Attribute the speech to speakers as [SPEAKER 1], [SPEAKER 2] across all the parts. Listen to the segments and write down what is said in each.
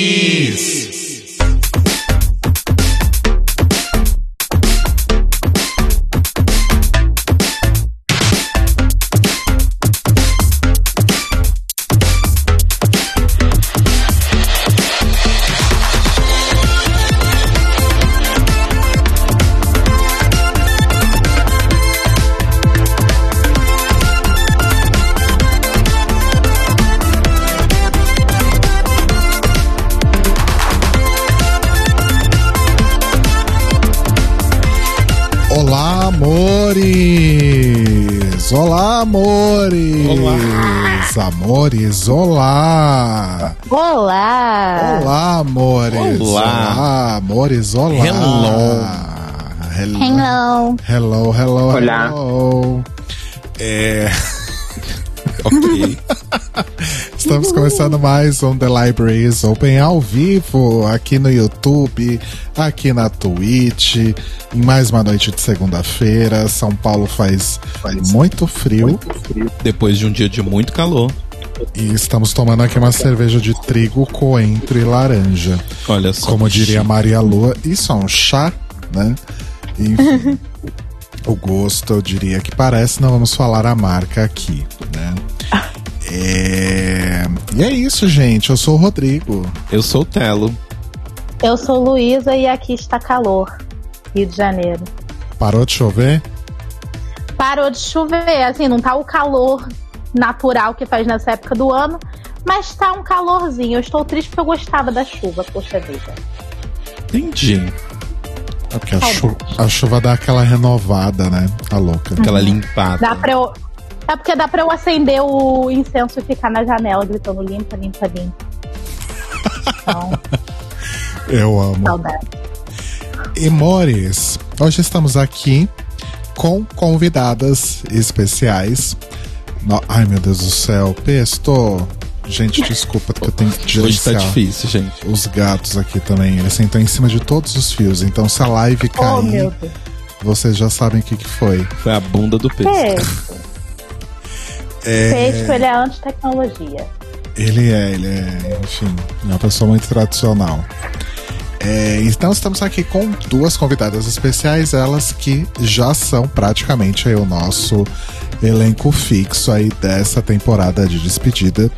[SPEAKER 1] Feliz.
[SPEAKER 2] Olá, amores! Olá, amores! Olá! Amores, olá!
[SPEAKER 3] Olá!
[SPEAKER 2] Olá, amores!
[SPEAKER 1] Olá.
[SPEAKER 2] amores, olá! Hello!
[SPEAKER 3] Hello!
[SPEAKER 2] Hello, hello,
[SPEAKER 4] Olá.
[SPEAKER 2] hello. É,
[SPEAKER 1] Ok.
[SPEAKER 2] estamos começando mais um The Library is Open ao vivo, aqui no YouTube, aqui na Twitch, em mais uma noite de segunda-feira. São Paulo faz, faz muito frio.
[SPEAKER 1] Depois de um dia de muito calor,
[SPEAKER 2] E estamos tomando aqui uma cerveja de trigo, coentro e laranja.
[SPEAKER 1] olha só.
[SPEAKER 2] Como diria Maria Lua, isso é um chá, né? Enfim, o gosto eu diria que parece, não vamos falar a marca aqui, né? É... E é isso, gente. Eu sou o Rodrigo.
[SPEAKER 1] Eu sou o Telo.
[SPEAKER 3] Eu sou Luísa e aqui está calor, Rio de Janeiro.
[SPEAKER 2] Parou de chover?
[SPEAKER 3] Parou de chover, assim, não tá o calor natural que faz nessa época do ano, mas tá um calorzinho. Eu estou triste porque eu gostava da chuva, poxa vida.
[SPEAKER 1] Entendi.
[SPEAKER 2] É porque a, chu- a chuva dá aquela renovada, né? A louca.
[SPEAKER 1] Aquela limpada.
[SPEAKER 3] Dá pra eu. É porque dá pra eu acender o incenso e ficar na janela gritando limpa, limpa, limpa. Então,
[SPEAKER 2] Eu amo.
[SPEAKER 3] saudade.
[SPEAKER 2] E Mores, hoje estamos aqui com convidadas especiais. No- Ai meu Deus do céu, Pesto! Gente, desculpa porque eu tenho que
[SPEAKER 1] Hoje tá
[SPEAKER 2] gerenciar
[SPEAKER 1] difícil, gente.
[SPEAKER 2] os gatos aqui também. Eles sentam em cima de todos os fios, então se a live
[SPEAKER 3] Oh,
[SPEAKER 2] cair,
[SPEAKER 3] meu Deus.
[SPEAKER 2] vocês já sabem o que, que foi.
[SPEAKER 1] Foi a bunda do peixe.
[SPEAKER 3] Peixe. Peixe, ele é anti-tecnologia.
[SPEAKER 2] Ele é, ele é, enfim, é uma pessoa muito tradicional. É, então estamos aqui com duas convidadas especiais, elas que já são praticamente aí o nosso elenco fixo aí dessa temporada de despedida.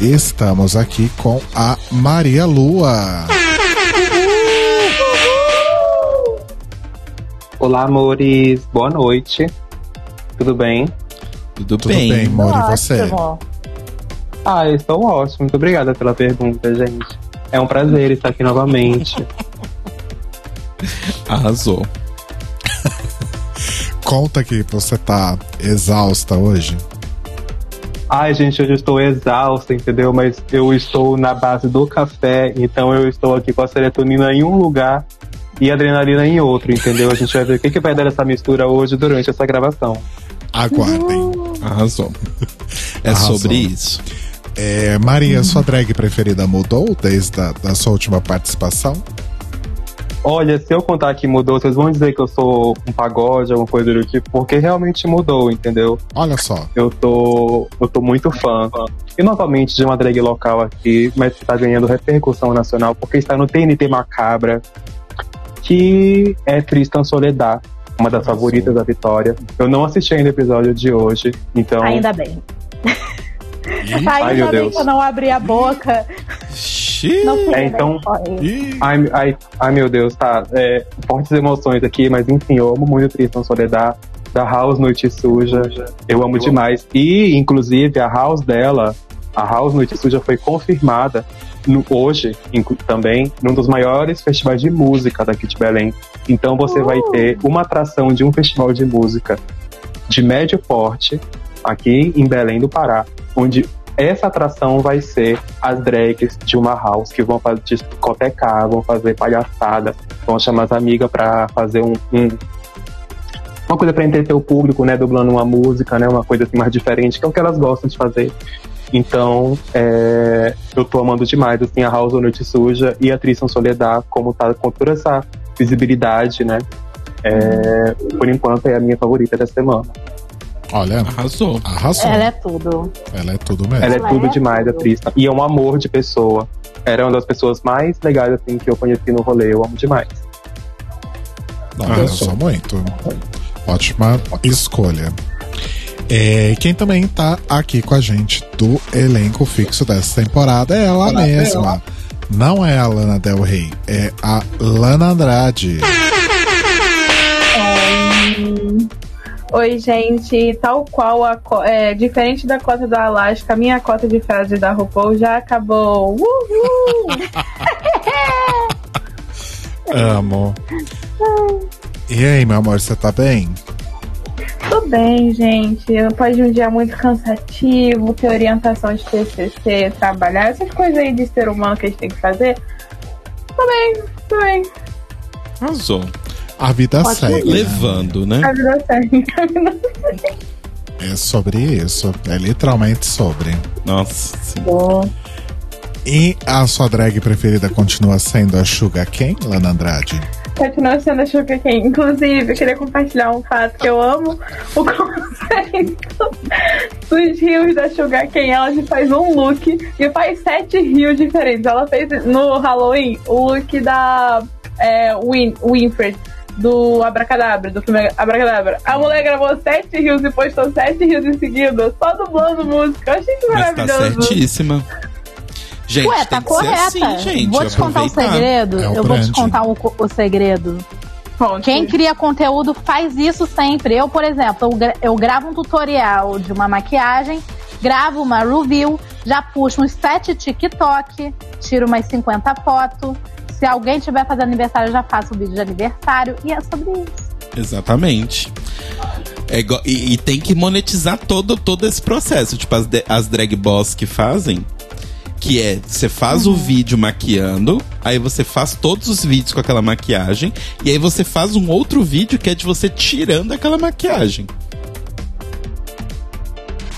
[SPEAKER 2] Estamos aqui com a Maria Lua.
[SPEAKER 4] Olá, amores. Boa noite. Tudo bem?
[SPEAKER 1] Tudo,
[SPEAKER 2] Tudo bem,
[SPEAKER 1] bem.
[SPEAKER 2] Mori, você?
[SPEAKER 3] Ótimo.
[SPEAKER 4] Ah, eu estou ótimo. Muito obrigada pela pergunta, gente. É um prazer estar aqui novamente.
[SPEAKER 1] Arrasou.
[SPEAKER 2] Conta que você tá exausta hoje.
[SPEAKER 4] Ai, gente, hoje eu estou exausta, entendeu? Mas eu estou na base do café, então eu estou aqui com a serotonina em um lugar e a adrenalina em outro, entendeu? A gente vai ver o que, que vai dar essa mistura hoje durante essa gravação.
[SPEAKER 2] Aguardem.
[SPEAKER 1] Arrasou. É
[SPEAKER 2] Arrasou.
[SPEAKER 1] sobre isso.
[SPEAKER 2] É, Maria, sua drag preferida mudou desde a da sua última participação?
[SPEAKER 4] Olha, se eu contar que mudou, vocês vão dizer que eu sou um pagode, alguma coisa do tipo, porque realmente mudou, entendeu?
[SPEAKER 2] Olha só.
[SPEAKER 4] Eu tô, eu tô muito fã. E novamente de uma drag local aqui, mas que tá ganhando repercussão nacional porque está no TNT Macabra, que é Tristan Soledad, uma das
[SPEAKER 2] Arrasou.
[SPEAKER 4] favoritas da Vitória. Eu não assisti ainda o episódio de hoje, então.
[SPEAKER 3] Ainda bem.
[SPEAKER 2] Ih,
[SPEAKER 3] Ainda
[SPEAKER 4] Ai, meu
[SPEAKER 3] bem
[SPEAKER 4] Deus.
[SPEAKER 3] que eu não abri a boca.
[SPEAKER 1] Xiii.
[SPEAKER 3] Não fui
[SPEAKER 4] É,
[SPEAKER 3] eu,
[SPEAKER 4] então-
[SPEAKER 3] né? Foi.
[SPEAKER 2] ih.
[SPEAKER 4] Ai, ai, ai, meu Deus, tá. É, fortes emoções aqui, mas enfim, eu amo muito Tristan Soledad, da House Noite Suja. Eu amo demais. E, inclusive, a House dela, a House Noite Suja foi confirmada no- hoje inclu- também, num dos maiores festivais de música daqui de Belém. Então você vai ter uma atração de um festival de música de médio porte, aqui em Belém do Pará, onde essa atração vai ser as drags de uma house que vão fazer discotecar, vão fazer palhaçada, vão chamar as amigas pra fazer um, um- uma coisa pra entreter o público, né? Dublando uma música, né? Uma coisa assim mais diferente, que é o que elas gostam de fazer. Então, é, eu tô amando demais, assim, a House ou Noite Suja e a Tristan Soledad, como tá com toda essa visibilidade, né? É, por enquanto é a minha favorita da semana.
[SPEAKER 2] Olha,
[SPEAKER 1] Arrasou.
[SPEAKER 2] arrasou.
[SPEAKER 3] Ela é tudo.
[SPEAKER 2] Ela é tudo mesmo.
[SPEAKER 4] Ela é
[SPEAKER 3] Ela
[SPEAKER 4] tudo
[SPEAKER 3] é
[SPEAKER 4] demais, a
[SPEAKER 3] tudo.
[SPEAKER 4] Trista. E é um amor de pessoa. Era uma das pessoas mais legais, assim, que eu conheci no rolê. Eu amo demais.
[SPEAKER 2] Não,
[SPEAKER 1] Olha
[SPEAKER 2] arrasou
[SPEAKER 1] só.
[SPEAKER 2] muito. Ótima escolha. É, quem também tá aqui com a gente do elenco fixo dessa temporada é ela mesma. Não é a Lana Del Rey, é a Lana Andrade.
[SPEAKER 5] Oi, gente. Tal qual a. co- É, diferente da cota da Alaska, minha cota de frase da RuPaul já acabou. Uhul!
[SPEAKER 2] Amo. E aí, meu amor, você tá bem?
[SPEAKER 5] Tudo bem, gente. Depois de um dia muito cansativo, ter orientação de TCC, trabalhar, essas coisas aí de ser humano que a gente tem que fazer. Tô bem, tô bem.
[SPEAKER 1] Arrasou.
[SPEAKER 2] A vida
[SPEAKER 3] Ótimo.
[SPEAKER 2] segue. né?
[SPEAKER 1] Levando, né?
[SPEAKER 5] A vida segue.
[SPEAKER 2] É sobre isso. É literalmente sobre.
[SPEAKER 1] Nossa. sim.
[SPEAKER 2] E a sua drag preferida continua sendo a Sugar Ken, Lana Andrade?
[SPEAKER 5] Continua sendo a Sugar King. Inclusive, eu queria compartilhar um fato que eu amo. O conceito dos rios da Sugar King. Ela já faz um look e faz sete rios diferentes. Ela fez no Halloween o look da é, Win Winfred. Do Abracadabra, do filme Abracadabra. A mulher gravou sete rios e postou sete rios em seguida, só dublando música. Eu achei isso
[SPEAKER 1] Mas tá
[SPEAKER 5] maravilhoso.
[SPEAKER 1] certíssima. Gente,
[SPEAKER 3] Ué,
[SPEAKER 1] tem
[SPEAKER 3] tá
[SPEAKER 1] que
[SPEAKER 3] correta.
[SPEAKER 1] ser assim, gente.
[SPEAKER 3] vou te contar um
[SPEAKER 1] aproveitar.
[SPEAKER 3] segredo.
[SPEAKER 2] É o
[SPEAKER 3] eu vou te
[SPEAKER 2] branding.
[SPEAKER 3] contar um co- o segredo.
[SPEAKER 5] Ponto.
[SPEAKER 3] Quem cria conteúdo faz isso sempre. Eu, por exemplo, eu, gra- eu gravo um tutorial de uma maquiagem, gravo uma review, já puxo uns 7 TikTok, tiro umas 50 fotos. Se alguém tiver fazendo aniversário, eu já faço um vídeo de aniversário. E é sobre isso.
[SPEAKER 1] Exatamente. É igual- e, e tem que monetizar todo, todo esse processo. Tipo, as, de- as drag boss que fazem, que é, você faz
[SPEAKER 3] Uhum.
[SPEAKER 1] o vídeo maquiando, aí você faz todos os vídeos com aquela maquiagem, e aí você faz um outro vídeo que é de você tirando aquela maquiagem.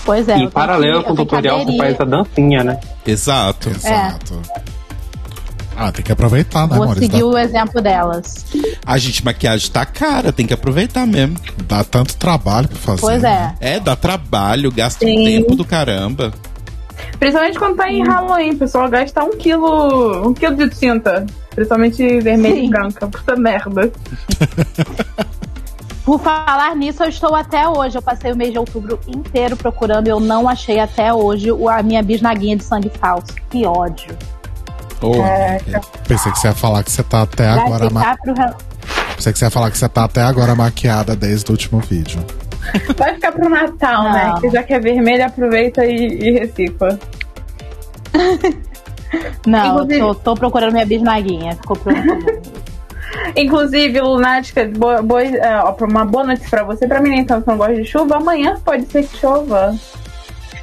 [SPEAKER 3] Pois é. eu
[SPEAKER 4] em
[SPEAKER 3] tenho
[SPEAKER 4] paralelo
[SPEAKER 3] que-
[SPEAKER 4] com
[SPEAKER 3] eu
[SPEAKER 4] o
[SPEAKER 3] tenho que
[SPEAKER 4] tutorial, você
[SPEAKER 3] aderir.
[SPEAKER 4] faz essa dancinha, né?
[SPEAKER 1] Exato.
[SPEAKER 2] Exato. Ah, tem que aproveitar, né,
[SPEAKER 3] Vou
[SPEAKER 2] amores? Dá,
[SPEAKER 3] seguir o exemplo delas.
[SPEAKER 1] A gente, maquiagem tá cara, tem que aproveitar mesmo.
[SPEAKER 2] dá tanto trabalho pra fazer.
[SPEAKER 3] Pois é.
[SPEAKER 1] É, dá trabalho, gasta um
[SPEAKER 5] Sim.
[SPEAKER 1] tempo do caramba.
[SPEAKER 5] Principalmente quando tá em Halloween, o pessoal gasta um quilo, um quilo de tinta. Principalmente vermelha e
[SPEAKER 3] Sim.
[SPEAKER 5] branca. Puta merda.
[SPEAKER 3] Por falar nisso, eu estou até hoje. Eu passei o mês de outubro inteiro procurando e eu não achei até hoje o- a minha bisnaguinha de sangue falso. Que ódio.
[SPEAKER 1] Oh,
[SPEAKER 2] Pensei que você ia falar que você tá até agora.
[SPEAKER 3] Vai
[SPEAKER 2] ma-
[SPEAKER 3] ficar pro re-
[SPEAKER 2] Pensei que você ia falar que você tá até agora maquiada desde o último vídeo.
[SPEAKER 5] Vai ficar pro Natal, né?
[SPEAKER 3] Não.
[SPEAKER 5] Que já que é vermelho, aproveita e, e recicla.
[SPEAKER 3] Não,
[SPEAKER 5] Inclusive-
[SPEAKER 3] eu tô, tô procurando minha bisnaguinha. Ficou pro
[SPEAKER 5] Inclusive, Lunática, boa, boa, é, ó, uma boa notícia pra você. Pra mim, nem tanto, não gosta de chuva. Amanhã pode ser que chova.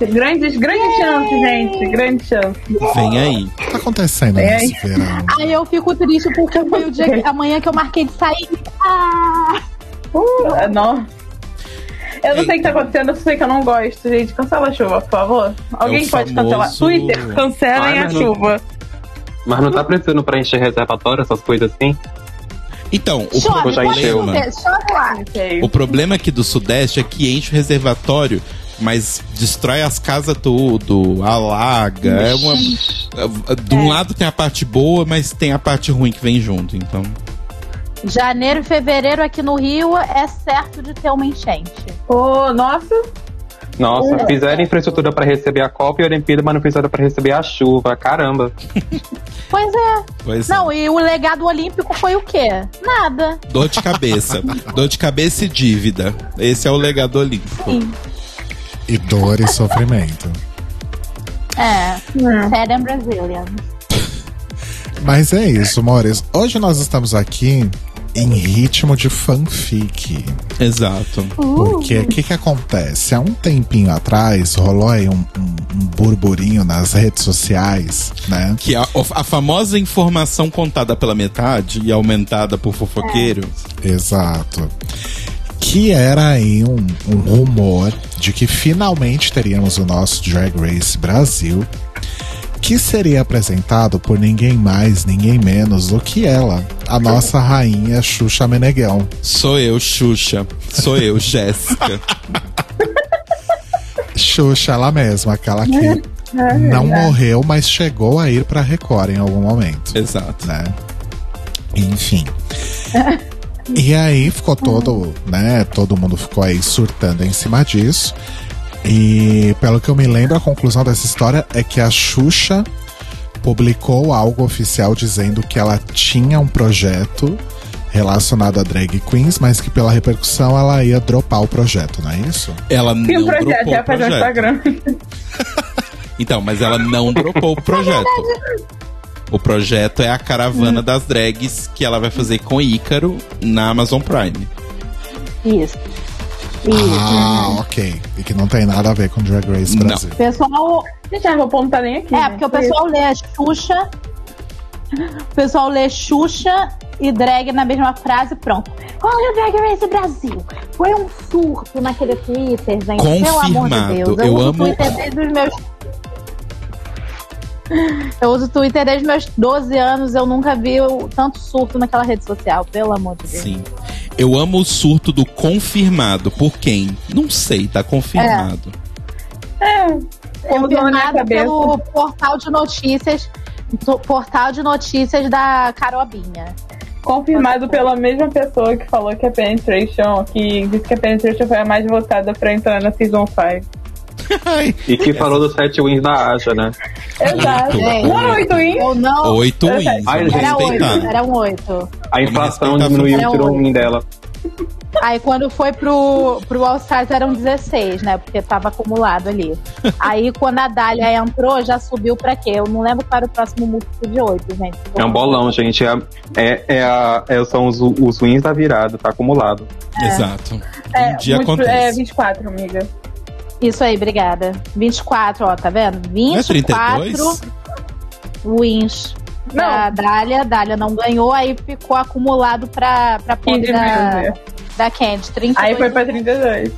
[SPEAKER 5] Grandes, grande chance, gente. Grande chance.
[SPEAKER 1] vem aí.
[SPEAKER 2] O que tá acontecendo
[SPEAKER 5] É.
[SPEAKER 2] nesse verão?
[SPEAKER 3] Aí eu fico triste porque foi o dia que, amanhã que eu marquei de sair. Ah!
[SPEAKER 5] Uh, é, não. Eu não sei o que
[SPEAKER 1] Eita.
[SPEAKER 5] tá acontecendo, eu sei que eu não gosto, gente. Cancela a chuva, por favor. Alguém
[SPEAKER 1] o
[SPEAKER 5] pode cancelar.
[SPEAKER 1] famoso-
[SPEAKER 5] Twitter, cancelem
[SPEAKER 4] Ai,
[SPEAKER 5] a
[SPEAKER 4] mas não-
[SPEAKER 5] chuva.
[SPEAKER 4] Mas não tá precisando pra encher reservatório, essas coisas assim?
[SPEAKER 1] Então, o
[SPEAKER 3] Chove,
[SPEAKER 4] já
[SPEAKER 3] pode
[SPEAKER 4] encheu,
[SPEAKER 1] problema. é
[SPEAKER 3] chover, chove lá.
[SPEAKER 5] Sei.
[SPEAKER 1] O problema aqui do Sudeste é que enche o reservatório, mas destrói as casas tudo, alaga. É uma, de um lado tem a parte boa, mas tem a parte ruim que vem junto. Então,
[SPEAKER 3] Janeiro e fevereiro aqui no Rio é certo de ter uma enchente.
[SPEAKER 5] Pô, nossa,
[SPEAKER 4] Nossa, fizeram infraestrutura pra receber a Copa e a Olimpíada, mas não fizeram pra receber a chuva. Caramba.
[SPEAKER 3] Pois é.
[SPEAKER 1] pois é.
[SPEAKER 3] Não, e o legado olímpico foi o quê? Nada.
[SPEAKER 1] Dor de cabeça. Dor de cabeça e dívida. Esse é o legado olímpico.
[SPEAKER 3] Sim.
[SPEAKER 2] E dor e sofrimento.
[SPEAKER 3] É. Sad and Brazilian.
[SPEAKER 2] Mas é isso, amores. Hoje nós estamos aqui em ritmo de fanfic.
[SPEAKER 1] Exato.
[SPEAKER 3] Uh.
[SPEAKER 2] Porque o que, que acontece? Há um tempinho atrás rolou aí um, um- um burburinho nas redes sociais, né?
[SPEAKER 1] Que a, a famosa informação contada pela metade e aumentada por fofoqueiro.
[SPEAKER 2] Exato. Que era aí um, um rumor de que finalmente teríamos o nosso Drag Race Brasil, que seria apresentado por ninguém mais, ninguém menos do que ela, a nossa rainha Xuxa Meneghel.
[SPEAKER 1] Sou eu, Xuxa. Sou eu, Jéssica.
[SPEAKER 2] Xuxa, ela mesma, aquela que não morreu, mas chegou a ir pra Record em algum momento.
[SPEAKER 1] Exato.
[SPEAKER 2] né? Enfim. E aí ficou todo, né? Todo mundo ficou aí surtando em cima disso. E pelo que eu me lembro, a conclusão dessa história é que a Xuxa publicou algo oficial dizendo que ela tinha um projeto relacionado a drag queens, mas que pela repercussão ela ia dropar o projeto, não é isso?
[SPEAKER 1] Ela não
[SPEAKER 5] E o projeto
[SPEAKER 1] dropou
[SPEAKER 5] é
[SPEAKER 1] o
[SPEAKER 5] fazer o
[SPEAKER 1] projeto.
[SPEAKER 5] Instagram.
[SPEAKER 1] Então, mas ela não dropou o projeto. O projeto é a caravana das drags que ela vai fazer com Ícaro na Amazon Prime.
[SPEAKER 3] Isso. Isso.
[SPEAKER 2] Ah, ok. E que não tem nada a ver com Drag Race
[SPEAKER 1] Não.
[SPEAKER 2] Brasil.
[SPEAKER 3] O pessoal.
[SPEAKER 5] Gente, a RuPaul não tá nem aqui.
[SPEAKER 3] É,
[SPEAKER 5] né?
[SPEAKER 3] porque o pessoal lê a Xuxa. O pessoal lê Xuxa e drag na mesma frase, pronto. Olha o Drag Race Brasil. Foi um surto naquele Twitter, gente. Pelo amor
[SPEAKER 1] Confirmado.
[SPEAKER 3] de Deus.
[SPEAKER 1] Eu
[SPEAKER 3] uso
[SPEAKER 1] amo-
[SPEAKER 3] Twitter desde os meus. Eu uso Twitter desde os meus 12 anos. Eu nunca vi o- tanto surto naquela rede social. Pelo amor de Deus.
[SPEAKER 1] Sim. Eu amo o surto do confirmado. Por quem? Não sei, tá confirmado.
[SPEAKER 5] Como dor na
[SPEAKER 3] Confirmado
[SPEAKER 5] cabeça.
[SPEAKER 3] pelo portal de notícias. do Portal de notícias da Carobinha.
[SPEAKER 5] Confirmado pela mesma pessoa que falou que a Penetration, que disse que a Penetration foi a mais votada pra entrar na Season 5.
[SPEAKER 1] Ai,
[SPEAKER 4] E que falou dos sete wins da Aja, né?
[SPEAKER 5] Exato.
[SPEAKER 3] Gente.
[SPEAKER 5] Não era oito wins?
[SPEAKER 3] É. Ou não.
[SPEAKER 1] Oito
[SPEAKER 5] Era
[SPEAKER 1] wins.
[SPEAKER 4] Ai,
[SPEAKER 1] vamos
[SPEAKER 4] gente.
[SPEAKER 3] Oh, Era oito,
[SPEAKER 1] respeitar.
[SPEAKER 3] era um oito.
[SPEAKER 1] É
[SPEAKER 4] A inflação
[SPEAKER 1] respeitar,
[SPEAKER 4] diminuiu e
[SPEAKER 3] vamos-
[SPEAKER 4] tirou um win dela.
[SPEAKER 3] Aí quando foi pro, pro All Stars eram 16, né? Porque tava acumulado ali. Aí quando a Dália entrou, já subiu pra quê? Eu não lembro qual era o próximo múltiplo de oito, gente.
[SPEAKER 4] É um bolão, gente. É, é, é a, é- são os, os wins da virada, tá acumulado.
[SPEAKER 1] Exato.
[SPEAKER 5] É,
[SPEAKER 1] Um dia
[SPEAKER 5] muito- É
[SPEAKER 1] acontece.
[SPEAKER 5] 24, amiga.
[SPEAKER 3] Isso aí, obrigada. 24, ó, tá vendo?
[SPEAKER 1] Não é
[SPEAKER 3] 24
[SPEAKER 1] 32?
[SPEAKER 3] wins.
[SPEAKER 5] Não.
[SPEAKER 3] Da Dália, Dália não ganhou, aí ficou acumulado pra, pra pole
[SPEAKER 5] 15
[SPEAKER 3] da,
[SPEAKER 5] mesmo.
[SPEAKER 3] da Candy. 32
[SPEAKER 5] né? Aí foi pra 32.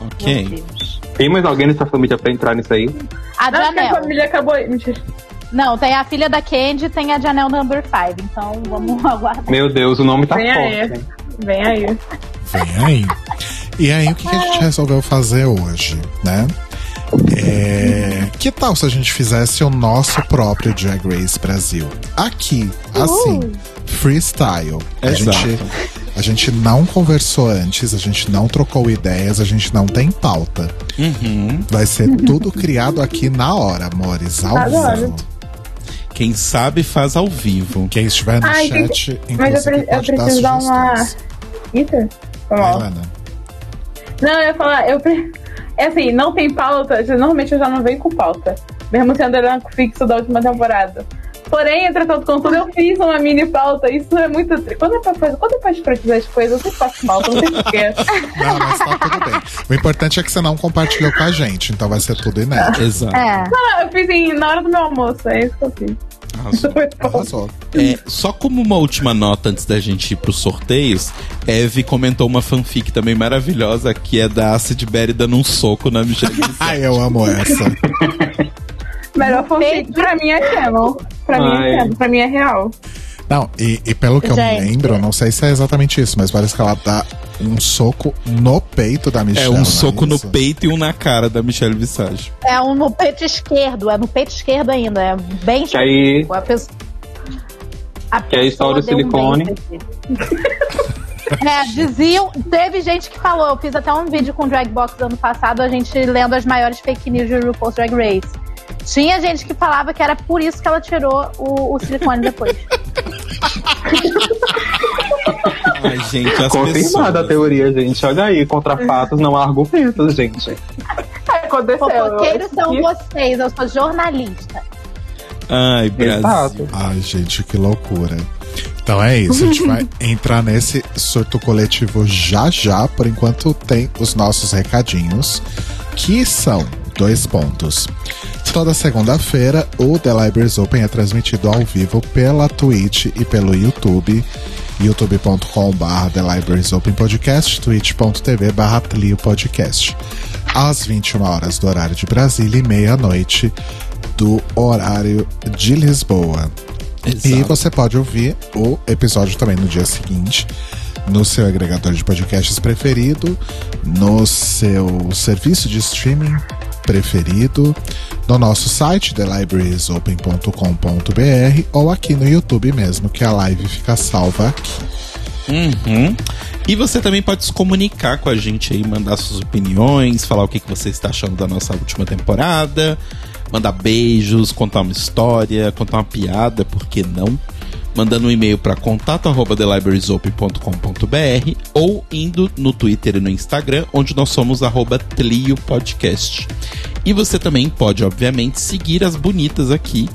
[SPEAKER 3] Meu
[SPEAKER 1] Ok.
[SPEAKER 3] Deus.
[SPEAKER 4] Tem mais alguém nessa família pra entrar nisso aí?
[SPEAKER 3] A
[SPEAKER 5] Não, porque a
[SPEAKER 3] Janel.
[SPEAKER 5] família acabou aí. Mentira.
[SPEAKER 3] Não, tem a filha da Candy e tem a Janel Number 5. Então vamos aguardar.
[SPEAKER 4] Meu Deus, o nome tá
[SPEAKER 5] Vem aí.
[SPEAKER 4] forte. né?
[SPEAKER 5] Vem aí.
[SPEAKER 2] Vem aí. E aí, o que, que a
[SPEAKER 5] É.
[SPEAKER 2] gente resolveu fazer hoje, né? É, que tal se a gente fizesse o nosso próprio Drag Race Brasil? Aqui, assim, freestyle. A
[SPEAKER 1] Exato.
[SPEAKER 2] gente, a gente não conversou antes, a gente não trocou ideias, a gente não tem pauta.
[SPEAKER 1] Uhum.
[SPEAKER 2] Vai ser tudo criado aqui na hora, amores, ao
[SPEAKER 5] Adoro.
[SPEAKER 2] vivo.
[SPEAKER 1] Quem sabe faz ao vivo.
[SPEAKER 2] Quem estiver no
[SPEAKER 5] Ai,
[SPEAKER 2] chat,
[SPEAKER 5] Mas eu,
[SPEAKER 2] inclusive,
[SPEAKER 5] pre- eu
[SPEAKER 2] pode dar
[SPEAKER 5] preciso dar uma.
[SPEAKER 2] sugestões.
[SPEAKER 5] Eita? Foi
[SPEAKER 2] Vai,
[SPEAKER 5] mal.
[SPEAKER 2] Lana.
[SPEAKER 5] Não, eu ia falar, eu. pre- É assim, não tem pauta, normalmente eu já não venho com pauta. Mesmo sendo elenco fixo da última temporada. Porém, entretanto, contudo, eu fiz uma mini pauta. Isso é muito triste. Quando é pra fazer, quando é pra escrotizar as coisas, eu sempre faço pauta, não sei porquê.
[SPEAKER 2] Não, mas tá tudo bem. O importante é que você não compartilhou com a gente, então vai ser tudo inédito.
[SPEAKER 1] Exato.
[SPEAKER 3] É.
[SPEAKER 5] Ah, eu fiz em- na hora do meu almoço, é isso que eu fiz.
[SPEAKER 1] Arrasou.
[SPEAKER 5] Foi bom.
[SPEAKER 2] Arrasou.
[SPEAKER 1] É, só como uma última nota antes da gente ir pros sorteios, Eve comentou uma fanfic também maravilhosa que é da Acid Berry dando um soco na Michelle.
[SPEAKER 2] Ai, eu amo essa.
[SPEAKER 5] Melhor fanfic. Pra mim é canon. Pra mim
[SPEAKER 4] Ai.
[SPEAKER 5] é canon. Pra mim é real.
[SPEAKER 2] Não, e, e pelo que eu me
[SPEAKER 3] Gente.
[SPEAKER 2] lembro, não sei se é exatamente isso, mas parece que ela dá um soco no peito da Michelle.
[SPEAKER 1] É
[SPEAKER 2] não
[SPEAKER 1] um soco no
[SPEAKER 2] isso?
[SPEAKER 1] peito e um na cara da Michelle Visage.
[SPEAKER 3] É um no peito esquerdo, é no peito esquerdo ainda, é bem
[SPEAKER 4] Que aí
[SPEAKER 3] específico, A pessoa. A
[SPEAKER 4] Que é aí estoura o
[SPEAKER 3] pessoa deu um
[SPEAKER 4] silicone.
[SPEAKER 3] bem específico. É, diziam. Teve gente que falou, eu fiz até um vídeo com o Dragbox do ano passado, a gente lendo as maiores fake news de RuPaul's Drag Race. Tinha gente que falava que era por isso que ela tirou o, o silicone depois.
[SPEAKER 1] Ai, gente, as
[SPEAKER 4] confirmada a
[SPEAKER 1] pessoas.
[SPEAKER 4] teoria, gente. Olha aí, contra fatos não há argumentos, gente.
[SPEAKER 5] Aconteceu.
[SPEAKER 3] Fofoqueiros são
[SPEAKER 5] Isso.
[SPEAKER 3] vocês, eu sou jornalista.
[SPEAKER 1] Ai,
[SPEAKER 4] um Exato.
[SPEAKER 1] Brasil.
[SPEAKER 2] Ai, gente, que loucura. Então é isso, a gente vai entrar nesse surto coletivo já já. Por enquanto, tem os nossos recadinhos, que são dois pontos. Toda segunda-feira, o The Libraries Open é transmitido ao vivo pela Twitch e pelo YouTube. youtube.com.br The Libraries Open Podcast, twitch.tv barra Tlio Podcast. Às 21 horas do horário de Brasília e meia-noite do horário de Lisboa. E
[SPEAKER 1] Exato.
[SPEAKER 2] você pode ouvir o episódio também no dia seguinte no seu agregador de podcasts preferido, no seu serviço de streaming preferido, no nosso site thelibrariesopen.com.br ou aqui no YouTube mesmo, que a live fica salva aqui.
[SPEAKER 1] Uhum. E você também pode se comunicar com a gente aí, mandar suas opiniões, falar o que, que você está achando da nossa última temporada, mandar beijos, contar uma história, contar uma piada, por que não? Mandando um e-mail para contato@thelibrariesopen.com.br ou indo no Twitter e no Instagram, onde nós somos arroba Tlio Podcast. E você também pode, obviamente, seguir as bonitas aqui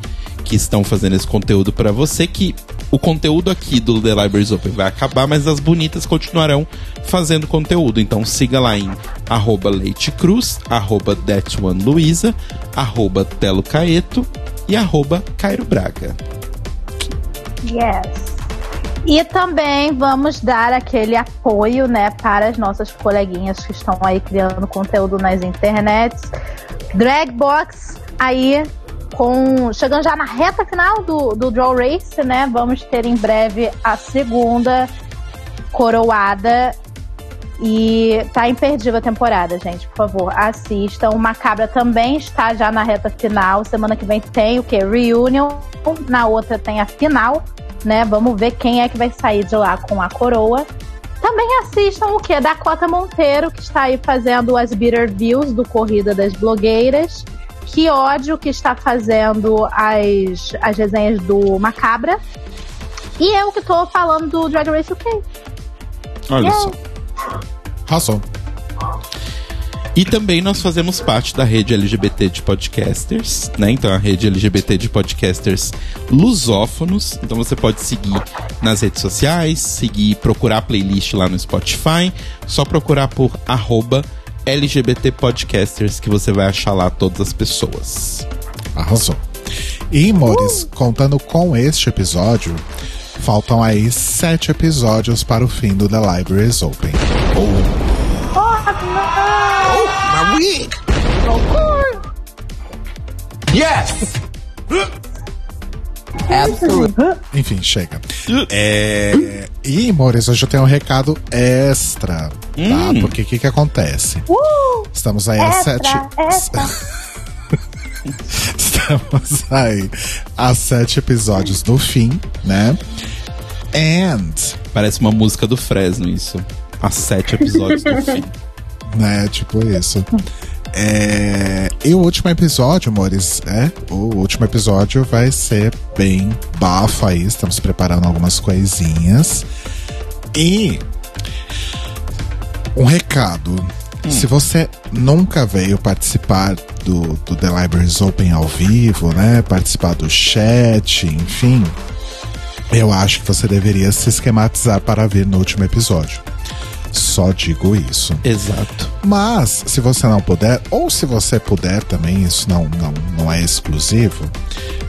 [SPEAKER 1] que estão fazendo esse conteúdo para você, que o conteúdo aqui do The Libraries Open vai acabar, mas as bonitas continuarão fazendo conteúdo. Então siga lá em arroba leitecruz, arroba thatsone_luiza, arroba telocaeto e arroba Cairo Braga.
[SPEAKER 3] Yes. E também vamos dar aquele apoio, né, para as nossas coleguinhas que estão aí criando conteúdo nas internets. Dragbox aí com chegando já na reta final do, do Draw Race, né? Vamos ter em breve a segunda coroada. E tá imperdível a temporada, gente. Por favor, assistam. O Macabra também está já na reta final. Semana que vem tem o quê? Reunion. Na outra tem a final, né? Vamos ver quem é que vai sair de lá com a coroa. Também assistam o quê? Dakota Monteiro, que está aí fazendo as Bitter Views do Corrida das Blogueiras que ódio que está fazendo as, as resenhas do Macabra. E eu que tô falando do Drag Race UK.
[SPEAKER 1] Olha
[SPEAKER 3] Yeah.
[SPEAKER 1] só.
[SPEAKER 2] Razão.
[SPEAKER 1] E também nós fazemos parte da rede LGBT de podcasters, né? Então a rede LGBT de podcasters lusófonos. Então você pode seguir nas redes sociais, seguir, procurar a playlist lá no Spotify, só procurar por arroba LGBT Podcasters que você vai achar lá todas as pessoas.
[SPEAKER 2] Arrasou. E, Mores, contando com este episódio, faltam aí sete episódios para o fim do The Libraries Open.
[SPEAKER 6] Absolutely.
[SPEAKER 2] Enfim, chega. É, E, Mores, hoje eu tenho um recado extra, tá? Porque o que que acontece? Estamos aí às
[SPEAKER 3] Uh! Extra,
[SPEAKER 2] sete...
[SPEAKER 3] extra.
[SPEAKER 2] Estamos aí a sete episódios do fim, né? And,
[SPEAKER 1] Parece uma música do Fresno isso. Há sete episódios do fim.
[SPEAKER 2] né? Tipo isso. É, e o último episódio, amores, é? O último episódio vai ser bem bafo aí. Estamos preparando algumas coisinhas. E um recado. Se você nunca veio participar do, do The Libraries Open ao vivo, né? Participar do chat, enfim, eu acho que você deveria se esquematizar para vir no último episódio. Só digo isso.
[SPEAKER 1] Exato.
[SPEAKER 2] Mas, se você não puder, ou se você puder também, isso não, não, não é exclusivo,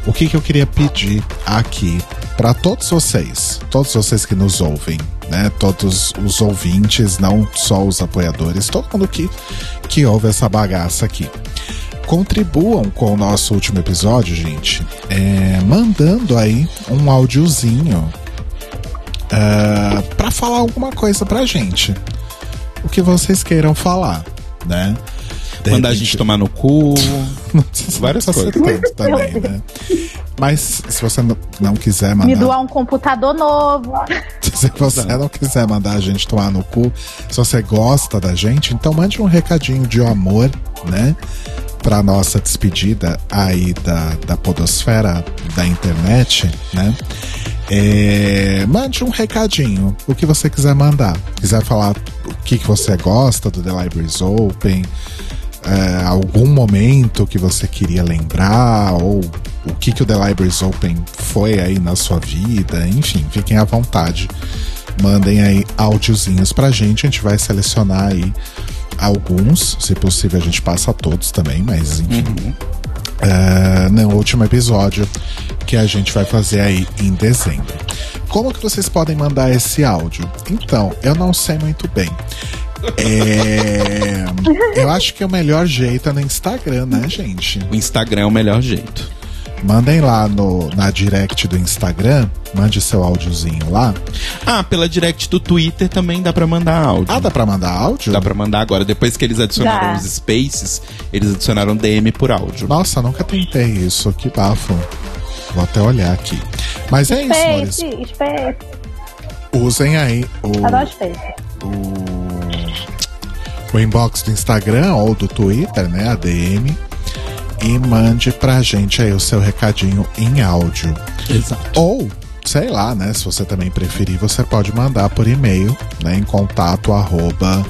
[SPEAKER 2] o que, que eu queria pedir aqui para todos vocês, todos vocês que nos ouvem, né? Todos os ouvintes, não só os apoiadores, todo mundo que, que ouve essa bagaça aqui. Contribuam com o nosso último episódio, gente, é, mandando aí um áudiozinho para falar alguma coisa pra gente o que vocês queiram falar, né? De
[SPEAKER 1] Mandar a
[SPEAKER 2] repente-
[SPEAKER 1] gente tomar no cu.
[SPEAKER 2] Não precisa-
[SPEAKER 1] várias
[SPEAKER 2] não precisa
[SPEAKER 1] coisas.
[SPEAKER 2] tanto também, né? Mas se você não- não quiser
[SPEAKER 3] Me
[SPEAKER 2] mandar.
[SPEAKER 3] doar um computador novo.
[SPEAKER 2] Se você não quiser mandar a gente tomar no cu, se você gosta da gente, então mande um recadinho de amor, né? Pra nossa despedida aí da, da podosfera da internet, né? É, mande um recadinho, o que você quiser mandar. Quiser falar o que, que você gosta do The Libraries Open, é, algum momento que você queria lembrar ou o que, que o The Libraries Open foi aí na sua vida, enfim, fiquem à vontade. Mandem aí áudiozinhos pra gente, a gente vai selecionar aí alguns, se possível a gente passa todos também, mas enfim. É, no último episódio que a gente vai fazer aí em dezembro. Como que vocês podem mandar esse áudio? Então, eu não sei muito bem. É, eu acho que o melhor jeito é no Instagram, né, gente?
[SPEAKER 1] O Instagram é o melhor jeito.
[SPEAKER 2] Mandem lá no, na direct do Instagram, mande seu áudiozinho lá.
[SPEAKER 1] Ah, pela direct do Twitter também dá pra mandar áudio.
[SPEAKER 2] Ah, dá pra mandar áudio?
[SPEAKER 1] Dá pra mandar agora. Depois que eles adicionaram
[SPEAKER 3] Dá.
[SPEAKER 1] os spaces, eles adicionaram DM por áudio.
[SPEAKER 2] Nossa, nunca tentei isso, que bafo. Vou até olhar aqui. Mas é isso, amores.
[SPEAKER 3] Space, Space.
[SPEAKER 2] Usem aí o.
[SPEAKER 3] Adoro Space.
[SPEAKER 2] o, o inbox do Instagram ou do Twitter, né, a DM, e mande pra gente aí o seu recadinho em áudio.
[SPEAKER 1] Exato.
[SPEAKER 2] Ou, sei lá, né, se você também preferir, você pode mandar por e-mail, né, em contato arroba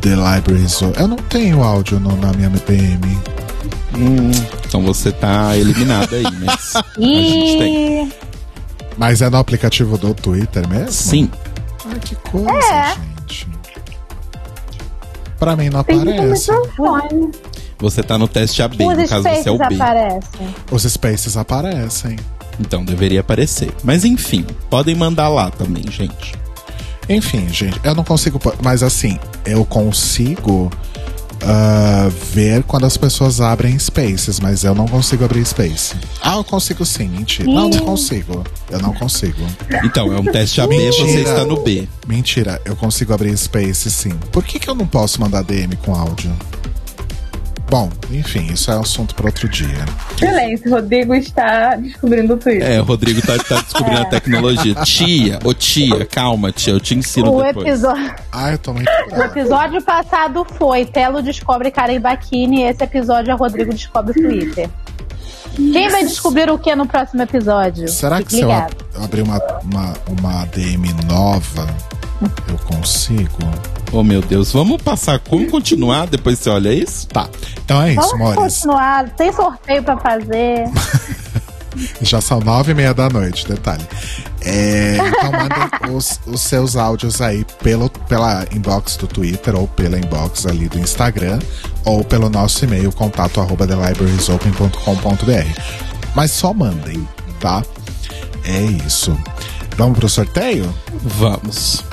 [SPEAKER 2] The Libraries. Eu não tenho áudio no- na minha DM.
[SPEAKER 1] Então você tá eliminado aí, mas a gente tem.
[SPEAKER 3] E
[SPEAKER 2] Mas é no aplicativo do Twitter mesmo?
[SPEAKER 1] Sim.
[SPEAKER 2] Ai, que coisa,
[SPEAKER 3] É.
[SPEAKER 2] gente. Pra mim não
[SPEAKER 5] Tem que ter
[SPEAKER 2] aparece.
[SPEAKER 5] microfone.
[SPEAKER 1] Você tá no teste AB, no
[SPEAKER 3] os
[SPEAKER 1] caso você é o
[SPEAKER 3] Spaces
[SPEAKER 1] B.
[SPEAKER 3] aparecem.
[SPEAKER 2] Os spaces aparecem.
[SPEAKER 1] Então deveria aparecer. Mas enfim, podem mandar lá também, gente.
[SPEAKER 2] Enfim, gente, eu não consigo. pôr- Mas assim, eu consigo ah, ver quando as pessoas abrem spaces, mas eu não consigo abrir space. Ah, eu consigo sim, mentira. Não, não consigo. Eu não consigo.
[SPEAKER 1] Então, é um teste AB, você
[SPEAKER 2] Mentira.
[SPEAKER 1] está no B.
[SPEAKER 2] Mentira, eu consigo abrir space sim. Por que, que eu não posso mandar DM com áudio? Bom, enfim, isso é assunto para outro dia.
[SPEAKER 5] Silêncio, Rodrigo está descobrindo o Twitter.
[SPEAKER 1] É, o Rodrigo tá, tá descobrindo a tecnologia. Tia, ô tia, calma, tia, eu te ensino
[SPEAKER 3] O
[SPEAKER 1] depois.
[SPEAKER 3] episódio,
[SPEAKER 2] Ah, eu tô muito.
[SPEAKER 3] o episódio passado foi Telo descobre Karen Bakini e esse episódio é Rodrigo descobre Twitter. Quem vai descobrir o que no próximo episódio?
[SPEAKER 2] Será que
[SPEAKER 3] Fique
[SPEAKER 2] se eu
[SPEAKER 3] ligado.
[SPEAKER 2] ab- abrir uma, uma, uma DM nova, eu consigo?
[SPEAKER 1] Oh, meu Deus, vamos passar como continuar depois você olha isso?
[SPEAKER 2] Tá. Então é isso,
[SPEAKER 3] Vamos
[SPEAKER 2] Mores.
[SPEAKER 3] continuar, tem sorteio pra fazer.
[SPEAKER 2] Já são nove e meia da noite, detalhe. É, então mandem os, os seus áudios aí pelo, pela inbox do Twitter ou pela inbox ali do Instagram ou pelo nosso e-mail contato arroba thelibrariesopen.com.br Mas só mandem, tá? É isso. Vamos pro sorteio?
[SPEAKER 1] Vamos.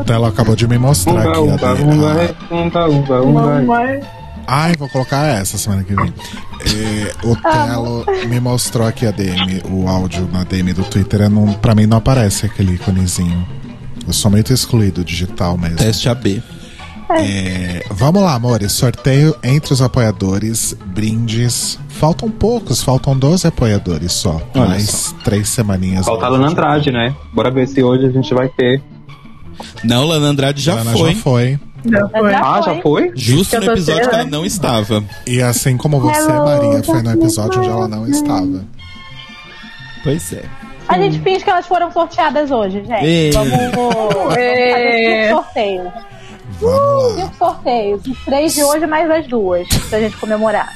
[SPEAKER 2] O Telo acabou de me
[SPEAKER 1] Tá
[SPEAKER 2] mostrar
[SPEAKER 4] Umba,
[SPEAKER 2] aqui. a
[SPEAKER 4] umba,
[SPEAKER 2] DM.
[SPEAKER 4] umba, umba, umba,
[SPEAKER 5] Não, é.
[SPEAKER 4] umba.
[SPEAKER 5] mas-
[SPEAKER 2] Ai, vou colocar essa semana que vem. É, o Telo me mostrou aqui a DM, o áudio na DM do Twitter. eu Não, pra mim não aparece aquele íconezinho. Eu sou muito excluído digital mesmo.
[SPEAKER 1] Teste AB.
[SPEAKER 2] É, vamos lá, amores. Sorteio entre os apoiadores, brindes. Faltam poucos, faltam 12 apoiadores só.
[SPEAKER 1] Olha
[SPEAKER 2] mais três semaninhas.
[SPEAKER 4] Falta a Lana Andrade, né? Bora ver se hoje a gente vai ter.
[SPEAKER 1] Não, Lana Andrade já
[SPEAKER 2] Lana
[SPEAKER 1] foi.
[SPEAKER 2] já foi.
[SPEAKER 5] não foi.
[SPEAKER 3] Já
[SPEAKER 4] Ah, já foi?
[SPEAKER 1] Justo
[SPEAKER 5] Eu
[SPEAKER 1] no
[SPEAKER 5] tô
[SPEAKER 1] episódio que
[SPEAKER 5] esperando.
[SPEAKER 1] ela não estava.
[SPEAKER 2] E assim como você,
[SPEAKER 3] Hello,
[SPEAKER 2] Maria, foi no episódio onde ela não estava.
[SPEAKER 1] Pois é.
[SPEAKER 3] A gente finge que elas foram sorteadas hoje, gente.
[SPEAKER 1] Ei.
[SPEAKER 3] Vamos fazer
[SPEAKER 5] É.
[SPEAKER 3] cinco sorteios.
[SPEAKER 2] Vamos lá.
[SPEAKER 3] Cinco sorteios. Os três de hoje mais as duas, pra gente comemorar.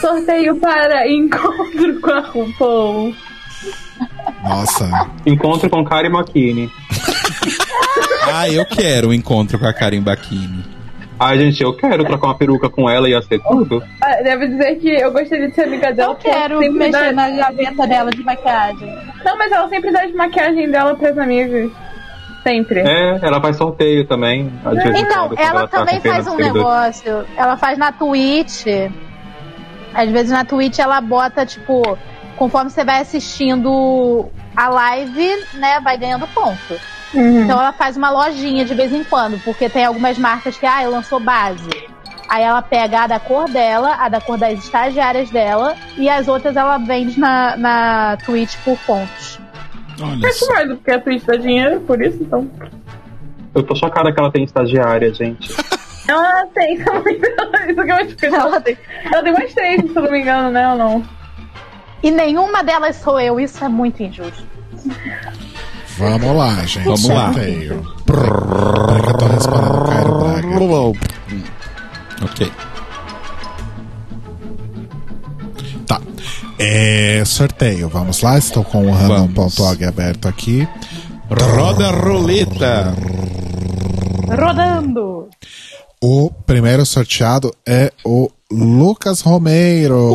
[SPEAKER 5] Sorteio para encontro com a RuPaul.
[SPEAKER 2] Nossa.
[SPEAKER 4] Encontro com Karen Makini.
[SPEAKER 1] Ah, eu quero o encontro com a Karen Bakini.
[SPEAKER 4] Ai, gente, eu quero trocar uma peruca com ela e ia ser tudo.
[SPEAKER 5] Ah, Devo dizer que eu gostaria de ser amiga dela.
[SPEAKER 3] Eu
[SPEAKER 5] porque ela
[SPEAKER 3] quero
[SPEAKER 5] sempre
[SPEAKER 3] mexer
[SPEAKER 5] dá-
[SPEAKER 3] na gaveta dela de maquiagem.
[SPEAKER 5] Não, mas ela sempre dá as maquiagens dela pras amigas. Sempre.
[SPEAKER 4] É, ela faz sorteio também. às vezes,
[SPEAKER 3] Então,
[SPEAKER 4] quando
[SPEAKER 3] ela
[SPEAKER 4] tá
[SPEAKER 3] também
[SPEAKER 4] com pena
[SPEAKER 3] faz
[SPEAKER 4] dos
[SPEAKER 3] um
[SPEAKER 4] seguidores.
[SPEAKER 3] negócio. Ela faz na Twitch. Às vezes na Twitch ela bota, tipo, conforme você vai assistindo a live, né, vai ganhando ponto.
[SPEAKER 5] Uhum.
[SPEAKER 3] Então ela faz uma lojinha de vez em quando, porque tem algumas marcas que, ah, eu lançou base. Aí ela pega a da cor dela, a da cor das estagiárias dela, e as outras ela vende na, na Twitch por pontos.
[SPEAKER 1] Olha
[SPEAKER 5] Mas
[SPEAKER 1] só.
[SPEAKER 5] que mais, porque a Twitch dá dinheiro, por isso, então.
[SPEAKER 4] Eu tô chocada que ela tem estagiária, gente.
[SPEAKER 5] Ela tem, isso que eu acho que ela tem. Ela tem mais três, se eu não me engano, né? Ou não?
[SPEAKER 3] E nenhuma delas sou eu, isso é muito injusto.
[SPEAKER 2] Vamos lá, gente.
[SPEAKER 1] Vamos lá.
[SPEAKER 2] Sorteio. Peraí que eu tô respondendo o Caio Braga.
[SPEAKER 1] Ok.
[SPEAKER 2] Tá. É, sorteio. Vamos lá. Estou com o random.org aberto aqui.
[SPEAKER 1] Roda a roleta.
[SPEAKER 3] Rodando!
[SPEAKER 2] O primeiro sorteado é o Lucas Romeiro.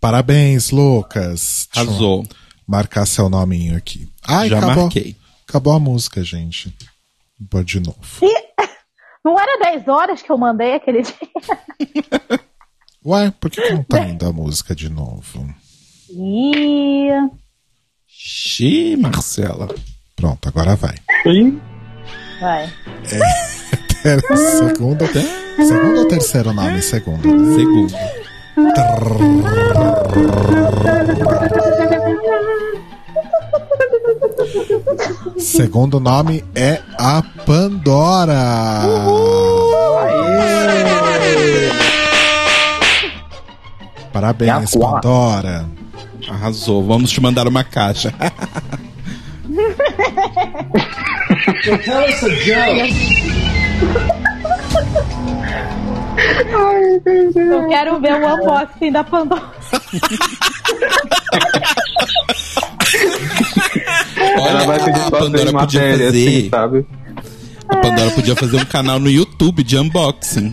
[SPEAKER 2] Parabéns, Lucas. Deixa eu
[SPEAKER 1] Arrasou.
[SPEAKER 2] marcar seu nominho aqui. Ai,
[SPEAKER 1] Já
[SPEAKER 2] acabou.
[SPEAKER 1] marquei.
[SPEAKER 2] Acabou a música, gente. Vou de novo.
[SPEAKER 3] Não era 10 horas que eu mandei aquele dia?
[SPEAKER 2] Ué, por que, que não tá
[SPEAKER 1] É.
[SPEAKER 2] indo a música de novo?
[SPEAKER 3] Ih,
[SPEAKER 1] Xiii, Marcela.
[SPEAKER 2] Pronto, agora vai.
[SPEAKER 4] Sim.
[SPEAKER 3] vai.
[SPEAKER 2] Era o É, segundo, segundo ou terceiro nome? Segundo. né?
[SPEAKER 1] Segundo.
[SPEAKER 2] Segundo nome é a Pandora. Parabéns,
[SPEAKER 4] É a quarta.
[SPEAKER 2] Pandora.
[SPEAKER 1] Arrasou. Vamos te mandar uma caixa.
[SPEAKER 3] Eu quero ver o unboxing da Pandora.
[SPEAKER 1] Olha,
[SPEAKER 4] Ela vai pedir
[SPEAKER 1] a
[SPEAKER 4] pra fazer
[SPEAKER 1] Pandora Ah, podia
[SPEAKER 4] matéria,
[SPEAKER 1] fazer.
[SPEAKER 4] assim, sabe?
[SPEAKER 1] A Pandora podia fazer um canal no YouTube de unboxing.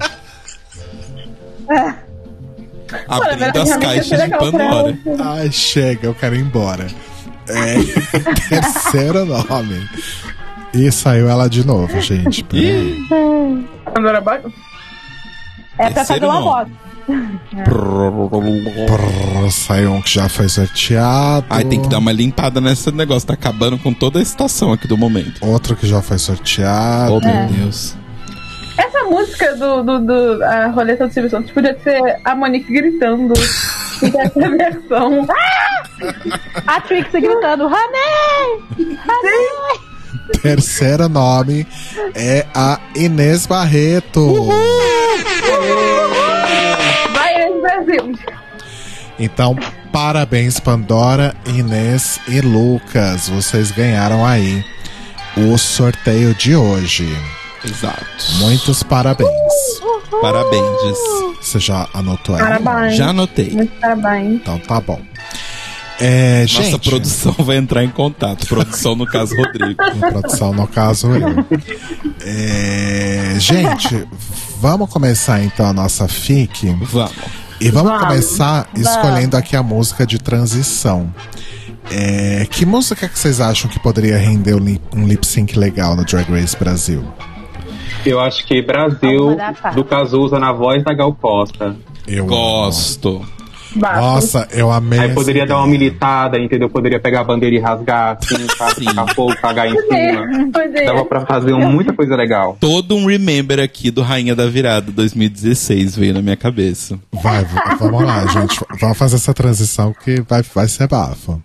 [SPEAKER 1] Abrindo as
[SPEAKER 5] Ah. realmente
[SPEAKER 1] caixas
[SPEAKER 5] seria
[SPEAKER 1] de
[SPEAKER 5] legal pra ela.
[SPEAKER 1] Pandora.
[SPEAKER 2] Ai, chega, eu quero ir embora. É, terceiro nome. E saiu ela de novo, gente. peraí.
[SPEAKER 5] Pandora Box?
[SPEAKER 3] É pra fazer
[SPEAKER 1] Terceiro
[SPEAKER 3] o
[SPEAKER 1] nome.
[SPEAKER 3] unboxing.
[SPEAKER 2] É. Prrr, Saiu um que já foi sorteado.
[SPEAKER 1] Ai, tem que dar uma limpada nesse negócio. Tá acabando com toda a estação aqui do momento.
[SPEAKER 2] Outro que já foi sorteado.
[SPEAKER 1] Oh, meu Deus.
[SPEAKER 5] Essa música do, do, do a roleta do Silvio Santos podia ser a Monique gritando. E essa versão. Ah!
[SPEAKER 3] A Trix gritando, Hanei!
[SPEAKER 2] Terceiro nome é a Inês Barreto.
[SPEAKER 5] Vai, Inês Brasil.
[SPEAKER 2] Então, parabéns, Pandora, Inês e Lucas. Vocês ganharam aí o sorteio de hoje.
[SPEAKER 1] Exato.
[SPEAKER 2] Muitos parabéns.
[SPEAKER 1] Parabéns.
[SPEAKER 2] Você já anotou aí?
[SPEAKER 5] Parabéns.
[SPEAKER 1] Já anotei.
[SPEAKER 5] Muito parabéns.
[SPEAKER 2] Então tá bom. É,
[SPEAKER 1] Nossa,
[SPEAKER 2] gente,
[SPEAKER 1] a produção vai entrar em contato. Produção, no caso, Rodrigo.
[SPEAKER 2] a produção, no caso, eu. É, gente, vamos começar então a nossa FIC.
[SPEAKER 1] Vamos.
[SPEAKER 2] E vamos,
[SPEAKER 5] Vamos.
[SPEAKER 2] começar escolhendo aqui a música de transição. É, que música que vocês acham que poderia render um lip, um lip sync legal no Drag Race Brasil?
[SPEAKER 4] Eu acho que
[SPEAKER 3] Vamos
[SPEAKER 4] Brasil
[SPEAKER 3] mudar a fala.
[SPEAKER 4] do Cazuza na voz da Gal Costa.
[SPEAKER 2] Eu
[SPEAKER 1] Gosto.
[SPEAKER 5] Bafo.
[SPEAKER 2] Nossa, eu amei.
[SPEAKER 4] Aí
[SPEAKER 2] essa é
[SPEAKER 4] poderia dar uma
[SPEAKER 2] ideia.
[SPEAKER 4] militada, entendeu? Poderia pegar a bandeira e rasgar, assim, sabe?
[SPEAKER 1] Sim.
[SPEAKER 4] Tacar fogo, cagar em cima.
[SPEAKER 5] Poder, poder.
[SPEAKER 4] Dava pra fazer um- muita coisa legal.
[SPEAKER 1] Todo um remember aqui do Rainha da Virada 2016 veio na minha cabeça.
[SPEAKER 2] Vai, v- vamos lá, gente. Vamos fazer essa transição que vai, vai ser bafo.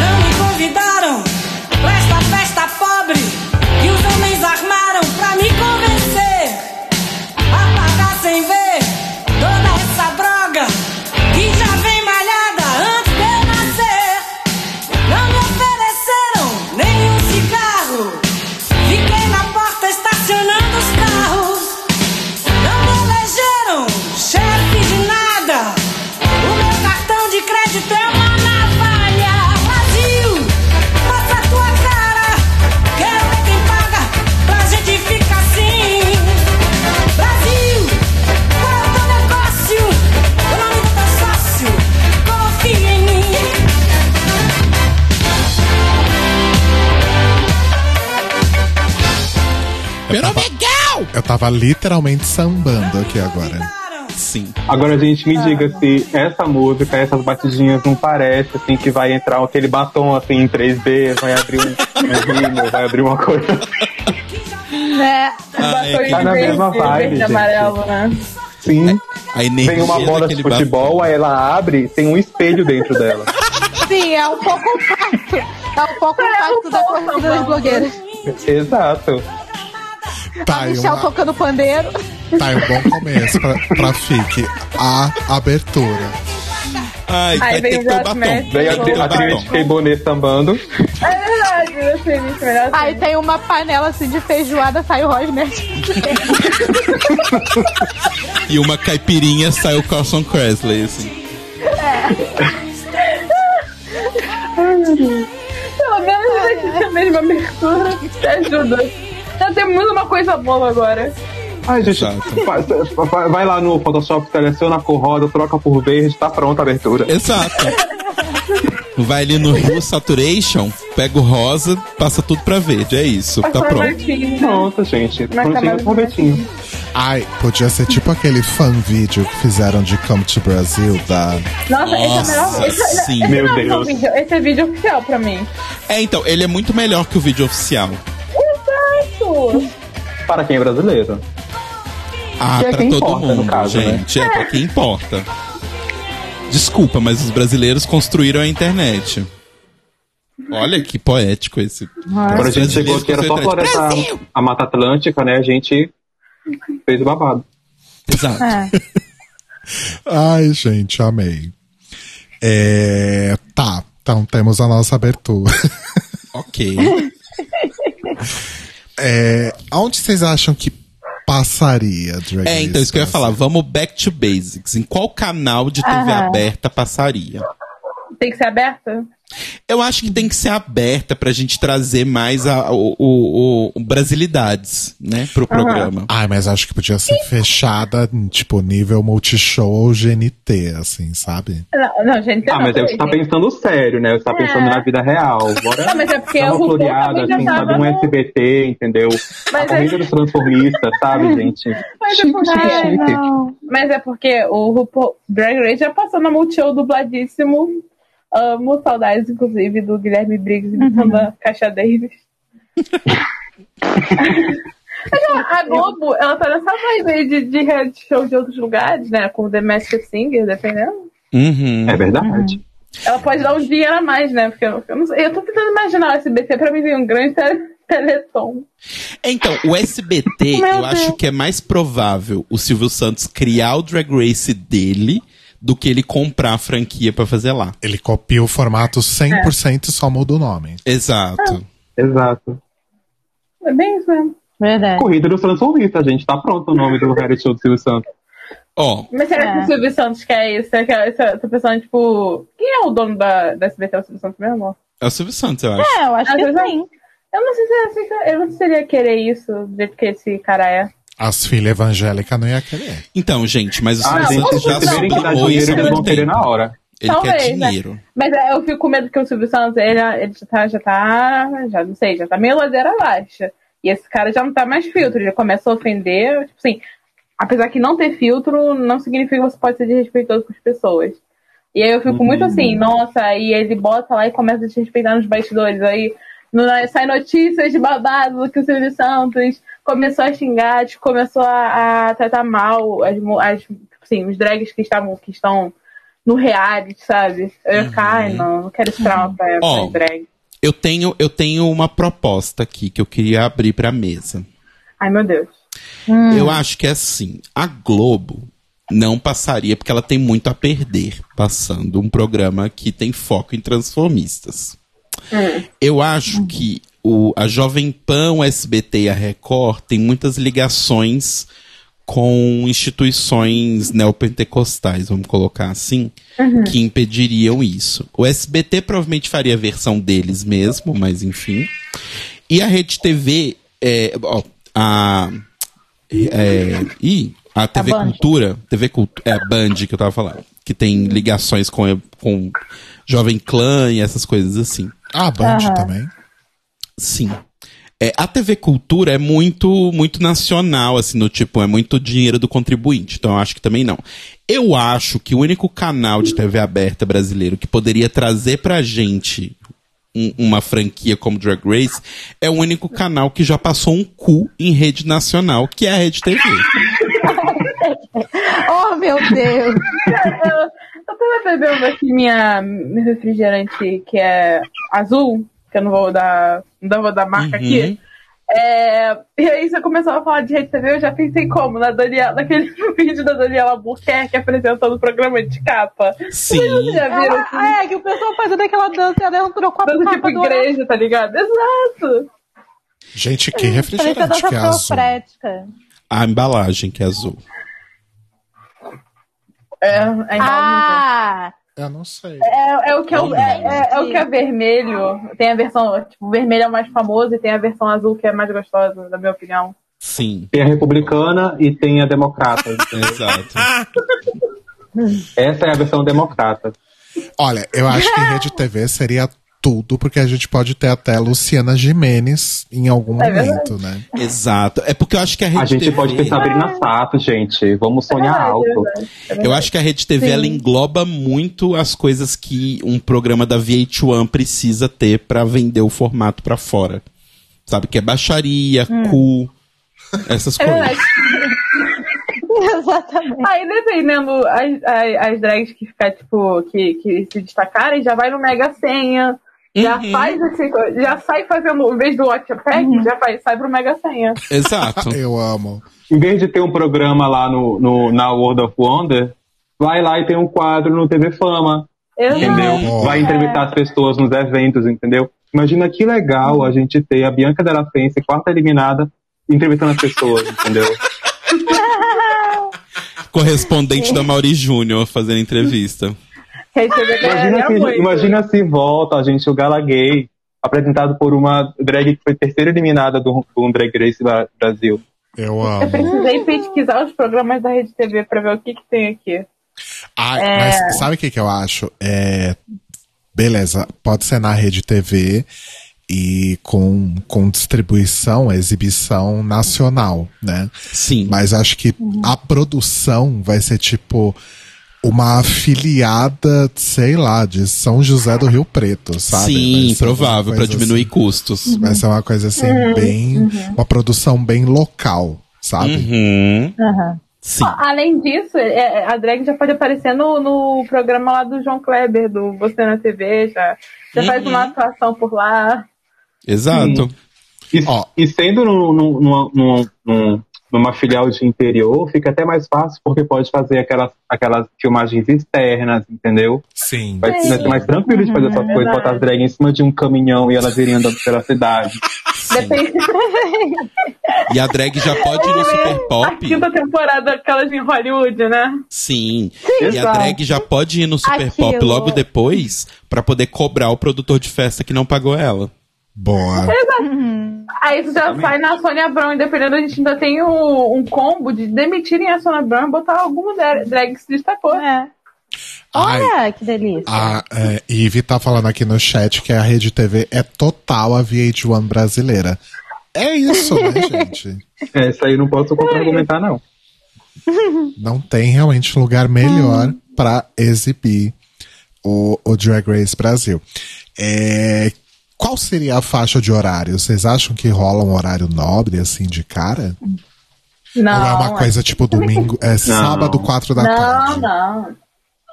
[SPEAKER 6] Não me convidaram pra esta festa pobre que os homens armaram pra me convencer a pagar sem ver toda essa droga que já vem malhada antes de eu nascer. Não me ofereceram nenhum cigarro, fiquei na porta estacionando os carros. Não me elegeram chefe de nada. O meu cartão de crédito é uma navalha. Brasil, passa a tua cara. Quero ver quem paga pra gente ficar assim. Brasil, qual é o teu negócio? O nome do teu sócio, confia em mim.
[SPEAKER 1] Pero legal!
[SPEAKER 2] Eu tava literalmente sambando aqui agora.
[SPEAKER 1] Sim.
[SPEAKER 4] Agora, gente, me diga se essa música, essas batidinhas, não parece, assim, que vai entrar aquele batom, assim, em 3D, vai abrir um, um rímel, vai abrir uma coisa.
[SPEAKER 3] Né?
[SPEAKER 1] Ai,
[SPEAKER 5] Batom de
[SPEAKER 4] tá na
[SPEAKER 5] verde,
[SPEAKER 4] mesma vibe,
[SPEAKER 5] verde e
[SPEAKER 4] gente.
[SPEAKER 5] amarelo, né?
[SPEAKER 4] Sim.
[SPEAKER 1] a energia
[SPEAKER 4] assim. Tem uma bola de
[SPEAKER 1] daquele É, batom.
[SPEAKER 4] futebol, aí ela abre, tem um espelho dentro dela.
[SPEAKER 3] Sim, é um pouco o impacto. É um pouco o impacto da corrida das blogueiras.
[SPEAKER 4] Exato.
[SPEAKER 2] Tá, aí
[SPEAKER 3] Michel
[SPEAKER 2] uma-
[SPEAKER 3] tocando pandeiro.
[SPEAKER 2] tá aí um bom começo pra, pra FIC. A abertura.
[SPEAKER 1] Ai,
[SPEAKER 5] Aí
[SPEAKER 1] vai ter
[SPEAKER 5] veio
[SPEAKER 1] que ter
[SPEAKER 5] o
[SPEAKER 1] o
[SPEAKER 5] Josh
[SPEAKER 1] batom.
[SPEAKER 5] Messi,
[SPEAKER 4] Veio a,
[SPEAKER 1] Tem que ter o
[SPEAKER 4] a trilha de
[SPEAKER 1] batom.
[SPEAKER 4] Kay Bonet sambando.
[SPEAKER 5] É verdade, eu achei isso melhor
[SPEAKER 3] Aí tem uma panela assim de feijoada, sai o Rosmer.
[SPEAKER 1] E uma caipirinha saiu o Carson Kressley, assim.
[SPEAKER 5] Pelo menos a gente tem a mesma abertura. Te ajuda. Já temos uma coisa boa agora.
[SPEAKER 4] Ai, gente,
[SPEAKER 1] Exato.
[SPEAKER 4] fa- fa- fa- vai lá no Photoshop, seleciona a cor rosa, troca por verde, tá pronta a abertura.
[SPEAKER 1] Exato. Vai ali no Rio Saturation, pega o rosa, passa tudo pra verde. É isso, tá
[SPEAKER 5] Passou
[SPEAKER 1] pronto.
[SPEAKER 5] Martins, né?
[SPEAKER 4] Pronta, gente.
[SPEAKER 5] Mas
[SPEAKER 4] Prontinho,
[SPEAKER 5] acabaram
[SPEAKER 4] sorvetinho.
[SPEAKER 2] Ai, podia ser tipo aquele fan vídeo que fizeram de Come to Brasil da.
[SPEAKER 5] Nossa, esse é o
[SPEAKER 1] Nossa,
[SPEAKER 5] melhor. Esse, esse
[SPEAKER 1] sim.
[SPEAKER 4] Meu
[SPEAKER 5] não é o
[SPEAKER 4] Deus.
[SPEAKER 5] vídeo, esse é vídeo oficial pra mim.
[SPEAKER 1] É, então, ele é muito melhor que o vídeo oficial.
[SPEAKER 5] Exato!
[SPEAKER 4] Para quem é brasileiro.
[SPEAKER 1] Ah,
[SPEAKER 4] Que é
[SPEAKER 1] pra
[SPEAKER 4] quem
[SPEAKER 1] todo
[SPEAKER 4] importa,
[SPEAKER 1] mundo,
[SPEAKER 4] no caso, né?
[SPEAKER 1] gente. É, pra quem importa. Desculpa, mas os brasileiros construíram a internet. Olha que poético esse.
[SPEAKER 4] Quando a
[SPEAKER 1] Brasileiros
[SPEAKER 4] gente chegou aqui, era só
[SPEAKER 1] construíram a internet.
[SPEAKER 4] floresta, a Mata Atlântica, né? A gente fez o babado.
[SPEAKER 1] Exato.
[SPEAKER 4] É.
[SPEAKER 2] Ai, gente, amei. É. Tá, então temos a nossa abertura.
[SPEAKER 1] Ok.
[SPEAKER 2] É. Onde vocês acham que passaria Drag
[SPEAKER 1] É, então,
[SPEAKER 2] Race
[SPEAKER 1] isso que eu ia falar. Vamos back to basics. Em qual canal de TV
[SPEAKER 3] Aham.
[SPEAKER 1] aberta passaria?
[SPEAKER 5] Tem que ser aberta?
[SPEAKER 1] Eu acho que tem que ser aberta pra gente trazer mais a, o, o, o- Brasilidades, né? Pro programa.
[SPEAKER 2] Ai, mas acho que podia ser fechada, tipo, nível multishow ou GNT, assim, sabe?
[SPEAKER 5] Não, não gente,
[SPEAKER 4] Ah,
[SPEAKER 5] não,
[SPEAKER 4] mas é o que
[SPEAKER 5] peraí,
[SPEAKER 4] tá
[SPEAKER 5] gente.
[SPEAKER 4] pensando sério, né? Você tá pensando na vida real. Bora
[SPEAKER 5] É. Não, mas é porque
[SPEAKER 4] dar
[SPEAKER 5] o
[SPEAKER 4] uma
[SPEAKER 5] RuPaul
[SPEAKER 4] floreada,
[SPEAKER 5] também já
[SPEAKER 4] assim, sabe?
[SPEAKER 5] tava
[SPEAKER 4] Um
[SPEAKER 5] no...
[SPEAKER 4] SBT, entendeu? a
[SPEAKER 5] Mas
[SPEAKER 4] corrida
[SPEAKER 5] é-
[SPEAKER 4] dos transformistas, sabe, gente?
[SPEAKER 5] Mas é porque...
[SPEAKER 3] Ai, não.
[SPEAKER 5] Mas é porque o RuPaul Drag Race já passou na Multishow dubladíssimo. Amo saudades, inclusive, do Guilherme Briggs imitando a Caixa Davis. Mas a a Globo, ela tá nessa vibe aí de, de reality show de outros lugares, né? Como The Masked Singer, dependendo.
[SPEAKER 1] Uhum.
[SPEAKER 4] É verdade.
[SPEAKER 5] Ela pode dar um dinheiro a mais, né? Porque eu, eu não sei. Eu tô tentando imaginar o SBT pra mim vir um grande tele, teleton.
[SPEAKER 1] Então, o SBT,
[SPEAKER 5] Meu
[SPEAKER 1] eu
[SPEAKER 5] Deus.
[SPEAKER 1] acho que é mais provável o Silvio Santos criar o Drag Race dele do que ele comprar a franquia pra fazer lá.
[SPEAKER 2] Ele copia o formato 100% e só muda o nome.
[SPEAKER 1] Exato.
[SPEAKER 4] Exato.
[SPEAKER 5] É bem isso mesmo.
[SPEAKER 3] Verdade.
[SPEAKER 4] Corrida dos transformistas, gente. Tá pronto o nome do reality show do Silvio Santos.
[SPEAKER 1] Ó,
[SPEAKER 5] Mas será que
[SPEAKER 3] É.
[SPEAKER 5] o Silvio Santos quer isso? Será que essa, essa pessoa, tipo. Quem é o dono da, da SBT? É o Silvio Santos mesmo?
[SPEAKER 1] é o Silvio Santos, eu acho.
[SPEAKER 3] É, eu acho
[SPEAKER 5] Ah,
[SPEAKER 3] que
[SPEAKER 5] verdade.
[SPEAKER 3] sim.
[SPEAKER 5] Eu não sei se, se eu não sei se ele ia querer isso do jeito que esse cara é.
[SPEAKER 2] As filhas evangélicas não ia querer.
[SPEAKER 1] Então, gente, mas o
[SPEAKER 4] Ah,
[SPEAKER 1] Silvio
[SPEAKER 4] gente,
[SPEAKER 1] Santos
[SPEAKER 4] se
[SPEAKER 1] já
[SPEAKER 4] eles verem que dá
[SPEAKER 1] sublimou
[SPEAKER 4] dinheiro,
[SPEAKER 1] isso há
[SPEAKER 4] eles vão
[SPEAKER 1] muito
[SPEAKER 4] querer
[SPEAKER 1] tempo.
[SPEAKER 4] na hora.
[SPEAKER 1] Ele
[SPEAKER 5] Talvez,
[SPEAKER 1] quer
[SPEAKER 5] né?
[SPEAKER 1] dinheiro.
[SPEAKER 5] Mas é, eu fico com medo que o Silvio Santos, ele, ele já tá, já tá, já não sei, já tá meio ladeira baixa. E esse cara já não tá mais filtro, ele já começa a ofender, tipo assim, apesar que não ter filtro, não significa que você pode ser desrespeitoso com as pessoas. E aí eu fico muito assim, nossa, aí ele bota lá e começa a desrespeitar nos bastidores, aí no- sai notícias de babado que o Silvio Santos começou a xingar, tipo, começou a, a tratar mal as, mu- as, assim, os drags que estavam, que estão no reality, sabe? Eu ia ficar, ai não, não quero esse trauma pra, pra
[SPEAKER 1] Ó.
[SPEAKER 5] drag.
[SPEAKER 1] Eu tenho, eu tenho uma proposta aqui que eu queria abrir pra mesa.
[SPEAKER 5] Ai meu Deus.
[SPEAKER 1] Eu acho que é assim, a Globo não passaria porque ela tem muito a perder passando um programa que tem foco em transformistas. Eu acho que o, a Jovem Pan, o SBT e a Record têm muitas ligações com instituições neopentecostais, vamos colocar assim, que impediriam isso. O SBT provavelmente faria a versão deles mesmo, mas enfim. E a Rede TV, é, ó, a é, e a TV
[SPEAKER 3] Band.
[SPEAKER 1] Cultura, TV Cultura, é a Band que eu tava falando, que tem ligações com com Jovem Clã e essas coisas assim.
[SPEAKER 2] Ah, a Band
[SPEAKER 3] Aham.
[SPEAKER 2] também.
[SPEAKER 1] Sim. É, a TV Cultura é muito muito nacional, assim, no tipo, é muito dinheiro do contribuinte. Então, eu acho que também não. Eu acho que o único canal de TV aberta brasileiro que poderia trazer pra gente um- uma franquia como Drag Race é o único canal que já passou um cu em rede nacional, que é a Rede TV.
[SPEAKER 3] Oh, meu Deus.
[SPEAKER 5] Eu, eu tava bebendo aqui minha, meu refrigerante que é azul, que eu não vou dar. Não vou dar marca
[SPEAKER 1] Uhum.
[SPEAKER 5] aqui. É, e aí você começou a falar de rede TV, eu já pensei como? Na Daniela, naquele vídeo da Daniela Burquerque apresentando o programa de capa. Vocês
[SPEAKER 1] Sim.
[SPEAKER 5] já viram assim?
[SPEAKER 3] Ah, é, que o pessoal fazendo aquela dança e ela entrou com a
[SPEAKER 5] Dando
[SPEAKER 3] capa
[SPEAKER 5] tipo
[SPEAKER 3] do
[SPEAKER 5] igreja, tá ligado? Exato!
[SPEAKER 2] Gente, que
[SPEAKER 3] Parece a
[SPEAKER 2] refrigerante
[SPEAKER 3] dança
[SPEAKER 2] que é azul.
[SPEAKER 3] profética.
[SPEAKER 1] A embalagem que é azul.
[SPEAKER 5] É, é,
[SPEAKER 3] Ah,
[SPEAKER 2] Eu não sei.
[SPEAKER 5] é, é o que é, o- é- é- é o que é vermelho. Tem a versão, tipo, vermelho é o mais famoso e tem a versão azul que é mais gostosa, na minha opinião.
[SPEAKER 1] Sim,
[SPEAKER 4] Tem a republicana e tem a democrata.
[SPEAKER 1] exato.
[SPEAKER 4] Essa é a versão democrata.
[SPEAKER 2] Olha, eu acho que rede TV seria tudo, porque a gente pode ter até Luciana Jimenez em algum
[SPEAKER 5] É
[SPEAKER 2] momento, né?
[SPEAKER 1] Exato. É porque eu acho que a Rede
[SPEAKER 4] A gente
[SPEAKER 1] TV,
[SPEAKER 4] pode ter Sabrina Sato, gente. Vamos sonhar
[SPEAKER 5] É Verdade,
[SPEAKER 4] alto.
[SPEAKER 5] verdade.
[SPEAKER 1] Eu acho que a Rede TV ela engloba muito as coisas que um programa da VH1 precisa ter pra vender o formato pra fora. Sabe que é baixaria, cu, essas
[SPEAKER 5] Hum. É
[SPEAKER 1] coisas.
[SPEAKER 5] verdade. É.
[SPEAKER 3] exatamente.
[SPEAKER 5] Aí, dependendo, as, as, as drags que ficar, tipo, que, que se destacarem, já vai no Mega Senha. Já
[SPEAKER 1] Uhum.
[SPEAKER 5] faz esse. co- Já sai fazendo, em vez do Watch Pack, já faz, sai pro Mega Senha.
[SPEAKER 1] Exato.
[SPEAKER 2] Eu amo.
[SPEAKER 4] Em vez de ter um programa lá no, no- na World of Wonder, vai lá e tem um quadro no TV Fama, entendeu?
[SPEAKER 5] Exato.
[SPEAKER 2] Boa.
[SPEAKER 4] Vai entrevistar as pessoas nos eventos, entendeu? Imagina que legal a gente ter a Bianca Della Fence, quarta eliminada, entrevistando as pessoas, entendeu?
[SPEAKER 1] Correspondente da Mauri Júnior fazendo entrevista.
[SPEAKER 5] Receber
[SPEAKER 4] Imagina,
[SPEAKER 5] galera
[SPEAKER 4] se,
[SPEAKER 5] muito.
[SPEAKER 4] imagina se volta a gente o Gala Gay, apresentado por uma drag que foi terceira eliminada do, do Drag Race da- Brasil.
[SPEAKER 2] Eu
[SPEAKER 5] Eu
[SPEAKER 2] amo.
[SPEAKER 5] precisei pesquisar os programas da Rede TV pra ver o que, que tem aqui.
[SPEAKER 2] Ai, Ah,
[SPEAKER 5] É.
[SPEAKER 2] Mas sabe o que, que eu acho? É, beleza, pode ser na rede TV e com, com distribuição, exibição nacional, né?
[SPEAKER 1] Sim.
[SPEAKER 2] Mas acho que a produção vai ser tipo uma afiliada, sei lá, de São José do Rio Preto, sabe?
[SPEAKER 1] Sim,
[SPEAKER 2] Vai ser uma
[SPEAKER 1] provável, pra
[SPEAKER 2] coisa
[SPEAKER 1] diminuir
[SPEAKER 2] assim-
[SPEAKER 1] custos.
[SPEAKER 2] vai ser uma coisa assim,
[SPEAKER 4] Uhum.
[SPEAKER 2] bem. Uma produção bem local, sabe?
[SPEAKER 1] Uhum.
[SPEAKER 3] Aham.
[SPEAKER 1] Sim.
[SPEAKER 5] Além disso, é- é- a drag já pode aparecer no, no programa lá do João Kleber, do Você na TV, já, já
[SPEAKER 4] Uhum.
[SPEAKER 5] faz uma atuação por lá.
[SPEAKER 1] Exato.
[SPEAKER 4] E,
[SPEAKER 2] Ó.
[SPEAKER 4] e sendo num- num- numa, num- num- numa filial de interior, fica até mais fácil, porque pode fazer aquelas, aquelas filmagens externas, entendeu?
[SPEAKER 2] Sim.
[SPEAKER 4] Vai ser vai ser mais tranquilo de fazer essas coisas,
[SPEAKER 5] Uhum, verdade.
[SPEAKER 4] botar as drag em cima de um caminhão e elas irem andando pela cidade.
[SPEAKER 1] Sim.
[SPEAKER 5] Depende
[SPEAKER 1] E a drag já pode ir no Super
[SPEAKER 5] da
[SPEAKER 1] Pop.
[SPEAKER 5] quinta temporada, aquelas em Hollywood, né?
[SPEAKER 1] Sim. E a
[SPEAKER 4] Exato.
[SPEAKER 1] drag já pode ir no Super
[SPEAKER 3] Aquilo.
[SPEAKER 1] Pop logo depois pra poder cobrar o produtor de festa que não pagou ela.
[SPEAKER 2] Boa.
[SPEAKER 5] Aí isso já sai na Sônia Abrão, independente, a gente ainda tem o- um combo de demitirem a Sônia Abrão e botar alguma dra- drag que se destacou.
[SPEAKER 3] É.
[SPEAKER 2] Ai.
[SPEAKER 3] Olha, que delícia.
[SPEAKER 2] A é, Ive tá falando aqui no chat que a rede TV é total a VH1 brasileira. É isso, né, gente?
[SPEAKER 4] Essa É, aí eu não posso contra-argumentar, não.
[SPEAKER 2] não tem realmente lugar melhor pra exibir o, o Drag Race Brasil. É, qual seria a faixa de horário? Vocês acham que rola um horário nobre assim de cara?
[SPEAKER 5] Não,
[SPEAKER 2] Ou é uma coisa tipo domingo, é sábado, quatro da
[SPEAKER 5] não,
[SPEAKER 2] tarde?
[SPEAKER 5] não.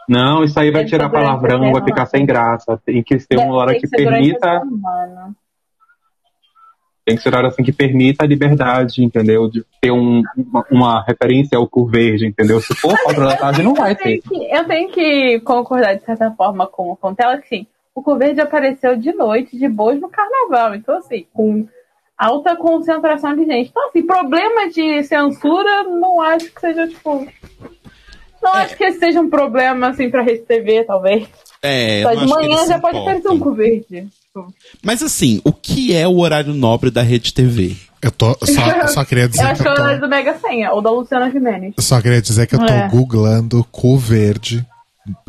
[SPEAKER 4] Não, isso aí vai
[SPEAKER 5] Tem que
[SPEAKER 4] tirar
[SPEAKER 5] ser durante a
[SPEAKER 4] palavrão, vai
[SPEAKER 5] semana.
[SPEAKER 4] ficar sem graça. Tem que ser uma hora
[SPEAKER 5] Tem
[SPEAKER 4] que
[SPEAKER 5] ser durante a
[SPEAKER 4] permita,
[SPEAKER 5] semana.
[SPEAKER 4] tem que ser hora assim que permita a liberdade, entendeu? De ter um- uma, uma referência ao cor verde, entendeu? Se for quatro da tarde, não vai
[SPEAKER 5] Eu
[SPEAKER 4] ter.
[SPEAKER 5] tenho, que, eu tenho que concordar de certa forma com, com ela, que sim, o Coverde apareceu de noite, de boas, no carnaval. Então, assim, com alta concentração de gente. Então, assim, problema de censura, não acho que seja, tipo. Não acho que esse seja um problema, assim, pra Rede TV, talvez.
[SPEAKER 1] É,
[SPEAKER 5] Só
[SPEAKER 1] eu não
[SPEAKER 5] de
[SPEAKER 1] acho que
[SPEAKER 5] manhã
[SPEAKER 1] eles
[SPEAKER 5] já
[SPEAKER 1] se
[SPEAKER 5] pode
[SPEAKER 1] importam.
[SPEAKER 5] aparecer um Coverde.
[SPEAKER 1] Mas assim, o que é o horário nobre da rede TV?
[SPEAKER 2] Eu tô só, só queria
[SPEAKER 5] Eu
[SPEAKER 2] dizer
[SPEAKER 5] acho
[SPEAKER 2] que
[SPEAKER 5] que é o horário
[SPEAKER 2] eu
[SPEAKER 5] do Mega Senha, ou da Luciana Gimenez.
[SPEAKER 2] tô, só queria dizer que eu tô
[SPEAKER 3] É.
[SPEAKER 2] googlando cor verde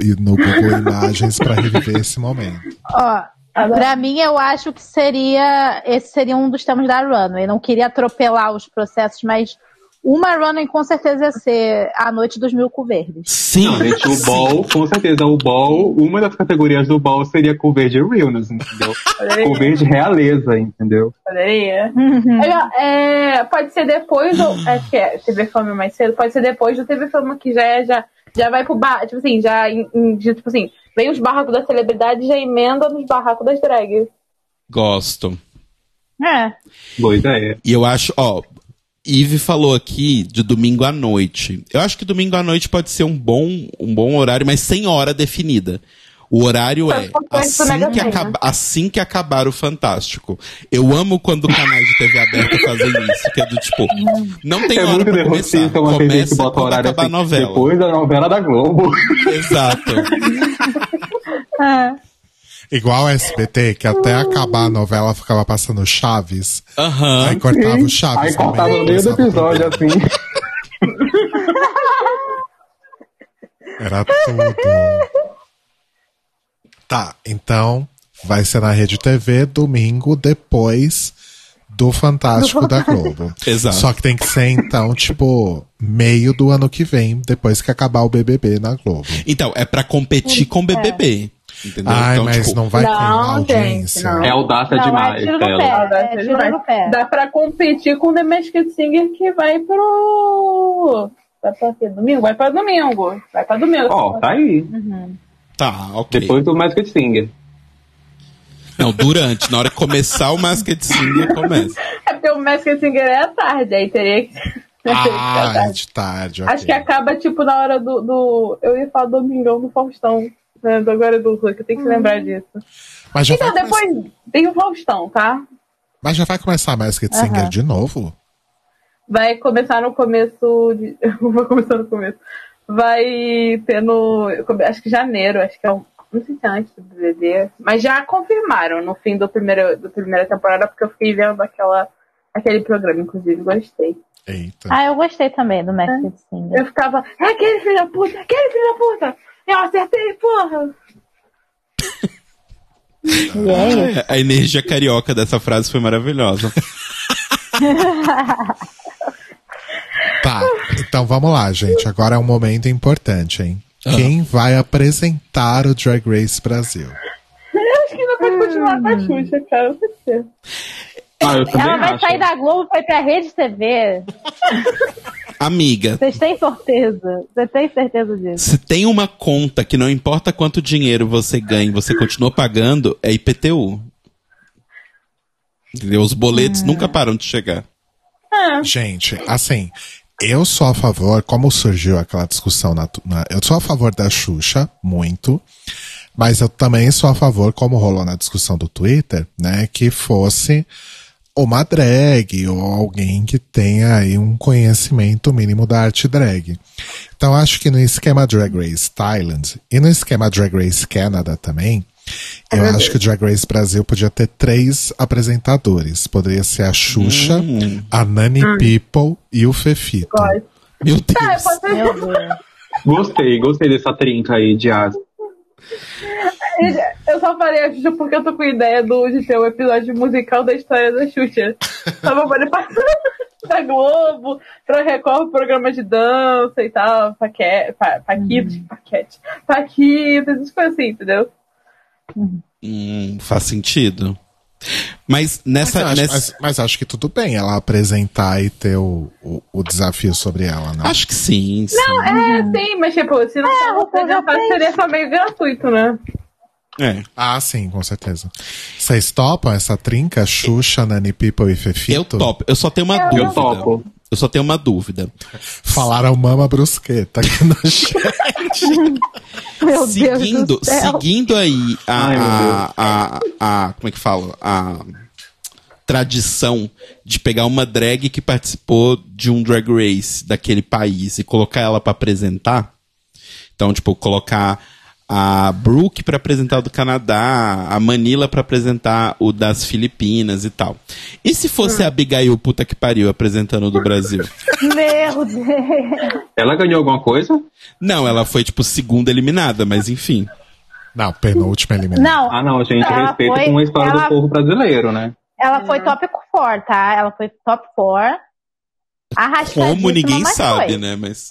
[SPEAKER 2] e no Google Imagens pra reviver esse momento.
[SPEAKER 3] Ó, pra mim, eu acho que seria. Esse seria um dos temas da Runway. Não queria atropelar os processos, mas uma Runway com certeza ia ser a noite dos Milco Verdes.
[SPEAKER 1] Sim.
[SPEAKER 4] Não, gente, é o
[SPEAKER 1] sim.
[SPEAKER 4] ball, com certeza, o ball, uma das categorias do ball seria cor verde realness, entendeu?
[SPEAKER 1] É.
[SPEAKER 4] cor
[SPEAKER 5] Poderia,
[SPEAKER 4] verde realeza, entendeu?
[SPEAKER 5] poderia.
[SPEAKER 3] Uhum.
[SPEAKER 5] É, é, pode ser depois, ou acho que é TV Fama mais cedo, pode ser depois do TV Fama que já é, já, já vai pro bar, tipo assim, já, em- em- de- tipo assim, vem os barracos da celebridade e já emenda nos barracos das drags.
[SPEAKER 1] Gosto.
[SPEAKER 3] É.
[SPEAKER 4] Boa ideia.
[SPEAKER 1] E eu acho, ó, Ive falou aqui de domingo à noite. Eu acho que domingo à noite pode ser um bom, um bom horário, mas sem hora definida. O horário é assim que, acaba- assim que acabar o Fantástico. Eu amo quando canais de TV aberta fazem isso, que é do tipo, não tem
[SPEAKER 4] é
[SPEAKER 1] hora
[SPEAKER 4] muito
[SPEAKER 1] pra começar.
[SPEAKER 4] derrotista uma vez que
[SPEAKER 1] Começa
[SPEAKER 4] bota o
[SPEAKER 1] quando
[SPEAKER 4] horário
[SPEAKER 1] acabar a
[SPEAKER 4] assim,
[SPEAKER 1] novela.
[SPEAKER 4] depois da novela da Globo.
[SPEAKER 1] Exato.
[SPEAKER 3] É.
[SPEAKER 2] Igual o SBT, que até acabar a novela ficava passando Chaves.
[SPEAKER 1] Aham.
[SPEAKER 2] Aí cortava o
[SPEAKER 1] Ah,
[SPEAKER 2] Chaves.
[SPEAKER 4] Aí
[SPEAKER 2] também,
[SPEAKER 4] cortava no meio do
[SPEAKER 2] começava
[SPEAKER 4] episódio,
[SPEAKER 2] tudo.
[SPEAKER 4] assim.
[SPEAKER 2] Era tudo. Tá, então vai ser na Rede TV domingo depois do Fantástico da Globo.
[SPEAKER 1] Exato.
[SPEAKER 2] Só que tem que ser então, tipo, meio do ano que vem, depois que acabar o BBB na Globo.
[SPEAKER 1] Então, é pra competir com o BBB. Entendeu?
[SPEAKER 2] Ai,
[SPEAKER 1] então,
[SPEAKER 2] mas
[SPEAKER 1] tipo,
[SPEAKER 2] não vai ter
[SPEAKER 7] Não,
[SPEAKER 2] audiência.
[SPEAKER 7] gente, não.
[SPEAKER 4] É audácia
[SPEAKER 3] Não,
[SPEAKER 4] demais,
[SPEAKER 3] é tiro no
[SPEAKER 4] Tela.
[SPEAKER 3] pé. É tiro no pé.
[SPEAKER 5] Dá pra competir com o The Masked Singer que vai pro. Vai pra quê? Domingo? Vai pra domingo. Vai pra domingo.
[SPEAKER 4] Ó, tá aí.
[SPEAKER 1] Tá, ok.
[SPEAKER 4] Depois do Masked Singer.
[SPEAKER 1] Não, durante. Na hora que começar o Masked Singer, começa.
[SPEAKER 5] É porque o Masked Singer é à tarde, aí teria que. teria que ser à
[SPEAKER 2] Ah, é
[SPEAKER 5] tarde.
[SPEAKER 2] de tarde. ok.
[SPEAKER 5] Acho que acaba, tipo, na hora do. do... Eu ia falar Domingão do Faustão. Né, do agora do Hulk, eu tenho que lembrar disso.
[SPEAKER 2] Mas já,
[SPEAKER 5] Então,
[SPEAKER 2] vai começar-
[SPEAKER 5] depois tem o Faustão, tá?
[SPEAKER 2] mas já vai começar a Masked Singer de novo?
[SPEAKER 5] Vai começar no começo. De... Vai começar no começo. Vai ter no. eu come- Acho que janeiro, acho que é um. Não sei se é antes do BBB. Mas já confirmaram no fim do primeiro, do primeira temporada, porque eu fiquei vendo aquela, aquele programa, inclusive, gostei.
[SPEAKER 2] Eita.
[SPEAKER 3] Ah, eu gostei também do Masked Singer.
[SPEAKER 5] Eu ficava, é aquele filho da puta, é aquele filho da puta! Eu acertei, porra!
[SPEAKER 1] É, A energia carioca dessa frase foi maravilhosa.
[SPEAKER 2] Tá, então vamos lá, gente. Agora é um momento importante, hein? Quem vai apresentar o Drag Race Brasil?
[SPEAKER 5] Eu acho que ainda pode continuar com
[SPEAKER 3] Hum.
[SPEAKER 5] a Xuxa, cara, não sei.
[SPEAKER 4] Ah, eu também
[SPEAKER 3] Ela vai
[SPEAKER 4] acho.
[SPEAKER 3] sair da Globo vai pra Rede TV.
[SPEAKER 1] Amiga,
[SPEAKER 3] Vocês têm certeza? Vocês têm certeza disso?
[SPEAKER 1] se tem uma conta que não importa quanto dinheiro você ganha, você continua pagando, é IPTU. Entendeu? Os boletos nunca param de chegar.
[SPEAKER 2] Gente, assim, eu sou a favor, como surgiu aquela discussão na, na- Eu sou a favor da Xuxa, muito. Mas eu também sou a favor, como rolou na discussão do Twitter, né? Que fosse uma drag ou alguém que tenha aí um conhecimento mínimo da arte drag. Então acho que no esquema Drag Race Thailand e no esquema Drag Race Canada também, eu acho que o Drag Race Brasil podia ter três apresentadores. Poderia ser a Xuxa, a Nani People e o Fefito.
[SPEAKER 1] Meu Deus.
[SPEAKER 5] Ah, eu posso
[SPEAKER 3] Meu Deus.
[SPEAKER 4] Gostei, gostei dessa trinca aí de asa.
[SPEAKER 5] Eu só falei a Xuxa porque eu tô com ideia do, de ter um episódio musical da história da Xuxa. Só pra poder passar pra Globo, pra Record, programa de dança e tal, paquete, pa,
[SPEAKER 3] Hum.
[SPEAKER 5] paquitos, paquete, paquitos, essas coisas assim, entendeu?
[SPEAKER 1] Hum, faz sentido. Mas nessa.
[SPEAKER 2] mas, eu acho,
[SPEAKER 1] nessa-
[SPEAKER 2] mas- mas acho que tudo bem ela apresentar e ter o, o, o desafio sobre ela, né?
[SPEAKER 1] Acho que sim. sim.
[SPEAKER 5] É,
[SPEAKER 3] Uhum.
[SPEAKER 5] sim, mas tipo, se não
[SPEAKER 3] o
[SPEAKER 5] for
[SPEAKER 3] programa
[SPEAKER 5] apresentado, seria só meio gratuito, né?
[SPEAKER 1] É.
[SPEAKER 2] Ah, sim, com certeza. Vocês topam essa trinca? Xuxa, Nani People e Fefito?
[SPEAKER 1] Eu topo. Eu só tenho uma dúvida.
[SPEAKER 4] Eu topo.
[SPEAKER 1] Eu só tenho uma dúvida.
[SPEAKER 2] Falaram Mama Brusqueta aqui na chat.
[SPEAKER 3] Meu
[SPEAKER 1] seguindo,
[SPEAKER 3] Deus do céu.
[SPEAKER 1] seguindo aí a,
[SPEAKER 4] Ai, meu Deus.
[SPEAKER 1] a, a- a- como é que fala? A tradição de pegar uma drag que participou de um drag race daquele país e colocar ela pra apresentar. Então, tipo, colocar a Brooke pra apresentar o do Canadá, a Manila pra apresentar o das Filipinas e tal. E se fosse a Abigail puta que pariu apresentando o do Brasil?
[SPEAKER 3] Meu Deus.
[SPEAKER 4] Ela ganhou alguma coisa?
[SPEAKER 1] Não, ela foi tipo segunda eliminada, mas enfim.
[SPEAKER 2] Não, penúltima eliminada.
[SPEAKER 3] Não,
[SPEAKER 4] Ah, não, gente,
[SPEAKER 3] Ela
[SPEAKER 4] respeito
[SPEAKER 3] foi-
[SPEAKER 4] com a história
[SPEAKER 3] ela-
[SPEAKER 4] do povo brasileiro, né?
[SPEAKER 3] ela foi top 4, tá? Ela foi top 4. Arrastadíssima,
[SPEAKER 1] Como ninguém
[SPEAKER 3] mas
[SPEAKER 1] sabe,
[SPEAKER 3] foi.
[SPEAKER 1] né? Mas.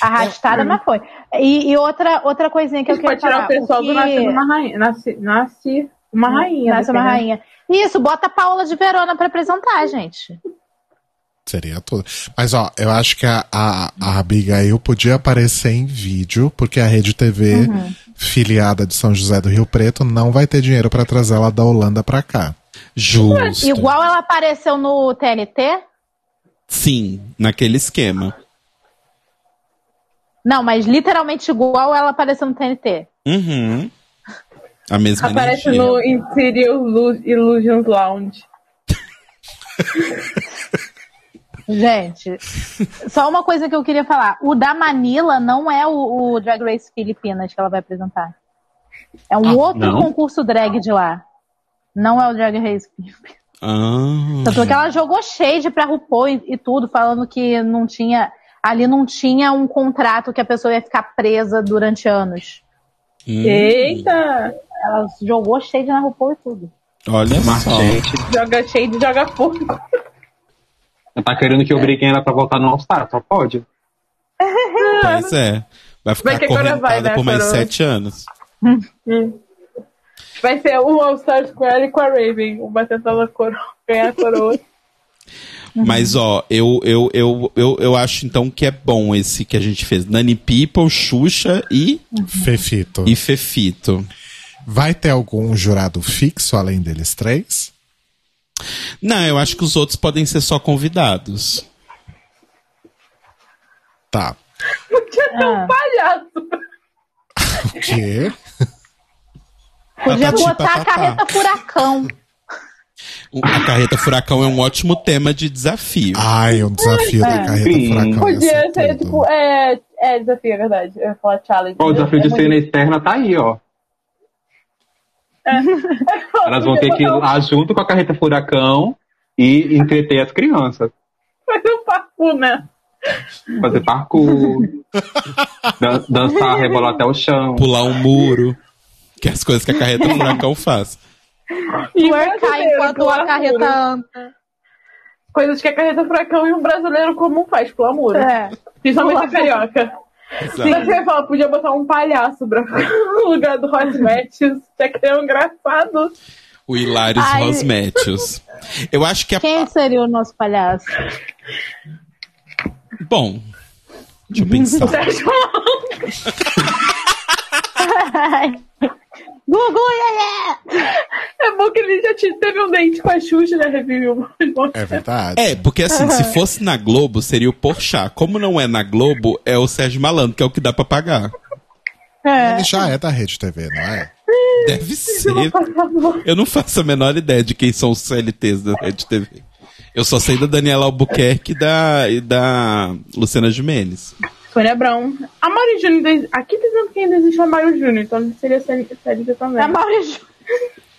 [SPEAKER 3] Arrastada, mas foi. E, e outra, outra coisinha que eu queria
[SPEAKER 5] Pode tirar
[SPEAKER 3] falar.
[SPEAKER 5] o pessoal
[SPEAKER 3] o
[SPEAKER 5] do
[SPEAKER 3] que-
[SPEAKER 5] Nasce uma Rainha. Nasce, nasce uma Rainha.
[SPEAKER 3] Nasce uma
[SPEAKER 5] dependendo.
[SPEAKER 3] rainha. Isso, bota a Paula de Verona pra apresentar, gente.
[SPEAKER 2] Seria tudo. Mas, ó, eu acho que a, a, a Abigail podia aparecer em vídeo, porque a Rede
[SPEAKER 1] Uhum.
[SPEAKER 2] TV, filiada de São José do Rio Preto, não vai ter dinheiro pra trazer ela da Holanda pra cá.
[SPEAKER 1] Justo.
[SPEAKER 3] Igual ela apareceu no TNT?
[SPEAKER 1] Sim, naquele esquema.
[SPEAKER 3] Não, mas literalmente igual ela apareceu no TNT.
[SPEAKER 1] Uhum. A mesma
[SPEAKER 5] Aparece
[SPEAKER 1] energia.
[SPEAKER 5] no Interior Lu- Illusions Lounge.
[SPEAKER 3] Gente, só uma coisa que eu queria falar. O da Manila não é o, o Drag Race Filipinas que ela vai apresentar. É um outro
[SPEAKER 4] não?
[SPEAKER 3] concurso drag de lá. Não é o Drag Race Filipinas.
[SPEAKER 1] Ah,
[SPEAKER 3] Tanto é que ela jogou shade pra RuPaul e, e tudo, falando que não tinha. Ali não tinha um contrato que a pessoa ia ficar presa durante anos.
[SPEAKER 1] hum.
[SPEAKER 5] Eita!
[SPEAKER 3] Ela jogou shade na RuPaul e tudo.
[SPEAKER 1] Olha
[SPEAKER 4] Mas,
[SPEAKER 1] só.
[SPEAKER 4] gente,
[SPEAKER 5] Joga shade, joga fogo.
[SPEAKER 4] tá querendo que
[SPEAKER 3] É.
[SPEAKER 4] eu briguem ela pra voltar no All-Star, só pode?
[SPEAKER 1] Pois é. Vai ficar
[SPEAKER 5] Vai que agora
[SPEAKER 1] acorrentada
[SPEAKER 5] vai, né,
[SPEAKER 1] por mais
[SPEAKER 5] Carol?
[SPEAKER 1] sete anos.
[SPEAKER 5] Hum. Vai ser um All-Star Square com a Raven, uma tentando coro- ganhar a coroa. Uhum.
[SPEAKER 1] Mas, ó, eu, eu, eu, eu, eu acho então que é bom esse que a gente fez. Nani People, Xuxa e,
[SPEAKER 2] Fefito.
[SPEAKER 1] e Fefito.
[SPEAKER 2] Vai ter algum jurado fixo além deles três?
[SPEAKER 1] Não, eu acho que os outros podem ser só convidados.
[SPEAKER 2] Tá.
[SPEAKER 5] Podia ter um palhaço.
[SPEAKER 2] O quê?
[SPEAKER 3] Podia
[SPEAKER 2] Patati,
[SPEAKER 3] botar a
[SPEAKER 2] patatá.
[SPEAKER 3] carreta furacão.
[SPEAKER 1] O- A Carreta Furacão é um ótimo tema de desafio.
[SPEAKER 2] Ai, um desafio
[SPEAKER 5] É.
[SPEAKER 2] da carreta
[SPEAKER 4] Sim.
[SPEAKER 2] furacão. ia
[SPEAKER 5] Podia ser,
[SPEAKER 2] tudo.
[SPEAKER 5] tipo, é, é desafio, é verdade. Eu ia falar challenge.
[SPEAKER 4] Ó, o desafio
[SPEAKER 5] É
[SPEAKER 4] de
[SPEAKER 5] muito-
[SPEAKER 4] cena externa tá aí, ó. Elas vão ter que ir lá junto com a carreta furacão e entreter as crianças.
[SPEAKER 5] Fazer um papo, né?
[SPEAKER 4] Fazer parkour, dan- dançar, rebolar até o chão.
[SPEAKER 1] Pular um muro. Que é as coisas que a Carreta Furacão faz.
[SPEAKER 5] E
[SPEAKER 3] Twerkar
[SPEAKER 5] brasileiro,
[SPEAKER 3] tá, enquanto a
[SPEAKER 5] pular
[SPEAKER 3] carreta
[SPEAKER 5] muro.
[SPEAKER 3] anda.
[SPEAKER 5] Coisas que a carreta furacão e um brasileiro comum faz, pular muro.
[SPEAKER 3] É.
[SPEAKER 5] Principalmente
[SPEAKER 3] Pular
[SPEAKER 5] a carioca. Sim.
[SPEAKER 1] Exato.
[SPEAKER 5] Você fala, podia botar um palhaço branco no lugar do Hot Matches. Tinha que ter um engraçado.
[SPEAKER 1] O Hilários
[SPEAKER 3] Ai.
[SPEAKER 1] Rosmétios. Eu acho que é.
[SPEAKER 3] Quem seria o nosso palhaço?
[SPEAKER 1] Bom. Deixa eu pensar.
[SPEAKER 5] Sérgio Malandro.
[SPEAKER 3] Gugu, Yeye!
[SPEAKER 5] É bom que ele já te- teve um dente com a Xuxa, né? Revive
[SPEAKER 2] É verdade.
[SPEAKER 1] É, porque assim, se fosse na Globo, seria o Porchat. Como não é na Globo, é o Sérgio Malandro, que é o que dá pra pagar.
[SPEAKER 3] É.
[SPEAKER 2] Ele já é da Rede TV, não é?
[SPEAKER 1] Deve ser. Eu não faço a menor ideia de quem são os CLTs da Rede TV. Eu só sei da Daniela Albuquerque e da, e da Luciana Jimenez.
[SPEAKER 5] Sônia Brown. né, A Mauri Júnior. des- Aqui tá dizendo que ainda existe uma Mauri Júnior, então seria Sérgio também.
[SPEAKER 3] A Mauri Ju-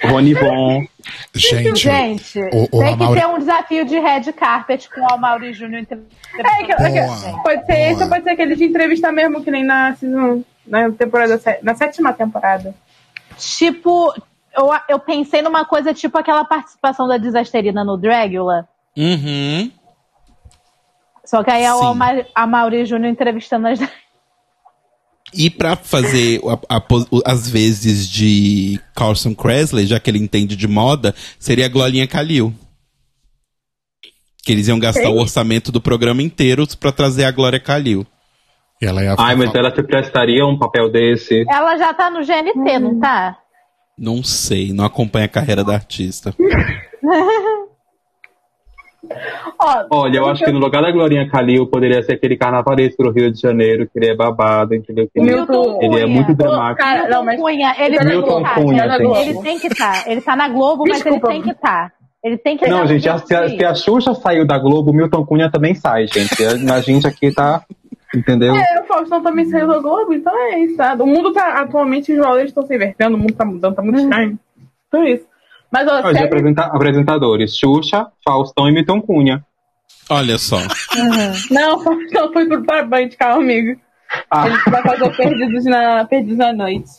[SPEAKER 4] Rony Von.
[SPEAKER 2] Gente,
[SPEAKER 3] Gente,
[SPEAKER 2] o- o
[SPEAKER 3] tem
[SPEAKER 2] Amaury-
[SPEAKER 3] que ter um desafio de red carpet com o Amaury Júnior. entre-
[SPEAKER 5] É, que- é que-
[SPEAKER 2] Boa,
[SPEAKER 5] pode ser
[SPEAKER 2] boa.
[SPEAKER 5] esse ou pode ser aquele de entrevista mesmo, que nem na season, um, na temporada sé- na sétima temporada.
[SPEAKER 3] Tipo, eu, eu pensei numa coisa tipo aquela participação da Desasterina no Dragula.
[SPEAKER 1] Uhum.
[SPEAKER 3] Só que aí é o
[SPEAKER 1] Sim.
[SPEAKER 3] Ama- Amaury Júnior entrevistando as.
[SPEAKER 1] E pra fazer a- a pos- o- as vezes de Carson Kressley, já que ele entende de moda, seria a Glorinha Calil. Que eles iam gastar o orçamento do programa inteiro pra trazer a Glória Calil.
[SPEAKER 2] E ela é ia
[SPEAKER 4] Ai, mas ela se prestaria a um papel desse.
[SPEAKER 3] Ela já tá no
[SPEAKER 5] Hum.
[SPEAKER 3] GNT, não tá?
[SPEAKER 1] Não sei, não acompanha a carreira da artista.
[SPEAKER 5] Ó,
[SPEAKER 4] Olha, eu acho que no lugar da Glorinha Calil poderia ser aquele carnavalesco do Rio de Janeiro, que ele é babado, entendeu? Que ele,
[SPEAKER 5] Milton
[SPEAKER 4] ele é
[SPEAKER 3] Cunha.
[SPEAKER 4] muito dramático.
[SPEAKER 5] Cara, não, mas.
[SPEAKER 3] Cunha, ele
[SPEAKER 5] Ele
[SPEAKER 3] tem
[SPEAKER 5] tá
[SPEAKER 3] que
[SPEAKER 5] na
[SPEAKER 3] estar.
[SPEAKER 4] Globo. Cunha, tem
[SPEAKER 3] Ele
[SPEAKER 5] que-
[SPEAKER 3] tem que estar. Ele tá na Globo,
[SPEAKER 5] Desculpa.
[SPEAKER 3] mas ele tem que estar. Ele tem que
[SPEAKER 4] Não,
[SPEAKER 3] tá
[SPEAKER 4] gente,
[SPEAKER 3] no
[SPEAKER 4] a- se a,
[SPEAKER 3] Globo.
[SPEAKER 4] se a Xuxa saiu da Globo, o Milton Cunha também sai, gente. A, a gente aqui tá. Entendeu?
[SPEAKER 5] É, o Faustão também saiu da Globo, então é isso, tá? O mundo tá. Atualmente os valores estão se invertendo, o mundo tá mudando, tá muito estranho. Tudo isso. Mas, ó,
[SPEAKER 4] Olha,
[SPEAKER 5] sério,
[SPEAKER 4] é apresenta- apresentadores: Xuxa, Faustão e Milton Cunha.
[SPEAKER 1] Olha só.
[SPEAKER 5] não, o Faustão foi pro Barbante, calma, amigo.
[SPEAKER 4] Ah.
[SPEAKER 5] Ele vai fazer o perdidos na, perdidos na noite.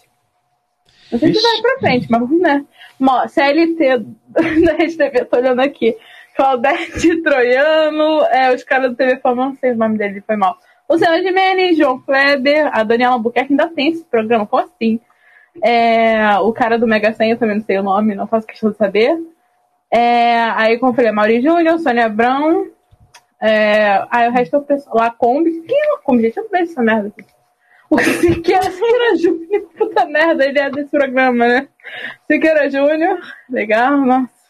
[SPEAKER 5] Não sei se vai pra frente, mas né? Mó, CLT da Rede TV, tô olhando aqui. Claudete Troiano, é, os caras do TV Fama, não sei o nome dele, foi mal. Luciana Gimenez, João Kleber, a Daniela Albuquerque ainda tem esse programa, como assim? É, o cara do Mega Senha, eu também não sei o nome, não faço questão de saber. É, aí, como eu falei, Mauri Júnior, Sônia Abrão. É, aí o resto é o pessoal. Lacombe. Quem é Lacombe? Gente, eu vejo essa merda aqui. O Siqueira Siqueira Júnior, puta merda, ele é desse programa, né? Siqueira Júnior, legal, nossa.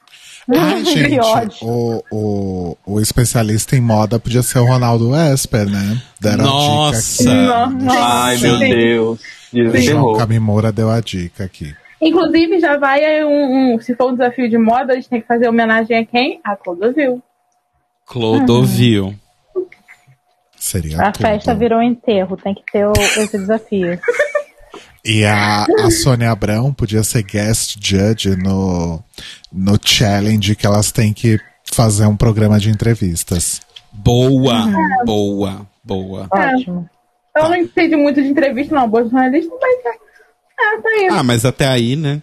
[SPEAKER 2] Ai, gente,
[SPEAKER 3] ódio.
[SPEAKER 2] o, o, o especialista em moda podia ser o Ronaldo Esper, né? Deram
[SPEAKER 1] Nossa.
[SPEAKER 2] a dica
[SPEAKER 4] Ai, meu
[SPEAKER 5] Sim.
[SPEAKER 4] Deus.
[SPEAKER 2] aqui. João
[SPEAKER 4] Desenterrou.
[SPEAKER 2] Camimura deu a dica aqui.
[SPEAKER 5] Inclusive, já vai aí um, um- Se for um desafio de moda, a gente tem que fazer homenagem a quem? A Clodovil.
[SPEAKER 1] Clodovil.
[SPEAKER 2] Seria
[SPEAKER 3] A
[SPEAKER 2] tudo.
[SPEAKER 3] festa virou enterro, tem que ter o- esse desafio.
[SPEAKER 2] E a, a Sônia Abrão podia ser guest judge no, no challenge que elas têm que fazer um programa de entrevistas.
[SPEAKER 1] Boa, boa, boa.
[SPEAKER 3] Ótimo.
[SPEAKER 5] É. Eu não entendi muito de entrevista, não. Boa jornalista, mas. é- É, tá isso.
[SPEAKER 1] Ah, mas até aí, né?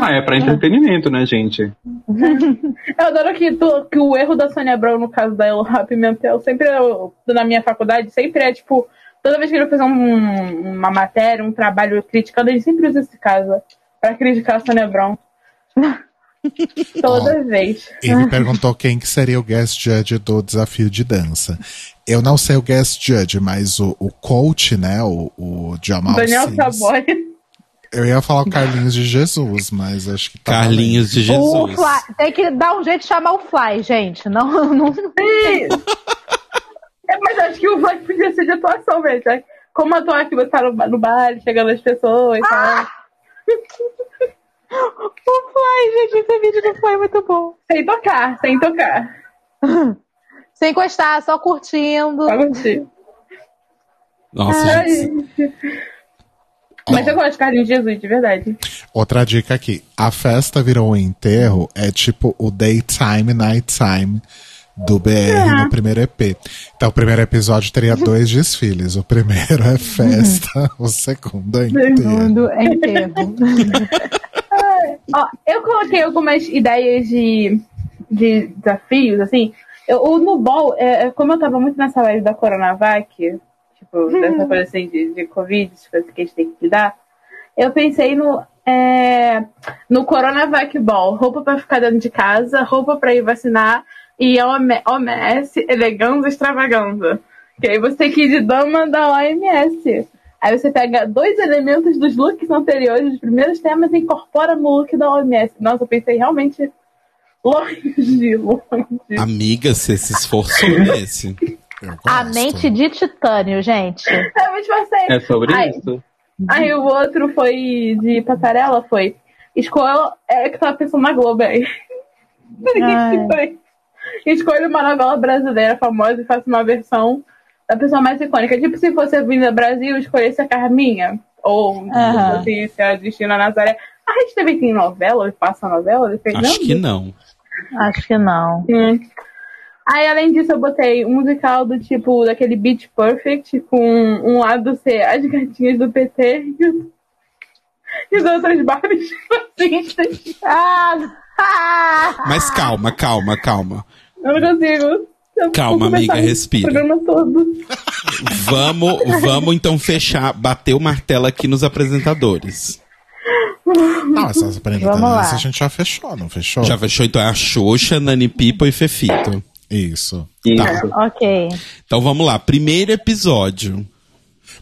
[SPEAKER 4] Ah, é pra entretenimento, né, gente?
[SPEAKER 5] Eu adoro que, tu- que o erro da Sônia Brown, no caso da Elohá Pimentel, sempre eu- na minha faculdade, sempre é tipo, toda vez que ele vai fazer um- uma matéria, um trabalho criticando, ele sempre usa esse caso pra criticar a Sônia Brown. toda vez.
[SPEAKER 2] Ele perguntou quem que seria o guest judge do desafio de dança. Eu não sei o guest judge, mas o, o coach, né, o, o Jamal
[SPEAKER 5] Daniel
[SPEAKER 2] Sims-
[SPEAKER 5] Saboy.
[SPEAKER 2] Eu ia falar o Carlinhos de Jesus, mas acho que tá
[SPEAKER 1] Carlinhos de
[SPEAKER 3] O
[SPEAKER 1] Jesus.
[SPEAKER 3] Fly- tem que dar um jeito de chamar o Fly, gente. Não, não...
[SPEAKER 5] É, mas acho que o Vlad podia ser de atuação mesmo. né? Como atuar que você tá no, no baile, chegando as pessoas tá? e tal.
[SPEAKER 3] Ah! O Fly, gente, esse vídeo do Fly é muito bom.
[SPEAKER 5] Sem tocar, sem tocar.
[SPEAKER 3] Sem encostar, só curtindo.
[SPEAKER 5] Só curtir.
[SPEAKER 1] Nossa,
[SPEAKER 5] Ai,
[SPEAKER 1] gente.
[SPEAKER 5] gente. Mas eu gosto de Carlinhos Jesus, de verdade.
[SPEAKER 2] Outra dica aqui. A festa virou um enterro é tipo o daytime, nighttime do BR
[SPEAKER 3] É.
[SPEAKER 2] no primeiro EP. Então o primeiro episódio teria dois desfiles. O primeiro é festa,
[SPEAKER 3] Uhum.
[SPEAKER 2] o segundo é enterro.
[SPEAKER 3] Mundo é enterro.
[SPEAKER 5] Ó, eu coloquei algumas ideias de, de desafios, assim. Eu, o Nubol, é, é, como eu tava muito nessa live da Coronavac, tipo, dessa coisa assim de, de Covid, as coisas que a gente tem que lidar, eu pensei no, é, no Coronavac Ball. Roupa pra ficar dentro de casa, roupa pra ir vacinar e OM- OMS, elegância extravaganza. Que aí você tem que ir de dama da OMS. Aí você pega dois elementos dos looks anteriores, dos primeiros temas, e incorpora no look da OMS. Nossa, eu pensei realmente longe, longe.
[SPEAKER 1] Amiga, você se esforçou nesse.
[SPEAKER 2] Eu gosto.
[SPEAKER 3] A mente de titânio, gente.
[SPEAKER 5] Realmente passei.
[SPEAKER 4] É sobre
[SPEAKER 5] Ai.
[SPEAKER 4] isso.
[SPEAKER 5] Aí o outro foi de passarela, foi. Escolha. É que eu tava pensando na Globo aí.
[SPEAKER 3] Ai.
[SPEAKER 5] Que foi. Escolha uma novela brasileira famosa e faça uma versão da pessoa mais icônica. Tipo, se fosse vindo ao Brasil, escolhesse a Carminha. Ou
[SPEAKER 3] Aham.
[SPEAKER 5] se fosse se a Justina Nazaré. A Rede TV tem novela, ou passa novela, dependendo.
[SPEAKER 1] Acho que não.
[SPEAKER 3] Acho que não.
[SPEAKER 5] Hum. Aí, além disso, eu botei um musical do tipo daquele Beach Perfect, com um lado ser as gatinhas do PT e, o- e os outros Barbies Assim, fascistas.
[SPEAKER 3] Ah, ah,
[SPEAKER 1] Mas calma, calma, calma.
[SPEAKER 5] Eu não consigo. Eu
[SPEAKER 1] Calma,
[SPEAKER 5] vou começar
[SPEAKER 1] amiga,
[SPEAKER 5] o
[SPEAKER 1] respira.
[SPEAKER 5] programa todo.
[SPEAKER 1] Vamos, vamos então fechar, bater o martelo aqui nos apresentadores.
[SPEAKER 2] Não, essas
[SPEAKER 3] Vamos lá.
[SPEAKER 2] apresentações a gente já fechou, não fechou?
[SPEAKER 1] Já fechou então é a Xuxa, Nani Pipo e Fefito.
[SPEAKER 2] Isso.
[SPEAKER 4] Isso.
[SPEAKER 1] Tá.
[SPEAKER 3] ok.
[SPEAKER 1] Então vamos lá, primeiro episódio.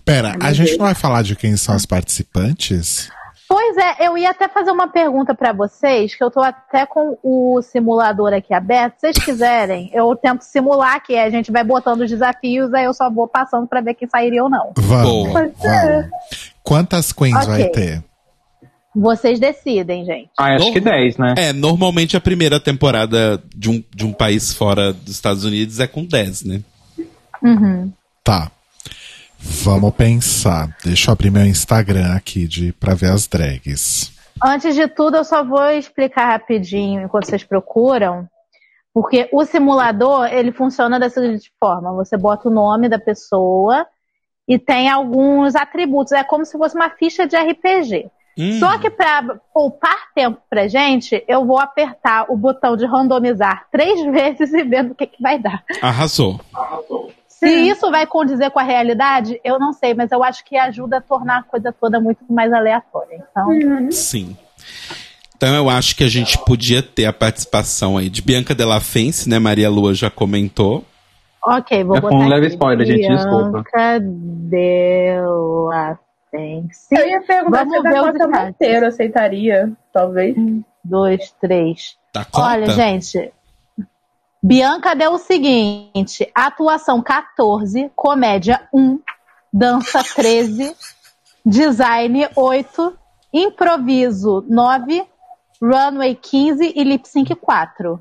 [SPEAKER 2] Pera, a gente não vai falar de quem são as participantes?
[SPEAKER 3] Pois é, eu ia até fazer uma pergunta pra vocês, que eu tô até com o simulador aqui aberto. Se vocês quiserem, eu tento simular, que é, a gente vai botando os desafios, aí eu só vou passando pra ver quem sairia ou não.
[SPEAKER 1] Boa.
[SPEAKER 2] Vamos. vamos. Quantas queens
[SPEAKER 3] Ok.
[SPEAKER 2] vai ter?
[SPEAKER 3] Vocês decidem, gente.
[SPEAKER 4] Ah, acho
[SPEAKER 1] Bom.
[SPEAKER 4] que 10, né?
[SPEAKER 1] É, normalmente a primeira temporada de um, de um país fora dos Estados Unidos é com 10, né?
[SPEAKER 2] Tá. Vamos pensar. Deixa eu abrir meu Instagram aqui de, pra ver as drags.
[SPEAKER 3] Antes de tudo, eu só vou explicar rapidinho enquanto vocês procuram, porque o simulador ele funciona da seguinte forma: você bota o nome da pessoa e tem alguns atributos. É como se fosse uma ficha de RPG.
[SPEAKER 1] Hum,
[SPEAKER 3] Só que para poupar tempo pra gente, eu vou apertar o botão de randomizar três vezes e ver o que, que vai dar.
[SPEAKER 1] Arrasou.
[SPEAKER 3] Se isso vai condizer com a realidade, eu não sei, mas eu acho que ajuda a tornar a coisa toda muito mais aleatória. Então,
[SPEAKER 1] Sim. Então eu acho que a gente podia ter a participação aí de Bianca Della Fence, né? Maria Lua já comentou.
[SPEAKER 3] Ok, vou
[SPEAKER 4] É
[SPEAKER 3] botar.
[SPEAKER 4] um leve
[SPEAKER 3] aqui.
[SPEAKER 4] spoiler, gente, desculpa.
[SPEAKER 3] Bianca Della Fence.
[SPEAKER 5] Eu ia perguntar
[SPEAKER 3] Vamos
[SPEAKER 5] se
[SPEAKER 3] ver
[SPEAKER 5] da
[SPEAKER 3] os
[SPEAKER 5] Cota
[SPEAKER 3] detalhes.
[SPEAKER 5] Monteiro aceitaria, talvez.
[SPEAKER 3] Dois, três.
[SPEAKER 1] Dakota?
[SPEAKER 3] Olha, gente. Bianca deu o seguinte: atuação 14, comédia 1, dança 13, design 8, improviso 9, runway 15 e lip sync 4.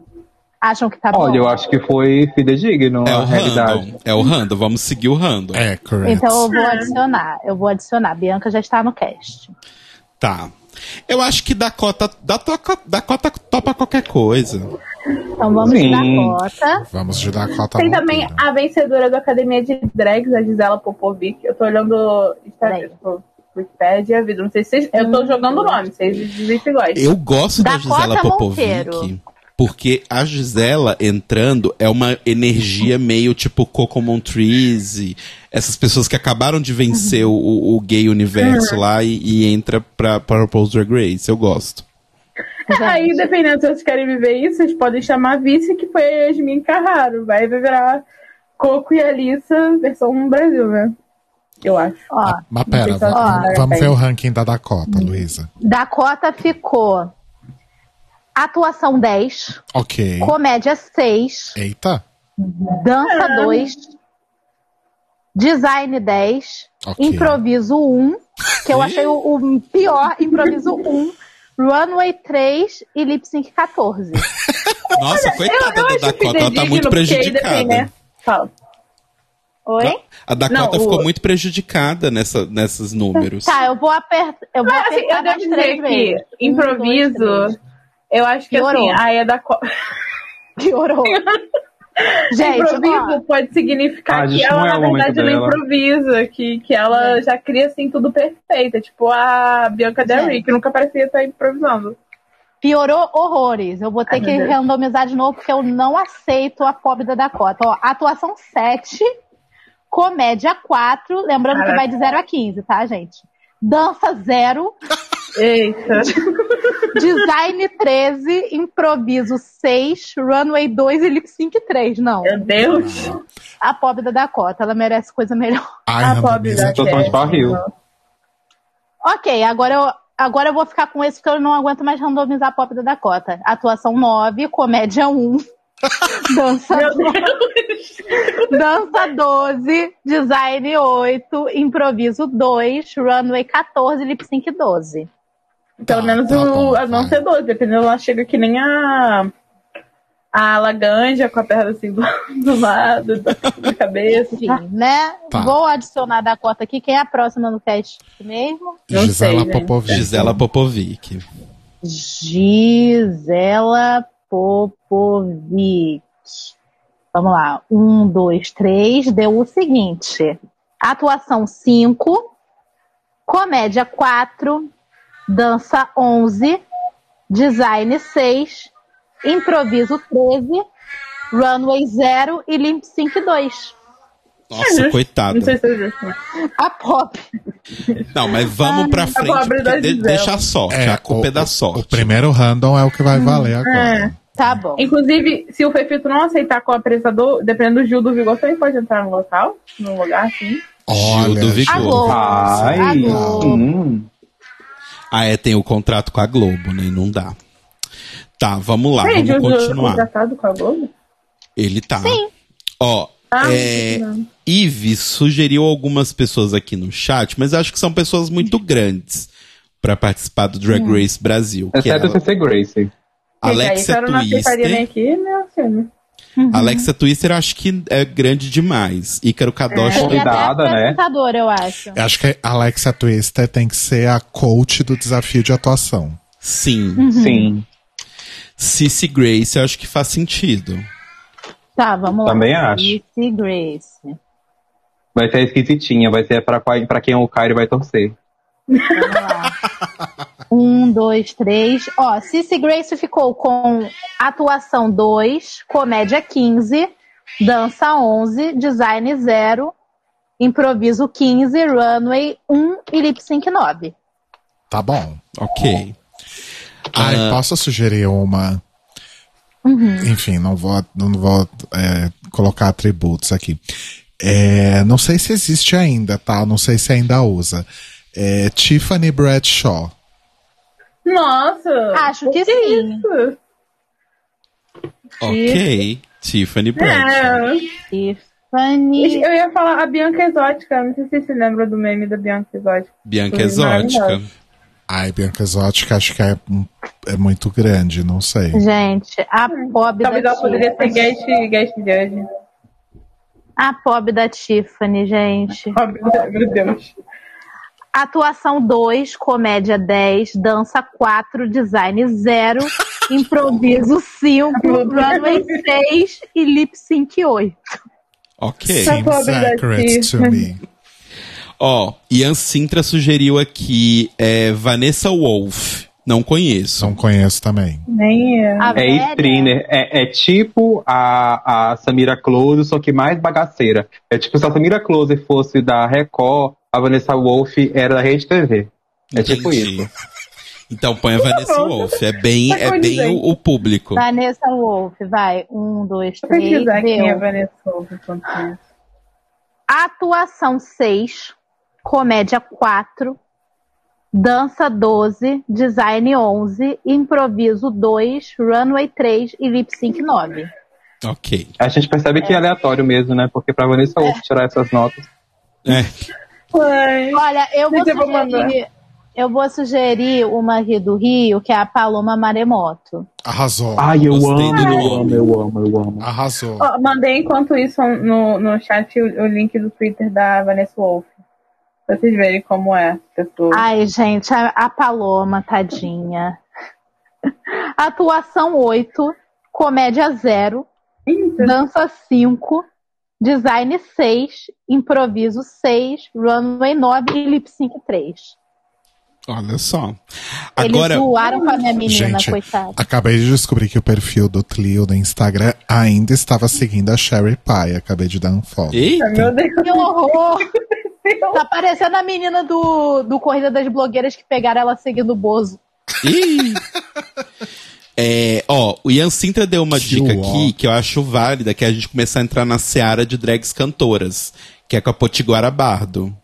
[SPEAKER 3] Acham que tá bom?
[SPEAKER 4] Olha, eu acho que foi fidedigno
[SPEAKER 1] É
[SPEAKER 4] na
[SPEAKER 1] o
[SPEAKER 4] realidade.
[SPEAKER 1] random. É o random. Vamos seguir o random.
[SPEAKER 2] É, correto.
[SPEAKER 3] Então eu vou adicionar, eu vou adicionar. Bianca já está no cast.
[SPEAKER 1] Tá. Eu acho que Dakota, Dakota, Dakota topa qualquer coisa.
[SPEAKER 3] Então vamos
[SPEAKER 4] Sim.
[SPEAKER 3] dar cota.
[SPEAKER 2] Vamos ajudar a
[SPEAKER 1] Tá
[SPEAKER 2] cota
[SPEAKER 5] Tem também
[SPEAKER 2] Monteiro.
[SPEAKER 5] a vencedora da Academia de Drags, a Gisela Popovic. Eu tô olhando o Instagram,
[SPEAKER 3] Peraí.
[SPEAKER 5] tipo, Wikipedia, vida. Não sei se vocês. Eu tô jogando o nome, vocês dizem se gostam.
[SPEAKER 1] Eu gosto da,
[SPEAKER 3] Dakota
[SPEAKER 1] Gisela Popovic.
[SPEAKER 3] Monteiro.
[SPEAKER 1] Porque a Gisela entrando é uma energia meio tipo Coco Montrese, essas pessoas que acabaram de vencer o, o gay universo lá e, e entra pra pra Purpose Drag Race. Eu gosto.
[SPEAKER 5] Aí, dependendo se vocês querem me ver isso, vocês podem chamar a vice, que foi a Yasmin Carraro. Vai virar Coco e Alissa, versão Brasil, né? Eu acho.
[SPEAKER 3] Ó,
[SPEAKER 2] Mas pera,
[SPEAKER 5] Não sei se ela-
[SPEAKER 2] vamos, vamos ver o ranking da Dakota, Luísa.
[SPEAKER 3] Dakota ficou atuação 10,
[SPEAKER 2] Ok.
[SPEAKER 3] comédia 6,
[SPEAKER 2] Eita.
[SPEAKER 3] dança 2, design 10,
[SPEAKER 2] Ok.
[SPEAKER 3] improviso 1, que eu achei o, o pior improviso 1, runway 3 e lip sync 14.
[SPEAKER 1] Nossa, coitada da Dakota, ela tá
[SPEAKER 5] fidedigno,
[SPEAKER 1] muito
[SPEAKER 5] porque aí depende, né?
[SPEAKER 1] prejudicada.
[SPEAKER 5] Fala.
[SPEAKER 3] Oi?
[SPEAKER 1] A Dakota
[SPEAKER 5] Não, o-
[SPEAKER 1] ficou muito prejudicada nessa, nesses números.
[SPEAKER 3] Tá, eu vou apertar. Eu vou
[SPEAKER 5] Mas, assim,
[SPEAKER 3] apertar
[SPEAKER 5] eu devo
[SPEAKER 3] mais
[SPEAKER 5] dizer
[SPEAKER 3] três
[SPEAKER 5] que
[SPEAKER 3] vezes. Um,
[SPEAKER 5] improviso,
[SPEAKER 3] dois, três.
[SPEAKER 5] eu acho que
[SPEAKER 3] Piorou.
[SPEAKER 5] assim, aí é da co...
[SPEAKER 3] Piorou. Gente, ó,
[SPEAKER 5] improviso pode
[SPEAKER 4] Ah,
[SPEAKER 5] significar que
[SPEAKER 4] gente,
[SPEAKER 5] ela,
[SPEAKER 4] não é
[SPEAKER 5] na
[SPEAKER 4] o momento
[SPEAKER 5] verdade, não
[SPEAKER 4] dela.
[SPEAKER 5] improvisa, que, que ela já cria assim tudo perfeito. É Tipo a Bianca Del
[SPEAKER 3] Gente.
[SPEAKER 5] Rey, que nunca parecia estar improvisando.
[SPEAKER 3] piorou horrores. Eu vou ter
[SPEAKER 5] Ai,
[SPEAKER 3] que
[SPEAKER 5] meu Deus.
[SPEAKER 3] randomizar de novo, porque eu não aceito a pobre da Dakota. Ó, atuação 7, comédia 4. Lembrando que
[SPEAKER 5] Caraca.
[SPEAKER 3] vai de 0 a 15, tá, gente? Dança 0,
[SPEAKER 5] Eita.
[SPEAKER 3] design 13, improviso 6, runway 2 e lip sync 3. Não,
[SPEAKER 5] Meu Deus.
[SPEAKER 3] a pobre da Dakota, ela merece coisa melhor.
[SPEAKER 2] Ai,
[SPEAKER 5] a pobre
[SPEAKER 2] randomiza
[SPEAKER 5] da
[SPEAKER 2] aqui.
[SPEAKER 4] Tô tão de barril.
[SPEAKER 3] Ok, agora eu, agora eu vou ficar com esse porque eu não aguento mais randomizar a pop da Dakota. Atuação 9, comédia 1, dança,
[SPEAKER 5] Meu Deus.
[SPEAKER 3] dança 12, design 8, improviso 2, runway 14, lip sync 12.
[SPEAKER 5] Pelo
[SPEAKER 2] Tá,
[SPEAKER 5] menos
[SPEAKER 2] tá bom,
[SPEAKER 5] o, a
[SPEAKER 2] vai.
[SPEAKER 5] não ser doce, dependendo, ela chega que nem a. A Laganja com a perna assim do, do lado, da, da cabeça.
[SPEAKER 3] Enfim, né?
[SPEAKER 2] Tá.
[SPEAKER 3] Vou adicionar a Dakota aqui. Quem é a próxima no cast mesmo?
[SPEAKER 5] Não sei, né?
[SPEAKER 2] Gisela
[SPEAKER 5] gente.
[SPEAKER 2] Popovic.
[SPEAKER 1] Gisela Popovic.
[SPEAKER 3] Gisela Popovic. Vamos lá. Um, dois, três. Deu o seguinte: atuação 5, comédia 4, dança 11, design 6, improviso 13, runway 0 e limp sync 2.
[SPEAKER 1] Nossa, coitada.
[SPEAKER 5] Não sei se é justo. mas-
[SPEAKER 3] A pop.
[SPEAKER 1] Não, mas vamos pra frente.
[SPEAKER 5] pobre da
[SPEAKER 1] porque de-
[SPEAKER 5] Gisela.
[SPEAKER 1] deixa a sorte.
[SPEAKER 2] É,
[SPEAKER 1] a culpa é da
[SPEAKER 2] O
[SPEAKER 1] sorte.
[SPEAKER 2] primeiro random é o que
[SPEAKER 5] Hum,
[SPEAKER 2] vai valer agora.
[SPEAKER 5] é.
[SPEAKER 3] Tá bom.
[SPEAKER 5] Inclusive, se o Fefito não aceitar com o apressador, dependendo do Gil do Vigor, também pode entrar no local, no lugar, assim.
[SPEAKER 2] Olha,
[SPEAKER 1] Gil do Vigor.
[SPEAKER 3] Alô.
[SPEAKER 4] Ai,
[SPEAKER 3] Alô.
[SPEAKER 4] hum.
[SPEAKER 1] Ah, é, tem o contrato com a Globo, né? Não dá. Tá, vamos lá,
[SPEAKER 5] Peraí, Gil
[SPEAKER 1] vamos
[SPEAKER 5] do
[SPEAKER 1] continuar.
[SPEAKER 5] contratado com a Globo?
[SPEAKER 1] Ele tá.
[SPEAKER 3] Sim.
[SPEAKER 1] Ó,
[SPEAKER 5] Ah,
[SPEAKER 1] é,
[SPEAKER 5] não.
[SPEAKER 1] Ives sugeriu algumas pessoas aqui no chat, mas acho que são pessoas muito grandes pra participar do Drag Race Brasil. Que é
[SPEAKER 4] Exceto CC Gracie.
[SPEAKER 5] Gente,
[SPEAKER 1] Alexia
[SPEAKER 5] aí, cara, não aceitaria nem
[SPEAKER 1] Twister.
[SPEAKER 5] aqui, né? Assim, né?
[SPEAKER 1] Alexia Twister acho que é grande demais. Ícaro Kadosh
[SPEAKER 3] Ele é até
[SPEAKER 4] Convidada, né?
[SPEAKER 3] apresentador, eu acho.
[SPEAKER 2] Eu acho que a Alexa Twister tem que ser a coach do desafio de atuação.
[SPEAKER 1] sim.
[SPEAKER 4] Sim,
[SPEAKER 1] Cici Grace eu acho que faz sentido.
[SPEAKER 3] Tá, vamos lá.
[SPEAKER 4] também acho.
[SPEAKER 3] Missy Grace.
[SPEAKER 4] Vai ser esquisitinha, vai ser pra, qua- pra quem é o Kyrie vai torcer.
[SPEAKER 3] Vamos lá. Um, dois, três. Ó, Cissy Grace ficou com atuação 2, comédia 15, dança 11, design 0, improviso 15, runway 1 e lip sync 9.
[SPEAKER 2] Tá bom.
[SPEAKER 1] Ok.
[SPEAKER 2] Ai, posso sugerir uma? Enfim, não vou, não vou é, colocar atributos aqui. É, não sei se existe ainda, tá? Não sei se ainda usa. É, Tiffany Bradshaw.
[SPEAKER 5] Nossa!
[SPEAKER 3] Acho
[SPEAKER 5] por
[SPEAKER 3] que sim.
[SPEAKER 5] Isso?
[SPEAKER 1] Ok. Tiffany
[SPEAKER 5] É.
[SPEAKER 1] Bridge.
[SPEAKER 3] Tiffany.
[SPEAKER 5] eu ia falar a Bianca Exótica. Não sei se você lembra do meme da Bianca Exótica.
[SPEAKER 1] Bianca
[SPEAKER 5] Sim,
[SPEAKER 1] Exótica.
[SPEAKER 5] maravilhosa.
[SPEAKER 2] Ai, Bianca Exótica, acho que é, é muito grande, não sei.
[SPEAKER 3] Gente, a pobre
[SPEAKER 5] Talvez
[SPEAKER 3] da
[SPEAKER 5] ela poderia ser
[SPEAKER 3] Tiffany.
[SPEAKER 5] guest, guest judge.
[SPEAKER 3] A pobre da Tiffany, gente.
[SPEAKER 5] Oh, meu Deus.
[SPEAKER 3] Atuação 2, comédia 10, dança 4, design 0, improviso 5, runway 6 e lip sync 8.
[SPEAKER 1] Ok.
[SPEAKER 5] Sim.
[SPEAKER 2] Seems
[SPEAKER 5] pobre da
[SPEAKER 2] accurate to
[SPEAKER 5] Tiffany.
[SPEAKER 2] me.
[SPEAKER 1] Ó, Ian Sintra sugeriu aqui é, Vanessa Wolf. Não conheço.
[SPEAKER 2] Não conheço também.
[SPEAKER 5] Nem é.
[SPEAKER 3] A
[SPEAKER 4] É
[SPEAKER 3] velha-
[SPEAKER 4] streamer, é, é tipo a, a Samira Close, só que mais bagaceira. É tipo se a Samira Close fosse da Record, a Vanessa Wolf era da Rede TV. É tipo
[SPEAKER 1] Entendi.
[SPEAKER 4] isso.
[SPEAKER 1] Então põe a Vanessa
[SPEAKER 5] Tá bom.
[SPEAKER 1] Wolf. É bem,
[SPEAKER 5] Tá
[SPEAKER 1] é bem o,
[SPEAKER 5] condizente.
[SPEAKER 1] o público.
[SPEAKER 3] Vanessa Wolf, vai. Um, dois,
[SPEAKER 5] Vou
[SPEAKER 3] três.
[SPEAKER 5] pesquisar quem é
[SPEAKER 3] Deu.
[SPEAKER 5] Vanessa Wolff enquanto isso.
[SPEAKER 3] Atuação 6, comédia 4, dança 12, design 11, improviso 2, runway 3 e lip sync 9.
[SPEAKER 1] Ok.
[SPEAKER 4] A gente percebe que é aleatório mesmo, né? Porque pra Vanessa Wolf tirar essas notas.
[SPEAKER 1] É,
[SPEAKER 5] Ai,
[SPEAKER 3] Olha, eu vou,
[SPEAKER 5] Gente, eu vou
[SPEAKER 3] sugerir, eu vou sugerir uma aqui do Rio, que é a Paloma Maremoto.
[SPEAKER 2] Arrasou.
[SPEAKER 4] Ai, eu
[SPEAKER 1] Gostei do
[SPEAKER 4] amo, eu amo,
[SPEAKER 1] nome.
[SPEAKER 4] eu amo, eu amo.
[SPEAKER 2] Arrasou.
[SPEAKER 5] ó, mandei enquanto isso no, no chat o, o link do Twitter da Vanessa Wolff. Pra vocês verem como é a pessoa.
[SPEAKER 3] Ai, gente, a, a Paloma, tadinha. Atuação 8, comédia 0,
[SPEAKER 5] Ih,
[SPEAKER 3] dança 5, design 6, improviso 6, runway 9 e lip sync 3.
[SPEAKER 1] olha só.
[SPEAKER 3] Eles
[SPEAKER 1] Agora,
[SPEAKER 3] zoaram com a minha menina,
[SPEAKER 2] Gente,
[SPEAKER 3] coitada.
[SPEAKER 2] acabei de descobrir que o perfil do Tlio no Instagram ainda estava seguindo a Sherry Pie. Acabei de dar um follow.
[SPEAKER 1] eita,
[SPEAKER 5] meu Deus.
[SPEAKER 3] Que horror! Tá parecendo a menina do, do Corrida das Blogueiras que pegaram ela seguindo o Bozo.
[SPEAKER 1] Ih! É, ó, o Ian Sintra deu uma
[SPEAKER 2] Que
[SPEAKER 1] dica
[SPEAKER 2] uó.
[SPEAKER 1] aqui que eu acho válida, que é a gente começar a entrar na seara de drags cantoras, que é com a Potiguara Bardo.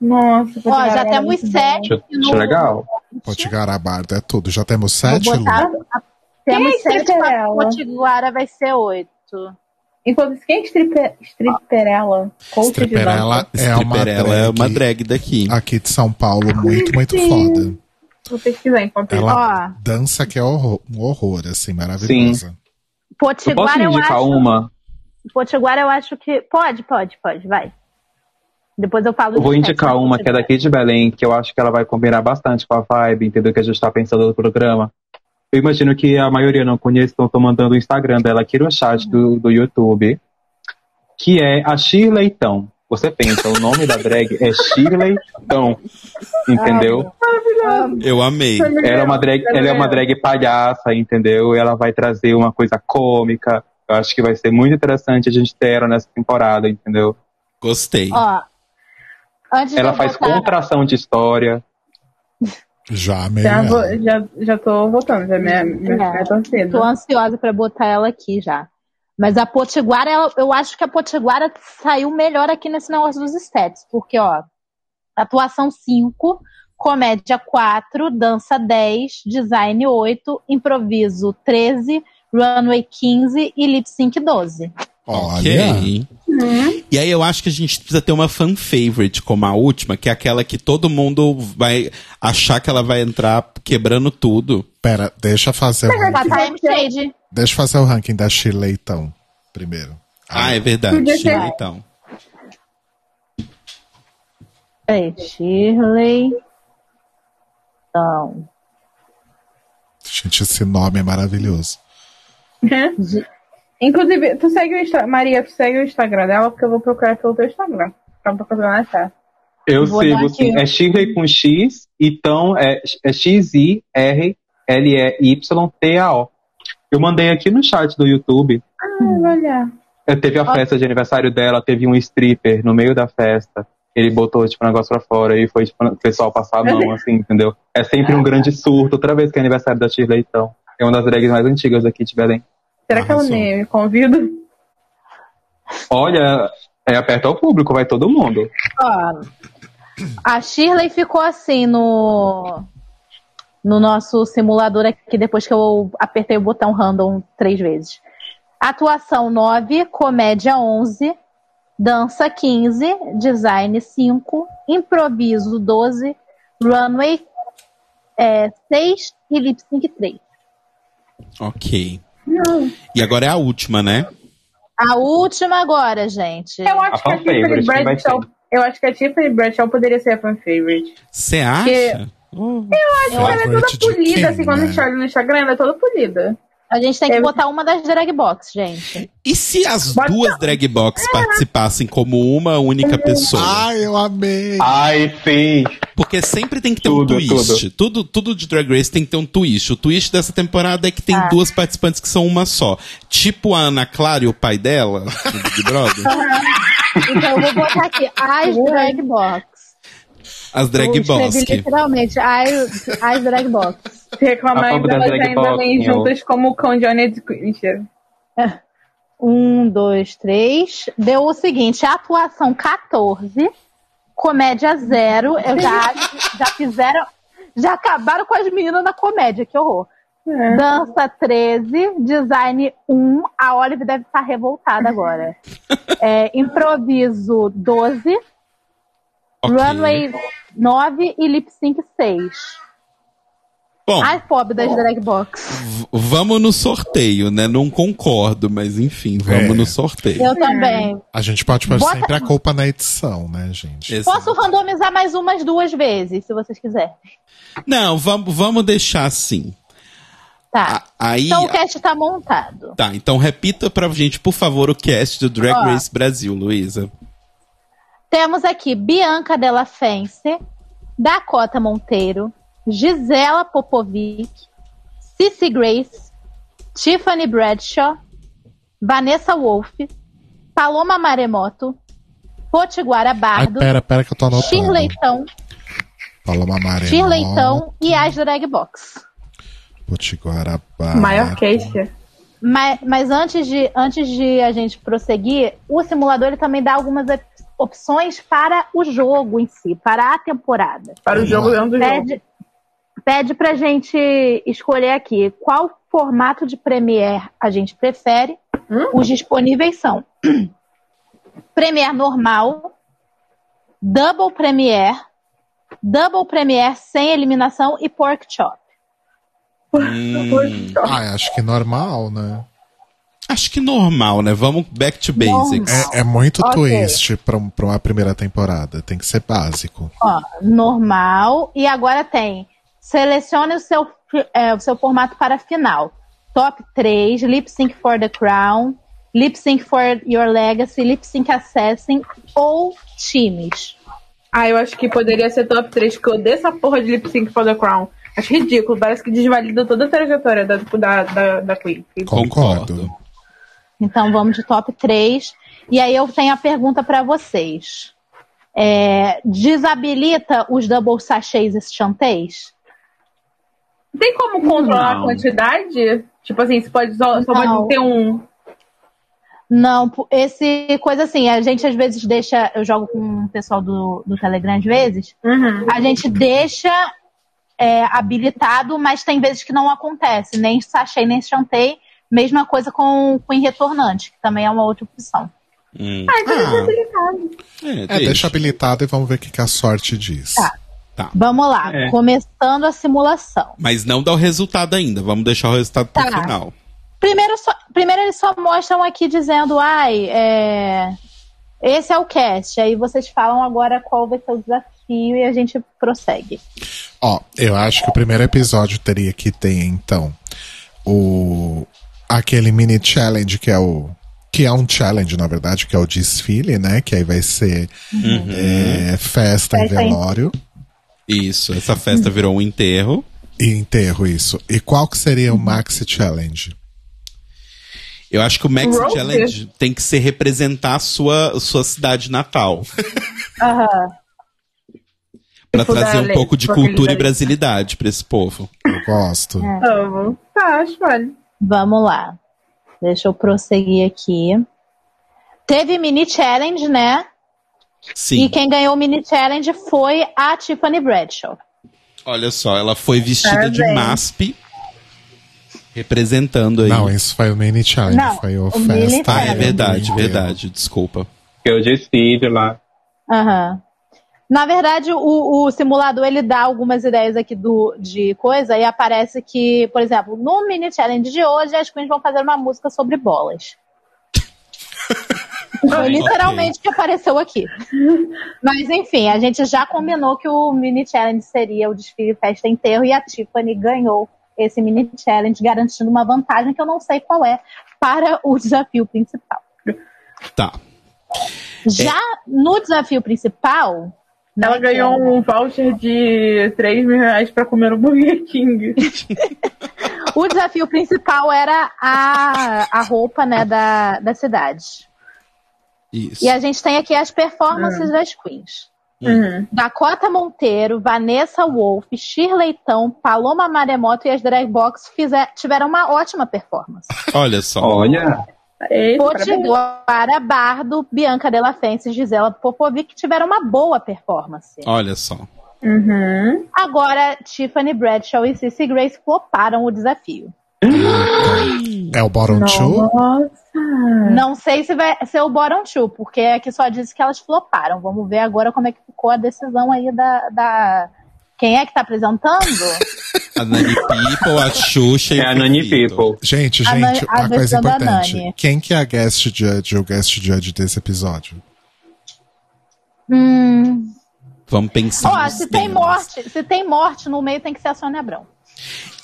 [SPEAKER 5] Nossa,
[SPEAKER 3] Ó, já
[SPEAKER 5] Potiguara,
[SPEAKER 3] temos
[SPEAKER 5] muito
[SPEAKER 3] sete.
[SPEAKER 4] Acho, acho legal.
[SPEAKER 2] Potiguara Bardo é tudo. Já temos
[SPEAKER 3] Vou
[SPEAKER 2] sete, Lu?
[SPEAKER 3] botar- a- Temos
[SPEAKER 5] Quem é
[SPEAKER 3] sete,
[SPEAKER 5] escreveu
[SPEAKER 3] a
[SPEAKER 5] ela?
[SPEAKER 3] Potiguara vai ser oito.
[SPEAKER 5] bom. Enquanto isso, quem é stripper, stripperella? Coach
[SPEAKER 2] Stripperella
[SPEAKER 1] É
[SPEAKER 2] é uma drag,
[SPEAKER 1] é uma drag daqui.
[SPEAKER 2] aqui de São Paulo muito, muito
[SPEAKER 5] Ah, Sim.
[SPEAKER 2] foda.
[SPEAKER 5] de dança? Vou pesquisar enquanto isso.
[SPEAKER 2] Ela
[SPEAKER 3] Ó.
[SPEAKER 2] dança que é horror, um horror, assim, maravilhosa.
[SPEAKER 4] Eu posso
[SPEAKER 3] Potiguara eu,
[SPEAKER 4] indicar
[SPEAKER 3] acho.
[SPEAKER 4] uma?
[SPEAKER 3] Potiguara eu acho que. Pode, pode, pode, vai. Depois eu falo.
[SPEAKER 4] Eu vou
[SPEAKER 3] do sete,
[SPEAKER 4] indicar
[SPEAKER 3] né,
[SPEAKER 4] uma que é daqui de Belém, que eu acho que ela vai combinar bastante com a vibe, entendeu? Que a gente tá pensando no programa. Eu imagino que a maioria não conhece, então tô mandando o Instagram dela aqui no chat do, do YouTube, que é a Shirleytão. Você pensa, o nome da drag é Shirleytão, entendeu?
[SPEAKER 1] Eu amei.
[SPEAKER 4] Ela é uma drag, ela é uma drag palhaça, entendeu? Ela vai trazer uma coisa cômica. Eu acho que vai ser muito interessante a gente ter ela nessa temporada, entendeu?
[SPEAKER 1] Gostei.
[SPEAKER 3] Ó. Antes
[SPEAKER 4] Ela
[SPEAKER 3] de eu
[SPEAKER 4] faz
[SPEAKER 3] botar-
[SPEAKER 4] contração de história.
[SPEAKER 2] Já amei
[SPEAKER 5] Já,
[SPEAKER 2] ela.
[SPEAKER 5] Tá, vou, já, já tô voltando, já minha, minha, tá
[SPEAKER 3] É.
[SPEAKER 5] minha torcida.
[SPEAKER 3] Tô ansiosa pra botar ela aqui já. Mas a Potiguara, eu- eu acho que a Potiguara saiu melhor aqui nesse negócio dos stats, porque, ó, atuação 5, comédia 4, dança 10, design 8, improviso 13, runway 15 e lip sync 12.
[SPEAKER 2] Olha.
[SPEAKER 1] Ok. E aí eu acho que a gente precisa ter uma fan favorite como a última, que é aquela que todo mundo vai achar que ela vai entrar quebrando tudo.
[SPEAKER 2] Pera, deixa eu fazer o ranking.
[SPEAKER 3] Tá time shade.
[SPEAKER 2] Deixa eu fazer o ranking da Shirley, então, primeiro.
[SPEAKER 1] Ah, é verdade.
[SPEAKER 5] Podia ser.
[SPEAKER 1] Shirley, então.
[SPEAKER 3] Peraí, Shirley. Então,
[SPEAKER 2] Gente, esse nome é maravilhoso.
[SPEAKER 5] Inclusive, tu segue o Instagram. Maria, tu segue o Instagram dela, porque eu vou procurar pelo teu Instagram. Pra não tô fazendo achar.
[SPEAKER 4] Eu
[SPEAKER 3] Vou dar
[SPEAKER 4] sigo,
[SPEAKER 3] aqui.
[SPEAKER 4] sim. É Shirley com X, então é, é X-I-R-L-E-Y-T-A-O. Eu mandei aqui no chat do YouTube.
[SPEAKER 5] Ai, vou olhar.
[SPEAKER 4] É, Teve a festa de aniversário dela, teve um stripper no meio da festa. Ele botou, tipo, um negócio pra fora e foi, tipo, o pessoal passar a mão, assim, entendeu? É sempre um grande surto, outra vez que é aniversário da Shirley, então. É uma das drags mais antigas aqui de Belém.
[SPEAKER 5] Será que é o
[SPEAKER 2] Arrasou.
[SPEAKER 5] Ney? Me convida?
[SPEAKER 4] Olha, é aperta o público, vai todo mundo.
[SPEAKER 3] Ó, a Shirley ficou assim no no nosso simulador aqui depois que eu apertei o botão random três vezes. Atuação 9, comédia 11, dança 15, design 5, improviso 12, runway é, 6 e lip sync 3.
[SPEAKER 1] Ok. E agora é a última, né?
[SPEAKER 3] A última agora, gente.
[SPEAKER 5] Eu acho que
[SPEAKER 4] fan
[SPEAKER 5] a Tiffany
[SPEAKER 4] favorite, quem vai ser?
[SPEAKER 5] Bradshaw. Eu acho que a Tiffany Bradshaw poderia ser a fan favorite.
[SPEAKER 1] Você acha? Uh,
[SPEAKER 5] Acho que ela é toda
[SPEAKER 2] Favorite de
[SPEAKER 5] polida,
[SPEAKER 2] quem,
[SPEAKER 5] assim, quando a gente
[SPEAKER 2] né?
[SPEAKER 5] olha no Instagram, ela é toda polida.
[SPEAKER 3] A gente tem que
[SPEAKER 5] Eu-
[SPEAKER 3] botar uma das drag box, gente.
[SPEAKER 1] E se as
[SPEAKER 5] Bota-
[SPEAKER 1] duas drag box participassem como uma única pessoa?
[SPEAKER 2] Ai, Ah, eu amei.
[SPEAKER 4] Ai, sim.
[SPEAKER 1] Porque sempre tem que ter
[SPEAKER 4] Tudo,
[SPEAKER 1] um twist. Tudo. tudo de Drag Race tem que ter um twist. O twist dessa temporada é que tem
[SPEAKER 3] Ah.
[SPEAKER 1] duas participantes que são uma só. Tipo a Ana Clara e o pai dela, do Big Brother.
[SPEAKER 3] Então eu vou botar aqui as drag box.
[SPEAKER 1] As
[SPEAKER 3] Eu
[SPEAKER 1] drag box.
[SPEAKER 3] escrevi Literalmente, as, as drag box.
[SPEAKER 5] Se
[SPEAKER 4] A
[SPEAKER 5] reclamar,
[SPEAKER 4] pobre da
[SPEAKER 5] elas
[SPEAKER 4] drag
[SPEAKER 5] ainda
[SPEAKER 4] box,
[SPEAKER 5] vêm
[SPEAKER 4] meu.
[SPEAKER 5] juntas como o cão Johnny de Christian.
[SPEAKER 3] Um, dois, três. Deu o seguinte: atuação 14, comédia zero. Eu já, já fizeram. Já acabaram com as meninas na comédia, que horror.
[SPEAKER 5] É.
[SPEAKER 3] Dança 13, design 1. A Olive deve estar revoltada agora. É, improviso 12,
[SPEAKER 1] ok.
[SPEAKER 3] runway 9 e lip sync 6.
[SPEAKER 1] Bom,
[SPEAKER 3] Ai, pobre das drag box.
[SPEAKER 1] v- vamos no sorteio, né? Não concordo, mas enfim, vamos
[SPEAKER 2] É.
[SPEAKER 1] no sorteio.
[SPEAKER 3] Eu também.
[SPEAKER 2] A gente pode pôr
[SPEAKER 3] Bota-
[SPEAKER 2] sempre a culpa na edição, né, gente?
[SPEAKER 1] Exato.
[SPEAKER 3] Posso randomizar mais umas duas vezes, se vocês quiserem.
[SPEAKER 1] Não, vamos, vamos deixar assim.
[SPEAKER 3] Tá.
[SPEAKER 2] Ah,
[SPEAKER 1] A- aí.
[SPEAKER 3] Então o cast tá montado.
[SPEAKER 1] Tá, então repita pra gente, por favor, o cast do Drag
[SPEAKER 3] Ó.
[SPEAKER 1] Race Brasil, Luísa.
[SPEAKER 3] Temos aqui Bianca Della Fence, Dakota Monteiro, Gisela Popovic, Cici Grace, Tiffany Bradshaw, Vanessa Wolf, Paloma Maremoto, Potiguara
[SPEAKER 2] Ai,
[SPEAKER 3] Bardo,
[SPEAKER 2] pera, pera que eu tô anotando.
[SPEAKER 3] Shirleitão,
[SPEAKER 2] Paloma Maria.
[SPEAKER 3] Shirleitão e as Drag Box.
[SPEAKER 2] Potiguara Bardo.
[SPEAKER 5] Maior queixa.
[SPEAKER 3] Mas, mas antes, de, antes de a gente prosseguir, o simulador ele também dá algumas op- opções para o jogo em si, para a temporada.
[SPEAKER 5] Para o
[SPEAKER 2] Vamos
[SPEAKER 5] jogo é um
[SPEAKER 2] lá.
[SPEAKER 5] dentro do jogo.
[SPEAKER 3] pede, pede pra gente escolher aqui qual formato de Premiere a gente prefere.
[SPEAKER 5] Hum?
[SPEAKER 3] Os disponíveis são Premiere normal, Double Premiere, Double Premiere sem eliminação e Pork Chop.
[SPEAKER 5] Poxa.
[SPEAKER 2] Ai, Ah, acho que normal, né?
[SPEAKER 1] Acho que normal, né? Vamos back to basics.
[SPEAKER 2] É, é muito
[SPEAKER 3] Ok.
[SPEAKER 2] twist pra, um- pra uma primeira temporada. Tem que ser básico.
[SPEAKER 3] Ó, normal. E agora tem. Selecione o seu, é, o seu formato para a final. Top 3, Lip Sync for the Crown, Lip Sync for Your Legacy, Lip Sync Assassin ou times.
[SPEAKER 5] Ah, eu acho que poderia ser top 3, porque eu odeio essa porra de lip sync for the crown. Acho ridículo, parece que desvalida toda a trajetória da, tipo, da, da, da Queen.
[SPEAKER 2] Concordo.
[SPEAKER 3] Então vamos de top 3. E aí eu tenho a pergunta para vocês. É, desabilita os double sachets e chantês?
[SPEAKER 5] Tem como controlar
[SPEAKER 4] Não.
[SPEAKER 5] a quantidade? Tipo assim, você pode só, só
[SPEAKER 3] Não.
[SPEAKER 5] pode ter um.
[SPEAKER 3] Não, po- esse coisa assim, a gente às vezes deixa. Eu jogo com o pessoal do, do Telegram às vezes.
[SPEAKER 5] Uhum.
[SPEAKER 3] a gente deixa é, habilitado, mas tem vezes que não acontece, nem sachê, nem chantei. Mesma coisa com, com em retornante, que também é uma outra opção.
[SPEAKER 1] Hum.
[SPEAKER 5] Ah, então
[SPEAKER 2] Ah.
[SPEAKER 5] é delicado.
[SPEAKER 1] É,
[SPEAKER 2] É, deixa habilitado e vamos ver o que, que a sorte diz.
[SPEAKER 3] Tá. Vamos lá,
[SPEAKER 4] É.
[SPEAKER 3] começando a simulação.
[SPEAKER 1] Mas não dá o resultado ainda. Vamos deixar o resultado pro
[SPEAKER 3] Tá.
[SPEAKER 1] final.
[SPEAKER 3] Primeiro, só- primeiro eles só mostram aqui dizendo, ai, é, esse é o cast. Aí vocês falam agora qual vai ser o desafio e a gente prossegue.
[SPEAKER 2] Ó, eu acho que o primeiro episódio teria que ter, então, o. aquele mini challenge que é o. Que é um challenge, na verdade, que é o desfile, né? Que aí vai ser é, festa em
[SPEAKER 3] Festa em-
[SPEAKER 2] velório
[SPEAKER 1] Isso, essa festa virou um enterro.
[SPEAKER 2] e enterro, isso. E qual que seria o Maxi Challenge?
[SPEAKER 1] Eu acho que o Max
[SPEAKER 3] um
[SPEAKER 5] Rover.
[SPEAKER 1] Challenge tem que ser representar a sua, sua cidade natal. Pra
[SPEAKER 5] Tipo,
[SPEAKER 1] trazer
[SPEAKER 5] da
[SPEAKER 1] um
[SPEAKER 5] lei-
[SPEAKER 1] pouco de
[SPEAKER 5] da
[SPEAKER 1] cultura e
[SPEAKER 5] brasilidade.
[SPEAKER 1] brasilidade pra esse povo.
[SPEAKER 2] Eu gosto.
[SPEAKER 3] É.
[SPEAKER 5] Amo. Tá, acho vale.
[SPEAKER 3] Vamos lá. Deixa eu prosseguir aqui. Teve mini challenge, né? E
[SPEAKER 1] Sim.
[SPEAKER 3] quem ganhou o mini challenge foi a Tiffany Bradshaw.
[SPEAKER 1] Olha só, ela foi vestida de
[SPEAKER 5] Parabéns.
[SPEAKER 1] MASP Representando aí.
[SPEAKER 2] Não, é esse foi o Mini Challenge,
[SPEAKER 3] Não,
[SPEAKER 2] foi o,
[SPEAKER 3] o
[SPEAKER 2] Festa.
[SPEAKER 3] Mini
[SPEAKER 1] ah,
[SPEAKER 3] era
[SPEAKER 1] é
[SPEAKER 3] o
[SPEAKER 2] um
[SPEAKER 1] verdade, verdade. Desculpa.
[SPEAKER 4] Que eu decidi lá.
[SPEAKER 3] Aham. Na verdade, o, o simulador ele dá algumas ideias aqui do, de coisa e aparece que, por exemplo, no mini challenge de hoje, as queens vão fazer uma música sobre bolas. Foi literalmente o que apareceu aqui. Mas enfim, a gente já combinou que o mini challenge seria o desfile festa enterro e a Tiffany ganhou esse mini challenge, garantindo uma vantagem que eu não sei qual é para o desafio principal.
[SPEAKER 1] Tá.
[SPEAKER 3] Já no desafio principal. né,
[SPEAKER 5] Ela ganhou
[SPEAKER 3] que
[SPEAKER 5] um voucher de 3 mil reais pra comer um Burger King.
[SPEAKER 3] O desafio principal era a, a roupa né, da, da cidade.
[SPEAKER 1] Isso.
[SPEAKER 3] E a gente tem aqui as
[SPEAKER 5] Hum.
[SPEAKER 3] performances das queens.
[SPEAKER 5] Uhum.
[SPEAKER 3] Dakota Monteiro, Vanessa Wolf, Shirleytão, Paloma Maremoto e as Drag Box fizer- tiveram uma ótima performance.
[SPEAKER 1] Olha só.
[SPEAKER 4] Olha,
[SPEAKER 5] Eita, parabéns.
[SPEAKER 3] Potiguara, Bardo, Bianca Della Fence e Gisela Popovic tiveram uma boa performance.
[SPEAKER 1] Olha só.
[SPEAKER 5] Uhum.
[SPEAKER 3] Agora, Tiffany Bradshaw e Cissy Grace floparam o desafio.
[SPEAKER 2] É o Bottom Two?
[SPEAKER 5] Nossa.
[SPEAKER 3] Não sei se vai ser o bottom two, porque aqui só diz que elas floparam. Vamos ver agora como é que ficou a decisão aí da. da- Quem é que tá apresentando?
[SPEAKER 1] A Nani People, a Xuxa e
[SPEAKER 4] é
[SPEAKER 1] o
[SPEAKER 4] a Nani
[SPEAKER 1] Fefito.
[SPEAKER 4] People.
[SPEAKER 2] Gente,
[SPEAKER 3] A
[SPEAKER 2] gente,
[SPEAKER 3] Nan- a
[SPEAKER 2] uma coisa
[SPEAKER 3] versão da
[SPEAKER 2] importante.
[SPEAKER 3] Nani.
[SPEAKER 2] Quem que é a guest judge ou guest judge desse episódio?
[SPEAKER 3] hum.
[SPEAKER 1] Vamos pensar.
[SPEAKER 3] Ó,
[SPEAKER 1] nos
[SPEAKER 3] se tem
[SPEAKER 1] temas.
[SPEAKER 3] morte, se tem morte no meio, tem que ser a Sônia Abrão.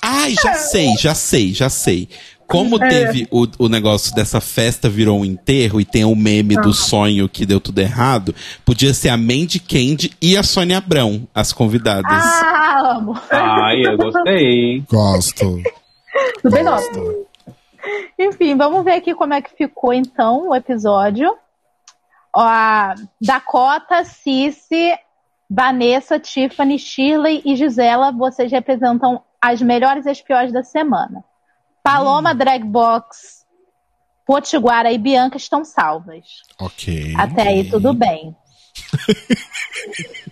[SPEAKER 1] Ai, já sei, já sei, já sei. Como
[SPEAKER 5] É.
[SPEAKER 1] teve o, o negócio dessa festa virou um enterro e tem o meme
[SPEAKER 3] Ah.
[SPEAKER 1] do sonho que deu tudo errado, podia ser a Mandy Candy e a Sônia Abrão, as convidadas.
[SPEAKER 3] Ah, amo.
[SPEAKER 4] Ai, eu gostei.
[SPEAKER 2] Gosto.
[SPEAKER 5] Tudo bem, nossa.
[SPEAKER 2] gosto.
[SPEAKER 3] Enfim, vamos ver aqui como é que ficou então o episódio. Ó, a Dakota, Cici, Vanessa, Tiffany, Shirley e Gisela, vocês representam as melhores e as piores da semana. Paloma, Dragbox, Potiguara e Bianca estão salvas.
[SPEAKER 2] Ok.
[SPEAKER 3] Até aí tudo bem.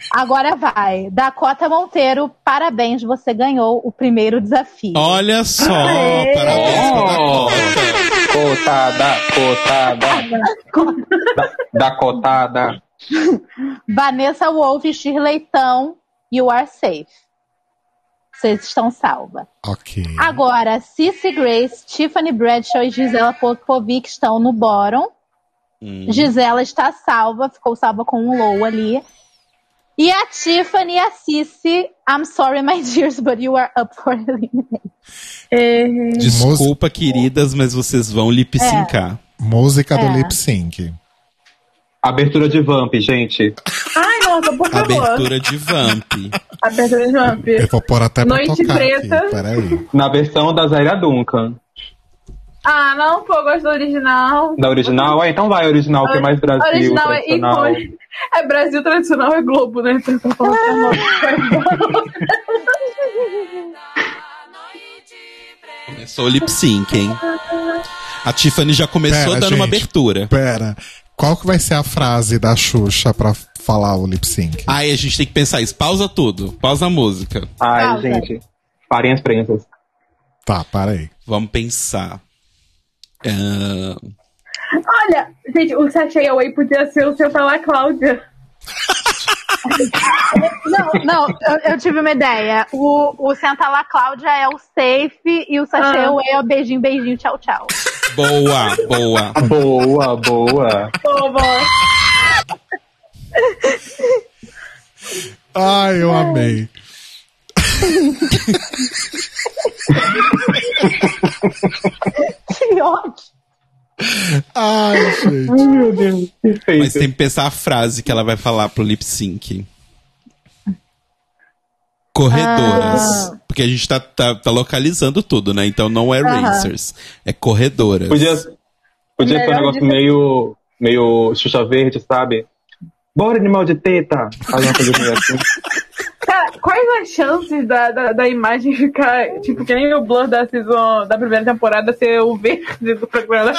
[SPEAKER 3] Agora vai. Dakota Monteiro, parabéns, você ganhou o primeiro desafio.
[SPEAKER 1] Olha só,
[SPEAKER 5] Aê!
[SPEAKER 1] parabéns pra
[SPEAKER 4] Oh,
[SPEAKER 1] Dakota.
[SPEAKER 4] cotada, cotada. Da cotada.
[SPEAKER 3] Vanessa Wolf, Shirleytão You Are Safe. Vocês estão salva.
[SPEAKER 2] Ok.
[SPEAKER 3] Agora, Cissy Grace, Tiffany Bradshaw e Gisela Popovic estão no bórum.
[SPEAKER 1] Hum.
[SPEAKER 3] Gisela está salva, ficou salva com um low ali. E a Tiffany e a Cissy, I'm sorry, my dears, but you are up for elimination.
[SPEAKER 5] Errei.
[SPEAKER 4] Oh.
[SPEAKER 1] Desculpa, queridas, mas vocês vão lip syncar.
[SPEAKER 2] Música do
[SPEAKER 3] É.
[SPEAKER 2] lip sync.
[SPEAKER 4] Abertura de Vamp, gente.
[SPEAKER 5] Ai, nossa, por favor.
[SPEAKER 1] Abertura de Vamp.
[SPEAKER 5] Abertura de Vamp.
[SPEAKER 2] Eu vou pôr até pra
[SPEAKER 5] Noite
[SPEAKER 2] tocar
[SPEAKER 5] Preta.
[SPEAKER 2] aqui. Peraí.
[SPEAKER 4] Na versão da Zaira Duncan.
[SPEAKER 5] Ah, não, pô, eu gosto do original.
[SPEAKER 4] Da original? É, então vai, original, que é mais Brasil.
[SPEAKER 5] original é
[SPEAKER 4] tradicional.
[SPEAKER 5] ícone. É Brasil tradicional, é Globo, né? Então, tá falando que é novo.
[SPEAKER 1] Começou o lip sync, hein? A Tiffany já começou
[SPEAKER 2] Pera,
[SPEAKER 1] dando uma
[SPEAKER 2] gente.
[SPEAKER 1] abertura.
[SPEAKER 2] Pera. Qual que vai ser a frase da Xuxa pra falar o lip sync?
[SPEAKER 1] Aí a gente tem que pensar isso. Pausa tudo. Pausa a música.
[SPEAKER 4] Ai,
[SPEAKER 3] Pausa.
[SPEAKER 4] gente. Parem as prensas.
[SPEAKER 2] Tá, peraí.
[SPEAKER 1] Vamos pensar. Ah,
[SPEAKER 5] Olha, gente, o Sachei Away podia ser o seu falar Cláudia.
[SPEAKER 3] Não, não, eu, eu tive uma ideia. O, o Senta lá, Cláudia é o safe e o Sachê
[SPEAKER 5] Ah.
[SPEAKER 3] Away é o beijinho, beijinho, tchau, tchau.
[SPEAKER 1] boa, boa.
[SPEAKER 4] Boa, boa.
[SPEAKER 5] Pô, bom.
[SPEAKER 2] Ai, eu amei.
[SPEAKER 3] Que ótimo.
[SPEAKER 2] Ai, gente.
[SPEAKER 4] Meu Deus, perfeito.
[SPEAKER 1] Mas tem que pensar a frase que ela vai falar pro lip sync. Corredoras. Porque a gente tá, tá, tá localizando tudo, né? Então não é
[SPEAKER 3] Aham.
[SPEAKER 1] racers. É corredoras.
[SPEAKER 4] Podia, podia ser um
[SPEAKER 5] Melhor
[SPEAKER 4] negócio
[SPEAKER 5] de-
[SPEAKER 4] meio, meio Xuxa Verde, sabe? Bora, animal de teta! Fazer uma coisa meio assim.
[SPEAKER 5] Cara, Tá, quais as chances da, da, da imagem ficar, tipo, que nem o blur da season, da primeira temporada ser o verde do programa?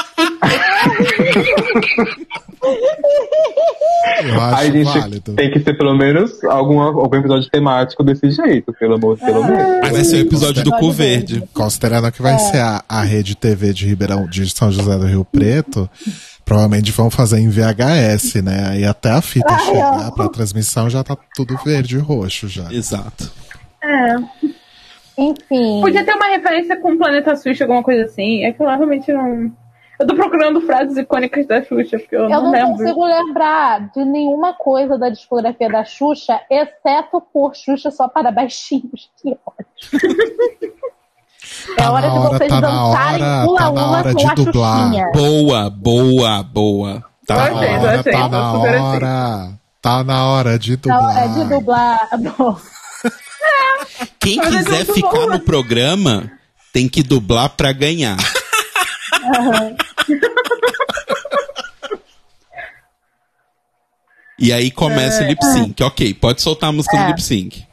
[SPEAKER 2] Eu
[SPEAKER 4] Aí a
[SPEAKER 2] acho
[SPEAKER 4] gente
[SPEAKER 2] válido.
[SPEAKER 4] tem que ser pelo menos alguma, algum episódio temático desse jeito, pelo amor pelo
[SPEAKER 2] É.
[SPEAKER 4] menos.
[SPEAKER 1] Aí vai ser o episódio do cu verde.
[SPEAKER 2] Considerando que
[SPEAKER 3] É.
[SPEAKER 2] vai ser a, a rede TV de Ribeirão, de São José do Rio Preto, provavelmente vão fazer em VHS, né? Aí até a fita chegar pra transmissão já tá tudo verde e roxo já.
[SPEAKER 1] Exato.
[SPEAKER 5] É.
[SPEAKER 3] Enfim.
[SPEAKER 5] Podia ter uma referência com o Planeta Xuxa, alguma coisa assim. É que eu realmente não. Eu tô procurando frases icônicas da Xuxa, porque eu,
[SPEAKER 3] Eu não
[SPEAKER 5] lembro.
[SPEAKER 3] consigo lembrar de nenhuma coisa da discografia da Xuxa, exceto por Xuxa só para baixinhos. Que ódio. É hora de
[SPEAKER 2] na hora,
[SPEAKER 3] vocês
[SPEAKER 2] tá na
[SPEAKER 3] dançarem
[SPEAKER 2] hora,
[SPEAKER 3] pula
[SPEAKER 2] tá na
[SPEAKER 3] lula
[SPEAKER 2] hora
[SPEAKER 3] com
[SPEAKER 2] de
[SPEAKER 3] a
[SPEAKER 2] dublar.
[SPEAKER 3] Xuxinha.
[SPEAKER 1] Boa, boa, boa. Tá
[SPEAKER 2] Tá na
[SPEAKER 5] Gostei,
[SPEAKER 1] bom.
[SPEAKER 2] hora,
[SPEAKER 5] gostei,
[SPEAKER 2] tá
[SPEAKER 5] eu
[SPEAKER 2] na
[SPEAKER 5] super gostei.
[SPEAKER 2] hora. Tá na hora de
[SPEAKER 3] Na
[SPEAKER 2] dublar.
[SPEAKER 3] hora de dublar. Bom,
[SPEAKER 1] Quem
[SPEAKER 5] Mas é
[SPEAKER 1] quiser
[SPEAKER 5] muito
[SPEAKER 1] ficar
[SPEAKER 5] bom.
[SPEAKER 1] no programa tem que dublar pra ganhar. E aí
[SPEAKER 5] É,
[SPEAKER 1] começa o lip sync. Ok, pode soltar a música do lip sync.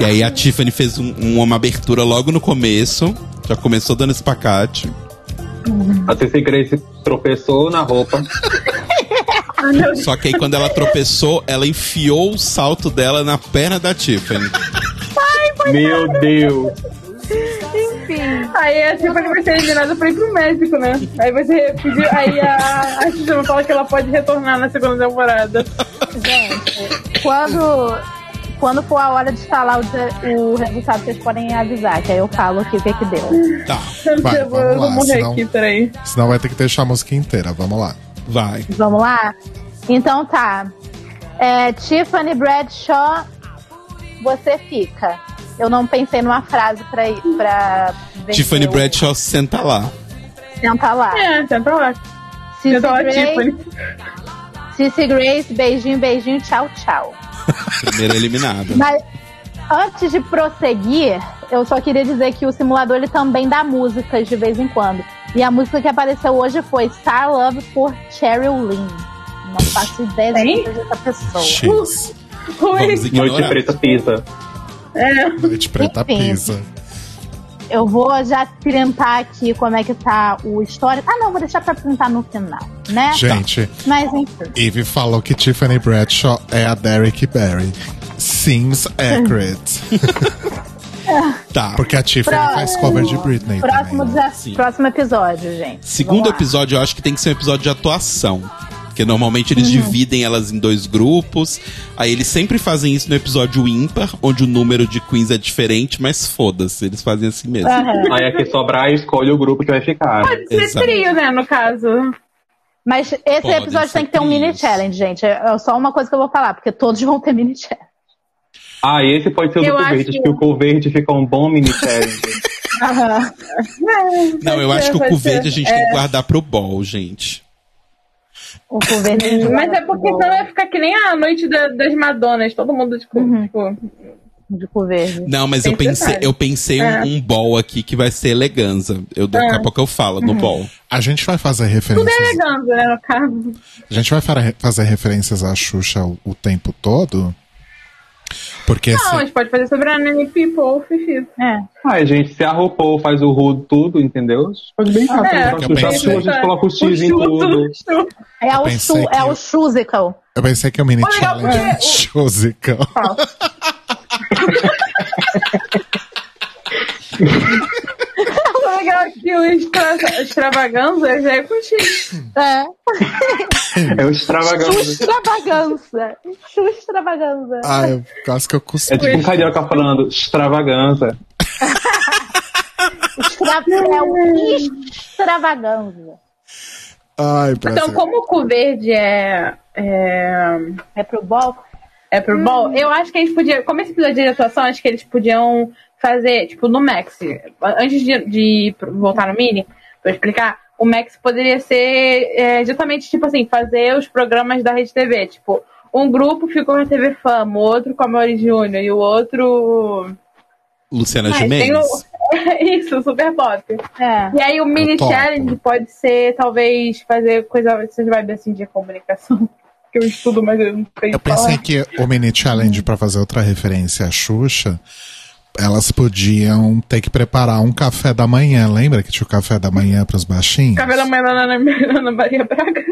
[SPEAKER 1] E aí a Tiffany fez um- um- uma abertura logo no começo. Já começou dando espacate.
[SPEAKER 4] A Ceci Grace tropeçou na roupa.
[SPEAKER 5] Ah, meu Deus.
[SPEAKER 1] Só que aí quando ela tropeçou, ela enfiou o salto dela na perna da Tiffany.
[SPEAKER 4] Meu Deus!
[SPEAKER 5] Aí é tipo a Tiffany vai ser eliminada pra ir pro México, né? Aí vai ser pedir. Aí a, a Xuxa vai falar que ela pode retornar na segunda temporada.
[SPEAKER 3] gente, quando, quando for a hora de instalar o, de- o resultado, vocês podem avisar, que aí eu falo aqui o que, que deu.
[SPEAKER 1] Tá,
[SPEAKER 2] Vai,
[SPEAKER 5] eu vou,
[SPEAKER 2] vamos
[SPEAKER 5] eu vou
[SPEAKER 2] lá,
[SPEAKER 5] morrer
[SPEAKER 2] senão-
[SPEAKER 5] aqui, peraí.
[SPEAKER 2] Senão vai ter que deixar a música inteira. Vamos lá.
[SPEAKER 1] vai.
[SPEAKER 3] Vamos lá? Então tá. É, Tiffany Bradshaw, você fica. Eu não pensei numa frase pra, ir- pra vencer
[SPEAKER 1] Tiffany
[SPEAKER 3] o-
[SPEAKER 1] Bradshaw senta lá.
[SPEAKER 3] Senta lá.
[SPEAKER 5] É, tá pra lá.
[SPEAKER 3] Cissy
[SPEAKER 5] eu tô a
[SPEAKER 3] Grace,
[SPEAKER 5] Tiffany.
[SPEAKER 3] Cissy Grace, beijinho, beijinho, tchau, tchau.
[SPEAKER 1] Primeira eliminada.
[SPEAKER 3] Mas antes de prosseguir, eu só queria dizer que o simulador ele também dá músicas de vez em quando. E a música que apareceu hoje foi Star Love por Cheryl Lynn. Não faço ideia de
[SPEAKER 5] Tem?
[SPEAKER 3] quem seja essa pessoa.
[SPEAKER 2] X.
[SPEAKER 1] Vamos
[SPEAKER 5] Ui,
[SPEAKER 4] Noite
[SPEAKER 1] ignorar.
[SPEAKER 4] preta pisa.
[SPEAKER 2] Noite preta
[SPEAKER 3] Enfim.
[SPEAKER 2] pisa.
[SPEAKER 3] Eu vou já printar aqui como é que tá o histórico. Ah, não, vou deixar pra printar no final, né?
[SPEAKER 2] Gente,
[SPEAKER 3] Mas enfim.
[SPEAKER 2] Eve falou que Tiffany Bradshaw é a Derrick Barry. Seems accurate.
[SPEAKER 1] Tá.
[SPEAKER 2] Porque a Tiffany
[SPEAKER 3] Próximo.
[SPEAKER 2] faz cover de Britney
[SPEAKER 3] Próximo,
[SPEAKER 2] também. né?
[SPEAKER 3] desaf-
[SPEAKER 1] Sim.
[SPEAKER 3] próximo episódio, gente.
[SPEAKER 1] Segundo
[SPEAKER 3] Vamos lá.
[SPEAKER 1] episódio, eu acho que tem que ser um episódio de atuação. Porque normalmente
[SPEAKER 5] Uhum.
[SPEAKER 1] eles dividem elas em dois grupos. Aí eles sempre fazem isso no episódio ímpar, onde o número de queens é diferente, mas foda-se, eles fazem assim mesmo.
[SPEAKER 3] Aham.
[SPEAKER 4] Aí aqui sobrar e escolhe o grupo que vai ficar.
[SPEAKER 5] Pode Ah, ser
[SPEAKER 1] Exato.
[SPEAKER 5] trio, né, no caso.
[SPEAKER 3] Mas esse
[SPEAKER 1] Podem
[SPEAKER 3] episódio
[SPEAKER 1] ser
[SPEAKER 3] tem que ter um
[SPEAKER 1] trios.
[SPEAKER 3] mini challenge, gente. É é só uma coisa que eu vou falar, porque todos vão ter mini challenge.
[SPEAKER 4] Ah, esse pode ser o
[SPEAKER 5] Eu
[SPEAKER 4] do
[SPEAKER 5] acho
[SPEAKER 4] Verde, acho
[SPEAKER 5] que-
[SPEAKER 4] que o Cor Verde fica um bom mini-challenge.
[SPEAKER 3] Aham.
[SPEAKER 1] Não, eu
[SPEAKER 5] Pode
[SPEAKER 1] acho
[SPEAKER 5] ser, É.
[SPEAKER 1] que o
[SPEAKER 5] pode
[SPEAKER 1] cu
[SPEAKER 5] ser.
[SPEAKER 1] verde a gente tem que guardar pro bol, gente.
[SPEAKER 3] O governo.
[SPEAKER 5] Mas é porque senão vai ficar que nem a noite da- das Madonas, todo mundo tipo.
[SPEAKER 4] Uhum.
[SPEAKER 5] tipo
[SPEAKER 3] De governo.
[SPEAKER 1] Não, mas
[SPEAKER 5] Tem
[SPEAKER 1] eu pensei,
[SPEAKER 5] detalhe.
[SPEAKER 1] eu pensei um-
[SPEAKER 5] É.
[SPEAKER 1] um, bol aqui que vai ser eleganza. Eu, daqui a
[SPEAKER 5] Ah.
[SPEAKER 1] pouco eu falo
[SPEAKER 5] Uhum.
[SPEAKER 1] no bol.
[SPEAKER 2] A gente vai fazer referências.
[SPEAKER 5] pegando, né, no caso.
[SPEAKER 2] A gente vai fara- fazer referências à Xuxa o, o tempo todo. Porque
[SPEAKER 5] Não, a
[SPEAKER 2] assim,
[SPEAKER 5] gente Ah, pode fazer sobre a Nanny People, Fifi.
[SPEAKER 3] É.
[SPEAKER 4] Ai, gente, se a RuPaul faz o rudo tudo, entendeu? A gente Pode bem fácil.
[SPEAKER 5] É.
[SPEAKER 4] É,
[SPEAKER 2] Eu
[SPEAKER 4] já
[SPEAKER 2] pensei.
[SPEAKER 4] a gente coloca o X em
[SPEAKER 5] O chuto,
[SPEAKER 4] tudo.
[SPEAKER 5] o chuto.
[SPEAKER 3] É o,
[SPEAKER 2] pensei
[SPEAKER 3] chu,
[SPEAKER 2] que
[SPEAKER 3] é
[SPEAKER 2] eu-
[SPEAKER 3] o Chusical.
[SPEAKER 2] eu pensei que o mini
[SPEAKER 5] Ô, legal,
[SPEAKER 2] challenge Josicão.
[SPEAKER 5] O legal é que o extra, extravaganza já é com X.
[SPEAKER 3] É.
[SPEAKER 4] É o extravagante.
[SPEAKER 3] Chustravaganza. Chustravaganza.
[SPEAKER 2] Ah, eu quase que eu
[SPEAKER 4] É
[SPEAKER 2] cuspi.
[SPEAKER 4] tipo um carioca falando extravaganza.
[SPEAKER 3] Extra- É o extravaganza.
[SPEAKER 2] Ai, Brasil.
[SPEAKER 5] Então, como o cu verde é. É,
[SPEAKER 3] É pro bol.
[SPEAKER 5] é pro bol, eu acho que a gente podia. Como esse episódio de atuação, acho que eles podiam fazer, tipo, no Max. Antes de, de voltar no Mini, pra eu explicar, o Max poderia ser é, justamente, tipo assim, fazer os programas da Rede TV. Tipo, um grupo ficou na TV Fama, o outro com a Mauri Júnior e o outro.
[SPEAKER 1] Luciana
[SPEAKER 5] Mas tem
[SPEAKER 1] Gimenez?
[SPEAKER 5] o- Isso, o super pop.
[SPEAKER 3] É.
[SPEAKER 5] E aí o mini
[SPEAKER 2] topo.
[SPEAKER 5] challenge pode ser, talvez, fazer coisa, essas vibes assim de comunicação. porque eu estudo, mas eu não sei
[SPEAKER 3] Então,
[SPEAKER 2] Eu pensei
[SPEAKER 3] é.
[SPEAKER 5] falar.
[SPEAKER 2] que o Mini Challenge, pra fazer outra referência à Xuxa, elas podiam ter que preparar um café da manhã. Lembra que tinha o café da manhã pros baixinhos?
[SPEAKER 5] Cabelo da mãe da Ana- Ana Ana Maria Braga.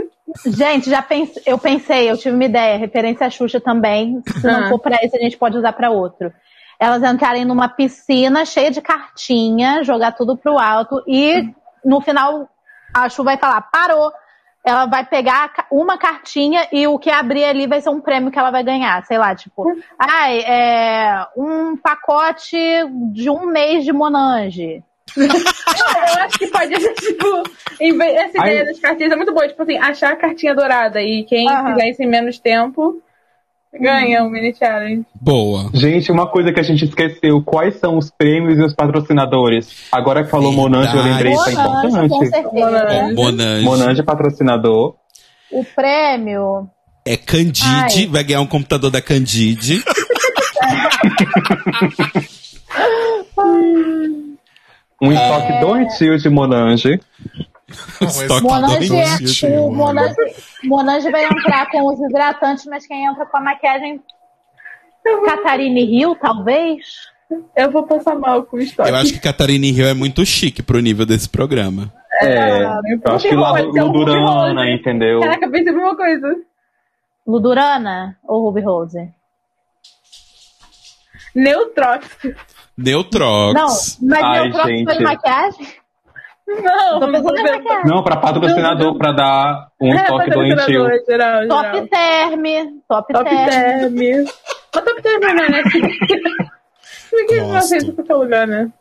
[SPEAKER 3] Gente, já pense, eu pensei, eu tive uma ideia, referência à Xuxa também. Se não
[SPEAKER 5] Ah.
[SPEAKER 3] for pra isso, a gente pode usar pra outro. Elas entrarem numa piscina cheia de cartinha, jogar tudo pro alto e no final a Xuxa vai falar: parou. Ela vai pegar a ca- uma cartinha e o que abrir ali vai ser um prêmio que ela vai ganhar. Sei lá, tipo, ai, é um pacote de um mês de Monange.
[SPEAKER 5] Ah, eu acho que pode, tipo, em vez- essa
[SPEAKER 4] Ai.
[SPEAKER 5] ideia das cartinhas é muito boa. Tipo assim, achar a cartinha dourada e quem
[SPEAKER 3] Aham. Uhum.
[SPEAKER 5] fizer isso em menos tempo ganha o mini challenge.
[SPEAKER 1] Boa.
[SPEAKER 4] Gente, uma coisa que a gente esqueceu: quais são os prêmios e os patrocinadores? Agora que falou Monange, eu lembrei, isso é
[SPEAKER 3] Monange, com
[SPEAKER 4] importante.
[SPEAKER 3] certeza.
[SPEAKER 1] Bom, Monange.
[SPEAKER 4] Monange é patrocinador.
[SPEAKER 3] O prêmio
[SPEAKER 1] É Candide,
[SPEAKER 3] Ai.
[SPEAKER 1] vai ganhar um computador da Candide.
[SPEAKER 4] Um estoque doentio de Monange.
[SPEAKER 2] Um
[SPEAKER 1] Estoque
[SPEAKER 3] Monange,
[SPEAKER 1] doentio.
[SPEAKER 2] doentio,
[SPEAKER 3] é, o
[SPEAKER 2] mano.
[SPEAKER 3] Monange, Monange vai entrar com os hidratantes, mas quem entra com a maquiagem Catarine Hill, talvez?
[SPEAKER 5] Eu vou passar mal com o estoque.
[SPEAKER 1] Eu acho que Catarine Rio é muito chique pro nível desse programa.
[SPEAKER 4] É, eu acho que lá no Durana, né, entendeu?
[SPEAKER 5] Caraca, eu pensei a mesma coisa.
[SPEAKER 3] Ludurana ou Ruby Rose?
[SPEAKER 5] Neutrox.
[SPEAKER 3] Não,
[SPEAKER 1] Neutrox.
[SPEAKER 3] mas
[SPEAKER 4] Ai,
[SPEAKER 3] meu próprio foi
[SPEAKER 4] gente.
[SPEAKER 3] maquiagem?
[SPEAKER 5] Não,
[SPEAKER 3] Tô pensando é. em
[SPEAKER 5] não.
[SPEAKER 3] maquiagem.
[SPEAKER 4] Não, pra patrocinador, pra dar um
[SPEAKER 5] É,
[SPEAKER 4] estoque doentio.
[SPEAKER 5] patrocinador, geral, geral.
[SPEAKER 3] Top Term, Top,
[SPEAKER 5] Top
[SPEAKER 3] term.
[SPEAKER 5] Term. Mas Top Term não é, né? Ninguém não
[SPEAKER 2] Gosto.
[SPEAKER 5] aceita qualquer lugar, né?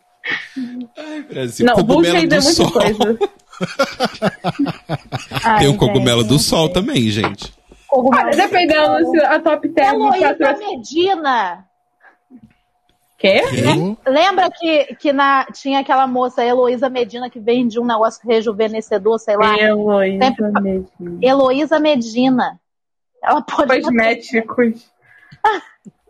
[SPEAKER 1] Ai, Brasil.
[SPEAKER 5] Não,
[SPEAKER 1] cogumelo
[SPEAKER 5] Bullshade é
[SPEAKER 1] do
[SPEAKER 5] muita
[SPEAKER 1] sol.
[SPEAKER 5] coisa.
[SPEAKER 3] Ai,
[SPEAKER 1] Tem o
[SPEAKER 3] gente,
[SPEAKER 1] cogumelo do
[SPEAKER 3] não
[SPEAKER 1] sol
[SPEAKER 3] sei.
[SPEAKER 1] também, gente.
[SPEAKER 3] Cogumelo
[SPEAKER 5] Olha, Ah, dependendo se a Top Term
[SPEAKER 3] Heloísa
[SPEAKER 5] patrocina.
[SPEAKER 3] Medina.
[SPEAKER 5] Quê?
[SPEAKER 2] Eu,
[SPEAKER 3] Lembra que, que na, tinha aquela moça, Heloísa Medina, que vende um negócio rejuvenescedor, sei lá?
[SPEAKER 5] Heloísa
[SPEAKER 3] Sempre-
[SPEAKER 5] Medina.
[SPEAKER 3] Heloísa Medina. Ela pode.
[SPEAKER 5] Cosméticos.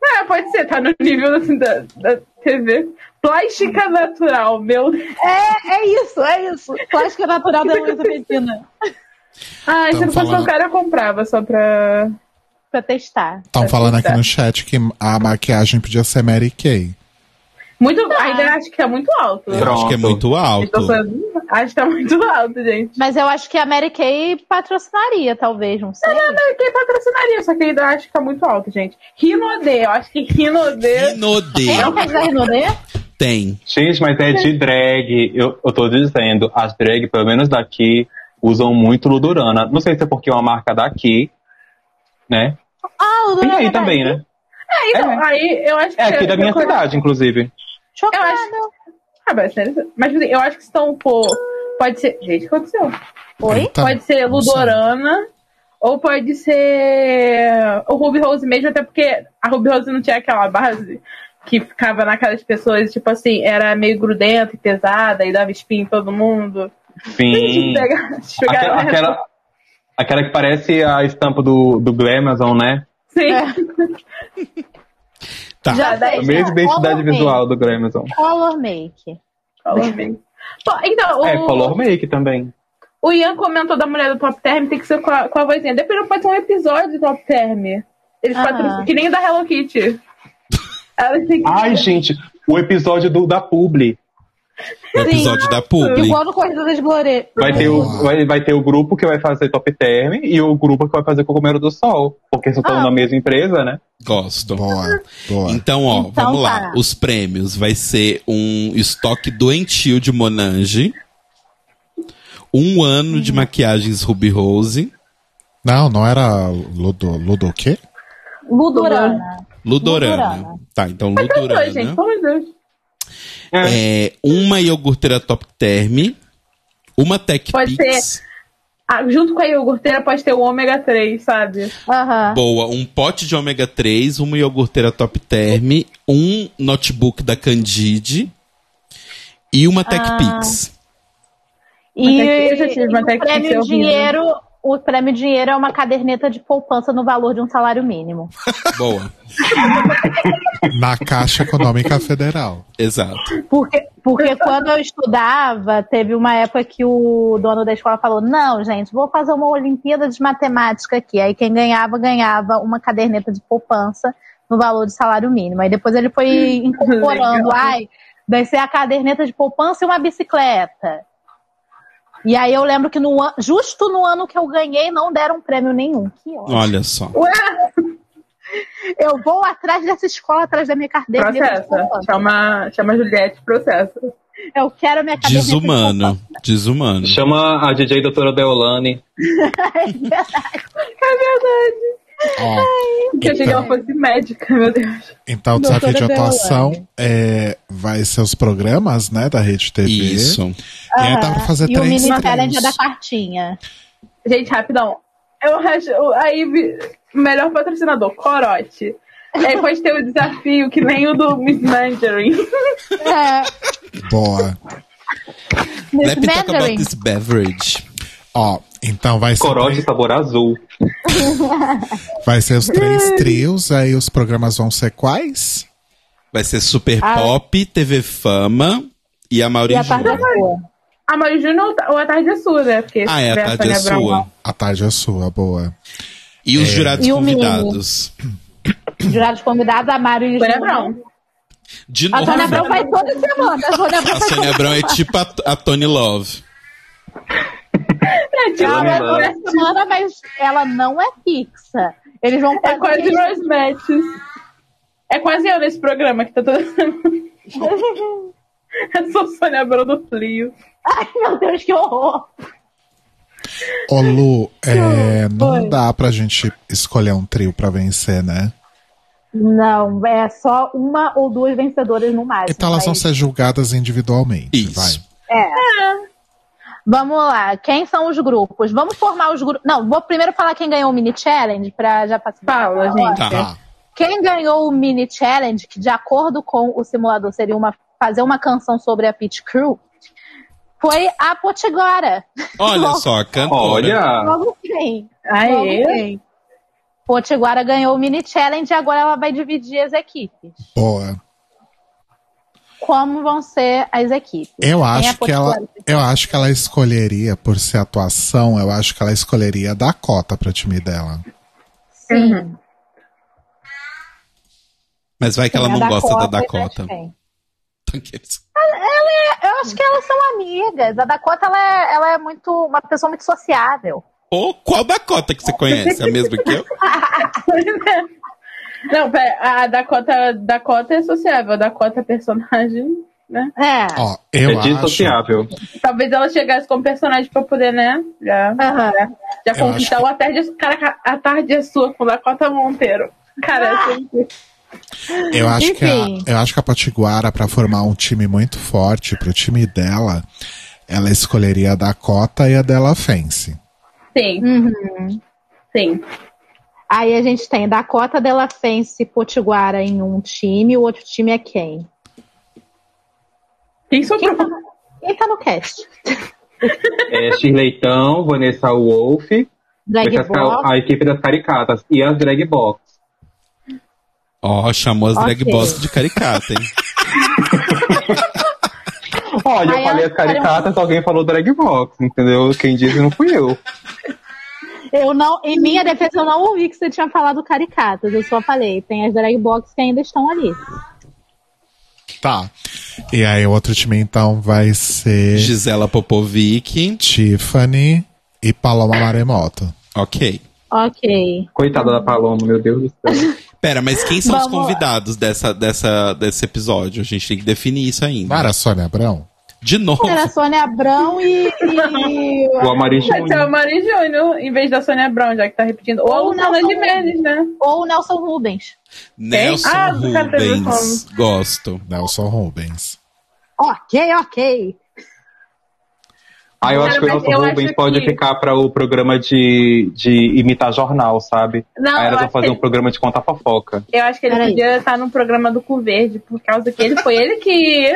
[SPEAKER 5] Ah, pode ser, tá no nível assim, da, da TV. Plástica natural, meu.
[SPEAKER 3] É, é isso, é isso. Plástica natural da Heloísa Medina.
[SPEAKER 5] Ah, se
[SPEAKER 2] Tão
[SPEAKER 5] não fosse
[SPEAKER 2] falando-
[SPEAKER 5] o cara, eu comprava só pra.
[SPEAKER 3] Pra testar.
[SPEAKER 2] estão falando aqui no chat que a maquiagem podia ser Mary Kay.
[SPEAKER 5] Muito. Ainda acho que tá muito alto.
[SPEAKER 1] Eu acho
[SPEAKER 4] Pronto.
[SPEAKER 1] que é muito
[SPEAKER 5] Estou
[SPEAKER 1] alto.
[SPEAKER 5] falando- Acho que tá muito alto, gente.
[SPEAKER 3] Mas eu acho que a Mary Kay patrocinaria, talvez, não sei.
[SPEAKER 5] Quem patrocinaria, só que ainda acho que tá muito alto, gente. Rinodê, eu acho que
[SPEAKER 1] E
[SPEAKER 5] Rinodê.
[SPEAKER 1] no
[SPEAKER 3] Tem
[SPEAKER 1] D
[SPEAKER 3] alguém da Renaudet?
[SPEAKER 1] tem.
[SPEAKER 4] Gente, mas é de drag. Eu, eu tô dizendo, as drag, pelo menos daqui, usam muito Ludurana. Não sei se é porque é uma marca daqui, né?
[SPEAKER 3] Ah, o do
[SPEAKER 4] Tem aí
[SPEAKER 3] Renaudet.
[SPEAKER 4] também, né?
[SPEAKER 5] É, então, aí eu acho que.
[SPEAKER 4] É aqui da minha cidade, inclusive.
[SPEAKER 3] Chocada.
[SPEAKER 5] Eu Ah, mas, mas assim, eu acho que se não for. Pode ser. Gente, o que aconteceu?
[SPEAKER 3] Oi?
[SPEAKER 4] Tá.
[SPEAKER 2] Eita,
[SPEAKER 5] pode ser
[SPEAKER 2] não sei.
[SPEAKER 5] Ludorana. Ou pode ser o Ruby Rose mesmo, até porque a Ruby Rose não tinha aquela base que ficava na cara das pessoas, tipo assim, era meio grudenta e pesada e dava espinho em todo mundo.
[SPEAKER 4] Sim.
[SPEAKER 5] Pegar- pegar-
[SPEAKER 4] Aquela, aquela, aquela que parece a estampa do, do Glamazon, né?
[SPEAKER 5] Sim. um.
[SPEAKER 1] Tá.
[SPEAKER 3] Já
[SPEAKER 5] daí-
[SPEAKER 3] sei.
[SPEAKER 4] A mesma identidade
[SPEAKER 3] É, Color Make.
[SPEAKER 4] visual do Glamazon.
[SPEAKER 3] Color Make.
[SPEAKER 5] Color Make. Pô, Então, o,
[SPEAKER 4] É, color make também.
[SPEAKER 5] o Ian comentou da mulher do Top Term, tem que ser com a, com a vozinha. Dependendo, pode ser um episódio do Top Term. Eles
[SPEAKER 3] Ah.
[SPEAKER 5] patrocinam, que nem o da Hello Kitty. Ela tem que...
[SPEAKER 4] Ai, gente, o episódio do da Publi.
[SPEAKER 1] O episódio da Publi.
[SPEAKER 3] Igual no Corrida das Glórias.
[SPEAKER 4] Vai ter, o,
[SPEAKER 2] Boa.
[SPEAKER 4] vai, vai ter o grupo que vai fazer Top Term e o grupo que vai fazer Cogumelo do Sol. Porque são
[SPEAKER 3] Ah.
[SPEAKER 4] estão na mesma empresa, né?
[SPEAKER 1] Gosto.
[SPEAKER 2] Boa, boa.
[SPEAKER 1] Então, ó,
[SPEAKER 3] Então
[SPEAKER 1] vamos lá.
[SPEAKER 3] tá.
[SPEAKER 1] Os prêmios vai ser um estoque doentio de Monange, um ano de maquiagens Ruby Rose,
[SPEAKER 2] Não, não era Ludo, Ludo o quê?
[SPEAKER 3] Ludurana.
[SPEAKER 1] Ludorana.
[SPEAKER 3] Ludorana.
[SPEAKER 1] Tá, então
[SPEAKER 5] Dois, gente,
[SPEAKER 4] né?
[SPEAKER 1] Ludorana.
[SPEAKER 5] pelo amor de Deus.
[SPEAKER 4] É.
[SPEAKER 1] É, uma iogurteira Top Term, uma Tech
[SPEAKER 5] Pode
[SPEAKER 1] Pix,
[SPEAKER 5] Ah, junto com a iogurteira pode ter o ômega 3, sabe?
[SPEAKER 3] Aham.
[SPEAKER 1] boa, um pote de ômega 3, uma iogurteira Top Term, um notebook da Candide e uma Tech Pix.
[SPEAKER 5] Mas é que eu já tive uma
[SPEAKER 3] o
[SPEAKER 5] técnica
[SPEAKER 3] prêmio é
[SPEAKER 5] horrível.
[SPEAKER 3] né? dinheiro, o prêmio dinheiro é uma caderneta de poupança no valor de um salário mínimo.
[SPEAKER 1] Boa.
[SPEAKER 2] Na Caixa Econômica Federal.
[SPEAKER 1] Exato.
[SPEAKER 3] Porque, porque quando eu estudava, teve uma época que o dono da escola falou: não, gente, vou fazer uma Olimpíada de Matemática aqui. Aí quem ganhava, ganhava uma caderneta de poupança no valor de salário mínimo. Aí depois ele foi incorporando:
[SPEAKER 5] Hum, Legal.
[SPEAKER 3] ai, vai ser a caderneta de poupança e uma bicicleta. E aí eu lembro que no an- justo no ano que eu ganhei, não deram prêmio nenhum. Que ótimo.
[SPEAKER 1] Olha só.
[SPEAKER 3] Eu vou atrás dessa escola, atrás da minha caderneta de
[SPEAKER 5] Processa.
[SPEAKER 3] poupança.
[SPEAKER 5] Chama, chama a Juliette, processa.
[SPEAKER 3] Eu quero a minha caderneta de poupança.
[SPEAKER 1] Desumano. Desumano.
[SPEAKER 4] Chama a DJ Doutora Deolane.
[SPEAKER 2] Ó,
[SPEAKER 5] é Que eu achei que ela
[SPEAKER 4] tá.
[SPEAKER 2] então,
[SPEAKER 5] fosse médica, meu Deus.
[SPEAKER 2] então o desafio de
[SPEAKER 3] Doutora
[SPEAKER 2] atuação é, vai ser os programas, né, da Rede TV.
[SPEAKER 1] Isso.
[SPEAKER 2] E aí dá pra fazer
[SPEAKER 3] Ah, e o
[SPEAKER 2] três
[SPEAKER 3] Ministério é dia da
[SPEAKER 2] treinos.
[SPEAKER 3] cartinha.
[SPEAKER 5] Gente, rapidão. Eu acho. eu- Aí, vi- melhor patrocinador, Corote. É, Aí pode ter o desafio que nem o do Miss Mandarin.
[SPEAKER 3] É,
[SPEAKER 2] Boa.
[SPEAKER 3] Miss
[SPEAKER 1] Let me talk about
[SPEAKER 3] Mandarin.
[SPEAKER 1] this beverage.
[SPEAKER 2] Ó, então vai ser,
[SPEAKER 4] Corote sabor azul.
[SPEAKER 2] vai ser os três trios, aí os programas vão ser quais?
[SPEAKER 1] Vai ser Super Pop, TV Fama e a
[SPEAKER 3] E
[SPEAKER 1] Maurício.
[SPEAKER 3] a parte da rua.
[SPEAKER 5] A Mari Ah, Júnior ou a tarde é sua, né? Porque né,
[SPEAKER 1] Ah, é,
[SPEAKER 5] tiver
[SPEAKER 1] a tarde é
[SPEAKER 5] Sônia Abrão,
[SPEAKER 1] sua.
[SPEAKER 2] A tarde é sua, boa.
[SPEAKER 1] E os jurados
[SPEAKER 3] E o menino.
[SPEAKER 1] convidados.
[SPEAKER 3] Jurados convidados, a Mário e
[SPEAKER 5] Sônia
[SPEAKER 3] Júnior.
[SPEAKER 5] Abrão.
[SPEAKER 1] De
[SPEAKER 3] A
[SPEAKER 1] novo.
[SPEAKER 2] é
[SPEAKER 3] Sônia Abrão vai toda semana. A Sônia Abrão
[SPEAKER 1] A
[SPEAKER 3] vai
[SPEAKER 1] Sônia Abrão é tipo a, a Tony Love.
[SPEAKER 5] É, tipo,
[SPEAKER 4] Ela me
[SPEAKER 5] é,
[SPEAKER 4] ama.
[SPEAKER 5] é,
[SPEAKER 3] toda semana, mas ela não é fixa. Eles
[SPEAKER 5] É
[SPEAKER 3] vão fazer.
[SPEAKER 5] quase Rose Matches. É quase eu nesse programa que tá toda semana. Eu sou Sônia Abrão do Flio.
[SPEAKER 3] Ai, meu Deus, que horror.
[SPEAKER 2] Ô Lu, é, não dá pra gente escolher um trio pra vencer, né?
[SPEAKER 3] Não, é só uma ou duas vencedoras no máximo.
[SPEAKER 2] Então elas vão
[SPEAKER 3] mas-
[SPEAKER 2] ser julgadas individualmente.
[SPEAKER 1] Isso.
[SPEAKER 2] Vai.
[SPEAKER 3] Vamos lá, quem são os grupos? Vamos formar os grupos. Não, vou primeiro falar quem ganhou o mini challenge para já passar.
[SPEAKER 5] Fala, gente.
[SPEAKER 1] Tá.
[SPEAKER 2] Tá.
[SPEAKER 3] Quem ganhou o mini challenge, que de acordo com o simulador seria uma fazer uma canção sobre a Pit Crew, foi a Potigora.
[SPEAKER 1] Olha só, a cantora.
[SPEAKER 4] Olha!
[SPEAKER 3] Vamos quem?
[SPEAKER 5] Aê.
[SPEAKER 3] Vamos quem? Potiguara ganhou o mini challenge e agora ela vai dividir as equipes.
[SPEAKER 2] Boa.
[SPEAKER 3] Como vão ser as equipes?
[SPEAKER 2] Eu acho que ela.
[SPEAKER 3] Potiguara?
[SPEAKER 2] Eu acho que ela escolheria, por ser atuação, eu acho que ela escolheria a Dakota pra time dela.
[SPEAKER 3] Sim.
[SPEAKER 1] Mas vai que ela
[SPEAKER 3] Sim, a
[SPEAKER 1] não gosta da
[SPEAKER 3] e mais
[SPEAKER 1] Dakota.
[SPEAKER 3] quem?
[SPEAKER 1] Aqueles-
[SPEAKER 3] Eu acho que elas são amigas. A Dakota ela é, ela é muito uma pessoa muito sociável.
[SPEAKER 1] Ô, qual Dakota que você conhece? É A mesma que eu?
[SPEAKER 5] Não, pera, a Dakota, Dakota é sociável, a Dakota é personagem.
[SPEAKER 3] É.
[SPEAKER 2] Ó,
[SPEAKER 4] É
[SPEAKER 2] eu
[SPEAKER 1] assim,
[SPEAKER 2] acho.
[SPEAKER 4] dissociável.
[SPEAKER 5] Talvez ela chegasse como personagem pra poder, né? Já,
[SPEAKER 3] Aham.
[SPEAKER 5] já
[SPEAKER 2] Eu
[SPEAKER 5] conquistar
[SPEAKER 2] acho
[SPEAKER 5] o a tarde, é Su- caraca, a tarde é sua com Dakota Monteiro. Cara, assim,
[SPEAKER 2] Eu acho, que a,
[SPEAKER 3] Enfim.
[SPEAKER 2] eu acho que a Potiguara, pra formar um time muito forte pro time dela, ela escolheria a Dakota e a Della Fence.
[SPEAKER 5] sim, Uhum. sim.
[SPEAKER 3] Aí a gente tem Dakota Della Fence e Potiguara em um time, o outro time é quem?
[SPEAKER 5] Quem sobrou?
[SPEAKER 3] Quem tá no cast?
[SPEAKER 4] É Shirleitão, Vanessa Wolf,
[SPEAKER 3] Drag
[SPEAKER 4] essas ca-
[SPEAKER 3] Boss.
[SPEAKER 4] a equipe das caricatas e as drag box.
[SPEAKER 1] Ó, chamou as drag
[SPEAKER 3] Ok.
[SPEAKER 1] boss de caricata, hein?
[SPEAKER 4] Olha,
[SPEAKER 3] Aí
[SPEAKER 4] eu falei
[SPEAKER 3] elas
[SPEAKER 4] as caricatas, alguém falou drag box, entendeu? Quem disse não fui eu.
[SPEAKER 3] Eu não, em minha defesa, eu não ouvi que você tinha falado caricatas. Eu só falei, tem as drag box que ainda estão ali.
[SPEAKER 2] Tá. E aí o outro time então vai ser
[SPEAKER 1] Gisela Popovic.
[SPEAKER 2] Tiffany e Paloma Maremoto.
[SPEAKER 1] Ok.
[SPEAKER 3] Ok.
[SPEAKER 4] Coitada da Paloma, meu Deus do céu.
[SPEAKER 1] Pera, mas quem são os
[SPEAKER 3] Vamos-
[SPEAKER 1] convidados dessa, dessa, desse episódio? A gente tem que definir isso ainda.
[SPEAKER 2] Não era a Sônia Abrão?
[SPEAKER 1] De novo.
[SPEAKER 3] Era a Sônia Abrão e. e-
[SPEAKER 4] O Amarim
[SPEAKER 5] Vai ser a Mari Júnior, em vez da Sônia Brown, já que tá repetindo. Ou a
[SPEAKER 3] Ou
[SPEAKER 5] Luciana
[SPEAKER 3] não.
[SPEAKER 5] Gimenez, né?
[SPEAKER 3] ou o Nelson Rubens.
[SPEAKER 1] Nelson
[SPEAKER 5] Ah, do Catena
[SPEAKER 1] Rubens. Gosto.
[SPEAKER 2] Nelson Rubens.
[SPEAKER 3] Ok, ok.
[SPEAKER 4] Aí eu
[SPEAKER 5] Cara,
[SPEAKER 4] acho que o
[SPEAKER 5] mas
[SPEAKER 4] nosso
[SPEAKER 5] eu
[SPEAKER 4] Rubens
[SPEAKER 5] acho
[SPEAKER 4] pode
[SPEAKER 5] que-
[SPEAKER 4] ficar para o programa de, de imitar jornal, sabe?
[SPEAKER 5] Não,
[SPEAKER 4] Aí
[SPEAKER 5] eu
[SPEAKER 4] elas vão
[SPEAKER 5] acho,
[SPEAKER 4] fazer
[SPEAKER 5] que,
[SPEAKER 4] um programa de contar fofoca.
[SPEAKER 5] eu acho que ele
[SPEAKER 3] Peraí.
[SPEAKER 5] podia estar no programa do Cu Verde, por causa que ele foi ele que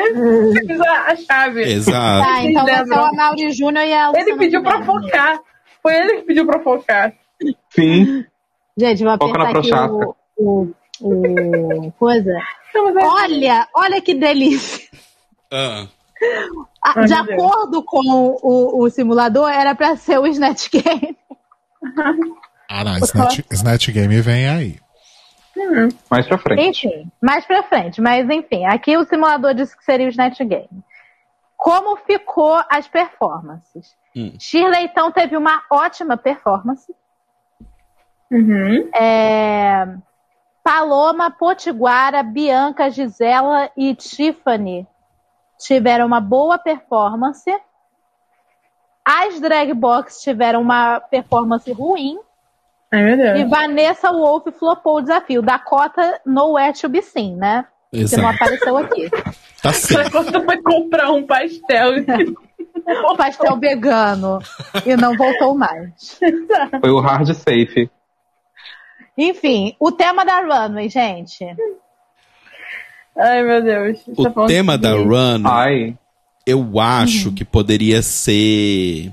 [SPEAKER 5] fez a a chave.
[SPEAKER 1] Exato.
[SPEAKER 3] Tá, então vai ser o Amaury Júnior e a
[SPEAKER 5] Ele
[SPEAKER 3] Luciana
[SPEAKER 5] pediu pra
[SPEAKER 3] Gimenez.
[SPEAKER 5] focar. Foi ele que pediu pra focar.
[SPEAKER 4] Sim.
[SPEAKER 3] Gente, vou
[SPEAKER 4] Foca
[SPEAKER 3] apertar
[SPEAKER 4] na
[SPEAKER 3] aqui
[SPEAKER 4] prochasca.
[SPEAKER 3] o, o, o coisa.
[SPEAKER 5] Não, mas é-
[SPEAKER 3] Olha, olha que delícia.
[SPEAKER 1] Ah.
[SPEAKER 3] Ah,
[SPEAKER 5] Ai,
[SPEAKER 3] de
[SPEAKER 5] meu Deus.
[SPEAKER 3] acordo com o, o simulador, era pra ser o Snatch Game.
[SPEAKER 2] Ah, não. Snatch, Snatch Game vem aí.
[SPEAKER 4] Mais pra frente.
[SPEAKER 3] Enfim, mais pra frente. Mas enfim, aqui o simulador disse que seria o Snatch Game. Como ficou as performances?
[SPEAKER 1] Hum.
[SPEAKER 3] Shirley, então, teve uma ótima performance.
[SPEAKER 5] Uhum.
[SPEAKER 3] É, Paloma, Potiguara, Bianca, Gisela e Tiffany tiveram uma boa performance. As drag box tiveram uma performance ruim.
[SPEAKER 5] Ai, meu
[SPEAKER 3] E
[SPEAKER 5] Deus.
[SPEAKER 3] Vanessa Wolf flopou o desafio. Dakota nowhere to be seen, né? Que não
[SPEAKER 1] Exato.
[SPEAKER 3] apareceu aqui.
[SPEAKER 1] Tá
[SPEAKER 5] Essa
[SPEAKER 1] certo.
[SPEAKER 5] coisa foi comprar um pastel.
[SPEAKER 3] O pastel um vegano. E não voltou mais.
[SPEAKER 4] Foi o hard safe.
[SPEAKER 3] Enfim, o tema da runway, gente.
[SPEAKER 5] Ai, meu Deus. Tá
[SPEAKER 1] O
[SPEAKER 5] falando
[SPEAKER 1] tema
[SPEAKER 5] de-
[SPEAKER 1] da Run,
[SPEAKER 4] Uhum. Ai,
[SPEAKER 1] eu acho
[SPEAKER 5] Uhum.
[SPEAKER 1] que poderia ser.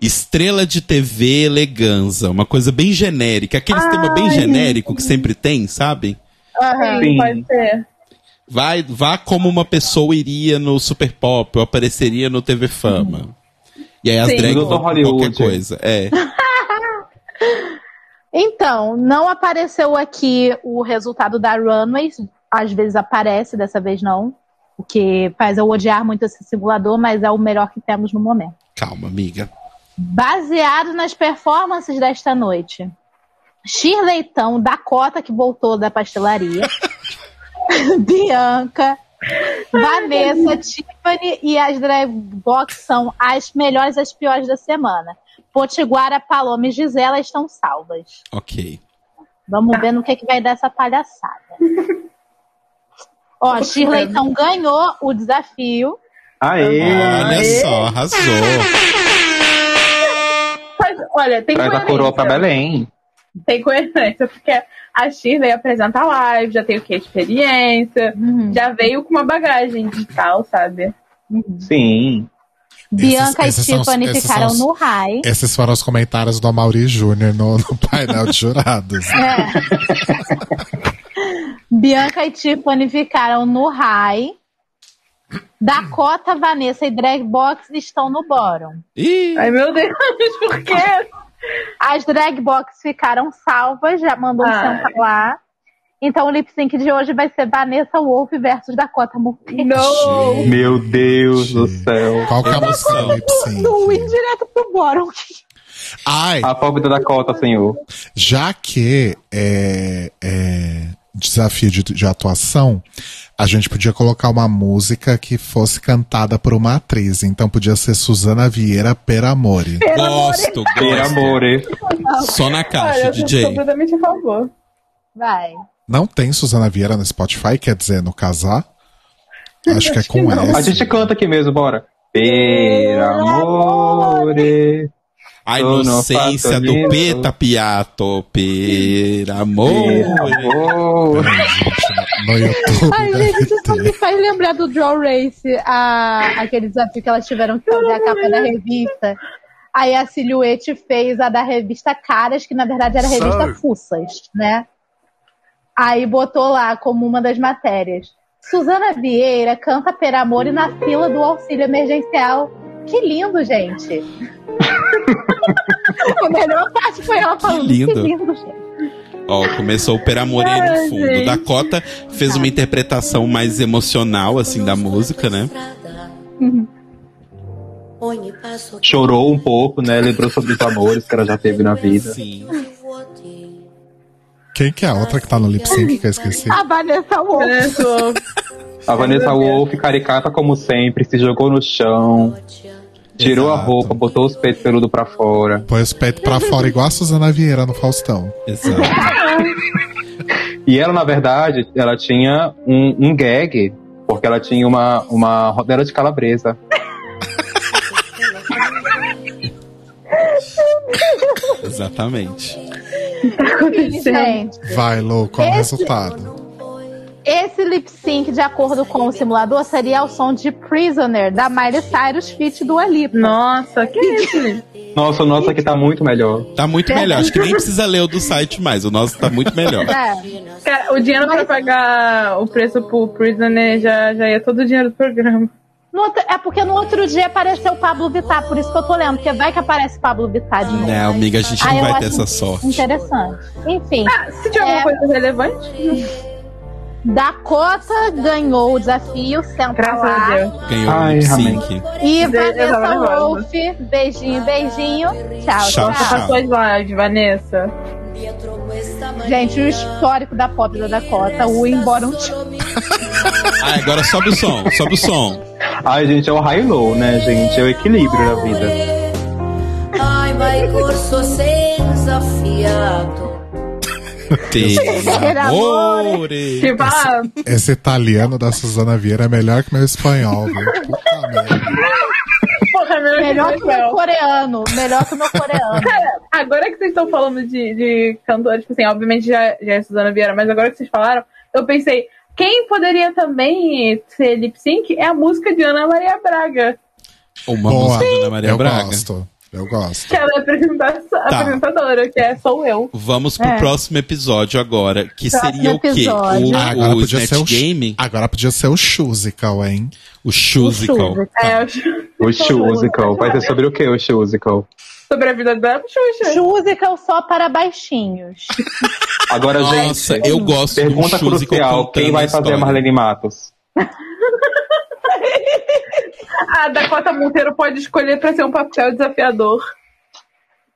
[SPEAKER 1] Estrela de TV eleganza. Uma coisa bem genérica.
[SPEAKER 5] Ah,
[SPEAKER 1] Aqueles temas bem
[SPEAKER 5] Ai.
[SPEAKER 1] genérico que sempre tem, sabe?
[SPEAKER 3] Aham.
[SPEAKER 5] Sim,
[SPEAKER 4] Sim.
[SPEAKER 5] pode ser.
[SPEAKER 1] Vai, vá como uma pessoa iria no Super Pop ou apareceria no TV Fama. E aí as
[SPEAKER 5] Uhum. Sim.
[SPEAKER 1] drag
[SPEAKER 4] Doutor
[SPEAKER 1] vão com qualquer
[SPEAKER 4] Hollywood.
[SPEAKER 1] coisa. É.
[SPEAKER 3] Então, não apareceu aqui o resultado da runway. Às vezes aparece, dessa vez não. O que faz eu odiar muito esse simulador, mas é o melhor que temos no momento.
[SPEAKER 1] Calma, amiga.
[SPEAKER 3] Baseado nas performances desta noite. Shirley, então, Dakota, que voltou da pastelaria. Bianca, Vanessa, Tiffany e as drag box são as melhores e as piores da semana. Potiguara, Paloma e Gisela estão salvas.
[SPEAKER 1] Ok.
[SPEAKER 3] Vamos ver no que, que vai dar essa palhaçada. Ó, Shirley então ganhou o desafio.
[SPEAKER 4] aê.
[SPEAKER 5] Uhum.
[SPEAKER 1] Olha só, arrasou.
[SPEAKER 5] Faz- Olha, tem
[SPEAKER 4] Traz a coroa pra
[SPEAKER 5] coerência.
[SPEAKER 4] Belém.
[SPEAKER 5] Tem coerência, porque a Shirley apresenta a live, já tem o que? Experiência.
[SPEAKER 3] Uhum.
[SPEAKER 5] Já veio com uma bagagem digital, sabe? Uhum.
[SPEAKER 4] Sim.
[SPEAKER 3] Bianca
[SPEAKER 2] esses
[SPEAKER 3] e
[SPEAKER 2] são os-
[SPEAKER 3] Tiffany
[SPEAKER 2] esses
[SPEAKER 3] ficaram
[SPEAKER 2] são os-
[SPEAKER 3] no high.
[SPEAKER 2] Esses foram os comentários do Amaury Júnior no, no painel de jurados.
[SPEAKER 3] É. Bianca e Tiffany ficaram no high. Dakota, Vanessa e Dragbox estão no bottom.
[SPEAKER 1] Ih,
[SPEAKER 5] Ai, meu Deus, por
[SPEAKER 1] Ah,
[SPEAKER 5] quê?
[SPEAKER 3] As Dragbox ficaram salvas, já mandou
[SPEAKER 5] Ai.
[SPEAKER 3] sentar lá. Então o lip sync de hoje vai ser Vanessa Wolf versus Dakota Monteiro.
[SPEAKER 5] Não!
[SPEAKER 2] Gente.
[SPEAKER 4] Meu Deus do céu.
[SPEAKER 2] Qual que é a música do lip
[SPEAKER 3] No
[SPEAKER 2] sync?
[SPEAKER 3] indireto pro bottom.
[SPEAKER 2] Ai,
[SPEAKER 4] A pobre da Dakota, senhor.
[SPEAKER 2] já que é, é desafio de, de atuação, a gente podia colocar uma música que fosse cantada por uma atriz. Então podia ser Suzana Vieira Per Amore.
[SPEAKER 1] gosto,
[SPEAKER 4] Per
[SPEAKER 1] gosto.
[SPEAKER 4] amore.
[SPEAKER 1] Só na
[SPEAKER 5] Olha,
[SPEAKER 1] caixa,
[SPEAKER 5] eu sou
[SPEAKER 1] DJ.
[SPEAKER 5] completamente a favor.
[SPEAKER 3] Vai.
[SPEAKER 2] Não tem Suzana Vieira no Spotify, quer dizer, no casar? Acho que é
[SPEAKER 5] Acho que
[SPEAKER 2] com
[SPEAKER 5] não.
[SPEAKER 2] essa.
[SPEAKER 4] A gente canta aqui mesmo, bora. Per amore.
[SPEAKER 1] A
[SPEAKER 4] Sono
[SPEAKER 1] inocência
[SPEAKER 4] fatto
[SPEAKER 1] do
[SPEAKER 4] lindo.
[SPEAKER 1] Peta Piato, per
[SPEAKER 4] Per
[SPEAKER 1] amor.
[SPEAKER 4] amore.
[SPEAKER 2] Peraí, gente, no YouTube.
[SPEAKER 1] Então.
[SPEAKER 3] Ai,
[SPEAKER 2] deve
[SPEAKER 3] gente, isso só
[SPEAKER 2] ter.
[SPEAKER 3] me faz lembrar do Draw Race, a, aquele desafio que elas tiveram que fazer a capa da revista. Aí a Silhouette fez a da revista Caras, que na verdade era a revista Fussas, né? Aí botou lá como uma das matérias. Suzana Vieira canta Per Amor e na fila do auxílio emergencial. Que lindo, gente! a melhor parte foi ela falando que lindo,
[SPEAKER 1] lindo."
[SPEAKER 3] gente.
[SPEAKER 1] Ó, começou o per amore aí no
[SPEAKER 5] Ai,
[SPEAKER 1] fundo.
[SPEAKER 5] gente.
[SPEAKER 1] Dakota fez uma interpretação mais emocional, assim, da música, né?
[SPEAKER 4] Chorou um pouco, né? Lembrou sobre os amores que ela já teve na vida.
[SPEAKER 1] Sim.
[SPEAKER 2] Quem que é a outra que tá no lip sync que eu esqueci?
[SPEAKER 3] A Vanessa Wolf.
[SPEAKER 5] Eu É, sou-
[SPEAKER 4] A Vanessa Wolff, caricata como sempre, se jogou no chão, tirou a
[SPEAKER 2] Exato.
[SPEAKER 4] roupa, botou os peitos peludos pra fora.
[SPEAKER 2] Põe os peitos pra fora, igual a Suzana Vieira no Faustão.
[SPEAKER 1] Exato.
[SPEAKER 4] E ela, na verdade, ela tinha um, um gag, porque ela tinha uma, uma rodela de calabresa.
[SPEAKER 1] Exatamente.
[SPEAKER 3] Gente,
[SPEAKER 2] Vai, Lu, qual o
[SPEAKER 3] Esse-
[SPEAKER 2] resultado?
[SPEAKER 3] Esse lip sync, de acordo com o simulador, seria ao som de Prisoner, da Miley Cyrus feat do Alipa.
[SPEAKER 5] Nossa, que
[SPEAKER 3] É.
[SPEAKER 5] isso?
[SPEAKER 4] Nossa, o nosso aqui tá muito melhor.
[SPEAKER 1] Tá muito melhor. Acho que nem precisa ler o do site mais. O nosso tá muito melhor.
[SPEAKER 3] É.
[SPEAKER 5] Cara, o dinheiro pra pagar o preço pro Prisoner já, já ia todo o dinheiro do programa.
[SPEAKER 3] No outro- é porque no outro dia apareceu o Pablo Vittar, por isso que eu tô lendo, porque vai que aparece Pablo Vittar de novo.
[SPEAKER 1] Não, Né, amiga, a gente
[SPEAKER 3] Ah,
[SPEAKER 1] não
[SPEAKER 3] eu
[SPEAKER 1] vai
[SPEAKER 3] acho
[SPEAKER 1] ter essa sorte.
[SPEAKER 3] Interessante. Enfim,
[SPEAKER 5] Se tiver alguma
[SPEAKER 3] É.
[SPEAKER 5] coisa relevante,
[SPEAKER 3] Dakota ganhou o desafio, senta
[SPEAKER 5] graças
[SPEAKER 3] lá.
[SPEAKER 5] a Deus.
[SPEAKER 1] Ganhou
[SPEAKER 4] Ai,
[SPEAKER 1] o lip
[SPEAKER 4] amém.
[SPEAKER 1] sync.
[SPEAKER 3] E
[SPEAKER 5] Eu tava
[SPEAKER 3] Vanessa
[SPEAKER 5] nervosa.
[SPEAKER 3] Wolf, beijinho, beijinho. Tchau,
[SPEAKER 1] Tchau,
[SPEAKER 3] tchau.
[SPEAKER 1] tchau.
[SPEAKER 5] As suas lives, Vanessa.
[SPEAKER 3] Gente, o histórico da pop da Dakota, o embora um tchau.
[SPEAKER 1] Ah, agora sobe o som, sobe o som.
[SPEAKER 4] Ai, gente, é o high low, né, gente? É o equilíbrio da vida.
[SPEAKER 7] Ai, vai corso senza fiato.
[SPEAKER 1] Amores.
[SPEAKER 5] Tipo, ah,
[SPEAKER 2] Esse italiano da Suzana Vieira é melhor que meu espanhol, viu? Puta merda.
[SPEAKER 5] porra, meu
[SPEAKER 3] Melhor que o meu
[SPEAKER 5] Deus.
[SPEAKER 3] coreano, melhor que o meu coreano.
[SPEAKER 5] Cara, agora que vocês estão falando de, de cantores, tipo assim, obviamente já, já é Suzana Vieira, mas agora que vocês falaram, eu pensei, quem poderia também ser lip sync é a música de Ana Maria Braga.
[SPEAKER 1] Uma
[SPEAKER 2] Boa.
[SPEAKER 1] música da Ana Maria
[SPEAKER 2] eu
[SPEAKER 1] Braga.
[SPEAKER 2] gosto. Eu gosto.
[SPEAKER 5] Que ela é apresenta- apresentadora, que é Sou Eu.
[SPEAKER 1] Vamos pro
[SPEAKER 5] É.
[SPEAKER 1] próximo episódio agora, que
[SPEAKER 3] Próximo
[SPEAKER 1] seria o quê?
[SPEAKER 3] episódio.
[SPEAKER 1] O,
[SPEAKER 2] Ah, agora
[SPEAKER 1] o
[SPEAKER 2] podia
[SPEAKER 1] Snatch
[SPEAKER 2] ser o-
[SPEAKER 1] Game?
[SPEAKER 4] Ah,
[SPEAKER 2] Agora podia ser o Shusical, hein?
[SPEAKER 1] O Shusical.
[SPEAKER 5] É,
[SPEAKER 2] Tá.
[SPEAKER 5] eu acho-
[SPEAKER 4] O Shusical. Vai ser sobre o que o Shusical?
[SPEAKER 5] sobre a vida dela, Xuxa.
[SPEAKER 3] Música só para baixinhos.
[SPEAKER 4] Agora,
[SPEAKER 1] Nossa,
[SPEAKER 4] gente,
[SPEAKER 1] eu gosto do
[SPEAKER 4] pergunta
[SPEAKER 1] Shusical
[SPEAKER 4] crucial. Quem vai fazer a Marlene Matos?
[SPEAKER 5] A Dakota Ah, Monteiro pode escolher pra ser um papel desafiador.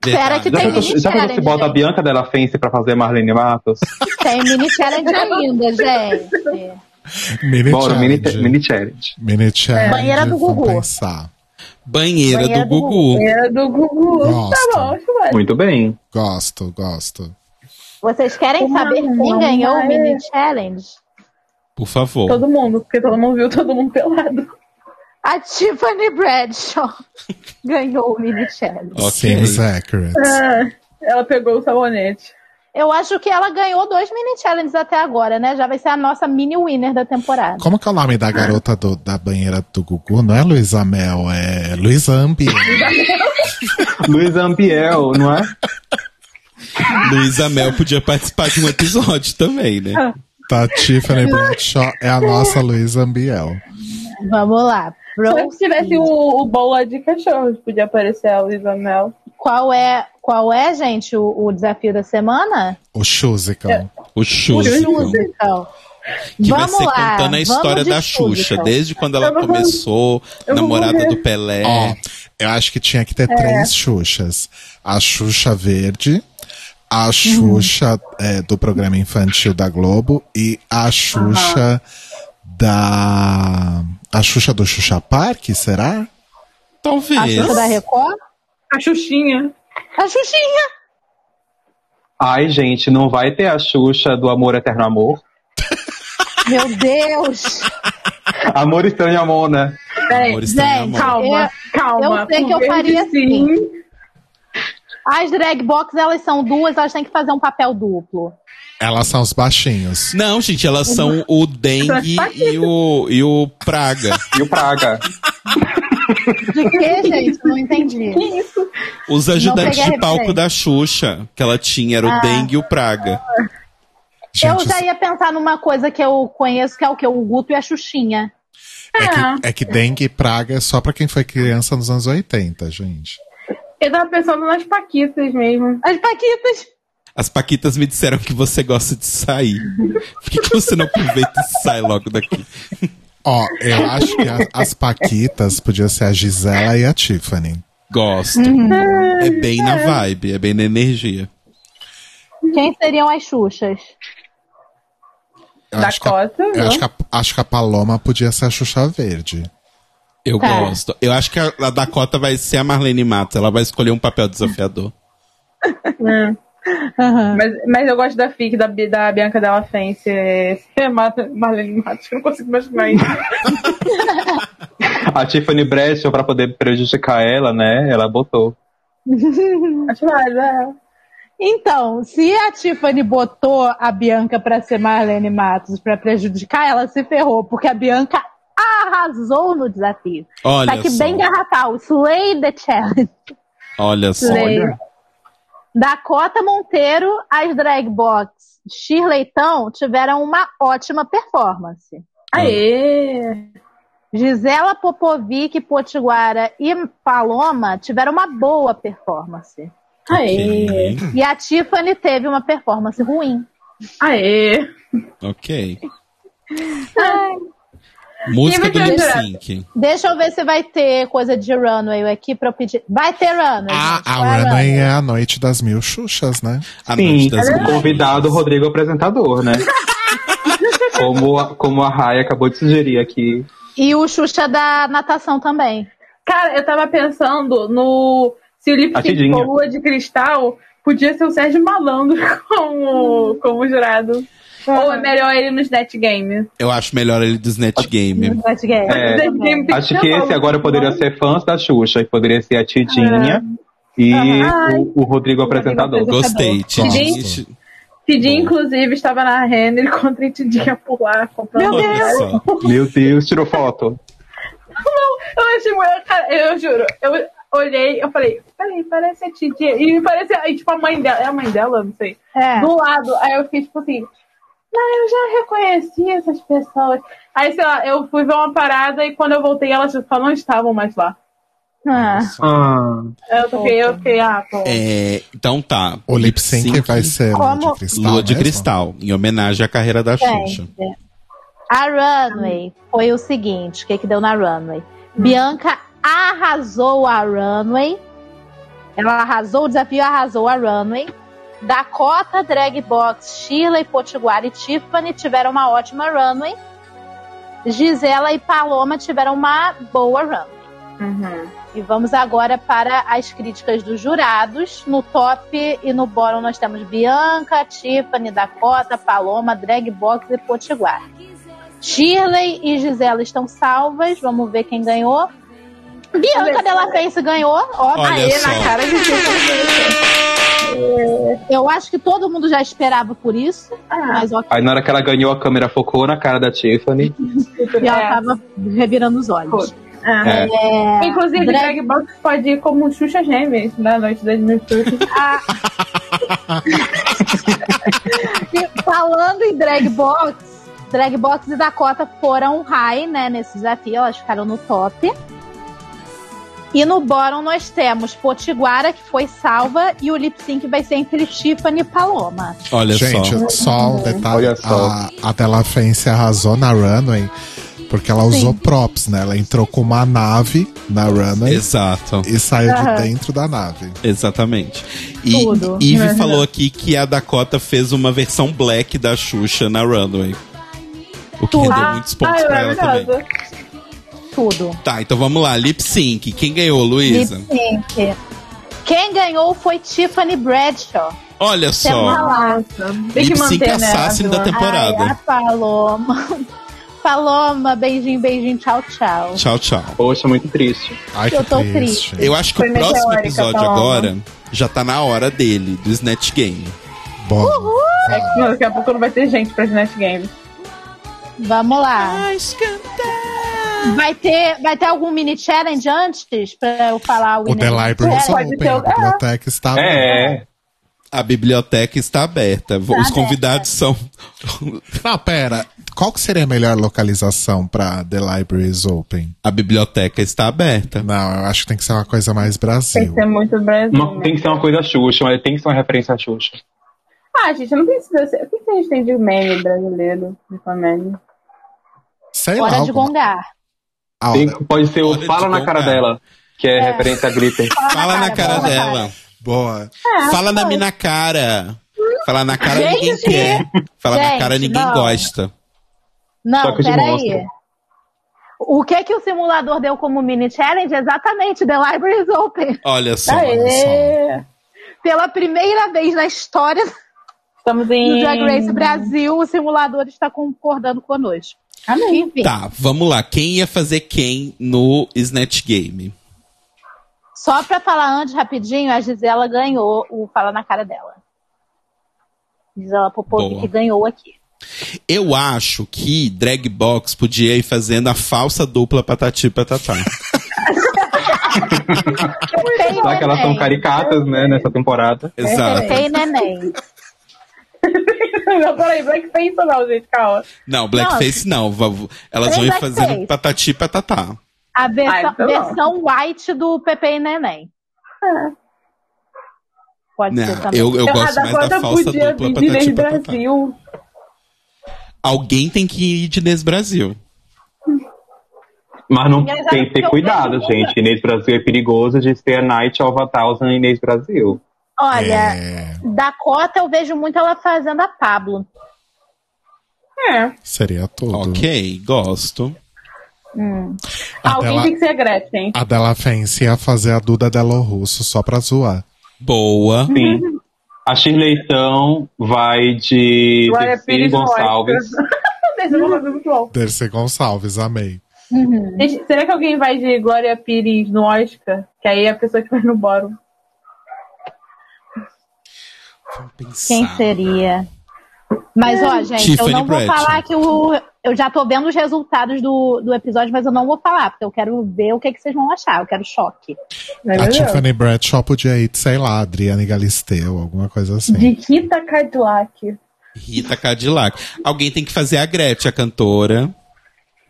[SPEAKER 3] Pera que
[SPEAKER 1] É,
[SPEAKER 4] Já
[SPEAKER 3] Tem mini
[SPEAKER 4] pensou, já pensou se
[SPEAKER 3] challenge,
[SPEAKER 4] bota a
[SPEAKER 3] gente.
[SPEAKER 4] Bianca Della Fence pra fazer a Marlene Matos?
[SPEAKER 3] Tem mini challenge ainda, gente.
[SPEAKER 2] Mini
[SPEAKER 4] Bora, mini,
[SPEAKER 2] challenge.
[SPEAKER 4] mini challenge.
[SPEAKER 2] Mini challenge.
[SPEAKER 3] Banheira do
[SPEAKER 2] vamos
[SPEAKER 3] Gugu.
[SPEAKER 2] pensar.
[SPEAKER 1] Banheira,
[SPEAKER 3] Banheira
[SPEAKER 1] do
[SPEAKER 3] do
[SPEAKER 1] Gugu.
[SPEAKER 5] Era É, do Gugu.
[SPEAKER 2] Gosto.
[SPEAKER 5] Tá bom, acho válido.
[SPEAKER 4] Muito bem.
[SPEAKER 2] Gosto, gosto.
[SPEAKER 3] Vocês querem
[SPEAKER 5] Uma
[SPEAKER 3] saber quem
[SPEAKER 5] mão,
[SPEAKER 3] ganhou o
[SPEAKER 5] é.
[SPEAKER 3] mini challenge?
[SPEAKER 1] Por favor.
[SPEAKER 5] Todo mundo, porque todo mundo viu todo mundo pelado.
[SPEAKER 3] A Tiffany Bradshaw ganhou o mini challenge.
[SPEAKER 1] Ok.
[SPEAKER 2] Seems accurate.
[SPEAKER 5] Ah, ela pegou o sabonete.
[SPEAKER 3] Eu acho que ela ganhou dois mini challenges até agora, né? Já vai ser a nossa mini winner da temporada.
[SPEAKER 2] Como que é o nome da garota do- da banheira do Gugu? Não é Luísa Mel, é Luísa Ambiel.
[SPEAKER 4] Luiz Ambiel, não é?
[SPEAKER 1] Luísa Mel podia participar de um episódio também, né?
[SPEAKER 2] tá, Tiffany Bradshaw é a nossa Luísa Ambiel.
[SPEAKER 3] Vamos lá.
[SPEAKER 5] Só se tivesse um- o,
[SPEAKER 3] Proceed.
[SPEAKER 5] o bola de cachorros, podia aparecer a Luísa Mel.
[SPEAKER 3] Qual é, qual é, gente, o, o desafio da semana?
[SPEAKER 2] O Shusical.
[SPEAKER 1] O Shusical.
[SPEAKER 3] musical.
[SPEAKER 1] Que vai
[SPEAKER 3] Vamos
[SPEAKER 1] ser
[SPEAKER 3] lá.
[SPEAKER 1] contando a
[SPEAKER 3] vamos
[SPEAKER 1] história
[SPEAKER 3] de
[SPEAKER 1] da Xuxa,
[SPEAKER 3] musical.
[SPEAKER 1] desde quando ela
[SPEAKER 5] Eu vou-
[SPEAKER 1] começou,
[SPEAKER 5] eu vou
[SPEAKER 1] namorada
[SPEAKER 5] morrer.
[SPEAKER 1] do Pelé.
[SPEAKER 2] Ó, eu acho que tinha que
[SPEAKER 5] É.
[SPEAKER 2] ter três Xuxas. A Xuxa Verde, a Xuxa é, do programa infantil da Globo e a Xuxa da... A Xuxa do Xuxa Park, será?
[SPEAKER 3] A
[SPEAKER 1] Talvez.
[SPEAKER 3] Xuxa da Record?
[SPEAKER 5] A Xuxinha.
[SPEAKER 3] A Xuxinha!
[SPEAKER 4] Ai, gente, não vai ter a Xuxa do Amor Eterno Amor.
[SPEAKER 3] Meu Deus!
[SPEAKER 4] Amor Estranho Amor, né?
[SPEAKER 5] Peraí,
[SPEAKER 1] Amor estranho,
[SPEAKER 3] gente,
[SPEAKER 1] tá amor.
[SPEAKER 5] calma, calma.
[SPEAKER 3] É, eu sei que eu
[SPEAKER 5] Verde
[SPEAKER 3] faria assim.
[SPEAKER 5] sim.
[SPEAKER 3] As drag box, elas são duas, elas têm que fazer um papel duplo.
[SPEAKER 2] Elas são os baixinhos.
[SPEAKER 1] Não, gente, elas são o Dengue e o, e o Praga.
[SPEAKER 4] E o Praga.
[SPEAKER 3] De que, gente? Não entendi.
[SPEAKER 1] Os ajudantes
[SPEAKER 3] peguei a
[SPEAKER 1] de palco
[SPEAKER 3] referência. Ah.
[SPEAKER 1] da Xuxa, que ela tinha, era o Dengue e o Praga.
[SPEAKER 2] Gente,
[SPEAKER 3] eu já ia pensar numa coisa que eu conheço, que é o que? O Guto e a Xuxinha.
[SPEAKER 2] É
[SPEAKER 5] Ah.
[SPEAKER 2] que, é que dengue e praga é só pra quem foi criança nos anos 80, gente.
[SPEAKER 5] Eu tava pensando nas Paquitas mesmo.
[SPEAKER 3] As Paquitas!
[SPEAKER 1] As Paquitas me disseram que você gosta de sair. Por que, que você não aproveita e sai logo daqui?
[SPEAKER 2] Ó, eu acho que a- as Paquitas podia ser a Gisela e a Tiffany.
[SPEAKER 1] Gosto.
[SPEAKER 3] Uhum.
[SPEAKER 1] É bem na vibe, é bem na energia.
[SPEAKER 3] Quem seriam as Xuxas?
[SPEAKER 2] Eu
[SPEAKER 5] Da
[SPEAKER 2] acho que a-
[SPEAKER 5] Costa,
[SPEAKER 2] eu
[SPEAKER 5] né?
[SPEAKER 2] acho que, a, acho que a Paloma podia ser a Xuxa Verde.
[SPEAKER 1] Eu
[SPEAKER 3] Tá.
[SPEAKER 1] gosto. Eu acho que a, a Dakota vai ser a Marlene Matos. Ela vai escolher um papel desafiador.
[SPEAKER 5] Mas, mas eu gosto da FIC, da, Bi- da Bianca Della Fence. É, Mar- Marlene Matos, que eu não consigo mais chamar isso.
[SPEAKER 4] A Tiffany Bradshaw, pra poder prejudicar ela, né? Ela botou.
[SPEAKER 5] Acho válido, é.
[SPEAKER 3] Então, se a Tiffany botou a Bianca pra ser Marlene Matos pra prejudicar, ela se ferrou, porque a Bianca arrasou no desafio.
[SPEAKER 1] Olha
[SPEAKER 3] tá aqui
[SPEAKER 1] só.
[SPEAKER 3] bem garrafal. Slay the challenge.
[SPEAKER 1] Olha só.
[SPEAKER 3] Slay. Dakota Monteiro, as drag box Shirley Tão tiveram uma ótima performance.
[SPEAKER 5] Aê!
[SPEAKER 3] Gisela Popovic, Potiguara e Paloma tiveram uma boa performance.
[SPEAKER 5] Aê!
[SPEAKER 1] Ok.
[SPEAKER 3] E a Tiffany teve uma performance ruim.
[SPEAKER 5] Aê!
[SPEAKER 1] ok. Música
[SPEAKER 5] Quem
[SPEAKER 1] do
[SPEAKER 5] vai
[SPEAKER 1] lip
[SPEAKER 5] procurar?
[SPEAKER 1] sync.
[SPEAKER 3] Deixa eu ver se vai ter coisa de runway aqui pra eu pedir. Vai ter runway.
[SPEAKER 2] A,
[SPEAKER 3] gente,
[SPEAKER 2] a
[SPEAKER 3] vai
[SPEAKER 2] Runway é a noite das mil Xuxas, né?
[SPEAKER 1] A
[SPEAKER 4] Sim,
[SPEAKER 1] noite das
[SPEAKER 4] o
[SPEAKER 1] bruxas.
[SPEAKER 4] convidado Rodrigo é o apresentador, né? como, a, como a Rai acabou de sugerir aqui.
[SPEAKER 3] E o Xuxa da natação também.
[SPEAKER 5] Cara, eu tava pensando no. Se o
[SPEAKER 4] A
[SPEAKER 5] lip sync
[SPEAKER 4] Tidinha.
[SPEAKER 5] for lua de cristal, podia ser o Sérgio Malandro como, como jurado. Ou é melhor ele no Snatch Game.
[SPEAKER 1] Eu acho melhor ele do Snatch Game.
[SPEAKER 3] No Got Game.
[SPEAKER 4] É,
[SPEAKER 5] Snatch Game tem
[SPEAKER 4] Acho
[SPEAKER 5] ser
[SPEAKER 4] que esse
[SPEAKER 5] maluco.
[SPEAKER 4] agora poderia ser fãs da Xuxa, e poderia ser a Tidinha e o, o Rodrigo apresentador.
[SPEAKER 1] Gostei, Tidinha.
[SPEAKER 2] Gosto.
[SPEAKER 5] Tidinha, inclusive, estava na Renner encontrei Tidinha por lá. Comprando
[SPEAKER 3] Meu
[SPEAKER 1] Olha só.
[SPEAKER 4] Meu Deus, tirou foto.
[SPEAKER 5] Eu achei muito. Cara, eu juro. Eu olhei, eu falei, peraí, parece a Tidinha. E parece, aí, tipo, a mãe dela. É a mãe dela? Não sei.
[SPEAKER 3] É.
[SPEAKER 5] do lado. Aí eu fiquei tipo assim, mas eu já reconheci essas pessoas. Aí, sei lá, eu fui ver uma parada e quando eu voltei, elas só não estavam mais lá.
[SPEAKER 3] Ah.
[SPEAKER 4] Ah,
[SPEAKER 5] Aí Eu fiquei, eu fiquei, ah, pô.
[SPEAKER 1] É, então tá.
[SPEAKER 2] O lip sync vai ser Lua de
[SPEAKER 3] Como-
[SPEAKER 2] Cristal.
[SPEAKER 1] Lua de
[SPEAKER 2] mesmo?
[SPEAKER 1] Cristal, em homenagem à carreira da Xuxa.
[SPEAKER 3] Gente, a runway foi o seguinte: o que, que deu na runway? Bianca arrasou a runway. Ela arrasou o desafio, arrasou a runway. Dakota, Drag Box, Sheila e Potiguara e Tiffany tiveram uma ótima runway. Gisela e Paloma tiveram uma boa runway. E vamos agora para as críticas dos jurados. No top e no bottom nós temos Bianca, Tiffany, Dakota, Paloma, Drag Box e Potiguar. Shirley e Gisela estão salvas. Vamos ver quem ganhou. Bianca Della Fence ganhou. Ó, né?
[SPEAKER 1] Olha
[SPEAKER 3] aê,
[SPEAKER 1] só.
[SPEAKER 3] na cara de Tiffany. Eu acho que todo mundo já esperava por isso.
[SPEAKER 5] Ah,
[SPEAKER 3] Mas ok,
[SPEAKER 4] Aí na hora que ela ganhou, a câmera focou na cara da Tiffany.
[SPEAKER 3] e ela
[SPEAKER 5] É.
[SPEAKER 3] tava revirando os olhos.
[SPEAKER 5] É.
[SPEAKER 4] É,
[SPEAKER 5] Inclusive,
[SPEAKER 3] Drag-
[SPEAKER 5] Drag Box pode ir como Xuxa Gêmeas né, na noite das mil Xuxas.
[SPEAKER 3] E falando em drag box, drag box e Dakota foram high, né, nesse desafio, elas ficaram no top. E no bottom nós temos Potiguara, que foi salva, e o lip sync vai ser entre Tiffany e Paloma.
[SPEAKER 1] Olha
[SPEAKER 2] Gente,
[SPEAKER 1] só.
[SPEAKER 2] só.
[SPEAKER 3] Hum.
[SPEAKER 2] um detalhe.
[SPEAKER 4] Olha só.
[SPEAKER 2] A, a Bella Fence arrasou na runway porque ela usou props, né? Ela entrou com uma nave na runway
[SPEAKER 1] Exato,
[SPEAKER 2] e saiu
[SPEAKER 3] Aham.
[SPEAKER 2] de dentro da nave.
[SPEAKER 1] exatamente. E
[SPEAKER 3] Tudo.
[SPEAKER 1] Eve falou aqui que a Dakota fez uma versão black da Xuxa na Runway. O que
[SPEAKER 3] Tudo. Ah, é
[SPEAKER 1] rendeu muitos pontos pra ela também.
[SPEAKER 5] maravilhosa.
[SPEAKER 3] Tudo.
[SPEAKER 1] Tá, então vamos lá. Lip Sync. Quem ganhou,
[SPEAKER 3] Lip
[SPEAKER 1] Luísa?
[SPEAKER 3] sync. Quem ganhou foi Tiffany Bradshaw.
[SPEAKER 1] Olha
[SPEAKER 3] Temos
[SPEAKER 1] só.
[SPEAKER 3] lá.
[SPEAKER 5] Nossa, tem
[SPEAKER 1] Lip
[SPEAKER 5] que
[SPEAKER 1] Sync
[SPEAKER 5] manter, né?
[SPEAKER 1] Assassin da
[SPEAKER 5] vilã?
[SPEAKER 1] temporada.
[SPEAKER 3] Ai, a Paloma. Paloma, beijinho, beijinho, tchau, tchau.
[SPEAKER 1] Tchau, tchau.
[SPEAKER 4] Poxa, muito triste.
[SPEAKER 2] Ai,
[SPEAKER 3] Eu
[SPEAKER 2] que
[SPEAKER 3] tô
[SPEAKER 2] triste.
[SPEAKER 1] Eu acho que
[SPEAKER 5] Foi
[SPEAKER 1] o próximo
[SPEAKER 5] meteórica,
[SPEAKER 1] episódio
[SPEAKER 3] tá
[SPEAKER 5] Paloma.
[SPEAKER 1] agora já tá na hora dele, do Snatch Game.
[SPEAKER 2] Bom,
[SPEAKER 5] É que Daqui a pouco não vai ter gente pra Snatch Game.
[SPEAKER 3] Vamos lá. Vai ter, vai ter algum mini challenge antes pra eu falar o
[SPEAKER 2] o The
[SPEAKER 3] Winner?
[SPEAKER 2] Library is
[SPEAKER 5] É, pode
[SPEAKER 2] open,
[SPEAKER 5] ter-
[SPEAKER 2] a biblioteca está aberta.
[SPEAKER 4] É,
[SPEAKER 1] A biblioteca está aberta. Os
[SPEAKER 3] Tá aberta.
[SPEAKER 1] convidados são.
[SPEAKER 2] Não, pera. Qual que seria a melhor localização pra The Library is open?
[SPEAKER 1] A biblioteca está aberta.
[SPEAKER 2] Não, eu acho que tem que ser uma coisa mais
[SPEAKER 5] Tem
[SPEAKER 2] Brasil.
[SPEAKER 5] que ser muito Brasil.
[SPEAKER 4] uma-
[SPEAKER 5] né?
[SPEAKER 4] tem que ser uma coisa Xuxa, mas tem que ser uma referência à Xuxa.
[SPEAKER 5] Ah, gente, não precisa ser. O que que a gente tem de meme brasileiro de comédia?
[SPEAKER 2] Sei lá.
[SPEAKER 3] Hora de
[SPEAKER 2] alguma-
[SPEAKER 3] gongar.
[SPEAKER 2] Ah,
[SPEAKER 4] Tem-
[SPEAKER 2] olha,
[SPEAKER 4] pode ser o
[SPEAKER 1] Olha,
[SPEAKER 4] Fala na
[SPEAKER 1] desculpa.
[SPEAKER 4] cara dela, que é, referência a glitter.
[SPEAKER 1] Fala na cara
[SPEAKER 3] bola,
[SPEAKER 1] dela.
[SPEAKER 2] boa.
[SPEAKER 1] Fala na mina cara. Fala na cara
[SPEAKER 3] É, Gente!
[SPEAKER 1] ninguém quer. Fala na
[SPEAKER 3] Gente,
[SPEAKER 1] cara ninguém
[SPEAKER 3] não.
[SPEAKER 1] gosta.
[SPEAKER 3] Não,
[SPEAKER 4] Toca de
[SPEAKER 3] peraí.
[SPEAKER 4] monstro.
[SPEAKER 3] O que que o simulador deu como mini challenge? Exatamente, The Library is Open.
[SPEAKER 1] Olha só.
[SPEAKER 5] Aê!
[SPEAKER 3] Pela primeira vez na história
[SPEAKER 5] Estamos
[SPEAKER 3] do
[SPEAKER 5] em.
[SPEAKER 3] Drag Race Brasil, o simulador está concordando conosco. Enfim,
[SPEAKER 1] Tá, vamos lá. Quem ia fazer quem no Snatch Game?
[SPEAKER 3] só pra falar antes rapidinho, a Gisela ganhou o Fala na Cara dela. Diz ela Popovic
[SPEAKER 1] Boa.
[SPEAKER 3] que ganhou aqui.
[SPEAKER 1] Eu acho que drag box podia ir fazendo a falsa dupla patati e patatá.
[SPEAKER 5] é.
[SPEAKER 3] Tem
[SPEAKER 4] Já que
[SPEAKER 1] é
[SPEAKER 4] elas são caricatas, né, nessa temporada.
[SPEAKER 1] Exato.
[SPEAKER 3] Tem neném.
[SPEAKER 5] Não, peraí, Blackface não, gente, calma.
[SPEAKER 1] Não, blackface não. va- v- Elas
[SPEAKER 3] Tem
[SPEAKER 1] vão ir
[SPEAKER 3] blackface.
[SPEAKER 1] fazendo patati e patatá.
[SPEAKER 3] A versão,
[SPEAKER 5] Ah, então não.
[SPEAKER 3] versão white do Pepe e Neném.
[SPEAKER 5] É.
[SPEAKER 3] Pode ser
[SPEAKER 1] Não,
[SPEAKER 3] também.
[SPEAKER 1] né? eu, eu gosto
[SPEAKER 5] a
[SPEAKER 1] mais da
[SPEAKER 5] Dakota
[SPEAKER 1] falsa
[SPEAKER 5] podia
[SPEAKER 1] dupla tipo
[SPEAKER 5] vir
[SPEAKER 1] patati
[SPEAKER 5] de
[SPEAKER 1] e patatá.
[SPEAKER 5] Brasil.
[SPEAKER 1] Alguém tem que ir de Nes Brasil.
[SPEAKER 4] Mas não
[SPEAKER 3] Mas
[SPEAKER 4] tem
[SPEAKER 3] olha
[SPEAKER 4] que
[SPEAKER 3] que eu
[SPEAKER 4] ter cuidado,
[SPEAKER 3] vejo muita-
[SPEAKER 4] gente. Inês Brasil é perigoso de ser a Night of a Thousand Inês Brasil.
[SPEAKER 3] Olha,
[SPEAKER 2] É,
[SPEAKER 3] Dakota eu vejo muito ela fazendo a Pablo.
[SPEAKER 5] É.
[SPEAKER 2] seria tudo.
[SPEAKER 1] Ok, gosto.
[SPEAKER 2] A
[SPEAKER 5] Alguém
[SPEAKER 2] dela,
[SPEAKER 5] tem que ser a Gretchen.
[SPEAKER 2] a dela Fence ia fazer a Duda Delo Russo só pra zoar.
[SPEAKER 1] Boa.
[SPEAKER 4] Sim. A Shirleytão vai de
[SPEAKER 5] Glória
[SPEAKER 4] Dercy
[SPEAKER 5] Pires no
[SPEAKER 4] Gonçalves.
[SPEAKER 5] Vocês vão fazer muito bom.
[SPEAKER 2] Dercy Gonçalves, amei.
[SPEAKER 5] Gente, será que alguém vai de Glória Pires no Oscar? Que aí é a pessoa que vai no bórum.
[SPEAKER 1] Vamos pensar.
[SPEAKER 3] Quem seria? Mas, ó, gente,
[SPEAKER 1] Tiffany
[SPEAKER 3] eu não vou
[SPEAKER 1] Bradshaw.
[SPEAKER 3] falar que o. Eu já tô vendo os resultados do, do episódio, mas eu não vou falar, porque eu quero ver o que, que vocês vão achar. Eu quero choque. É
[SPEAKER 2] a Tiffany Bradshaw podia ir, de, sei lá, Adriana Galisteu, alguma coisa assim.
[SPEAKER 5] De Rita Cadillac.
[SPEAKER 1] Rita Cadillac. Alguém tem que fazer a Gretchen, a cantora.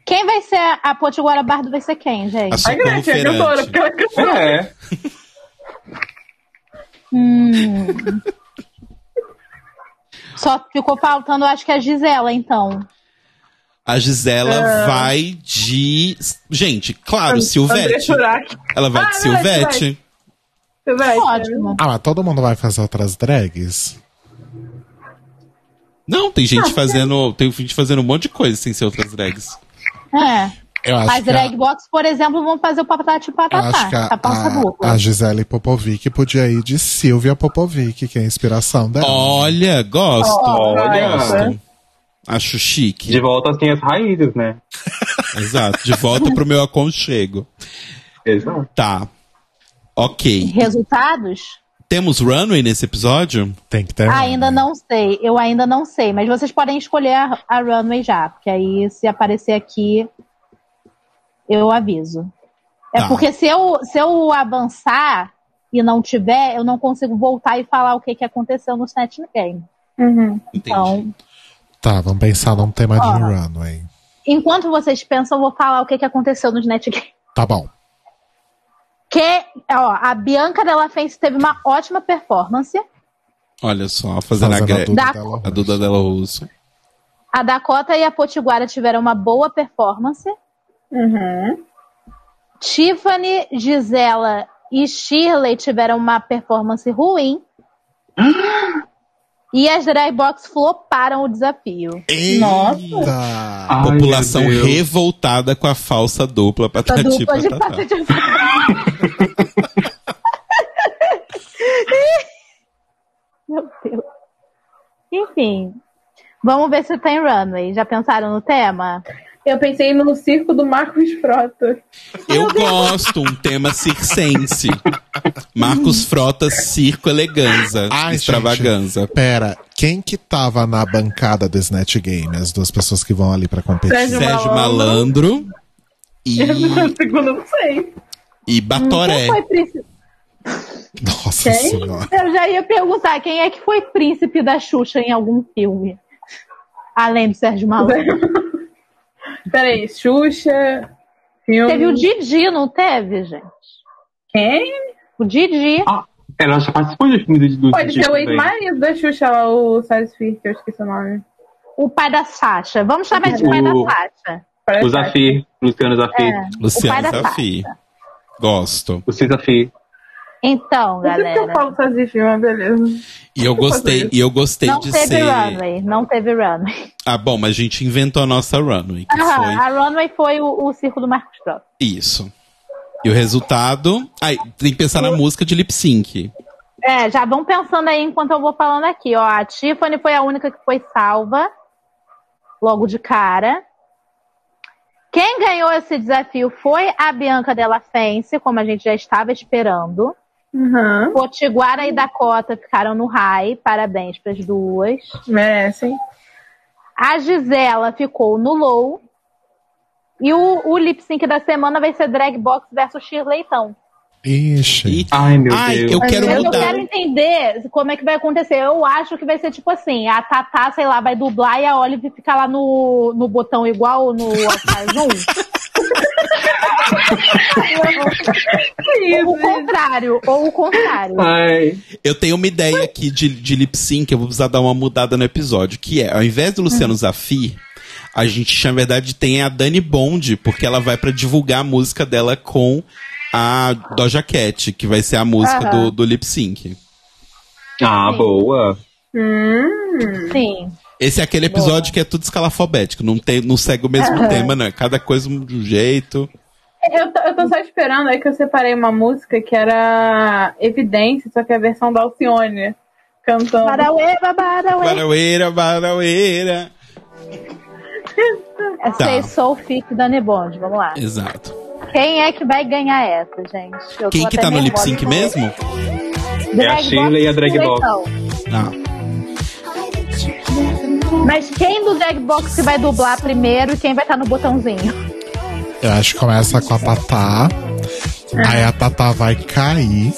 [SPEAKER 3] Quem vai ser a, a Potiguara Bardo vai ser quem, gente?
[SPEAKER 1] A
[SPEAKER 5] A
[SPEAKER 1] Socorro
[SPEAKER 5] Gretchen é cantora, porque
[SPEAKER 1] Assim Ferante.
[SPEAKER 5] ela é cantora.
[SPEAKER 4] É.
[SPEAKER 3] Hum. Só ficou faltando, eu acho que a Gisela, então.
[SPEAKER 1] A Gisela vai de... Gente, claro,
[SPEAKER 5] André
[SPEAKER 1] Silvete.
[SPEAKER 5] Surak.
[SPEAKER 1] Ela vai
[SPEAKER 5] Ah,
[SPEAKER 1] de
[SPEAKER 5] não, é Silvete.
[SPEAKER 1] Silvete.
[SPEAKER 5] Você vai?
[SPEAKER 3] Ótimo.
[SPEAKER 2] Ah, mas todo mundo vai fazer outras drags?
[SPEAKER 1] Não, tem
[SPEAKER 3] Ah, tá.
[SPEAKER 1] gente fazendo... Tem gente fazendo um monte de coisa sem ser outras drags.
[SPEAKER 3] É.
[SPEAKER 2] Eu acho
[SPEAKER 3] As
[SPEAKER 2] que a-
[SPEAKER 3] drag box, por exemplo, vão fazer o patati
[SPEAKER 2] eu acho que
[SPEAKER 3] patatá. tá
[SPEAKER 2] a,
[SPEAKER 3] A pausa
[SPEAKER 2] a, a
[SPEAKER 3] dupla.
[SPEAKER 2] Gisele Popovic podia ir de Silvia Popovic, que é a inspiração dela.
[SPEAKER 1] Olha, gosto.
[SPEAKER 4] Olha.
[SPEAKER 1] Gosto. Acho chique.
[SPEAKER 4] De volta assim as raízes, né?
[SPEAKER 1] Exato. De volta pro meu aconchego.
[SPEAKER 4] Exato.
[SPEAKER 1] Tá. Ok.
[SPEAKER 3] Resultados?
[SPEAKER 1] Temos runway nesse episódio?
[SPEAKER 2] Tem que ter.
[SPEAKER 3] Ainda não sei, eu ainda não sei, mas vocês podem escolher a, a runway já, porque aí se aparecer aqui, eu aviso. É
[SPEAKER 1] Tá.
[SPEAKER 3] porque se eu, se eu avançar e não tiver, eu não consigo voltar e falar o que, que aconteceu no Snatch Game.
[SPEAKER 5] Uhum.
[SPEAKER 3] Então,
[SPEAKER 2] Tá, vamos pensar num tema
[SPEAKER 3] Ó.
[SPEAKER 2] de runway.
[SPEAKER 3] enquanto vocês pensam, eu vou falar o que, que aconteceu nos Net Game.
[SPEAKER 2] Tá bom.
[SPEAKER 3] Que, ó, a Bianca Della Fence teve uma ótima performance.
[SPEAKER 1] Olha só, fazendo, a
[SPEAKER 2] Fazendo a
[SPEAKER 1] Gretchen.
[SPEAKER 2] Duda
[SPEAKER 3] Da-
[SPEAKER 2] Delo
[SPEAKER 1] A Duda Dela Russo.
[SPEAKER 3] A Dakota e a Potiguara tiveram uma boa performance.
[SPEAKER 5] Uhum.
[SPEAKER 3] Tiffany, Gisela e Shirley tiveram uma performance ruim. e as Drybox floparam o desafio.
[SPEAKER 2] Nossa!
[SPEAKER 4] Ai,
[SPEAKER 1] População
[SPEAKER 4] meu Deus.
[SPEAKER 1] revoltada com a falsa dupla
[SPEAKER 3] Essa
[SPEAKER 1] patati
[SPEAKER 3] dupla de
[SPEAKER 1] patatá.
[SPEAKER 3] patati Meu Deus. Enfim, vamos ver se tem runway. Já pensaram no tema?
[SPEAKER 5] Eu pensei no circo do Marcos Frota.
[SPEAKER 1] Eu gosto um tema circense. Marcos Frota, circo eleganza.
[SPEAKER 2] Ai,
[SPEAKER 1] extravaganza.
[SPEAKER 2] Pera, quem que tava na bancada do Snatch Game? As duas pessoas que vão ali pra competir.
[SPEAKER 5] Sérgio
[SPEAKER 1] Sérgio Malandro,
[SPEAKER 5] Malandro.
[SPEAKER 1] e,
[SPEAKER 5] Eu não é segundo, não sei.
[SPEAKER 1] e
[SPEAKER 3] Quem
[SPEAKER 1] Batoré.
[SPEAKER 3] foi príncipe?
[SPEAKER 2] Nossa
[SPEAKER 5] Quem?
[SPEAKER 2] senhora.
[SPEAKER 3] Eu já ia perguntar quem é que foi príncipe da Xuxa em algum filme. Além do Sérgio Malandro.
[SPEAKER 5] Peraí, Xuxa. Filme.
[SPEAKER 3] Teve o Didi, não teve, gente?
[SPEAKER 5] Quem?
[SPEAKER 3] O Didi.
[SPEAKER 4] Ela já participou de filme do, do
[SPEAKER 5] Pode ser o
[SPEAKER 4] também.
[SPEAKER 5] ex-marido da Xuxa, lá, o Sazfir, que eu esqueci o nome.
[SPEAKER 3] O pai da Sasha. Vamos chamar de pai da
[SPEAKER 4] O-
[SPEAKER 3] Sasha.
[SPEAKER 5] Parece é.
[SPEAKER 4] O Zafir, Luciano Zafir.
[SPEAKER 3] É, o
[SPEAKER 1] Luciano
[SPEAKER 3] pai da
[SPEAKER 1] Safi.
[SPEAKER 3] Sasha.
[SPEAKER 1] Gosto.
[SPEAKER 4] O Cisa Zafir.
[SPEAKER 3] Então,
[SPEAKER 5] Por isso que eu
[SPEAKER 3] galera.
[SPEAKER 5] falo Sazfir, mas beleza.
[SPEAKER 1] E eu gostei, e eu gostei
[SPEAKER 3] Não
[SPEAKER 1] de
[SPEAKER 3] teve
[SPEAKER 1] ser.
[SPEAKER 3] runway. Não teve runway.
[SPEAKER 1] Ah, bom, mas a gente inventou a nossa runway, que foi
[SPEAKER 3] Aham, a runway foi o, o circo do Marcos Pro.
[SPEAKER 1] isso. E o resultado. Ai, tem que pensar na música de lip sync.
[SPEAKER 3] É, já vão pensando aí enquanto eu vou falando aqui. Ó, a Tiffany foi a única que foi salva. Logo de cara. Quem ganhou esse desafio foi a Bianca Della Fence, como a gente já estava esperando.
[SPEAKER 5] Aham,
[SPEAKER 3] Potiguara e Dakota ficaram no high, parabéns para as duas.
[SPEAKER 5] merecem.
[SPEAKER 3] A Gisela ficou no low. E o, o lip sync da semana vai ser Drag Box versus Shirleytão.
[SPEAKER 2] Ixi.
[SPEAKER 1] E-
[SPEAKER 4] Ai, meu
[SPEAKER 1] Ai,
[SPEAKER 4] Deus.
[SPEAKER 1] eu
[SPEAKER 5] Mas
[SPEAKER 1] quero
[SPEAKER 5] eu
[SPEAKER 3] Eu não
[SPEAKER 1] mudar.
[SPEAKER 3] quero entender como é que vai acontecer. Eu acho que vai ser tipo assim: a Tatá, sei lá, vai dublar e a Olive fica lá no, no botão igual no Avatar Zoom.
[SPEAKER 5] Que
[SPEAKER 3] ou
[SPEAKER 5] É isso,
[SPEAKER 3] o contrário, ou o contrário.
[SPEAKER 4] Ai.
[SPEAKER 1] Eu tenho uma ideia aqui de, de lip sync, eu vou precisar dar uma mudada no episódio, que é, ao invés do Luciano
[SPEAKER 8] Hum.
[SPEAKER 1] Zafir, a gente, na verdade, tem a Dani Bond, porque ela vai pra divulgar a música dela com a Doja Cat, que vai ser a música
[SPEAKER 3] Aham.
[SPEAKER 1] do, do lip sync.
[SPEAKER 4] Ah,
[SPEAKER 3] Sim.
[SPEAKER 4] boa.
[SPEAKER 5] Hum,
[SPEAKER 3] Sim.
[SPEAKER 1] Esse é aquele episódio que é tudo escalafobético, não, tem, não segue o mesmo tema, não. É cada coisa de um jeito.
[SPEAKER 5] eu, tô, eu tô só esperando aí que eu separei uma música que era Evidência, só que é a versão da Alcione cantando.
[SPEAKER 3] Barauê, barauê.
[SPEAKER 1] Baraueira, baraueira.
[SPEAKER 3] Essa é
[SPEAKER 1] Tá.
[SPEAKER 3] Soul Fit Dani Bond, vamos lá.
[SPEAKER 1] Exato.
[SPEAKER 3] Quem é que vai ganhar essa, gente? Eu tô
[SPEAKER 1] Quem que
[SPEAKER 3] até
[SPEAKER 1] tá no lip
[SPEAKER 3] nervosa.
[SPEAKER 1] sync
[SPEAKER 8] então.
[SPEAKER 1] mesmo?
[SPEAKER 4] É a Sheila e a Drag Box.
[SPEAKER 3] Leitão.
[SPEAKER 1] Ah,
[SPEAKER 3] Mas quem do Drag Box que vai dublar primeiro e quem vai estar no botãozinho?
[SPEAKER 2] Eu acho que começa com a Tatá. Aí a Tatá vai cair.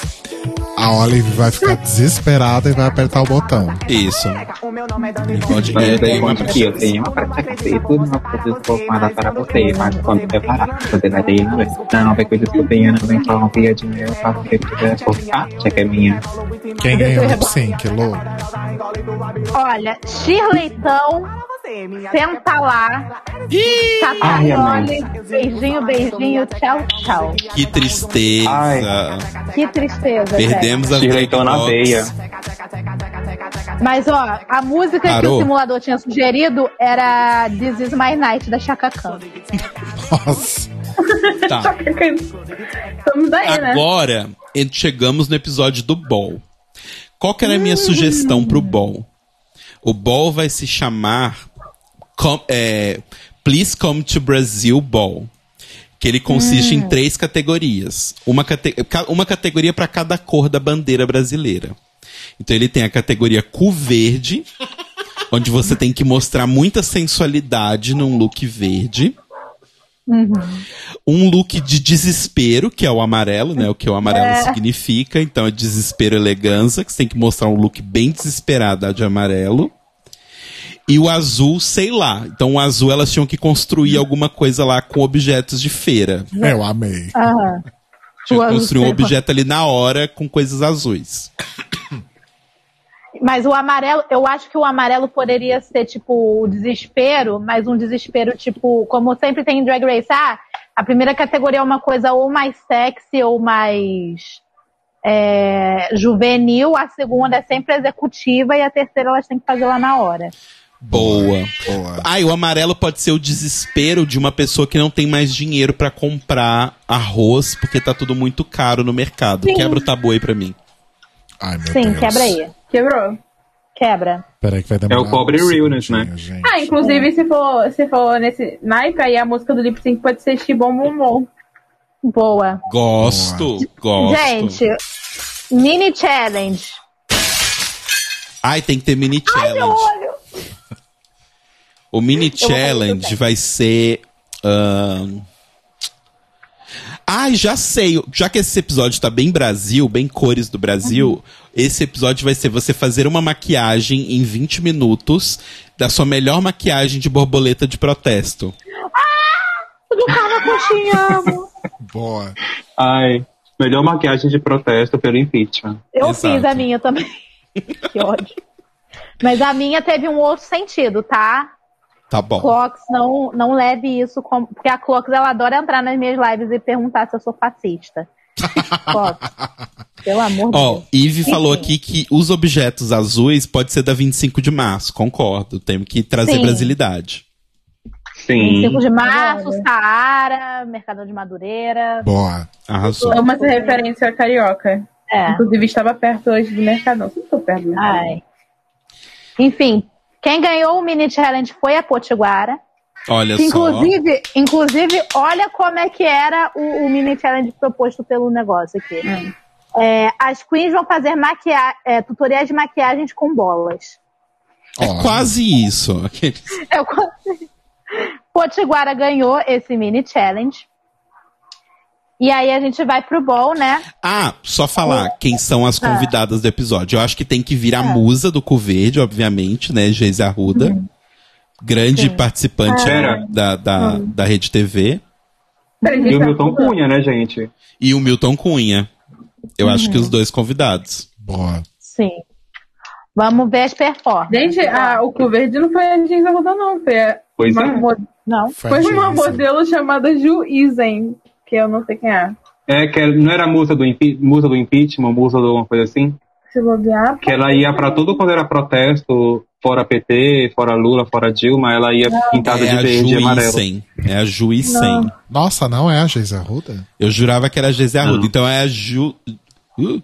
[SPEAKER 2] A Olive vai ficar desesperada e vai apertar o botão.
[SPEAKER 1] isso.
[SPEAKER 8] O meu nome é Dani
[SPEAKER 1] Pode-
[SPEAKER 4] Mas
[SPEAKER 1] é,
[SPEAKER 4] eu
[SPEAKER 1] tem
[SPEAKER 4] tenho
[SPEAKER 1] uma
[SPEAKER 4] uma
[SPEAKER 1] pra-
[SPEAKER 4] aqui, eu tenho uma pra você, tudo uma pra fazer formada para você, mas quando preparar, você vai ter uma não vai coisas que eu tenho, não vem falar um dia de meu, eu faço o que eu quiser, por parte que é minha.
[SPEAKER 2] Quem ganhou o lip sync, Lu?
[SPEAKER 3] Olha, Shirleytão senta lá.
[SPEAKER 4] Ai, amém.
[SPEAKER 3] Tatarioli, beijinho, beijinho, tchau, tchau.
[SPEAKER 1] Que tristeza.
[SPEAKER 4] Ai.
[SPEAKER 3] Que tristeza, gente.
[SPEAKER 1] Perdemos a
[SPEAKER 4] Direitão na
[SPEAKER 1] Drag
[SPEAKER 4] veia.
[SPEAKER 1] Box.
[SPEAKER 3] Mas ó, a música que
[SPEAKER 1] Parou.
[SPEAKER 3] o simulador tinha sugerido era This Is My Night, da Chaka Khan.
[SPEAKER 2] Nossa.
[SPEAKER 1] Tá.
[SPEAKER 5] Estamos aí, né?
[SPEAKER 1] Agora en- chegamos no episódio do Ball. Qual que era a minha sugestão pro Ball? O Ball vai se chamar com- é, Please Come to Brazil Ball. Que ele consiste
[SPEAKER 5] Hum.
[SPEAKER 1] em três categorias. Uma, cate- ca- uma categoria para cada cor da bandeira brasileira. Então ele tem a categoria cu verde, onde você tem que mostrar muita sensualidade num look verde. um look de desespero, que é o amarelo, né? O que o amarelo
[SPEAKER 3] É.
[SPEAKER 1] significa. Então é desespero e elegância, que você tem que mostrar um look bem desesperado a de amarelo. E o azul, sei lá. Então o azul elas tinham que construir alguma coisa lá com objetos de feira.
[SPEAKER 2] Eu amei.
[SPEAKER 3] Aham.
[SPEAKER 1] Tinha
[SPEAKER 3] O
[SPEAKER 1] que construir um
[SPEAKER 3] azul, sei lá.
[SPEAKER 1] objeto ali na hora com coisas azuis.
[SPEAKER 3] Mas o amarelo, eu acho que o amarelo poderia ser tipo o desespero, mas um desespero tipo, como sempre tem em Drag Race, ah, a primeira categoria é uma coisa ou mais sexy ou mais é, juvenil, a segunda é sempre executiva e a terceira elas têm que fazer lá na hora.
[SPEAKER 1] Boa.
[SPEAKER 2] Boa.
[SPEAKER 1] Ah, e o amarelo pode ser o desespero de uma pessoa que não tem mais dinheiro pra comprar arroz, porque tá tudo muito caro no mercado.
[SPEAKER 3] Sim.
[SPEAKER 1] Quebra o tabu aí pra mim.
[SPEAKER 2] Ai, meu
[SPEAKER 3] Sim,
[SPEAKER 2] Deus.
[SPEAKER 3] quebra aí.
[SPEAKER 5] Quebrou.
[SPEAKER 3] Quebra.
[SPEAKER 2] Peraí que vai demorar.
[SPEAKER 4] É o cobre
[SPEAKER 2] um
[SPEAKER 4] realness,
[SPEAKER 1] né?
[SPEAKER 2] segundinho, gente.
[SPEAKER 5] Ah, inclusive, se for, se for nesse naipe, aí a música do lip sync pode ser Shibom Bom Bom.
[SPEAKER 3] Boa.
[SPEAKER 1] Gosto, gosto.
[SPEAKER 3] Gente, mini challenge.
[SPEAKER 1] Ai, tem que ter mini challenge. o mini challenge vai ser. ahn, Ai, já sei. Já que esse episódio tá bem Brasil, bem cores do Brasil,
[SPEAKER 3] Uhum.
[SPEAKER 1] esse episódio vai ser você fazer uma maquiagem em 20 minutos da sua melhor maquiagem de borboleta de protesto.
[SPEAKER 3] Do Carla Coxinha. amo.
[SPEAKER 2] Boa.
[SPEAKER 4] Ai, melhor maquiagem de protesto pelo impeachment.
[SPEAKER 3] Eu
[SPEAKER 1] Exato.
[SPEAKER 3] fiz a minha também. que ódio. Mas a minha teve um outro sentido, tá?
[SPEAKER 1] Tá bom.
[SPEAKER 3] Clox, não, não leve isso como. Porque a Clox, ela adora entrar nas minhas lives e perguntar se eu sou fascista. Clox, pelo amor de
[SPEAKER 1] Ó,
[SPEAKER 3] Deus.
[SPEAKER 1] Ive falou
[SPEAKER 3] Enfim.
[SPEAKER 1] aqui que os objetos azuis pode ser da 25 de março. Concordo. Temos que trazer
[SPEAKER 3] Sim.
[SPEAKER 1] brasilidade.
[SPEAKER 4] Sim.
[SPEAKER 3] 25 de março, Saara, Mercador de Madureira.
[SPEAKER 2] Boa.
[SPEAKER 1] Arrasou.
[SPEAKER 5] Amo essa é referência carioca.
[SPEAKER 3] É.
[SPEAKER 5] Inclusive, estava perto hoje do Mercadão. Sempre estou perto do Mercadão.
[SPEAKER 3] Ai. Enfim, quem ganhou o mini challenge foi a Potiguara.
[SPEAKER 1] Olha
[SPEAKER 3] Que,
[SPEAKER 1] só.
[SPEAKER 3] inclusive,
[SPEAKER 1] Hum.
[SPEAKER 3] inclusive, olha como é que era o, o mini challenge proposto pelo negócio aqui. É, as queens vão fazer maquia- é, tutoriais de maquiagens com bolas.
[SPEAKER 1] É quase isso. Aquele-
[SPEAKER 3] Eu consegui. Potiguara ganhou esse mini challenge. E aí a gente vai pro bowl, né?
[SPEAKER 1] Ah, só falar quem são as
[SPEAKER 3] Ah.
[SPEAKER 1] convidadas do episódio. Eu acho que tem que vir
[SPEAKER 3] É.
[SPEAKER 1] a musa do Cu Verde, obviamente, né? Geise Arruda.
[SPEAKER 3] Uhum.
[SPEAKER 1] Grande participante
[SPEAKER 3] É.
[SPEAKER 4] Pera.
[SPEAKER 1] da, da,
[SPEAKER 3] Uhum.
[SPEAKER 1] da Rede TV.
[SPEAKER 4] E
[SPEAKER 3] tá
[SPEAKER 4] o Milton Cunha, né, gente?
[SPEAKER 1] E o Milton Cunha. Eu acho que
[SPEAKER 3] Uhum.
[SPEAKER 1] os dois convidados.
[SPEAKER 2] Boa.
[SPEAKER 3] Sim. Vamos ver as performances.
[SPEAKER 5] Gente, a- o Cu Verde não foi a gente da Roda, não. Foi, a-
[SPEAKER 4] Pois
[SPEAKER 5] uma,
[SPEAKER 4] é.
[SPEAKER 5] mo-
[SPEAKER 3] Não.
[SPEAKER 2] Foi
[SPEAKER 5] foi uma
[SPEAKER 2] agência.
[SPEAKER 5] modelo chamada Ju Isen, que eu não sei quem é.
[SPEAKER 4] É que não era a musa do, impe- musa do impeachment, musa de alguma coisa assim?
[SPEAKER 5] Se bobear.
[SPEAKER 4] Que ela ia pra tudo quando era protesto, fora PT, fora Lula, fora Dilma, ela ia pintada
[SPEAKER 1] É
[SPEAKER 4] de
[SPEAKER 1] a
[SPEAKER 4] verde e amarelo.
[SPEAKER 1] Juízen. É a Juízen.
[SPEAKER 2] Nossa, não é a Geisa Arruda?
[SPEAKER 1] Eu jurava que era a Geise Arruda.
[SPEAKER 4] Não.
[SPEAKER 1] Então é a Ju. Uh,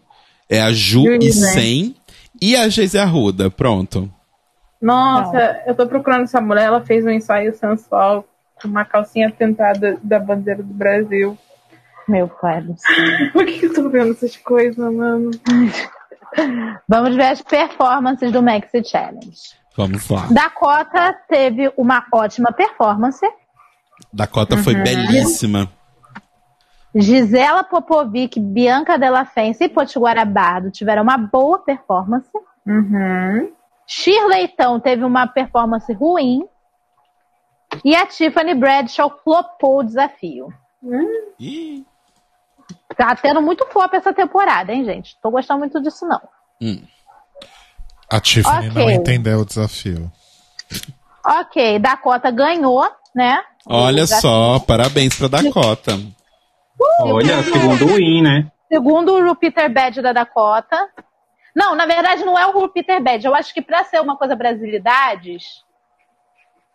[SPEAKER 1] é a Ju e
[SPEAKER 3] né?
[SPEAKER 5] Juízen.
[SPEAKER 1] Sem e a Geise Arruda. Pronto.
[SPEAKER 5] Nossa, eu tô procurando essa mulher. Ela fez um ensaio sensual com uma calcinha pintada da bandeira do Brasil.
[SPEAKER 3] Meu pai do céu.
[SPEAKER 5] Por que que eu tô vendo essas coisas, mano?
[SPEAKER 3] Vamos ver as performances do Maxi Challenge.
[SPEAKER 1] Vamos lá.
[SPEAKER 3] Dakota teve uma ótima performance.
[SPEAKER 1] Dakota foi
[SPEAKER 3] Uhum.
[SPEAKER 1] belíssima.
[SPEAKER 3] Gisela Popovic, Bianca Della Fence e Potiguara Bardo tiveram uma boa performance.
[SPEAKER 5] Uhum.
[SPEAKER 3] Shirleytão teve uma performance ruim. E a Tiffany Bradshaw flopou o desafio.
[SPEAKER 1] Ih.
[SPEAKER 3] Tá tendo muito flop essa temporada, hein, gente? Tô gostando muito disso, não.
[SPEAKER 2] A Tiffany
[SPEAKER 3] Ok.
[SPEAKER 2] não entendeu o desafio.
[SPEAKER 3] Ok, Dakota ganhou, né?
[SPEAKER 1] Olha só, parabéns pra Dakota.
[SPEAKER 4] Olha, segundo o IN, né?
[SPEAKER 3] Segundo o Peter Bad da Dakota. Não, na verdade não é o Peter Bad. Eu acho que pra ser uma coisa brasilidades,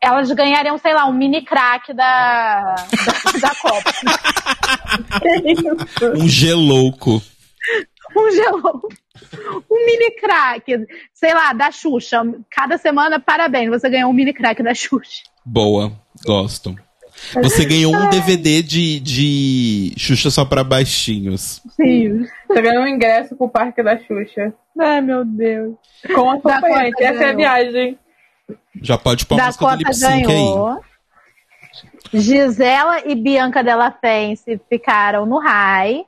[SPEAKER 3] elas ganhariam, sei lá, um mini crack da, da, da Copa.
[SPEAKER 5] Que isso?
[SPEAKER 1] Um gelouco.
[SPEAKER 3] Um gelou. Um mini crack. Sei lá, da Xuxa. Cada semana, parabéns, você ganhou um mini crack da Xuxa.
[SPEAKER 1] Boa, gosto. Você ganhou um DVD de, de Xuxa só pra baixinhos.
[SPEAKER 3] Sim.
[SPEAKER 5] Tá ganhando um ingresso pro Parque da Xuxa.
[SPEAKER 3] Ai, meu Deus.
[SPEAKER 5] Com acompanhante.
[SPEAKER 3] Dakota
[SPEAKER 5] Essa é a
[SPEAKER 3] ganhou.
[SPEAKER 5] viagem.
[SPEAKER 1] Já pode pôr a música do
[SPEAKER 3] Dakota
[SPEAKER 1] Lip Sync aí.
[SPEAKER 3] ganhou. Gisela e Bianca Della Fence ficaram no high.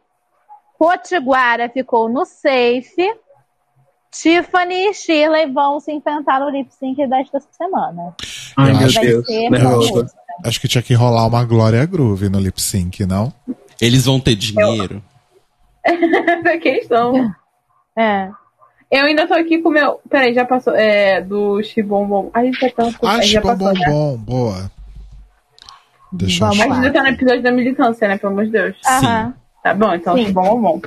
[SPEAKER 3] Potiguara ficou no safe. Tiffany e Shirley vão se enfrentar no lip sync desta semana.
[SPEAKER 4] Ai,
[SPEAKER 2] Eu
[SPEAKER 4] meu
[SPEAKER 2] acho
[SPEAKER 3] Vai
[SPEAKER 4] Deus.
[SPEAKER 3] ser
[SPEAKER 4] Nervoso.
[SPEAKER 3] fabuloso.
[SPEAKER 2] Acho que tinha que rolar uma Glória Groove no lip sync, não?
[SPEAKER 1] Eles vão ter dinheiro.
[SPEAKER 5] Essa é a questão.
[SPEAKER 3] É.
[SPEAKER 5] Eu ainda tô aqui com o meu. Peraí, já passou. É, do Shibombom. A gente tá tanto.
[SPEAKER 2] Ah,
[SPEAKER 5] aí já
[SPEAKER 2] bom,
[SPEAKER 5] passou,
[SPEAKER 2] bom,
[SPEAKER 5] né?
[SPEAKER 2] bom, boa. Deixa
[SPEAKER 3] Vamos
[SPEAKER 2] eu
[SPEAKER 5] A
[SPEAKER 2] achar.
[SPEAKER 5] gente ainda tá no episódio da militância, né? Pelo amor de Deus.
[SPEAKER 3] Aham.
[SPEAKER 5] Tá bom, então
[SPEAKER 3] Sim.
[SPEAKER 5] Shibombom.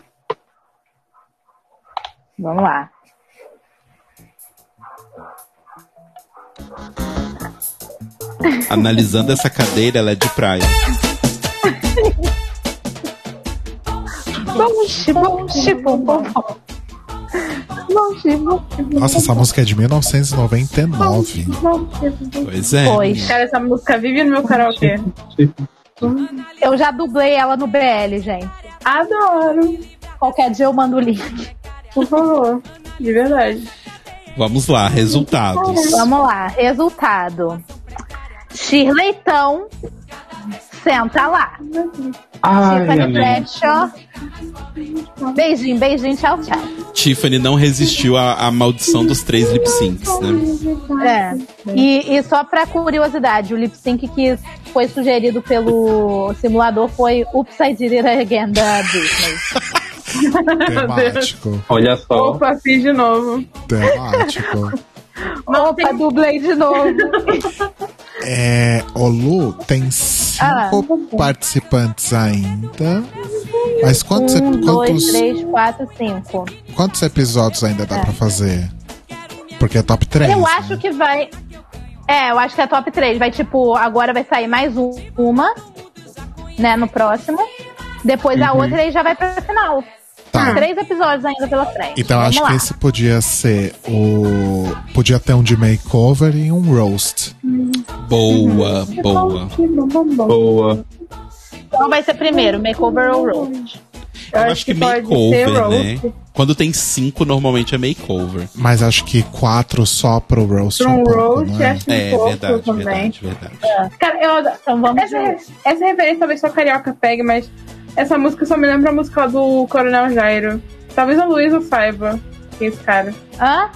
[SPEAKER 3] Vamos lá.
[SPEAKER 1] Analisando essa cadeira, ela é de praia.
[SPEAKER 3] Bom, bom, bom, bom, bom. Bom,
[SPEAKER 2] Nossa, essa música é de 1999.
[SPEAKER 1] Pois é.
[SPEAKER 3] Pois.
[SPEAKER 5] Cara, essa música vive no meu karaokê.
[SPEAKER 3] Eu já dublei ela no BL, gente.
[SPEAKER 5] Adoro.
[SPEAKER 3] Qualquer dia eu mando o link.
[SPEAKER 5] Por favor. De verdade.
[SPEAKER 1] Vamos lá, resultados.
[SPEAKER 3] Vamos lá, resultado. Shirleytão, senta lá.
[SPEAKER 4] Ai,
[SPEAKER 3] Tiffany
[SPEAKER 4] amém.
[SPEAKER 3] Bradshaw. Beijinho, beijinho, tchau, tchau.
[SPEAKER 1] Tiffany não resistiu à, à maldição dos três lip syncs, né?
[SPEAKER 3] É. E, e só pra curiosidade, o lip sync que foi sugerido pelo simulador foi Oops, I Did It Again da Disney.
[SPEAKER 2] Temático,
[SPEAKER 4] Olha só.
[SPEAKER 5] Opa, fiz de novo.
[SPEAKER 2] temático.
[SPEAKER 3] Opa, dublei de novo.
[SPEAKER 2] É, o Lu tem
[SPEAKER 3] Ah,
[SPEAKER 2] cinco participantes ainda. Mas quantos,
[SPEAKER 3] Um, dois,
[SPEAKER 2] quantos,
[SPEAKER 3] três, quatro, cinco.
[SPEAKER 2] quantos episódios ainda dá pra fazer? Porque é top 3.
[SPEAKER 3] Eu acho que vai. É, eu acho que é top 3. Vai tipo, agora vai sair mais um- uma, né, no próximo. Depois a outra e já vai pra final.
[SPEAKER 2] Tá.
[SPEAKER 3] Três episódios ainda pela frente.
[SPEAKER 2] Então
[SPEAKER 3] Vamos
[SPEAKER 2] acho
[SPEAKER 3] lá.
[SPEAKER 2] que esse podia ser o. Podia ter um de makeover e um roast.
[SPEAKER 1] Boa, boa.
[SPEAKER 4] Boa.
[SPEAKER 3] Então vai ser primeiro, Makeover ou Road.
[SPEAKER 1] Eu acho, que,
[SPEAKER 5] um
[SPEAKER 1] makeover, né?
[SPEAKER 5] roast.
[SPEAKER 1] Quando tem cinco, normalmente é makeover.
[SPEAKER 2] Mas acho que quatro só pro roast.
[SPEAKER 5] Pra
[SPEAKER 2] é
[SPEAKER 5] um
[SPEAKER 2] pouco,
[SPEAKER 5] roast,
[SPEAKER 2] né?
[SPEAKER 5] acho
[SPEAKER 1] É,
[SPEAKER 5] um pouco
[SPEAKER 1] verdade,
[SPEAKER 5] também.
[SPEAKER 1] verdade, verdade.
[SPEAKER 5] Cara, eu,
[SPEAKER 3] Então vamos
[SPEAKER 5] essa,
[SPEAKER 3] de...
[SPEAKER 5] essa referência talvez só carioca pegue, mas essa música só me lembra a música lá do Coronel Jairo. Talvez a Luísa saiba que é esse cara.
[SPEAKER 3] Hã?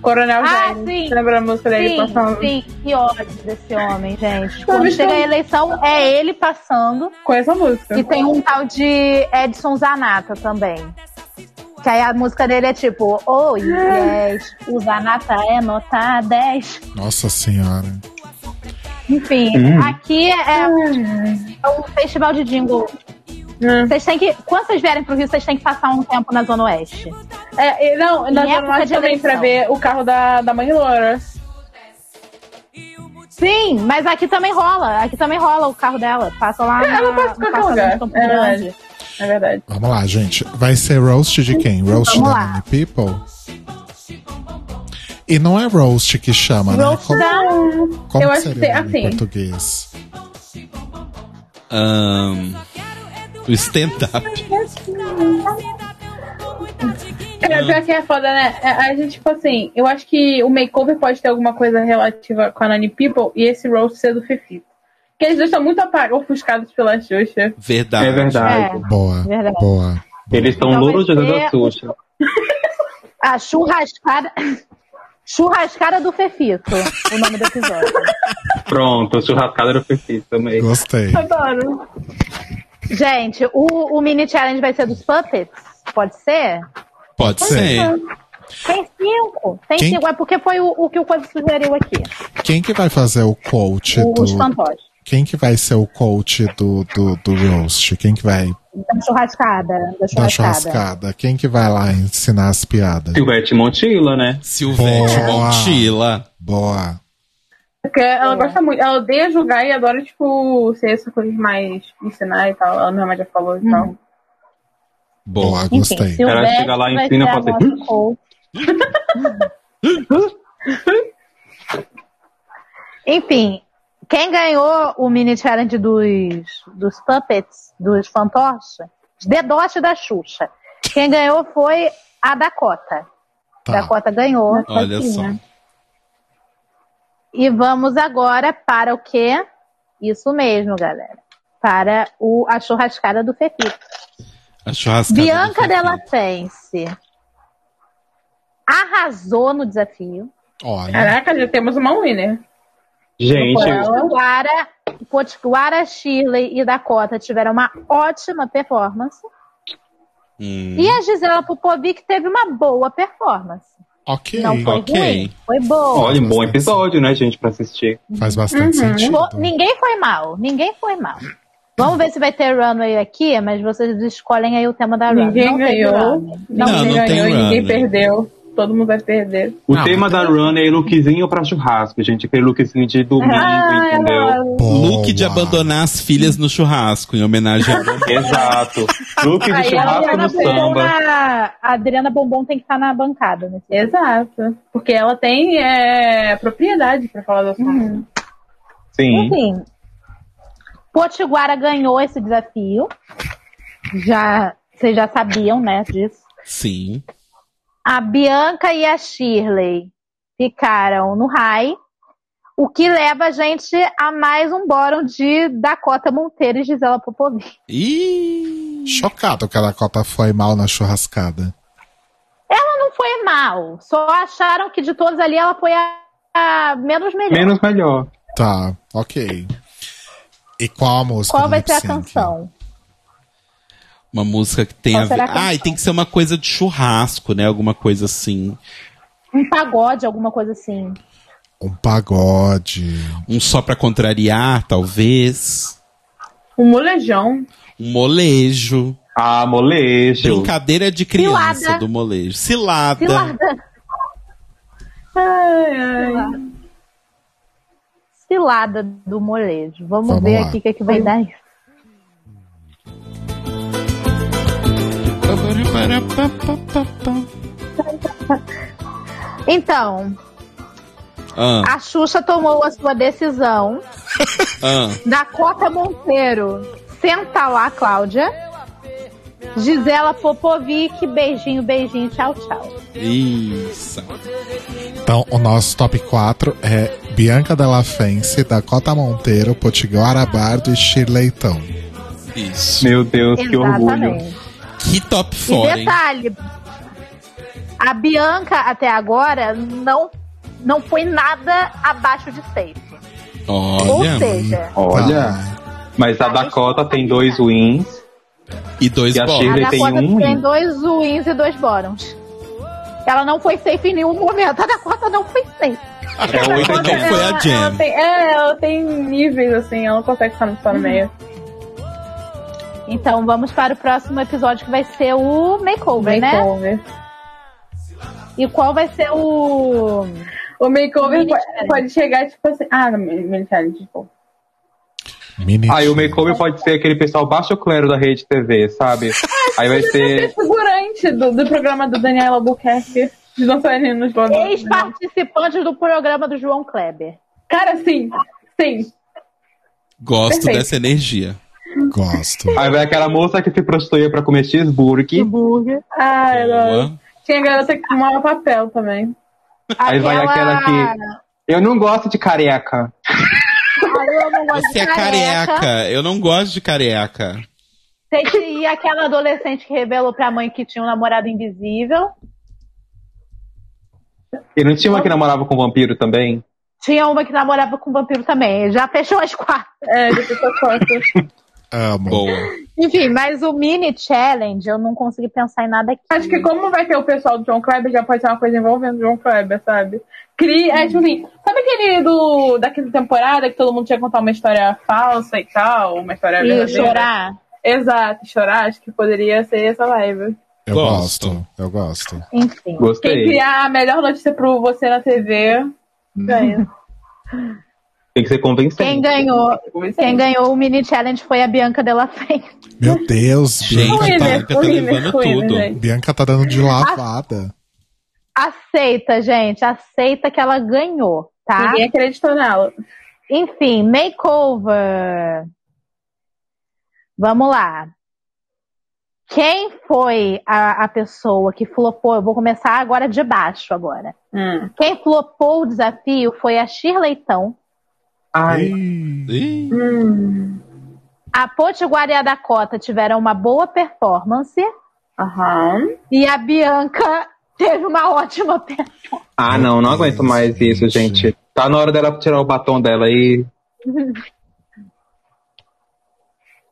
[SPEAKER 5] Coronel
[SPEAKER 3] Ah,
[SPEAKER 5] Jairo.
[SPEAKER 3] sim.
[SPEAKER 5] Você lembra a música dele passando
[SPEAKER 3] Sim, sim, que ódio desse homem, gente.
[SPEAKER 5] Não,
[SPEAKER 3] Quando
[SPEAKER 5] bicho,
[SPEAKER 3] chega a
[SPEAKER 5] não.
[SPEAKER 3] eleição, é ele passando.
[SPEAKER 5] com essa música?
[SPEAKER 3] E tem um tal de Edson Zanata também. Que aí a música dele é tipo, oi, yes, o Zanata é nota 10.
[SPEAKER 5] é.
[SPEAKER 2] Nossa senhora.
[SPEAKER 3] Enfim,
[SPEAKER 4] Hum.
[SPEAKER 3] aqui é, é um festival de jingle.
[SPEAKER 5] Hum.
[SPEAKER 3] Vocês têm que. Quando vocês vierem pro Rio, vocês têm que passar um tempo na Zona Oeste.
[SPEAKER 5] É, e não, nós
[SPEAKER 3] Em época
[SPEAKER 5] vamos lá
[SPEAKER 3] de
[SPEAKER 5] também pra
[SPEAKER 3] eleição.
[SPEAKER 5] ver o carro da, da mãe Loura.
[SPEAKER 3] Sim, mas aqui também rola. Aqui também rola o carro dela. Passa lá.
[SPEAKER 5] Ela
[SPEAKER 3] na-
[SPEAKER 5] passa em
[SPEAKER 3] no
[SPEAKER 5] qualquer
[SPEAKER 3] passador
[SPEAKER 5] lugar,
[SPEAKER 3] de Campo
[SPEAKER 5] é
[SPEAKER 3] Grande.
[SPEAKER 5] verdade. É verdade.
[SPEAKER 2] Vamos lá, gente. Vai ser roast de quem? Roast
[SPEAKER 3] Vamos
[SPEAKER 2] da
[SPEAKER 3] lá.
[SPEAKER 2] Many People? E não é roast que chama, né?
[SPEAKER 3] Roast
[SPEAKER 2] Como, como
[SPEAKER 5] Eu
[SPEAKER 2] que
[SPEAKER 5] acho que
[SPEAKER 2] seria
[SPEAKER 5] tem-
[SPEAKER 2] o nome em
[SPEAKER 5] assim.
[SPEAKER 2] português?
[SPEAKER 1] Ahn, o stand-up.
[SPEAKER 5] Cara, pior que é foda, né? É, A gente, tipo assim, eu acho que o makeover pode ter alguma coisa relativa com a Nani People e esse roast ser do Fifi. Porque eles dois estão muito apag- ofuscados pela Xuxa.
[SPEAKER 1] Verdade.
[SPEAKER 4] É verdade.
[SPEAKER 3] É,
[SPEAKER 2] Boa,
[SPEAKER 3] Verdade.
[SPEAKER 2] boa.
[SPEAKER 4] Eles estão
[SPEAKER 3] Então vai
[SPEAKER 4] louros da
[SPEAKER 3] ser-
[SPEAKER 4] Xuxa.
[SPEAKER 3] a churrascada. Churrascada do Fefito, o nome do episódio.
[SPEAKER 4] Pronto, churrascada era perfeito também.
[SPEAKER 2] Gostei.
[SPEAKER 5] Adoro.
[SPEAKER 3] Gente, o, o mini challenge vai ser dos puppets? Pode ser?
[SPEAKER 1] Pode ser.
[SPEAKER 3] é. Tem cinco. Tem
[SPEAKER 2] Quem-
[SPEAKER 3] cinco. É porque foi o, o que o Coisa sugeriu aqui.
[SPEAKER 2] Quem que vai fazer o coach
[SPEAKER 3] O- Os
[SPEAKER 2] do.
[SPEAKER 3] fantoches.
[SPEAKER 2] Quem que vai ser o coach do, do, do roast? Quem que vai
[SPEAKER 3] Da churrascada. Da
[SPEAKER 2] dar
[SPEAKER 3] churrascada.
[SPEAKER 2] churrascada? Quem que vai lá ensinar as piadas?
[SPEAKER 4] Silvete Montila, né?
[SPEAKER 1] Silvete
[SPEAKER 2] Boa.
[SPEAKER 1] Montila.
[SPEAKER 2] Boa.
[SPEAKER 5] Porque ela
[SPEAKER 1] É.
[SPEAKER 5] gosta muito, ela odeia julgar e adora, tipo, ser essa coisa mais ensinar e tal. Ela normalmente já falou e
[SPEAKER 1] Uhum.
[SPEAKER 5] tal.
[SPEAKER 1] Boa.
[SPEAKER 2] Boa,
[SPEAKER 3] Enfim,
[SPEAKER 2] gostei.
[SPEAKER 3] Silvestre
[SPEAKER 4] chega lá e
[SPEAKER 3] vai
[SPEAKER 4] ensina
[SPEAKER 3] ser
[SPEAKER 4] pra
[SPEAKER 3] a
[SPEAKER 4] você.
[SPEAKER 3] nossa coach. Enfim, quem ganhou o mini challenge dos, dos puppets, dos fantoches, dedote da Xuxa. Quem ganhou foi a Dakota.
[SPEAKER 2] Tá.
[SPEAKER 3] Dakota ganhou. né?
[SPEAKER 1] Olha só.
[SPEAKER 3] E vamos agora para o quê? Isso mesmo, galera. Para o, a churrascada do Fefito.
[SPEAKER 1] A churrascada.
[SPEAKER 3] Bianca
[SPEAKER 1] do Fefito.
[SPEAKER 3] Della Fence arrasou no desafio.
[SPEAKER 2] Olha.
[SPEAKER 5] Caraca, já temos uma winner.
[SPEAKER 4] Gente,
[SPEAKER 3] Potiguara, Potiguara, Shirley e Dakota tiveram uma ótima performance.
[SPEAKER 1] Hum,
[SPEAKER 3] E a Gisela Popovic teve uma boa performance.
[SPEAKER 2] Ok.
[SPEAKER 4] Hum,
[SPEAKER 3] Não foi
[SPEAKER 1] Ok.
[SPEAKER 3] ruim, foi boa.
[SPEAKER 4] olha, um bom episódio, né, gente, pra assistir.
[SPEAKER 2] Faz bastante
[SPEAKER 3] Uhum. Não
[SPEAKER 2] sentido.
[SPEAKER 3] vou- ninguém foi mal, ninguém foi mal. Vamos ver se vai ter runway aqui, mas vocês escolhem aí o tema da runway.
[SPEAKER 5] Ninguém
[SPEAKER 3] Não teve
[SPEAKER 5] ganhou.
[SPEAKER 3] runway.
[SPEAKER 1] Não, não
[SPEAKER 5] ninguém
[SPEAKER 1] tem
[SPEAKER 5] ganhou e ninguém
[SPEAKER 1] runner.
[SPEAKER 5] perdeu. Todo mundo vai perder.
[SPEAKER 4] O
[SPEAKER 2] Não,
[SPEAKER 4] tema da run é lookzinho pra churrasco, gente. Aquele lookzinho de domingo,
[SPEAKER 5] Ah,
[SPEAKER 4] entendeu?
[SPEAKER 5] ela
[SPEAKER 1] Look de
[SPEAKER 2] Boa.
[SPEAKER 1] abandonar as filhas no churrasco, em homenagem a
[SPEAKER 4] Exato. Look de
[SPEAKER 5] Aí,
[SPEAKER 3] a
[SPEAKER 4] churrasco
[SPEAKER 3] Adriana,
[SPEAKER 4] no
[SPEAKER 3] Bombom
[SPEAKER 4] samba.
[SPEAKER 3] na- a Adriana Bombom tem que estar na bancada. Nesse
[SPEAKER 5] Exato. Porque ela tem é, propriedade pra falar do assunto.
[SPEAKER 1] Uhum.
[SPEAKER 4] Sim.
[SPEAKER 3] Enfim, Potiguara ganhou esse desafio. Já, vocês já sabiam, né, disso.
[SPEAKER 1] Sim.
[SPEAKER 3] A Bianca e a Shirley ficaram no high, o que leva a gente a mais um bórum de Dakota Monteiro e Gisela Popovic.
[SPEAKER 1] Ih.
[SPEAKER 2] Chocado que a Dakota foi mal na churrascada.
[SPEAKER 3] Ela não foi mal, só acharam que de todas ali ela foi a, a menos melhor.
[SPEAKER 4] Menos melhor.
[SPEAKER 2] Tá, ok. E qual a música?
[SPEAKER 3] Qual
[SPEAKER 2] do
[SPEAKER 3] vai ser a
[SPEAKER 2] lip sync?
[SPEAKER 3] canção?
[SPEAKER 1] Uma música que tem
[SPEAKER 3] Qual
[SPEAKER 1] a ver.
[SPEAKER 3] será é? a
[SPEAKER 1] Ah, e
[SPEAKER 3] canção?
[SPEAKER 1] tem que ser uma coisa de churrasco, né? Alguma coisa assim.
[SPEAKER 3] Um pagode, alguma coisa assim.
[SPEAKER 2] Um pagode.
[SPEAKER 1] Um só pra contrariar, talvez.
[SPEAKER 5] O molejão.
[SPEAKER 1] Um molejo.
[SPEAKER 4] Ah, molejo.
[SPEAKER 1] Brincadeira de criança
[SPEAKER 3] Cilada.
[SPEAKER 1] do molejo. Cilada.
[SPEAKER 3] Se larga.
[SPEAKER 5] Ai, ai.
[SPEAKER 3] cilada do molejo. Vamos,
[SPEAKER 2] Vamos
[SPEAKER 3] ver
[SPEAKER 2] lá.
[SPEAKER 3] aqui o que, é que vai dar isso. Então,
[SPEAKER 1] Ah,
[SPEAKER 3] a Xuxa tomou a sua decisão.
[SPEAKER 1] ah.
[SPEAKER 3] Dakota Monteiro, senta lá, Cláudia. Gisela Popovic, beijinho, beijinho, tchau, tchau.
[SPEAKER 1] Isso.
[SPEAKER 2] Então, o nosso top 4 é Bianca Della Fence, Dakota Monteiro, Potigão Arabardo e Shirley Leitão.
[SPEAKER 1] Isso.
[SPEAKER 4] Meu Deus, que orgulho.
[SPEAKER 3] Exatamente.
[SPEAKER 1] Que top
[SPEAKER 3] E
[SPEAKER 1] fora, hein?
[SPEAKER 3] detalhe, a Bianca até agora não, não foi nada abaixo de seis. Ou
[SPEAKER 1] Olha.
[SPEAKER 2] Tá.
[SPEAKER 3] seja,
[SPEAKER 4] Olha. Mas a Dakota tem dois wins.
[SPEAKER 1] E dois
[SPEAKER 4] E a
[SPEAKER 1] bons.
[SPEAKER 4] Shirley-
[SPEAKER 3] a
[SPEAKER 4] Ele tem
[SPEAKER 3] Dakota
[SPEAKER 4] um
[SPEAKER 3] tem
[SPEAKER 4] win.
[SPEAKER 3] dois wins e dois bônus. Ela não foi safe em nenhum momento. A Dakota não foi safe.
[SPEAKER 4] É
[SPEAKER 1] Até Tá oito
[SPEAKER 5] Ela-
[SPEAKER 1] não foi a
[SPEAKER 5] ela-
[SPEAKER 1] Jam.
[SPEAKER 5] ela tem- É, ela tem níveis, assim, ela não consegue ficar no só no meio.
[SPEAKER 3] Então vamos para o próximo episódio que vai ser o makeover, né?
[SPEAKER 5] Makeover.
[SPEAKER 3] E qual vai ser o.
[SPEAKER 5] O makeover
[SPEAKER 3] Mini
[SPEAKER 5] pode,
[SPEAKER 3] challenge.
[SPEAKER 5] pode chegar, tipo assim. Ah, não, mini mini challenge, tipo.
[SPEAKER 2] Mini
[SPEAKER 4] Aí o makeover pode ser aquele pessoal baixo clero da rede TV, sabe? Aí vai
[SPEAKER 5] É
[SPEAKER 4] ser.
[SPEAKER 5] figurante do, do programa do Daniel Albuquerque. De dançarinos bons.
[SPEAKER 3] Ex-participante do programa do João Kleber.
[SPEAKER 5] Cara, sim. Sim.
[SPEAKER 1] Gosto
[SPEAKER 5] Perfeito.
[SPEAKER 1] dessa energia.
[SPEAKER 2] Gosto.
[SPEAKER 4] Aí vai aquela moça que se prostituía pra comer cheeseburger.
[SPEAKER 5] Ah,
[SPEAKER 3] É,
[SPEAKER 5] ela...
[SPEAKER 1] Boa.
[SPEAKER 5] Tinha garota que fumava papel também.
[SPEAKER 4] Aí vai aquela que. Eu não gosto de careca.
[SPEAKER 3] Eu não gosto
[SPEAKER 1] Você
[SPEAKER 3] de
[SPEAKER 1] é careca. Eu não gosto de careca.
[SPEAKER 3] Tem que ir aquela adolescente que revelou pra mãe que tinha um namorado invisível.
[SPEAKER 4] E não tinha uma que namorava com vampiro também?
[SPEAKER 3] Tinha uma que namorava com um vampiro também. Já fechou as quatro.
[SPEAKER 5] É, de pessoa corta.
[SPEAKER 2] Amo.
[SPEAKER 1] Boa.
[SPEAKER 3] Enfim, mas o mini challenge, eu não consegui pensar em nada aqui.
[SPEAKER 5] Acho que como vai ter o pessoal do John Kleber, já pode ser uma coisa envolvendo o John Kleber, sabe? Cria, é tipo assim, sabe aquele do, da quinta temporada que todo mundo tinha que contar uma história falsa e tal, uma história
[SPEAKER 3] E
[SPEAKER 5] verdadeira?
[SPEAKER 3] chorar.
[SPEAKER 5] Exato, chorar, acho que poderia ser essa live.
[SPEAKER 2] Eu
[SPEAKER 1] Gosto.
[SPEAKER 2] gosto. Eu gosto.
[SPEAKER 3] Enfim.
[SPEAKER 5] Quem
[SPEAKER 4] Gostei.
[SPEAKER 5] criar a melhor notícia pro você na TV, ganha.
[SPEAKER 4] Tem que ser
[SPEAKER 3] Quem
[SPEAKER 4] convincente.
[SPEAKER 3] ganhou, quem ganhou o mini challenge foi a Bianca Della Fence.
[SPEAKER 2] Meu Deus,
[SPEAKER 1] Gente,
[SPEAKER 2] Bianca
[SPEAKER 1] a Bianca tá
[SPEAKER 5] Ruína, ruína,
[SPEAKER 1] levando
[SPEAKER 5] ruína,
[SPEAKER 1] tudo.
[SPEAKER 5] gente.
[SPEAKER 2] Bianca tá dando de lavada.
[SPEAKER 3] Aceita, gente, aceita que ela ganhou, tá?
[SPEAKER 5] Ninguém acreditou nela.
[SPEAKER 3] Enfim, makeover. Vamos lá. Quem foi a, a pessoa que flopou? Eu vou começar agora de baixo agora.
[SPEAKER 5] Hum.
[SPEAKER 3] Quem flopou o desafio foi a Shirleitão,
[SPEAKER 4] Ai,
[SPEAKER 2] Ih,
[SPEAKER 1] Ih,
[SPEAKER 3] Hum. a Potiguara e a Dakota tiveram uma boa performance
[SPEAKER 5] Aham.
[SPEAKER 3] e a Bianca teve uma ótima performance.
[SPEAKER 4] Ah, não, não aguento mais isso, gente. Tá na hora dela tirar o batom dela aí.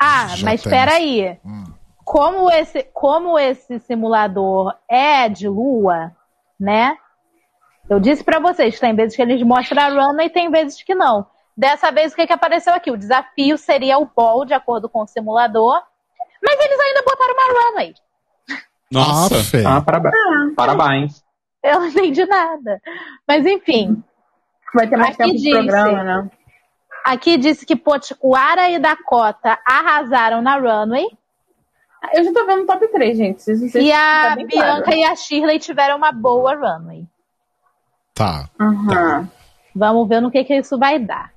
[SPEAKER 3] Ah,
[SPEAKER 2] Já
[SPEAKER 3] mas
[SPEAKER 2] temos.
[SPEAKER 3] espera aí.
[SPEAKER 2] Hum.
[SPEAKER 3] Como esse, como esse simulador é de lua, né? Eu disse pra vocês, tem vezes que eles mostram a runway e tem vezes que não. Dessa vez, o que, que apareceu aqui? O desafio seria o ball, de acordo com o simulador. Mas eles ainda botaram uma runway.
[SPEAKER 1] nossa.
[SPEAKER 2] Ah, Fê.
[SPEAKER 4] Ah, parabéns. Parabéns.
[SPEAKER 3] Eu não entendi nada. Mas enfim,
[SPEAKER 5] Vai ter
[SPEAKER 3] Mas
[SPEAKER 5] mais
[SPEAKER 3] que
[SPEAKER 5] tempo de
[SPEAKER 3] disse.
[SPEAKER 5] programa, né?
[SPEAKER 3] aqui disse que Potiguara e Dakota arrasaram na runway.
[SPEAKER 5] Eu já tô vendo o top 3, gente. Vocês- vocês-
[SPEAKER 3] e a
[SPEAKER 5] tá bem
[SPEAKER 3] Bianca
[SPEAKER 5] claro.
[SPEAKER 3] e a Shirley tiveram uma boa runway.
[SPEAKER 2] Tá.
[SPEAKER 5] Aham.
[SPEAKER 3] Vamos ver no que, que isso vai dar.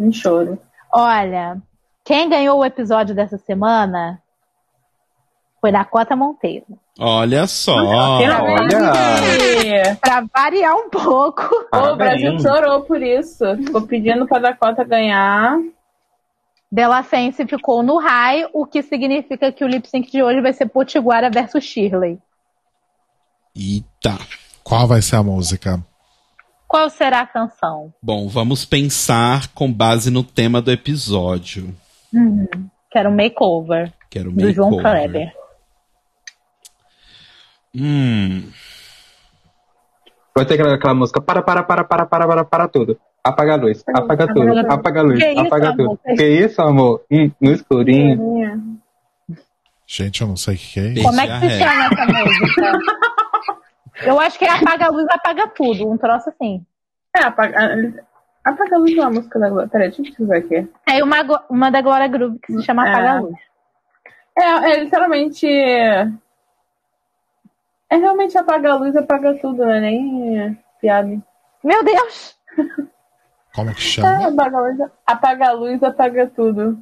[SPEAKER 5] Um choro.
[SPEAKER 3] Olha, quem ganhou o episódio dessa semana foi Dakota Monteiro.
[SPEAKER 1] Olha só.
[SPEAKER 4] Olha!
[SPEAKER 5] Olha!
[SPEAKER 3] Pra variar um pouco,
[SPEAKER 5] O Brasil
[SPEAKER 4] Parabéns.
[SPEAKER 5] chorou por isso. Ficou pedindo pra Dakota ganhar.
[SPEAKER 3] Bela Fence ficou no high, o que significa que o lip sync de hoje vai ser Potiguara versus Shirley.
[SPEAKER 1] Eita.
[SPEAKER 2] Qual vai ser a música?
[SPEAKER 3] Qual será a canção?
[SPEAKER 1] Bom, vamos pensar com base no tema do episódio.
[SPEAKER 3] Quero um makeover
[SPEAKER 1] Quero
[SPEAKER 3] do João
[SPEAKER 1] makeover.
[SPEAKER 3] Kleber.
[SPEAKER 1] Hum,
[SPEAKER 4] Vai ter aquela, aquela música. Para, para, para, para, para, para, para tudo. Apaga a luz, apaga
[SPEAKER 5] apaga a
[SPEAKER 4] tudo,
[SPEAKER 5] luz.
[SPEAKER 4] apaga a luz,
[SPEAKER 3] Que isso,
[SPEAKER 4] apaga tudo.
[SPEAKER 3] amor?
[SPEAKER 4] Que isso, amor? Hum, no escurinho.
[SPEAKER 2] Gente, eu não sei o que, que é isso.
[SPEAKER 1] Bem-
[SPEAKER 3] Como é que
[SPEAKER 1] Esse
[SPEAKER 3] se
[SPEAKER 1] é
[SPEAKER 3] chama essa música? Eu acho que é apaga a luz, apaga tudo. Um troço assim.
[SPEAKER 5] É, apaga. Apaga a luz da música da Glória. Peraí, deixa eu ver aqui.
[SPEAKER 3] Tem É uma, go- uma da Glória Groove que se chama
[SPEAKER 5] É.
[SPEAKER 3] Apaga a Luz.
[SPEAKER 5] É, é literalmente. É realmente apaga a luz, apaga tudo, né? Nem piada.
[SPEAKER 3] Meu Deus!
[SPEAKER 2] Como que
[SPEAKER 5] É,
[SPEAKER 2] chama?
[SPEAKER 5] apaga a luz, apaga a luz, apaga tudo.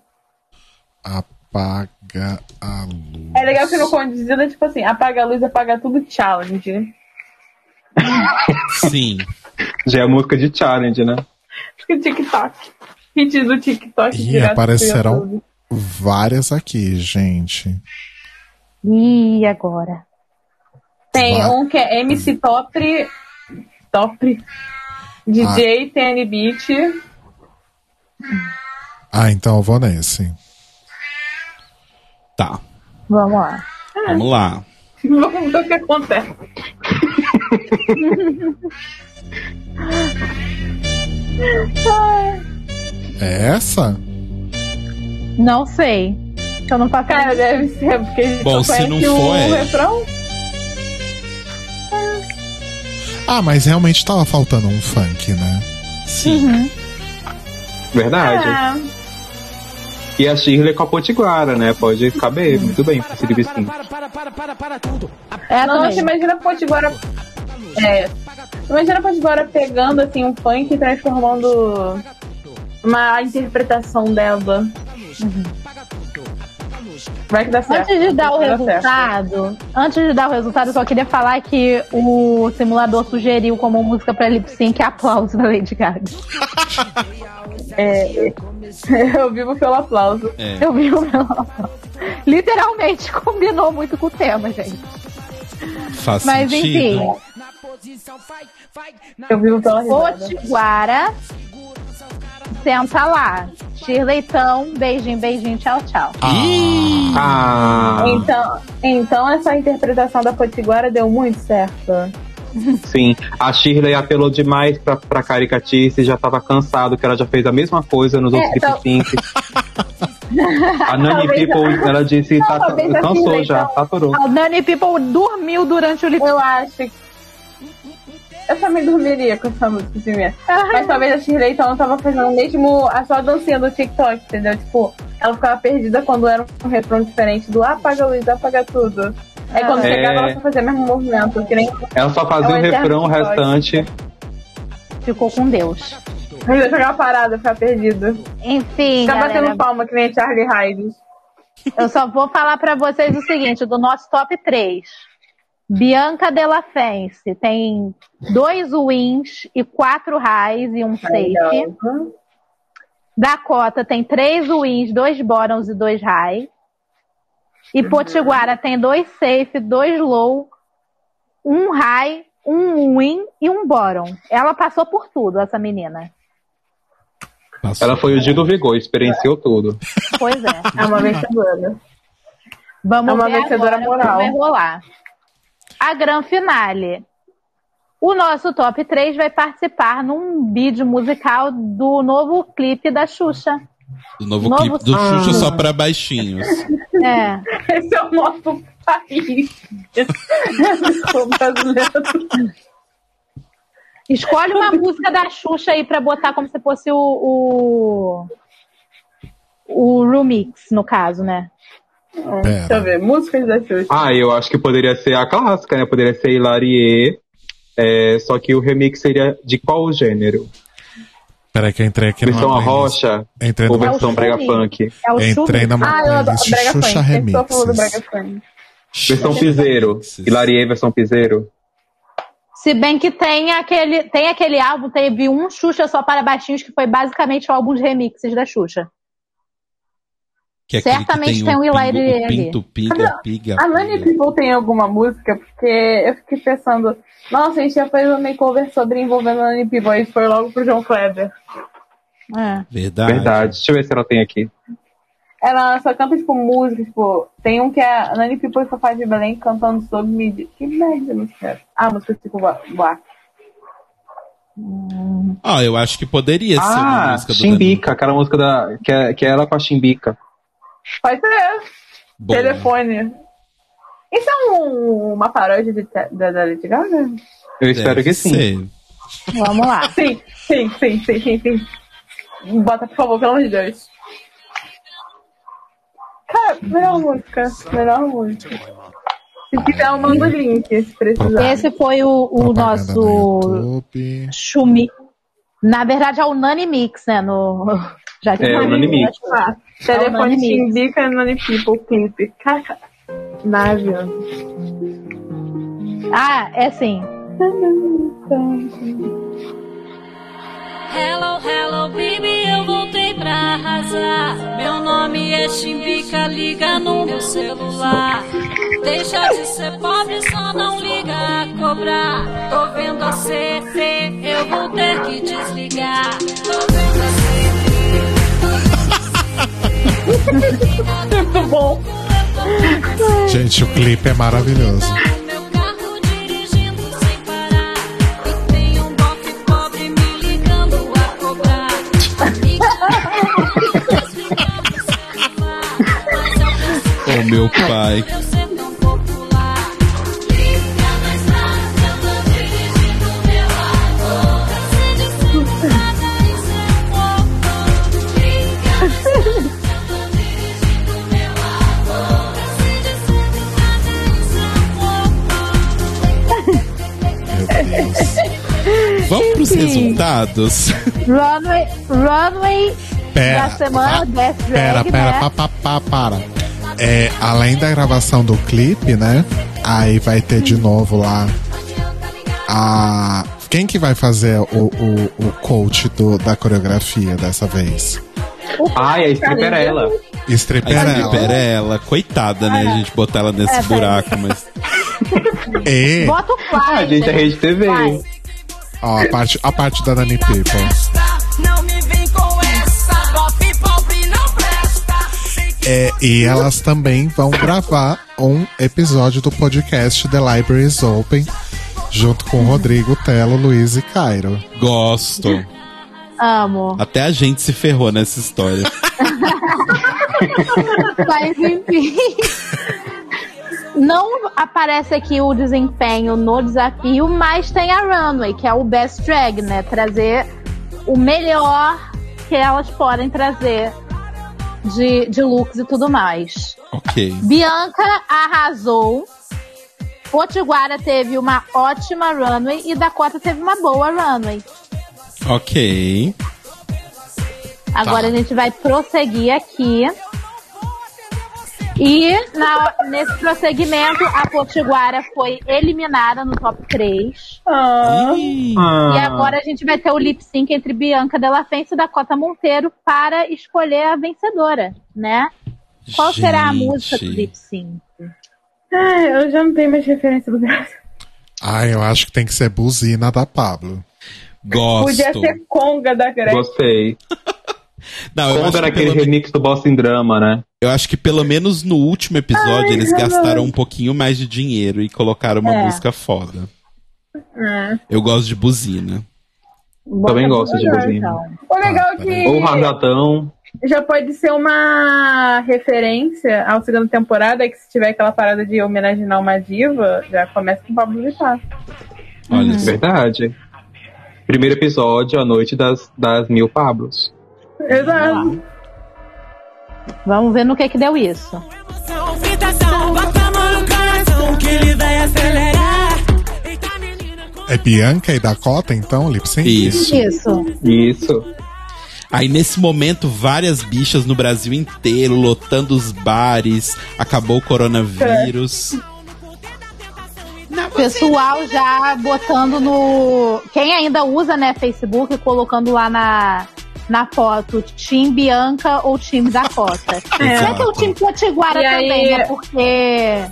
[SPEAKER 2] A- apaga a luz.
[SPEAKER 5] É legal que no Condizila é tipo assim, apaga a luz, apaga tudo, challenge.
[SPEAKER 1] Sim.
[SPEAKER 4] Já é a música de challenge, né?
[SPEAKER 5] Acho que TikTok. Hit do TikTok.
[SPEAKER 2] E
[SPEAKER 5] direto pro
[SPEAKER 2] aparecerão
[SPEAKER 5] YouTube.
[SPEAKER 2] várias aqui, gente.
[SPEAKER 3] E agora?
[SPEAKER 5] Tem
[SPEAKER 2] Vai.
[SPEAKER 5] um que é MC Top. Top. DJ TN Beat.
[SPEAKER 2] Ah, então eu vou nesse.
[SPEAKER 1] Tá.
[SPEAKER 3] Vamos lá.
[SPEAKER 1] Vamos lá.
[SPEAKER 5] Vamos ver o que acontece.
[SPEAKER 2] É essa?
[SPEAKER 3] Não sei. Eu não faço
[SPEAKER 5] Cara, deve ser, é porque a gente
[SPEAKER 1] Bom,
[SPEAKER 5] só
[SPEAKER 1] se
[SPEAKER 5] conhece
[SPEAKER 1] não for,
[SPEAKER 5] o
[SPEAKER 1] é.
[SPEAKER 5] refrão.
[SPEAKER 2] Ah, mas realmente tava faltando um funk, né?
[SPEAKER 1] Sim. É,
[SPEAKER 4] Verdade.
[SPEAKER 5] Ah,
[SPEAKER 4] E a Shirley com a Potiguara, né? Pode caber muito bem pra esse bispinho.
[SPEAKER 3] É a
[SPEAKER 5] nossa,
[SPEAKER 3] noite.
[SPEAKER 5] imagina a Potiguara. É. Imagina a Potiguara pegando assim um funk e transformando uma interpretação dela. Vai que dá certo.
[SPEAKER 3] Antes de dar o
[SPEAKER 5] Vai que dá
[SPEAKER 3] resultado, antes de dar o resultado, eu só queria falar que o simulador sugeriu como música pra lip sync aplauso da Lady Gaga.
[SPEAKER 5] certo. É, Eu vivo pelo aplauso.
[SPEAKER 1] É.
[SPEAKER 3] Eu vi o meu. Literalmente combinou muito com o tema, gente.
[SPEAKER 1] Faz
[SPEAKER 3] Mas
[SPEAKER 1] sentido.
[SPEAKER 3] enfim,
[SPEAKER 5] Eu vivo pela risada.
[SPEAKER 3] Potiguara, senta lá. Shirleytão, beijinho, beijinho, tchau, tchau.
[SPEAKER 1] Ih,
[SPEAKER 4] Ah,
[SPEAKER 5] Então, então essa interpretação da Potiguara deu muito certo.
[SPEAKER 4] sim. A Shirley apelou demais pra, pra caricatice, já tava cansado, que ela já fez a mesma coisa nos outros
[SPEAKER 5] É, tal-
[SPEAKER 4] lip sync. A Nani
[SPEAKER 5] Talvez-
[SPEAKER 4] People, ela disse,
[SPEAKER 5] Não,
[SPEAKER 4] tá,
[SPEAKER 5] talvez a
[SPEAKER 4] cansou
[SPEAKER 5] Shirley,
[SPEAKER 4] já, tá
[SPEAKER 5] então.
[SPEAKER 4] saturou.
[SPEAKER 3] A Nani People dormiu durante o lip
[SPEAKER 5] Eu acho que. Eu também dormiria com essa música primeiro. Mas talvez a Shirley então tava fazendo mesmo a sua dancinha do TikTok, entendeu? Tipo, ela ficava perdida quando era um refrão diferente do apaga a luz, apaga tudo. Aí quando
[SPEAKER 4] É.
[SPEAKER 5] chegava ela só fazia o mesmo movimento, que nem
[SPEAKER 4] Ela só fazia
[SPEAKER 5] É
[SPEAKER 4] o
[SPEAKER 5] um
[SPEAKER 4] refrão,
[SPEAKER 5] eterno
[SPEAKER 4] o restante.
[SPEAKER 3] ficou com Deus.
[SPEAKER 5] eu jogava parada, ficava perdida.
[SPEAKER 3] Enfim,
[SPEAKER 5] Ficava
[SPEAKER 3] galera,
[SPEAKER 5] Tá batendo palma que nem a Charlie Hyde.
[SPEAKER 3] eu só vou falar pra vocês o seguinte, do nosso top 3. Bianca Della Fence tem dois wins e quatro highs e um safe. Dakota tem três wins, dois bottoms e dois high. E Potiguara tem dois safe, dois low, um high, um win e um bottom. Ela passou por tudo, essa menina.
[SPEAKER 1] passou.
[SPEAKER 4] Ela foi o Gil do Vigor, experienciou tudo.
[SPEAKER 3] Pois é.
[SPEAKER 5] É uma vencedora.
[SPEAKER 3] Vamos
[SPEAKER 5] É uma
[SPEAKER 3] ver
[SPEAKER 5] vencedora
[SPEAKER 3] agora o que
[SPEAKER 5] moral.
[SPEAKER 3] vai rolar. A Gran Finale. O nosso top 3 vai participar num vídeo musical do novo clipe da Xuxa.
[SPEAKER 1] O novo,
[SPEAKER 3] Novo
[SPEAKER 1] clipe do
[SPEAKER 4] som.
[SPEAKER 1] Xuxa só pra baixinhos.
[SPEAKER 3] É.
[SPEAKER 5] Esse é o nosso país. Eu sou brasileira.
[SPEAKER 3] Escolhe uma música da Xuxa aí pra botar como se fosse o, o. o remix, no caso, né?
[SPEAKER 2] Pera.
[SPEAKER 5] Deixa eu ver, músicas da Xuxa.
[SPEAKER 4] Ah, eu acho que poderia ser a clássica, né? Poderia ser Hilarie. É, só que o remix seria de qual gênero?
[SPEAKER 2] Peraí que é um eu entrei aqui
[SPEAKER 4] Versão
[SPEAKER 2] numa
[SPEAKER 4] a
[SPEAKER 2] playlist.
[SPEAKER 4] rocha
[SPEAKER 2] Entrei
[SPEAKER 4] ou
[SPEAKER 2] numa,
[SPEAKER 3] É
[SPEAKER 4] versão
[SPEAKER 3] o
[SPEAKER 4] brega
[SPEAKER 3] Xuxa.
[SPEAKER 4] funk?
[SPEAKER 3] É o
[SPEAKER 2] entrei
[SPEAKER 3] Xuxa.
[SPEAKER 2] numa
[SPEAKER 5] Ah, eu adoro
[SPEAKER 2] playlist
[SPEAKER 5] Brega
[SPEAKER 2] Xuxa
[SPEAKER 5] Funk. Sempre tô falando
[SPEAKER 2] Remixes.
[SPEAKER 5] Brega Funk.
[SPEAKER 4] Versão piseiro. Hilarie, versão piseiro.
[SPEAKER 3] Se bem que tem aquele, tem aquele álbum, teve um Xuxa só para baixinhos, que foi basicamente o álbum de remixes da Xuxa.
[SPEAKER 1] Que é aquele
[SPEAKER 3] Certamente
[SPEAKER 1] que
[SPEAKER 3] tem um
[SPEAKER 1] o
[SPEAKER 3] Hilaire
[SPEAKER 1] pingo- o
[SPEAKER 3] ali.
[SPEAKER 1] Pinto, piga, piga.
[SPEAKER 5] A Nani
[SPEAKER 1] piga.
[SPEAKER 5] People tem alguma música? Porque eu fiquei pensando, nossa, a gente já fez uma makeover sobre envolvendo a Nani People, e foi logo pro João Kleber.
[SPEAKER 3] É.
[SPEAKER 1] Verdade.
[SPEAKER 4] Verdade. Deixa eu ver se ela tem aqui.
[SPEAKER 5] Ela só canta, tipo, música, tipo, tem um que é a Nani People e Fafá de Belém cantando sobre mídia. Que merda de música é essa? Ah, música tipo Boa.
[SPEAKER 1] Ah, eu acho que poderia ser uma
[SPEAKER 4] Ah,
[SPEAKER 1] é música do
[SPEAKER 4] Chimbica, aquela música da, que, é, que é ela com a Chimbica.
[SPEAKER 5] Pode ser,
[SPEAKER 1] Danilo. Bom,
[SPEAKER 5] telefone. Isso é um- uma paródia de, te- da, da Lady Gaga?
[SPEAKER 4] Eu
[SPEAKER 1] deve
[SPEAKER 4] espero que sim.
[SPEAKER 1] ser.
[SPEAKER 3] Vamos lá.
[SPEAKER 5] Sim, sim, sim, sim, sim, sim. Bota, por favor, pelo amor de Deus. Cara, melhor música. Melhor música. Se quiser, eu mando o link, se precisar.
[SPEAKER 3] Esse foi o, o
[SPEAKER 2] Propaganda do
[SPEAKER 3] nosso
[SPEAKER 2] YouTube.
[SPEAKER 3] chumi. Na verdade, é o Nani Mix, né? No... Já que
[SPEAKER 4] É, o Nani Mix.
[SPEAKER 5] Ah, Telefone
[SPEAKER 3] Anonymous.
[SPEAKER 5] Timbica Nani People Clipe. Caraca. Navio.
[SPEAKER 3] Ah, é sim.
[SPEAKER 8] Hello, hello, baby, eu voltei pra arrasar. Meu nome é Chimbica, liga no meu celular. Deixa de ser pobre, só não liga a cobrar. Tô vendo a CC, eu vou ter que desligar. Tô vendo a
[SPEAKER 5] Muito bom.
[SPEAKER 2] Gente, o clipe é maravilhoso.
[SPEAKER 8] Meu carro dirigindo sem parar. E tem um bofe pobre me ligando a cobrar. E
[SPEAKER 1] Ô meu pai.
[SPEAKER 8] eu sendo um popular. Liga na estrada, eu tô dirigindo meu amor. Cansei de ser usada e ser pouco. Liga na estrada, eu tô dirigindo meu amor. Cansei de ser usada e ser pouco.
[SPEAKER 2] Meu Deus.
[SPEAKER 1] Vamos pros resultados?
[SPEAKER 3] Runway, runway
[SPEAKER 2] Pera.
[SPEAKER 3] da semana,
[SPEAKER 2] pa-
[SPEAKER 3] Death
[SPEAKER 2] Pera,
[SPEAKER 3] Drag,
[SPEAKER 2] pera,
[SPEAKER 3] né?
[SPEAKER 2] pa, pa, pa, para. É, além da gravação do clipe, né? Aí vai ter de novo lá a. Quem que vai fazer o, o, o coach do- da coreografia dessa vez?
[SPEAKER 4] Ai, a stripper é ela.
[SPEAKER 1] A stripper
[SPEAKER 2] Stripperella.
[SPEAKER 1] é ela. Coitada, né? A gente botar ela nesse
[SPEAKER 3] Tá É, pera.
[SPEAKER 1] buraco, mas.
[SPEAKER 2] E
[SPEAKER 3] Bota o fly.
[SPEAKER 4] Ah, gente, é Rede TV.
[SPEAKER 3] Vai.
[SPEAKER 2] ó, a, parte, a parte da Nani People.
[SPEAKER 6] Não me vem com essa, bofe pobre não presta.
[SPEAKER 2] É, e elas também vão gravar um episódio do podcast The Library is Open, junto com Rodrigo, Telo, Luiz e Cairo.
[SPEAKER 1] Gosto.
[SPEAKER 3] Amo.
[SPEAKER 1] Até a gente se ferrou nessa história.
[SPEAKER 3] Mas enfim. Não aparece aqui o desempenho no desafio, mas tem a runway, que é o best drag, né? Trazer o melhor que elas podem trazer de, de looks e tudo mais.
[SPEAKER 1] Ok.
[SPEAKER 3] Bianca arrasou. Potiguara teve uma ótima runway e Dakota teve uma boa runway.
[SPEAKER 1] Ok.
[SPEAKER 4] Tá.
[SPEAKER 3] Agora a gente vai prosseguir aqui. E na- nesse prosseguimento, a Potiguara foi eliminada no top 3.
[SPEAKER 5] Ah,
[SPEAKER 1] Ih,
[SPEAKER 3] E agora a gente vai ter o lip sync entre Bianca Della Fence e Dakota Monteiro para escolher a vencedora, né? Qual será a
[SPEAKER 1] gente.
[SPEAKER 3] música do lip sync?
[SPEAKER 5] eu já não tenho mais referência do Brasil.
[SPEAKER 2] Ah, eu acho que tem que ser buzina da Pablo.
[SPEAKER 5] Podia
[SPEAKER 1] Gosto.
[SPEAKER 5] ser Conga da Grécia.
[SPEAKER 4] Gostei.
[SPEAKER 1] Não, eu
[SPEAKER 4] Quando
[SPEAKER 1] acho,
[SPEAKER 4] era
[SPEAKER 1] que
[SPEAKER 4] aquele
[SPEAKER 1] pelo, me-
[SPEAKER 4] remix do Boss em Drama, né?
[SPEAKER 1] eu acho que pelo menos no último episódio eles gastaram um pouquinho mais de dinheiro e colocaram uma
[SPEAKER 3] É.
[SPEAKER 1] música foda. Eu gosto de buzina.
[SPEAKER 4] Também
[SPEAKER 5] Bota
[SPEAKER 4] gosto de
[SPEAKER 5] Conga.
[SPEAKER 4] buzina.
[SPEAKER 3] então.
[SPEAKER 5] O legal é
[SPEAKER 4] Ou
[SPEAKER 5] que
[SPEAKER 4] Razatão.
[SPEAKER 5] já pode ser uma referência à segunda temporada, que se tiver aquela parada de homenagear uma diva, já começa com Pablo Vittar.
[SPEAKER 1] Olha
[SPEAKER 3] Uhum.
[SPEAKER 1] só.
[SPEAKER 4] Verdade. Primeiro episódio, A Noite das, das Mil Pablos.
[SPEAKER 5] Exato.
[SPEAKER 3] Vamos ver no que que deu isso.
[SPEAKER 6] Emoção, fritação, é bota a mão no coração que ele vai acelerar. Eita, menina, como
[SPEAKER 2] É Bianca e Dakota, então, Lip Sync?
[SPEAKER 1] Isso.
[SPEAKER 3] Isso.
[SPEAKER 4] Isso.
[SPEAKER 1] Aí nesse momento, várias bichas no Brasil inteiro, lotando os bares, acabou o coronavírus.
[SPEAKER 3] É. pessoal já botando no. Quem ainda usa, né, Facebook, colocando lá na, na foto Team Bianca ou Team Dakota. Será que é o Team Potiguara
[SPEAKER 5] E
[SPEAKER 3] também,
[SPEAKER 5] aí-
[SPEAKER 3] né? Porque.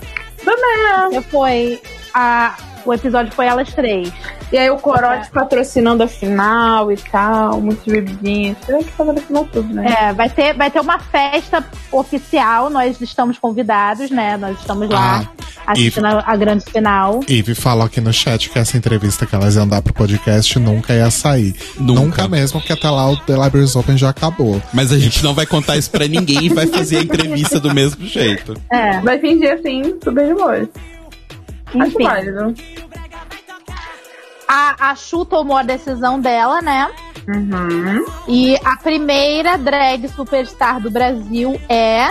[SPEAKER 3] Também. Foi. A, o episódio foi elas três.
[SPEAKER 5] E aí o Corote patrocinando a final e tal, muitos bebidinhos. Será que patrocinou tudo, né?
[SPEAKER 3] É, vai ter, vai ter uma festa oficial, nós estamos convidados, né? Nós estamos lá assistindo a, a grande final.
[SPEAKER 2] Ive falou aqui no chat que essa entrevista que elas iam dar pro podcast nunca ia sair.
[SPEAKER 1] Nunca.
[SPEAKER 2] Nunca, mesmo, porque até lá o The Library is Open já acabou.
[SPEAKER 1] Mas a gente não vai contar isso pra ninguém e vai fazer a entrevista do mesmo jeito.
[SPEAKER 3] É,
[SPEAKER 5] Vai fingir assim, super de boa. Acho
[SPEAKER 3] enfim.
[SPEAKER 5] válido.
[SPEAKER 3] a, a Chu tomou a decisão dela, né? Uhum. E a primeira drag superstar do Brasil é.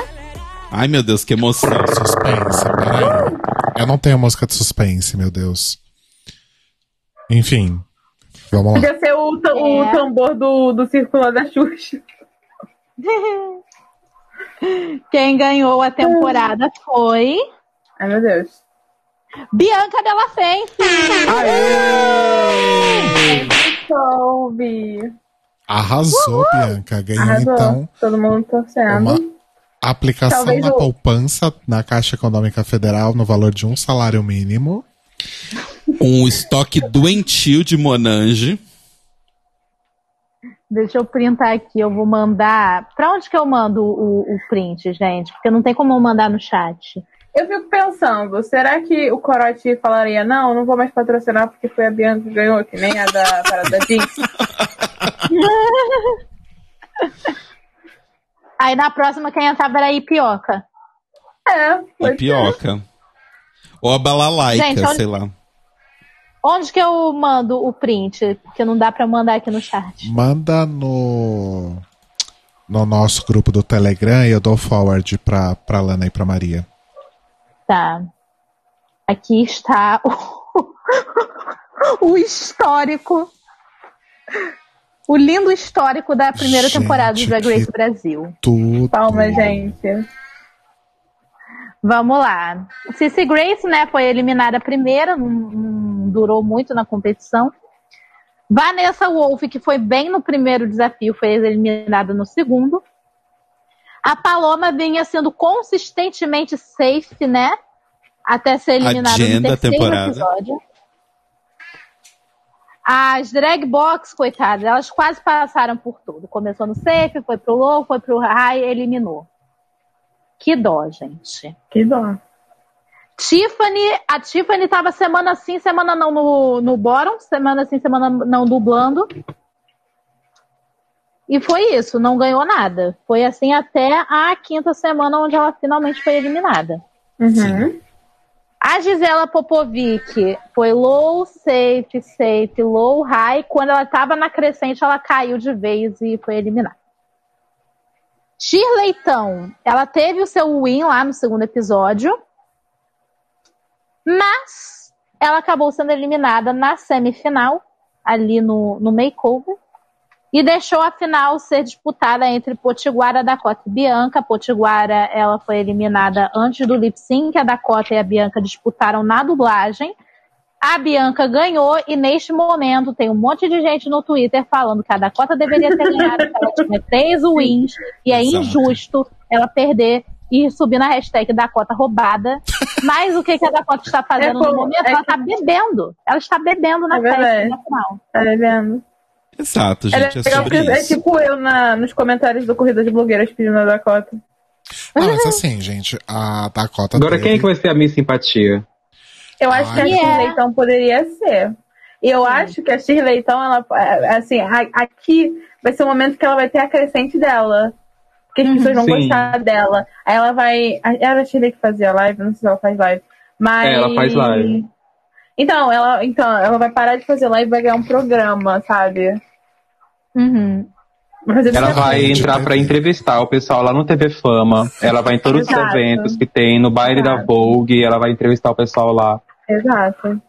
[SPEAKER 1] Ai meu Deus, que emoção.
[SPEAKER 2] Suspense, peraí. Eu não tenho música de suspense, meu Deus. Enfim, vamos lá.
[SPEAKER 5] Podia ser o, ta- o
[SPEAKER 3] É.
[SPEAKER 5] tambor do, do Círculo da Xuxa.
[SPEAKER 3] Quem ganhou a temporada foi
[SPEAKER 5] Ai, meu Deus.
[SPEAKER 3] Bianca Della Fence.
[SPEAKER 5] Soube.
[SPEAKER 2] Arrasou, Bianca. Ganhou
[SPEAKER 5] Arrasou.
[SPEAKER 2] então
[SPEAKER 5] Todo mundo torcendo.
[SPEAKER 2] uma aplicação
[SPEAKER 5] Talvez
[SPEAKER 2] da
[SPEAKER 5] o-
[SPEAKER 2] poupança na Caixa Econômica Federal no valor de um salário mínimo.
[SPEAKER 1] Um estoque doentio de Monange.
[SPEAKER 3] Deixa eu printar aqui, eu vou mandar. Pra onde que eu mando o, o print, gente? Porque não tem como eu mandar no chat.
[SPEAKER 5] Eu fico pensando, será que o Corote falaria, não, não vou mais patrocinar porque foi a Bianca que ganhou, que nem a da Parada Jeans?
[SPEAKER 3] Aí na próxima quem entrava era a Ipioca.
[SPEAKER 5] É,
[SPEAKER 1] E
[SPEAKER 5] foi
[SPEAKER 1] pioca. Ou a balalaica,
[SPEAKER 3] Gente, olha-
[SPEAKER 1] sei lá.
[SPEAKER 3] Onde que eu mando o print? Porque não dá pra mandar aqui no chat.
[SPEAKER 2] Manda no no nosso grupo do Telegram e eu dou forward pra, pra Lana e pra Maria.
[SPEAKER 3] Tá. Aqui está o, o histórico. O lindo histórico da primeira
[SPEAKER 2] Gente,
[SPEAKER 3] temporada do Drag Race
[SPEAKER 2] que-
[SPEAKER 3] Brasil.
[SPEAKER 2] Tudo.
[SPEAKER 5] palma,
[SPEAKER 1] Hum.
[SPEAKER 5] gente.
[SPEAKER 3] Vamos lá. Cici Grace, né, foi eliminada primeira, não, não durou muito na competição. Vanessa Wolff, que foi bem no primeiro desafio, foi eliminada no segundo. A Paloma vinha sendo consistentemente safe, né? Até ser eliminada
[SPEAKER 1] Agenda,
[SPEAKER 3] no terceiro
[SPEAKER 1] temporada.
[SPEAKER 3] episódio. As drag box, coitadas, elas quase passaram por tudo. Começou no safe, foi pro low, foi pro high, eliminou. Que dó, gente.
[SPEAKER 5] Que dó.
[SPEAKER 3] Tiffany, a Tiffany tava semana sim, semana não no, no bórum, semana sim, semana não dublando. E foi isso, não ganhou nada. Foi assim até a quinta semana, onde ela finalmente foi eliminada.
[SPEAKER 5] Uhum.
[SPEAKER 3] A Gisela Popovic foi low, safe, safe, low, high. Quando ela tava na crescente, ela caiu de vez e foi eliminada. Shirleytão, ela teve o seu win lá no segundo episódio, mas ela acabou sendo eliminada na semifinal, ali no, no makeover, e deixou a final ser disputada entre Potiguara, Dakota e Bianca. Potiguara, ela foi eliminada antes do lip sync, a Dakota e a Bianca disputaram na dublagem. A Bianca ganhou e neste momento tem um monte de gente no Twitter falando que a Dakota deveria ter ganhado, que ela tinha três wins e é
[SPEAKER 1] Exato.
[SPEAKER 3] injusto ela perder e subir na hashtag Dakota roubada. Mas o que, que a Dakota está fazendo
[SPEAKER 5] É como-
[SPEAKER 3] no momento?
[SPEAKER 5] é
[SPEAKER 3] ela está bebendo. Ela está bebendo na
[SPEAKER 5] É
[SPEAKER 3] festa
[SPEAKER 5] verdade.
[SPEAKER 3] na final.
[SPEAKER 5] Tá vendo?
[SPEAKER 1] Exato,
[SPEAKER 5] Era
[SPEAKER 1] gente. É
[SPEAKER 5] legal porque
[SPEAKER 1] sobre
[SPEAKER 5] é
[SPEAKER 1] isso.
[SPEAKER 5] tipo eu na, nos comentários do Corrida de Blogueiras pedindo a Dakota.
[SPEAKER 2] Não, mas assim, gente, a
[SPEAKER 1] Tá
[SPEAKER 2] Dakota.
[SPEAKER 4] Agora,
[SPEAKER 2] teve-
[SPEAKER 4] quem é que vai ser a minha simpatia?
[SPEAKER 5] Eu acho
[SPEAKER 2] Ah,
[SPEAKER 5] que a
[SPEAKER 3] é.
[SPEAKER 5] Shirley então poderia ser. E eu acho que a Shirley então, ela, é, assim, a- aqui vai ser o momento que ela vai ter a crescente dela. Porque as pessoas vão
[SPEAKER 4] Uhum. Sim.
[SPEAKER 5] gostar dela. Aí ela vai. a- Era a Shirley que fazia live, não sei se ela faz live. Mas.
[SPEAKER 4] É, ela faz live.
[SPEAKER 5] Então ela, então, ela vai parar de fazer live e vai ganhar um programa, sabe?
[SPEAKER 3] Uhum.
[SPEAKER 5] Vai fazer
[SPEAKER 4] Ela
[SPEAKER 5] programa.
[SPEAKER 4] vai
[SPEAKER 2] Exatamente,
[SPEAKER 4] entrar
[SPEAKER 2] né?
[SPEAKER 4] pra entrevistar o pessoal lá no TV Fama. Ela vai em todos os
[SPEAKER 5] Exato.
[SPEAKER 4] eventos que tem, no baile da
[SPEAKER 5] Exato.
[SPEAKER 4] Vogue, ela vai entrevistar o pessoal lá.
[SPEAKER 5] Exato.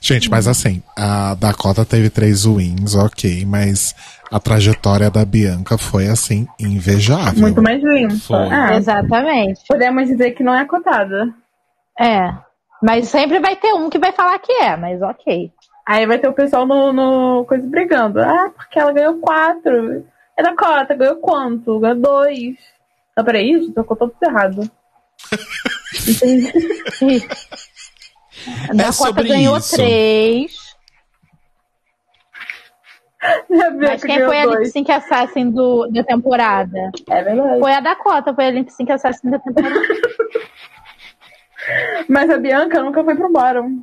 [SPEAKER 2] Gente, mas assim, a Dakota teve três wins, ok, mas a trajetória da Bianca foi assim, invejável.
[SPEAKER 5] Muito mais limpa.
[SPEAKER 1] Foi.
[SPEAKER 5] É.
[SPEAKER 3] Exatamente.
[SPEAKER 5] Podemos dizer que não é cotada.
[SPEAKER 3] É. Mas sempre vai ter um que vai falar que é, mas ok.
[SPEAKER 5] Aí vai ter o pessoal no, no coisa brigando. Ah, porque ela ganhou quatro. É da cota, ganhou quanto? Ganhou dois. Não, peraí, gente, tô contando tudo errado.
[SPEAKER 3] A Dakota
[SPEAKER 1] É sobre
[SPEAKER 3] ganhou
[SPEAKER 1] isso.
[SPEAKER 3] três.
[SPEAKER 5] Já viu
[SPEAKER 3] Mas
[SPEAKER 5] que
[SPEAKER 3] quem
[SPEAKER 5] ganhou
[SPEAKER 3] foi a Lip
[SPEAKER 5] dois.
[SPEAKER 3] Sync Assassin do, da temporada?
[SPEAKER 5] É verdade.
[SPEAKER 3] Foi a Dakota, foi a Lip Sync Assassin da temporada.
[SPEAKER 5] Mas a Bianca nunca foi pro bórum.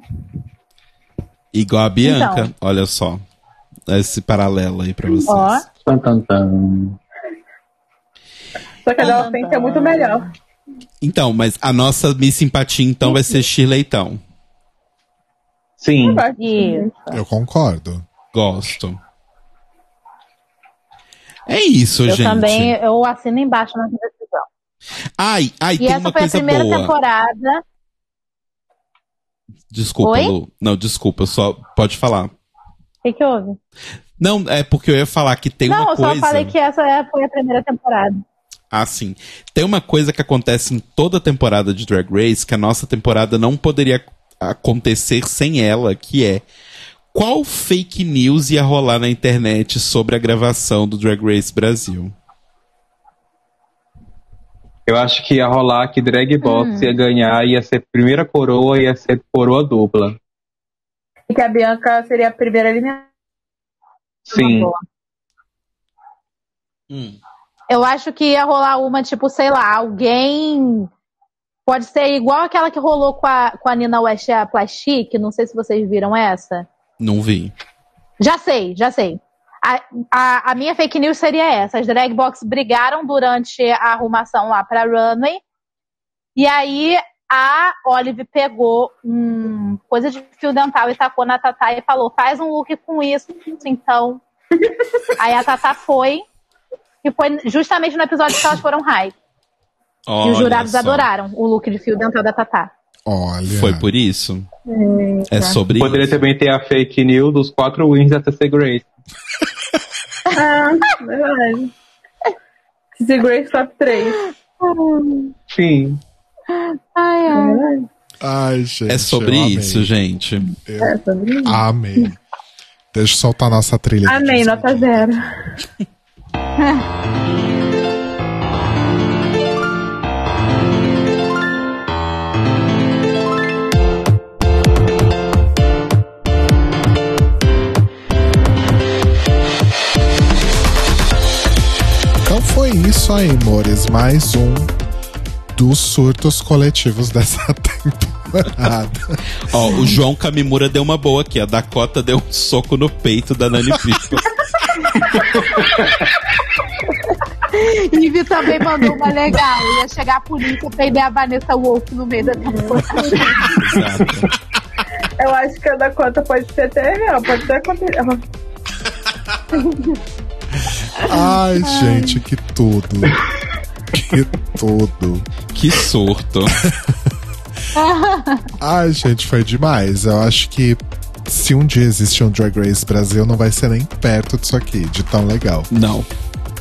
[SPEAKER 1] Igual a Bianca,
[SPEAKER 5] Então.
[SPEAKER 1] olha só. Esse paralelo aí pra vocês.
[SPEAKER 3] Ó.
[SPEAKER 4] Tan, tan, tan.
[SPEAKER 5] Só que a dela tem que é muito melhor.
[SPEAKER 1] Então, mas a nossa Miss Simpatia, então, vai ser Shirleytão.
[SPEAKER 4] Sim.
[SPEAKER 5] Eu acho.
[SPEAKER 3] Isso.
[SPEAKER 2] Eu concordo.
[SPEAKER 1] Gosto. É isso,
[SPEAKER 3] Eu
[SPEAKER 1] gente.
[SPEAKER 3] também, eu assino embaixo na decisão.
[SPEAKER 1] Ai, ai,
[SPEAKER 3] E
[SPEAKER 1] tem
[SPEAKER 3] essa
[SPEAKER 1] uma
[SPEAKER 3] foi a
[SPEAKER 1] coisa
[SPEAKER 3] primeira
[SPEAKER 1] boa.
[SPEAKER 3] temporada.
[SPEAKER 1] Desculpa,
[SPEAKER 3] Oi?
[SPEAKER 1] Lu. Não, desculpa, só pode falar.
[SPEAKER 3] O que, que houve?
[SPEAKER 1] Não, é porque eu ia falar que tem
[SPEAKER 3] Não,
[SPEAKER 1] uma
[SPEAKER 3] eu
[SPEAKER 1] coisa.
[SPEAKER 3] só falei que essa é- foi a primeira temporada.
[SPEAKER 1] Assim, tem uma coisa que acontece em toda temporada de Drag Race que a nossa temporada não poderia ac- acontecer sem ela, que é qual fake news ia rolar na internet sobre a gravação do Drag Race Brasil?
[SPEAKER 4] Eu acho que ia rolar que Drag Box ia ganhar, ia ser primeira coroa, ia ser coroa dupla.
[SPEAKER 5] E que a Bianca seria a primeira eliminada.
[SPEAKER 4] Sim.
[SPEAKER 3] Eu acho que ia rolar uma, tipo, sei lá, alguém. Pode ser igual aquela que rolou com a, com a Nina West e a Plastic, não sei se vocês viram essa.
[SPEAKER 1] Não vi.
[SPEAKER 3] Já sei, já sei. A, a, a minha fake news seria essa. As drag box brigaram durante a arrumação lá pra runway. E aí a Olive pegou um coisa de fio dental e tacou na Tatá e falou: faz um look com isso, então. aí a Tatá foi. E foi justamente no episódio que elas foram high. e os
[SPEAKER 1] Olha
[SPEAKER 3] jurados
[SPEAKER 1] só.
[SPEAKER 3] adoraram o look de fio dental da Tatá.
[SPEAKER 2] Olha.
[SPEAKER 1] Foi por isso? É sobre
[SPEAKER 4] Poderia
[SPEAKER 1] isso.
[SPEAKER 4] também ter a fake news dos quatro wins da TC Grace.
[SPEAKER 5] Ah, verdade. The Grace Top 3.
[SPEAKER 4] Sim.
[SPEAKER 3] Ai, ai.
[SPEAKER 2] Ai, gente.
[SPEAKER 1] É sobre
[SPEAKER 2] eu amei.
[SPEAKER 1] isso, gente.
[SPEAKER 5] É, sobre isso.
[SPEAKER 2] Amei. Deixa eu soltar a nossa trilha. aqui,
[SPEAKER 5] Amém,
[SPEAKER 2] gente.
[SPEAKER 5] nota zero.
[SPEAKER 2] Então foi isso aí, amores. Mais um dos surtos coletivos dessa temporada.
[SPEAKER 1] Ó, o João Kamimura deu uma boa aqui. A Dakota deu um soco no peito da Nani Pickles.
[SPEAKER 3] Ivi também mandou uma legal. Ia chegar a polícia prender a Vanessa Wolf no meio da temporada.
[SPEAKER 1] Exato.
[SPEAKER 5] Eu acho que a da conta pode ser até real, pode até acontecer. Ela
[SPEAKER 2] Ai, gente, que tudo. Que tudo.
[SPEAKER 1] Que surto.
[SPEAKER 2] Ai, gente, foi demais. Eu acho que se um dia existir um Drag Race Brasil, não vai ser nem perto disso aqui, de tão legal.
[SPEAKER 1] Não.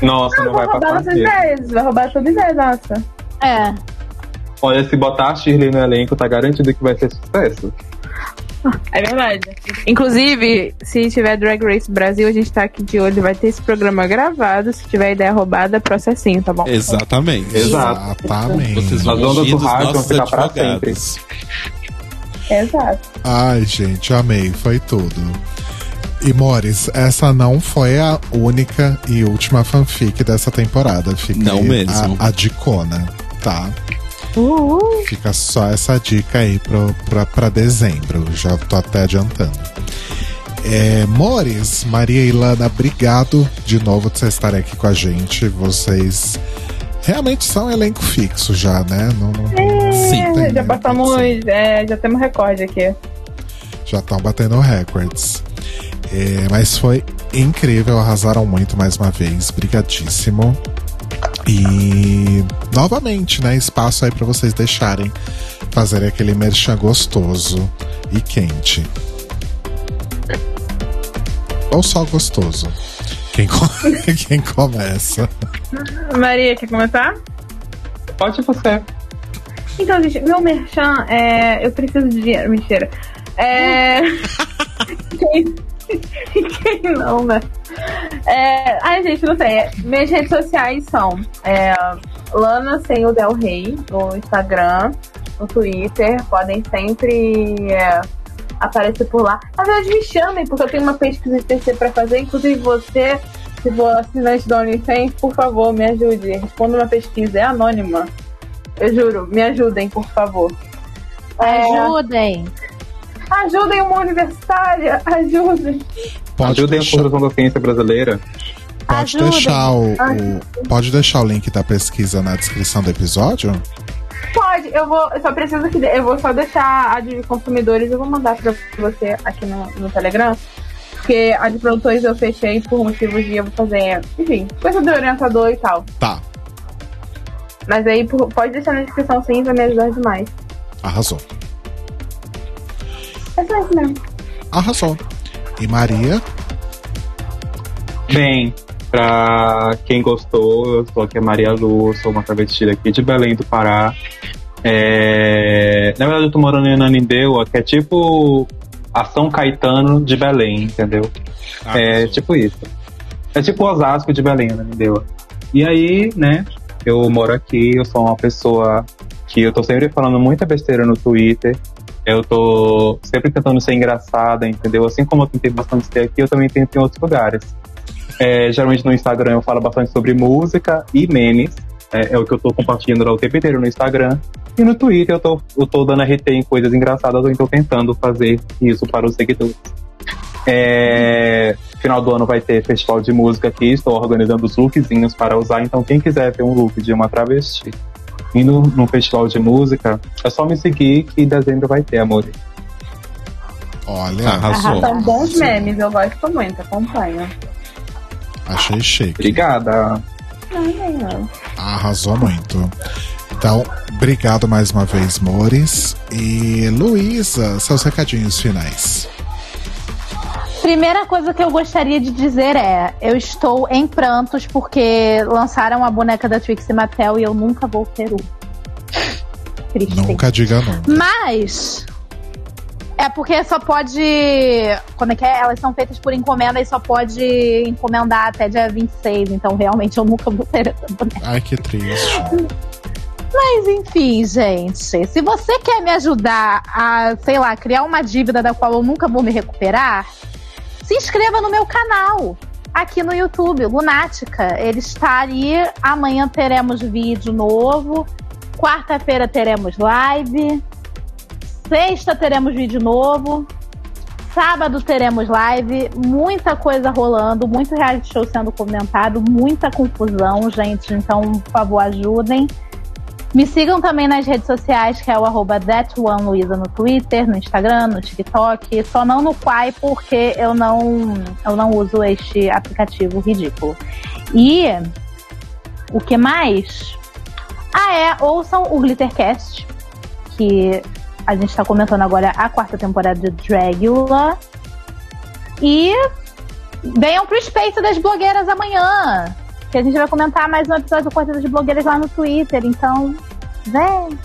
[SPEAKER 4] Nossa, não
[SPEAKER 5] vai
[SPEAKER 4] vai
[SPEAKER 5] roubar
[SPEAKER 4] passar
[SPEAKER 5] nossas
[SPEAKER 4] mesmo.
[SPEAKER 5] ideias, vai roubar todas as ideias, nossa.
[SPEAKER 3] É.
[SPEAKER 4] Olha, se botar a Shirley no elenco, tá garantido que vai ser sucesso.
[SPEAKER 5] É verdade. Inclusive, se tiver Drag Race Brasil, a gente tá aqui de olho, vai ter esse programa gravado. Se tiver ideia roubada, processinho, tá bom?
[SPEAKER 1] Exatamente.
[SPEAKER 4] Exato.
[SPEAKER 1] Vocês
[SPEAKER 2] Exatamente.
[SPEAKER 1] vão
[SPEAKER 4] As ondas
[SPEAKER 1] rir
[SPEAKER 4] do
[SPEAKER 1] dos
[SPEAKER 4] rádio vão
[SPEAKER 1] nossos
[SPEAKER 4] ficar pra
[SPEAKER 1] advogados.
[SPEAKER 5] Exato.
[SPEAKER 2] Ai, gente, amei. Foi tudo. E Mores, essa não foi a única e última fanfic dessa temporada. Fica
[SPEAKER 1] Não
[SPEAKER 2] aí
[SPEAKER 1] mesmo.
[SPEAKER 2] A, a dicona, tá?
[SPEAKER 3] Uhul.
[SPEAKER 2] Fica só essa dica aí pro, pra, pra dezembro. Já tô até adiantando. É, Mores, Maria e Ilana, obrigado de novo de vocês estarem aqui com a gente. Vocês realmente são um elenco fixo já, né? Não, não-
[SPEAKER 1] Sim.
[SPEAKER 2] não tem
[SPEAKER 5] É, já
[SPEAKER 2] nem
[SPEAKER 5] passamos,
[SPEAKER 2] opção.
[SPEAKER 5] é, já temos recorde aqui.
[SPEAKER 2] já estão batendo recordes. É, mas foi incrível, arrasaram muito mais uma vez, brigadíssimo. E novamente, né, espaço aí pra vocês deixarem fazerem aquele merchan gostoso e quente. Ou só gostoso. Quem, co- quem começa.
[SPEAKER 5] Maria, quer começar?
[SPEAKER 4] Pode tipo, você.
[SPEAKER 5] Então, gente, meu merchan é. Eu preciso de dinheiro, mentira. É. quem... quem não, né? É... Ai, gente, não sei. Minhas redes sociais são é, Lana Sem o Del Rey, no Instagram, no Twitter. Podem sempre é, aparecer por lá. Na verdade, me chamem, porque eu tenho uma pesquisa de TC pra fazer. Inclusive, você, se for assinante do OnlyFans, por favor, me ajude. Responda uma pesquisa, é anônima. Eu juro, me ajudem, por favor. É,
[SPEAKER 3] Ajudem.
[SPEAKER 5] ajudem uma universitária, ajudem.
[SPEAKER 2] Pode
[SPEAKER 4] Ajudem a
[SPEAKER 2] deixar,
[SPEAKER 4] Fundação da Ciência Brasileira.
[SPEAKER 2] pode
[SPEAKER 3] Ajudem.
[SPEAKER 2] deixar o- o, pode deixar o link da pesquisa na descrição do episódio?
[SPEAKER 5] Pode, eu vou, eu só preciso que de- eu vou só deixar a de consumidores, eu vou mandar pra você aqui no, no Telegram. Porque a de produtores eu fechei por motivos de eu vou fazer, enfim, coisa do orientador e tal.
[SPEAKER 2] Tá,
[SPEAKER 5] Mas aí por- pode deixar na descrição sim, vai me ajudar demais.
[SPEAKER 2] arrasou.
[SPEAKER 5] É só isso mesmo.
[SPEAKER 2] Arrasou. E Maria,
[SPEAKER 4] Bem, Pra quem gostou, eu sou aqui a Maria Lu, sou uma travesti aqui de Belém do Pará. É, Na verdade, eu tô morando em Ananindeua, que é tipo a São Caetano de Belém, entendeu?
[SPEAKER 1] Ah,
[SPEAKER 4] É tipo isso. É tipo Osasco de Belém, né, entendeu? E aí, né, eu moro aqui, eu sou uma pessoa que eu tô sempre falando muita besteira no Twitter. Eu tô sempre tentando ser engraçada, entendeu? Assim como eu tentei bastante ser aqui, eu também tento em outros lugares. É, geralmente no Instagram eu falo bastante sobre música e memes. É, é o que eu tô compartilhando lá o tempo inteiro no Instagram. E no Twitter eu tô, eu tô dando RT em coisas engraçadas, ou então tentando fazer isso para os seguidores. É, final do ano vai ter festival de música aqui, estou organizando os lookzinhos para usar, então quem quiser ter um look de uma travesti indo num festival de música, é só me seguir que em dezembro vai ter, amor.
[SPEAKER 2] Olha,
[SPEAKER 1] Arrasou.
[SPEAKER 5] São bons memes, eu gosto muito, acompanho.
[SPEAKER 2] achei chique.
[SPEAKER 4] Obrigada.
[SPEAKER 5] Não, não, não.
[SPEAKER 2] Arrasou muito. Então, obrigado mais uma vez, Mores. E Luísa, seus recadinhos finais.
[SPEAKER 3] Primeira coisa que eu gostaria de dizer é: eu estou em prantos porque lançaram a boneca da Trixie Mattel e eu nunca vou ter um. Triste.
[SPEAKER 2] Nunca diga não.
[SPEAKER 3] Mas é porque só pode. Como é que é? Elas são feitas por encomenda e só pode encomendar até dia 26. Então, realmente, eu nunca vou ter um. essa boneca.
[SPEAKER 2] Ai, que triste.
[SPEAKER 3] Mas enfim, gente, se você quer me ajudar a, sei lá, criar uma dívida da qual eu nunca vou me recuperar, se inscreva no meu canal aqui no YouTube, Lunática. Ele está ali. Amanhã teremos vídeo novo. Quarta-feira teremos live. Sexta teremos vídeo novo. Sábado teremos live, muita coisa rolando, muito reality show sendo comentado, muita confusão, gente. Então, por favor, ajudem. Me sigam também nas redes sociais, que é o arroba ThatOneLuiza no Twitter, no Instagram, no TikTok. Só não no Quai, porque eu não, eu não uso este aplicativo ridículo. E o que mais? Ah, é, ouçam o Glittercast, que a gente tá comentando agora a quarta temporada de Dragula. E venham pro Space das Blogueiras amanhã que a gente vai comentar mais um episódio do Corrida de Blogueiras lá no Twitter. Então, vem,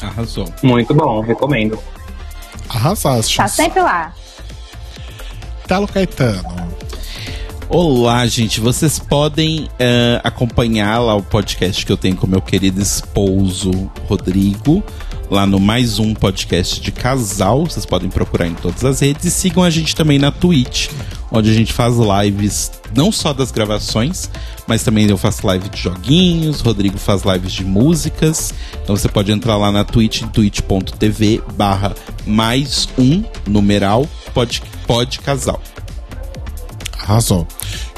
[SPEAKER 1] Arrasou.
[SPEAKER 4] Muito bom, recomendo.
[SPEAKER 2] Arrasaste.
[SPEAKER 3] tá sempre lá.
[SPEAKER 2] Talo Caetano.
[SPEAKER 1] Olá, gente. Vocês podem eh, acompanhar lá o podcast que eu tenho com meu querido esposo Rodrigo, lá no mais um podcast de casal. Vocês podem procurar em todas as redes e sigam a gente também na Twitch, onde a gente faz lives não só das gravações, mas também eu faço live de joguinhos, Rodrigo faz lives de músicas. Então você pode entrar lá na Twitch, em twitch.tv barra mais um numeral pod, pod casal.
[SPEAKER 2] Arrasou.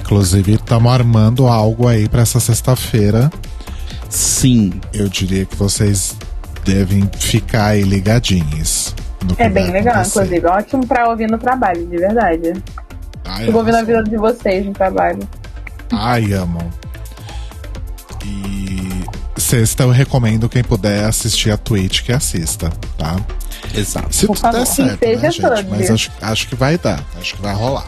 [SPEAKER 2] Inclusive, estamos armando algo aí para essa sexta-feira.
[SPEAKER 1] Sim,
[SPEAKER 2] Eu diria que vocês devem ficar aí ligadinhos. no que
[SPEAKER 5] É É,
[SPEAKER 2] vai
[SPEAKER 5] bem legal,
[SPEAKER 2] acontecer.
[SPEAKER 5] inclusive. Ótimo pra ouvir no trabalho, de verdade.
[SPEAKER 2] Ai,
[SPEAKER 5] Fico ouvindo a
[SPEAKER 2] arrasou.
[SPEAKER 5] vida de vocês no trabalho.
[SPEAKER 2] Ai, amo. E sexta eu recomendo quem puder assistir a Twitch que assista, tá?
[SPEAKER 1] exato.
[SPEAKER 2] Se
[SPEAKER 5] Por
[SPEAKER 2] tudo der
[SPEAKER 5] favor.
[SPEAKER 2] certo,
[SPEAKER 5] Seja
[SPEAKER 2] né, gente?
[SPEAKER 5] sub.
[SPEAKER 2] Mas acho, acho que vai dar, acho que vai rolar.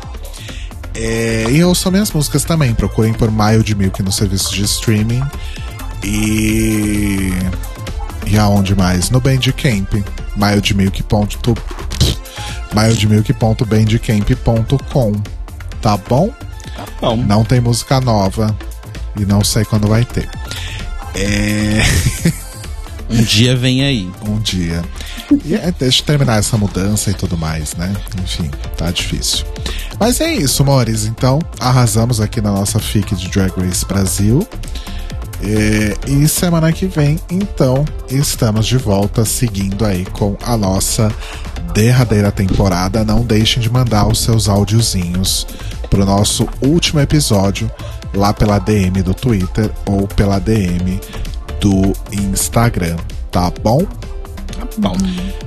[SPEAKER 2] É, e ouçam minhas músicas também, procurem por Maio de Milk no serviço de streaming. E. E aonde mais? No Bandcamp, maiodemilk.tu- maiodemilk.bandcamp.com. Tá bom?
[SPEAKER 1] Bom.
[SPEAKER 2] Não tem música nova. E não sei quando vai ter. É,
[SPEAKER 1] Um dia vem aí.
[SPEAKER 2] um dia. E é, deixa eu terminar essa mudança e tudo mais, né? Enfim, tá difícil. Mas é isso, Mores. Então, arrasamos aqui na nossa FIC de Drag Race Brasil. É, E, semana que vem, então, estamos de volta seguindo aí com a nossa derradeira temporada. Não deixem de mandar os seus áudiozinhos pro nosso último episódio lá pela DM do Twitter ou pela DM do Instagram, tá bom?
[SPEAKER 1] Bom,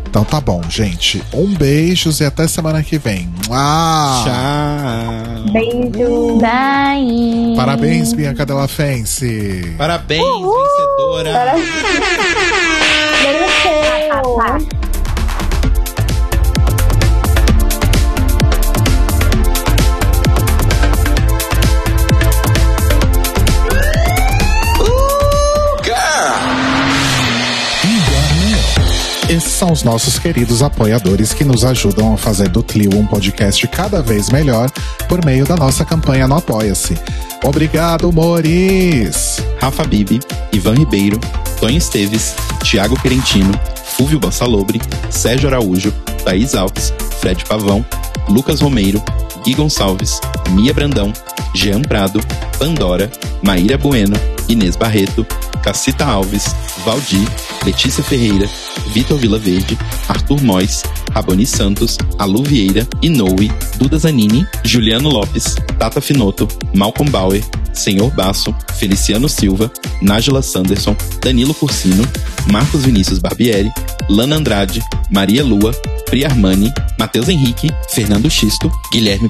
[SPEAKER 2] Então tá bom, gente. Um beijo e até semana que vem. Ah,
[SPEAKER 1] tchau.
[SPEAKER 5] Beijo!
[SPEAKER 3] Daí.
[SPEAKER 2] Parabéns, Bianca Della Fence.
[SPEAKER 1] Parabéns, vencedora.
[SPEAKER 3] Tá,
[SPEAKER 2] são os nossos queridos apoiadores que nos ajudam a fazer do Clio um podcast cada vez melhor por meio da nossa campanha no Apoia-se. Obrigado, Moris!
[SPEAKER 1] Rafa Bibi, Ivan Ribeiro, Tonho Esteves, Tiago Querentino, Fúvio Bassalobre, Sérgio Araújo, Thaís Alves, Fred Pavão, Lucas Romeiro, Gui Gonçalves, Mia Brandão, Jean Prado, Pandora, Maíra Bueno, Inês Barreto, Cacita Alves, Valdir, Letícia Ferreira, Vitor Vila Verde, Arthur Mois, Raboni Santos, Alu Vieira, Inoue, Duda Zanini, Juliano Lopes, Tata Finoto, Malcolm Bauer, Senhor Basso, Feliciano Silva, Nájila Sanderson, Danilo Cursino, Marcos Vinícius Barbieri, Lana Andrade, Maria Lua, Pri Armani, Matheus Henrique, Fernando Xisto, Guilherme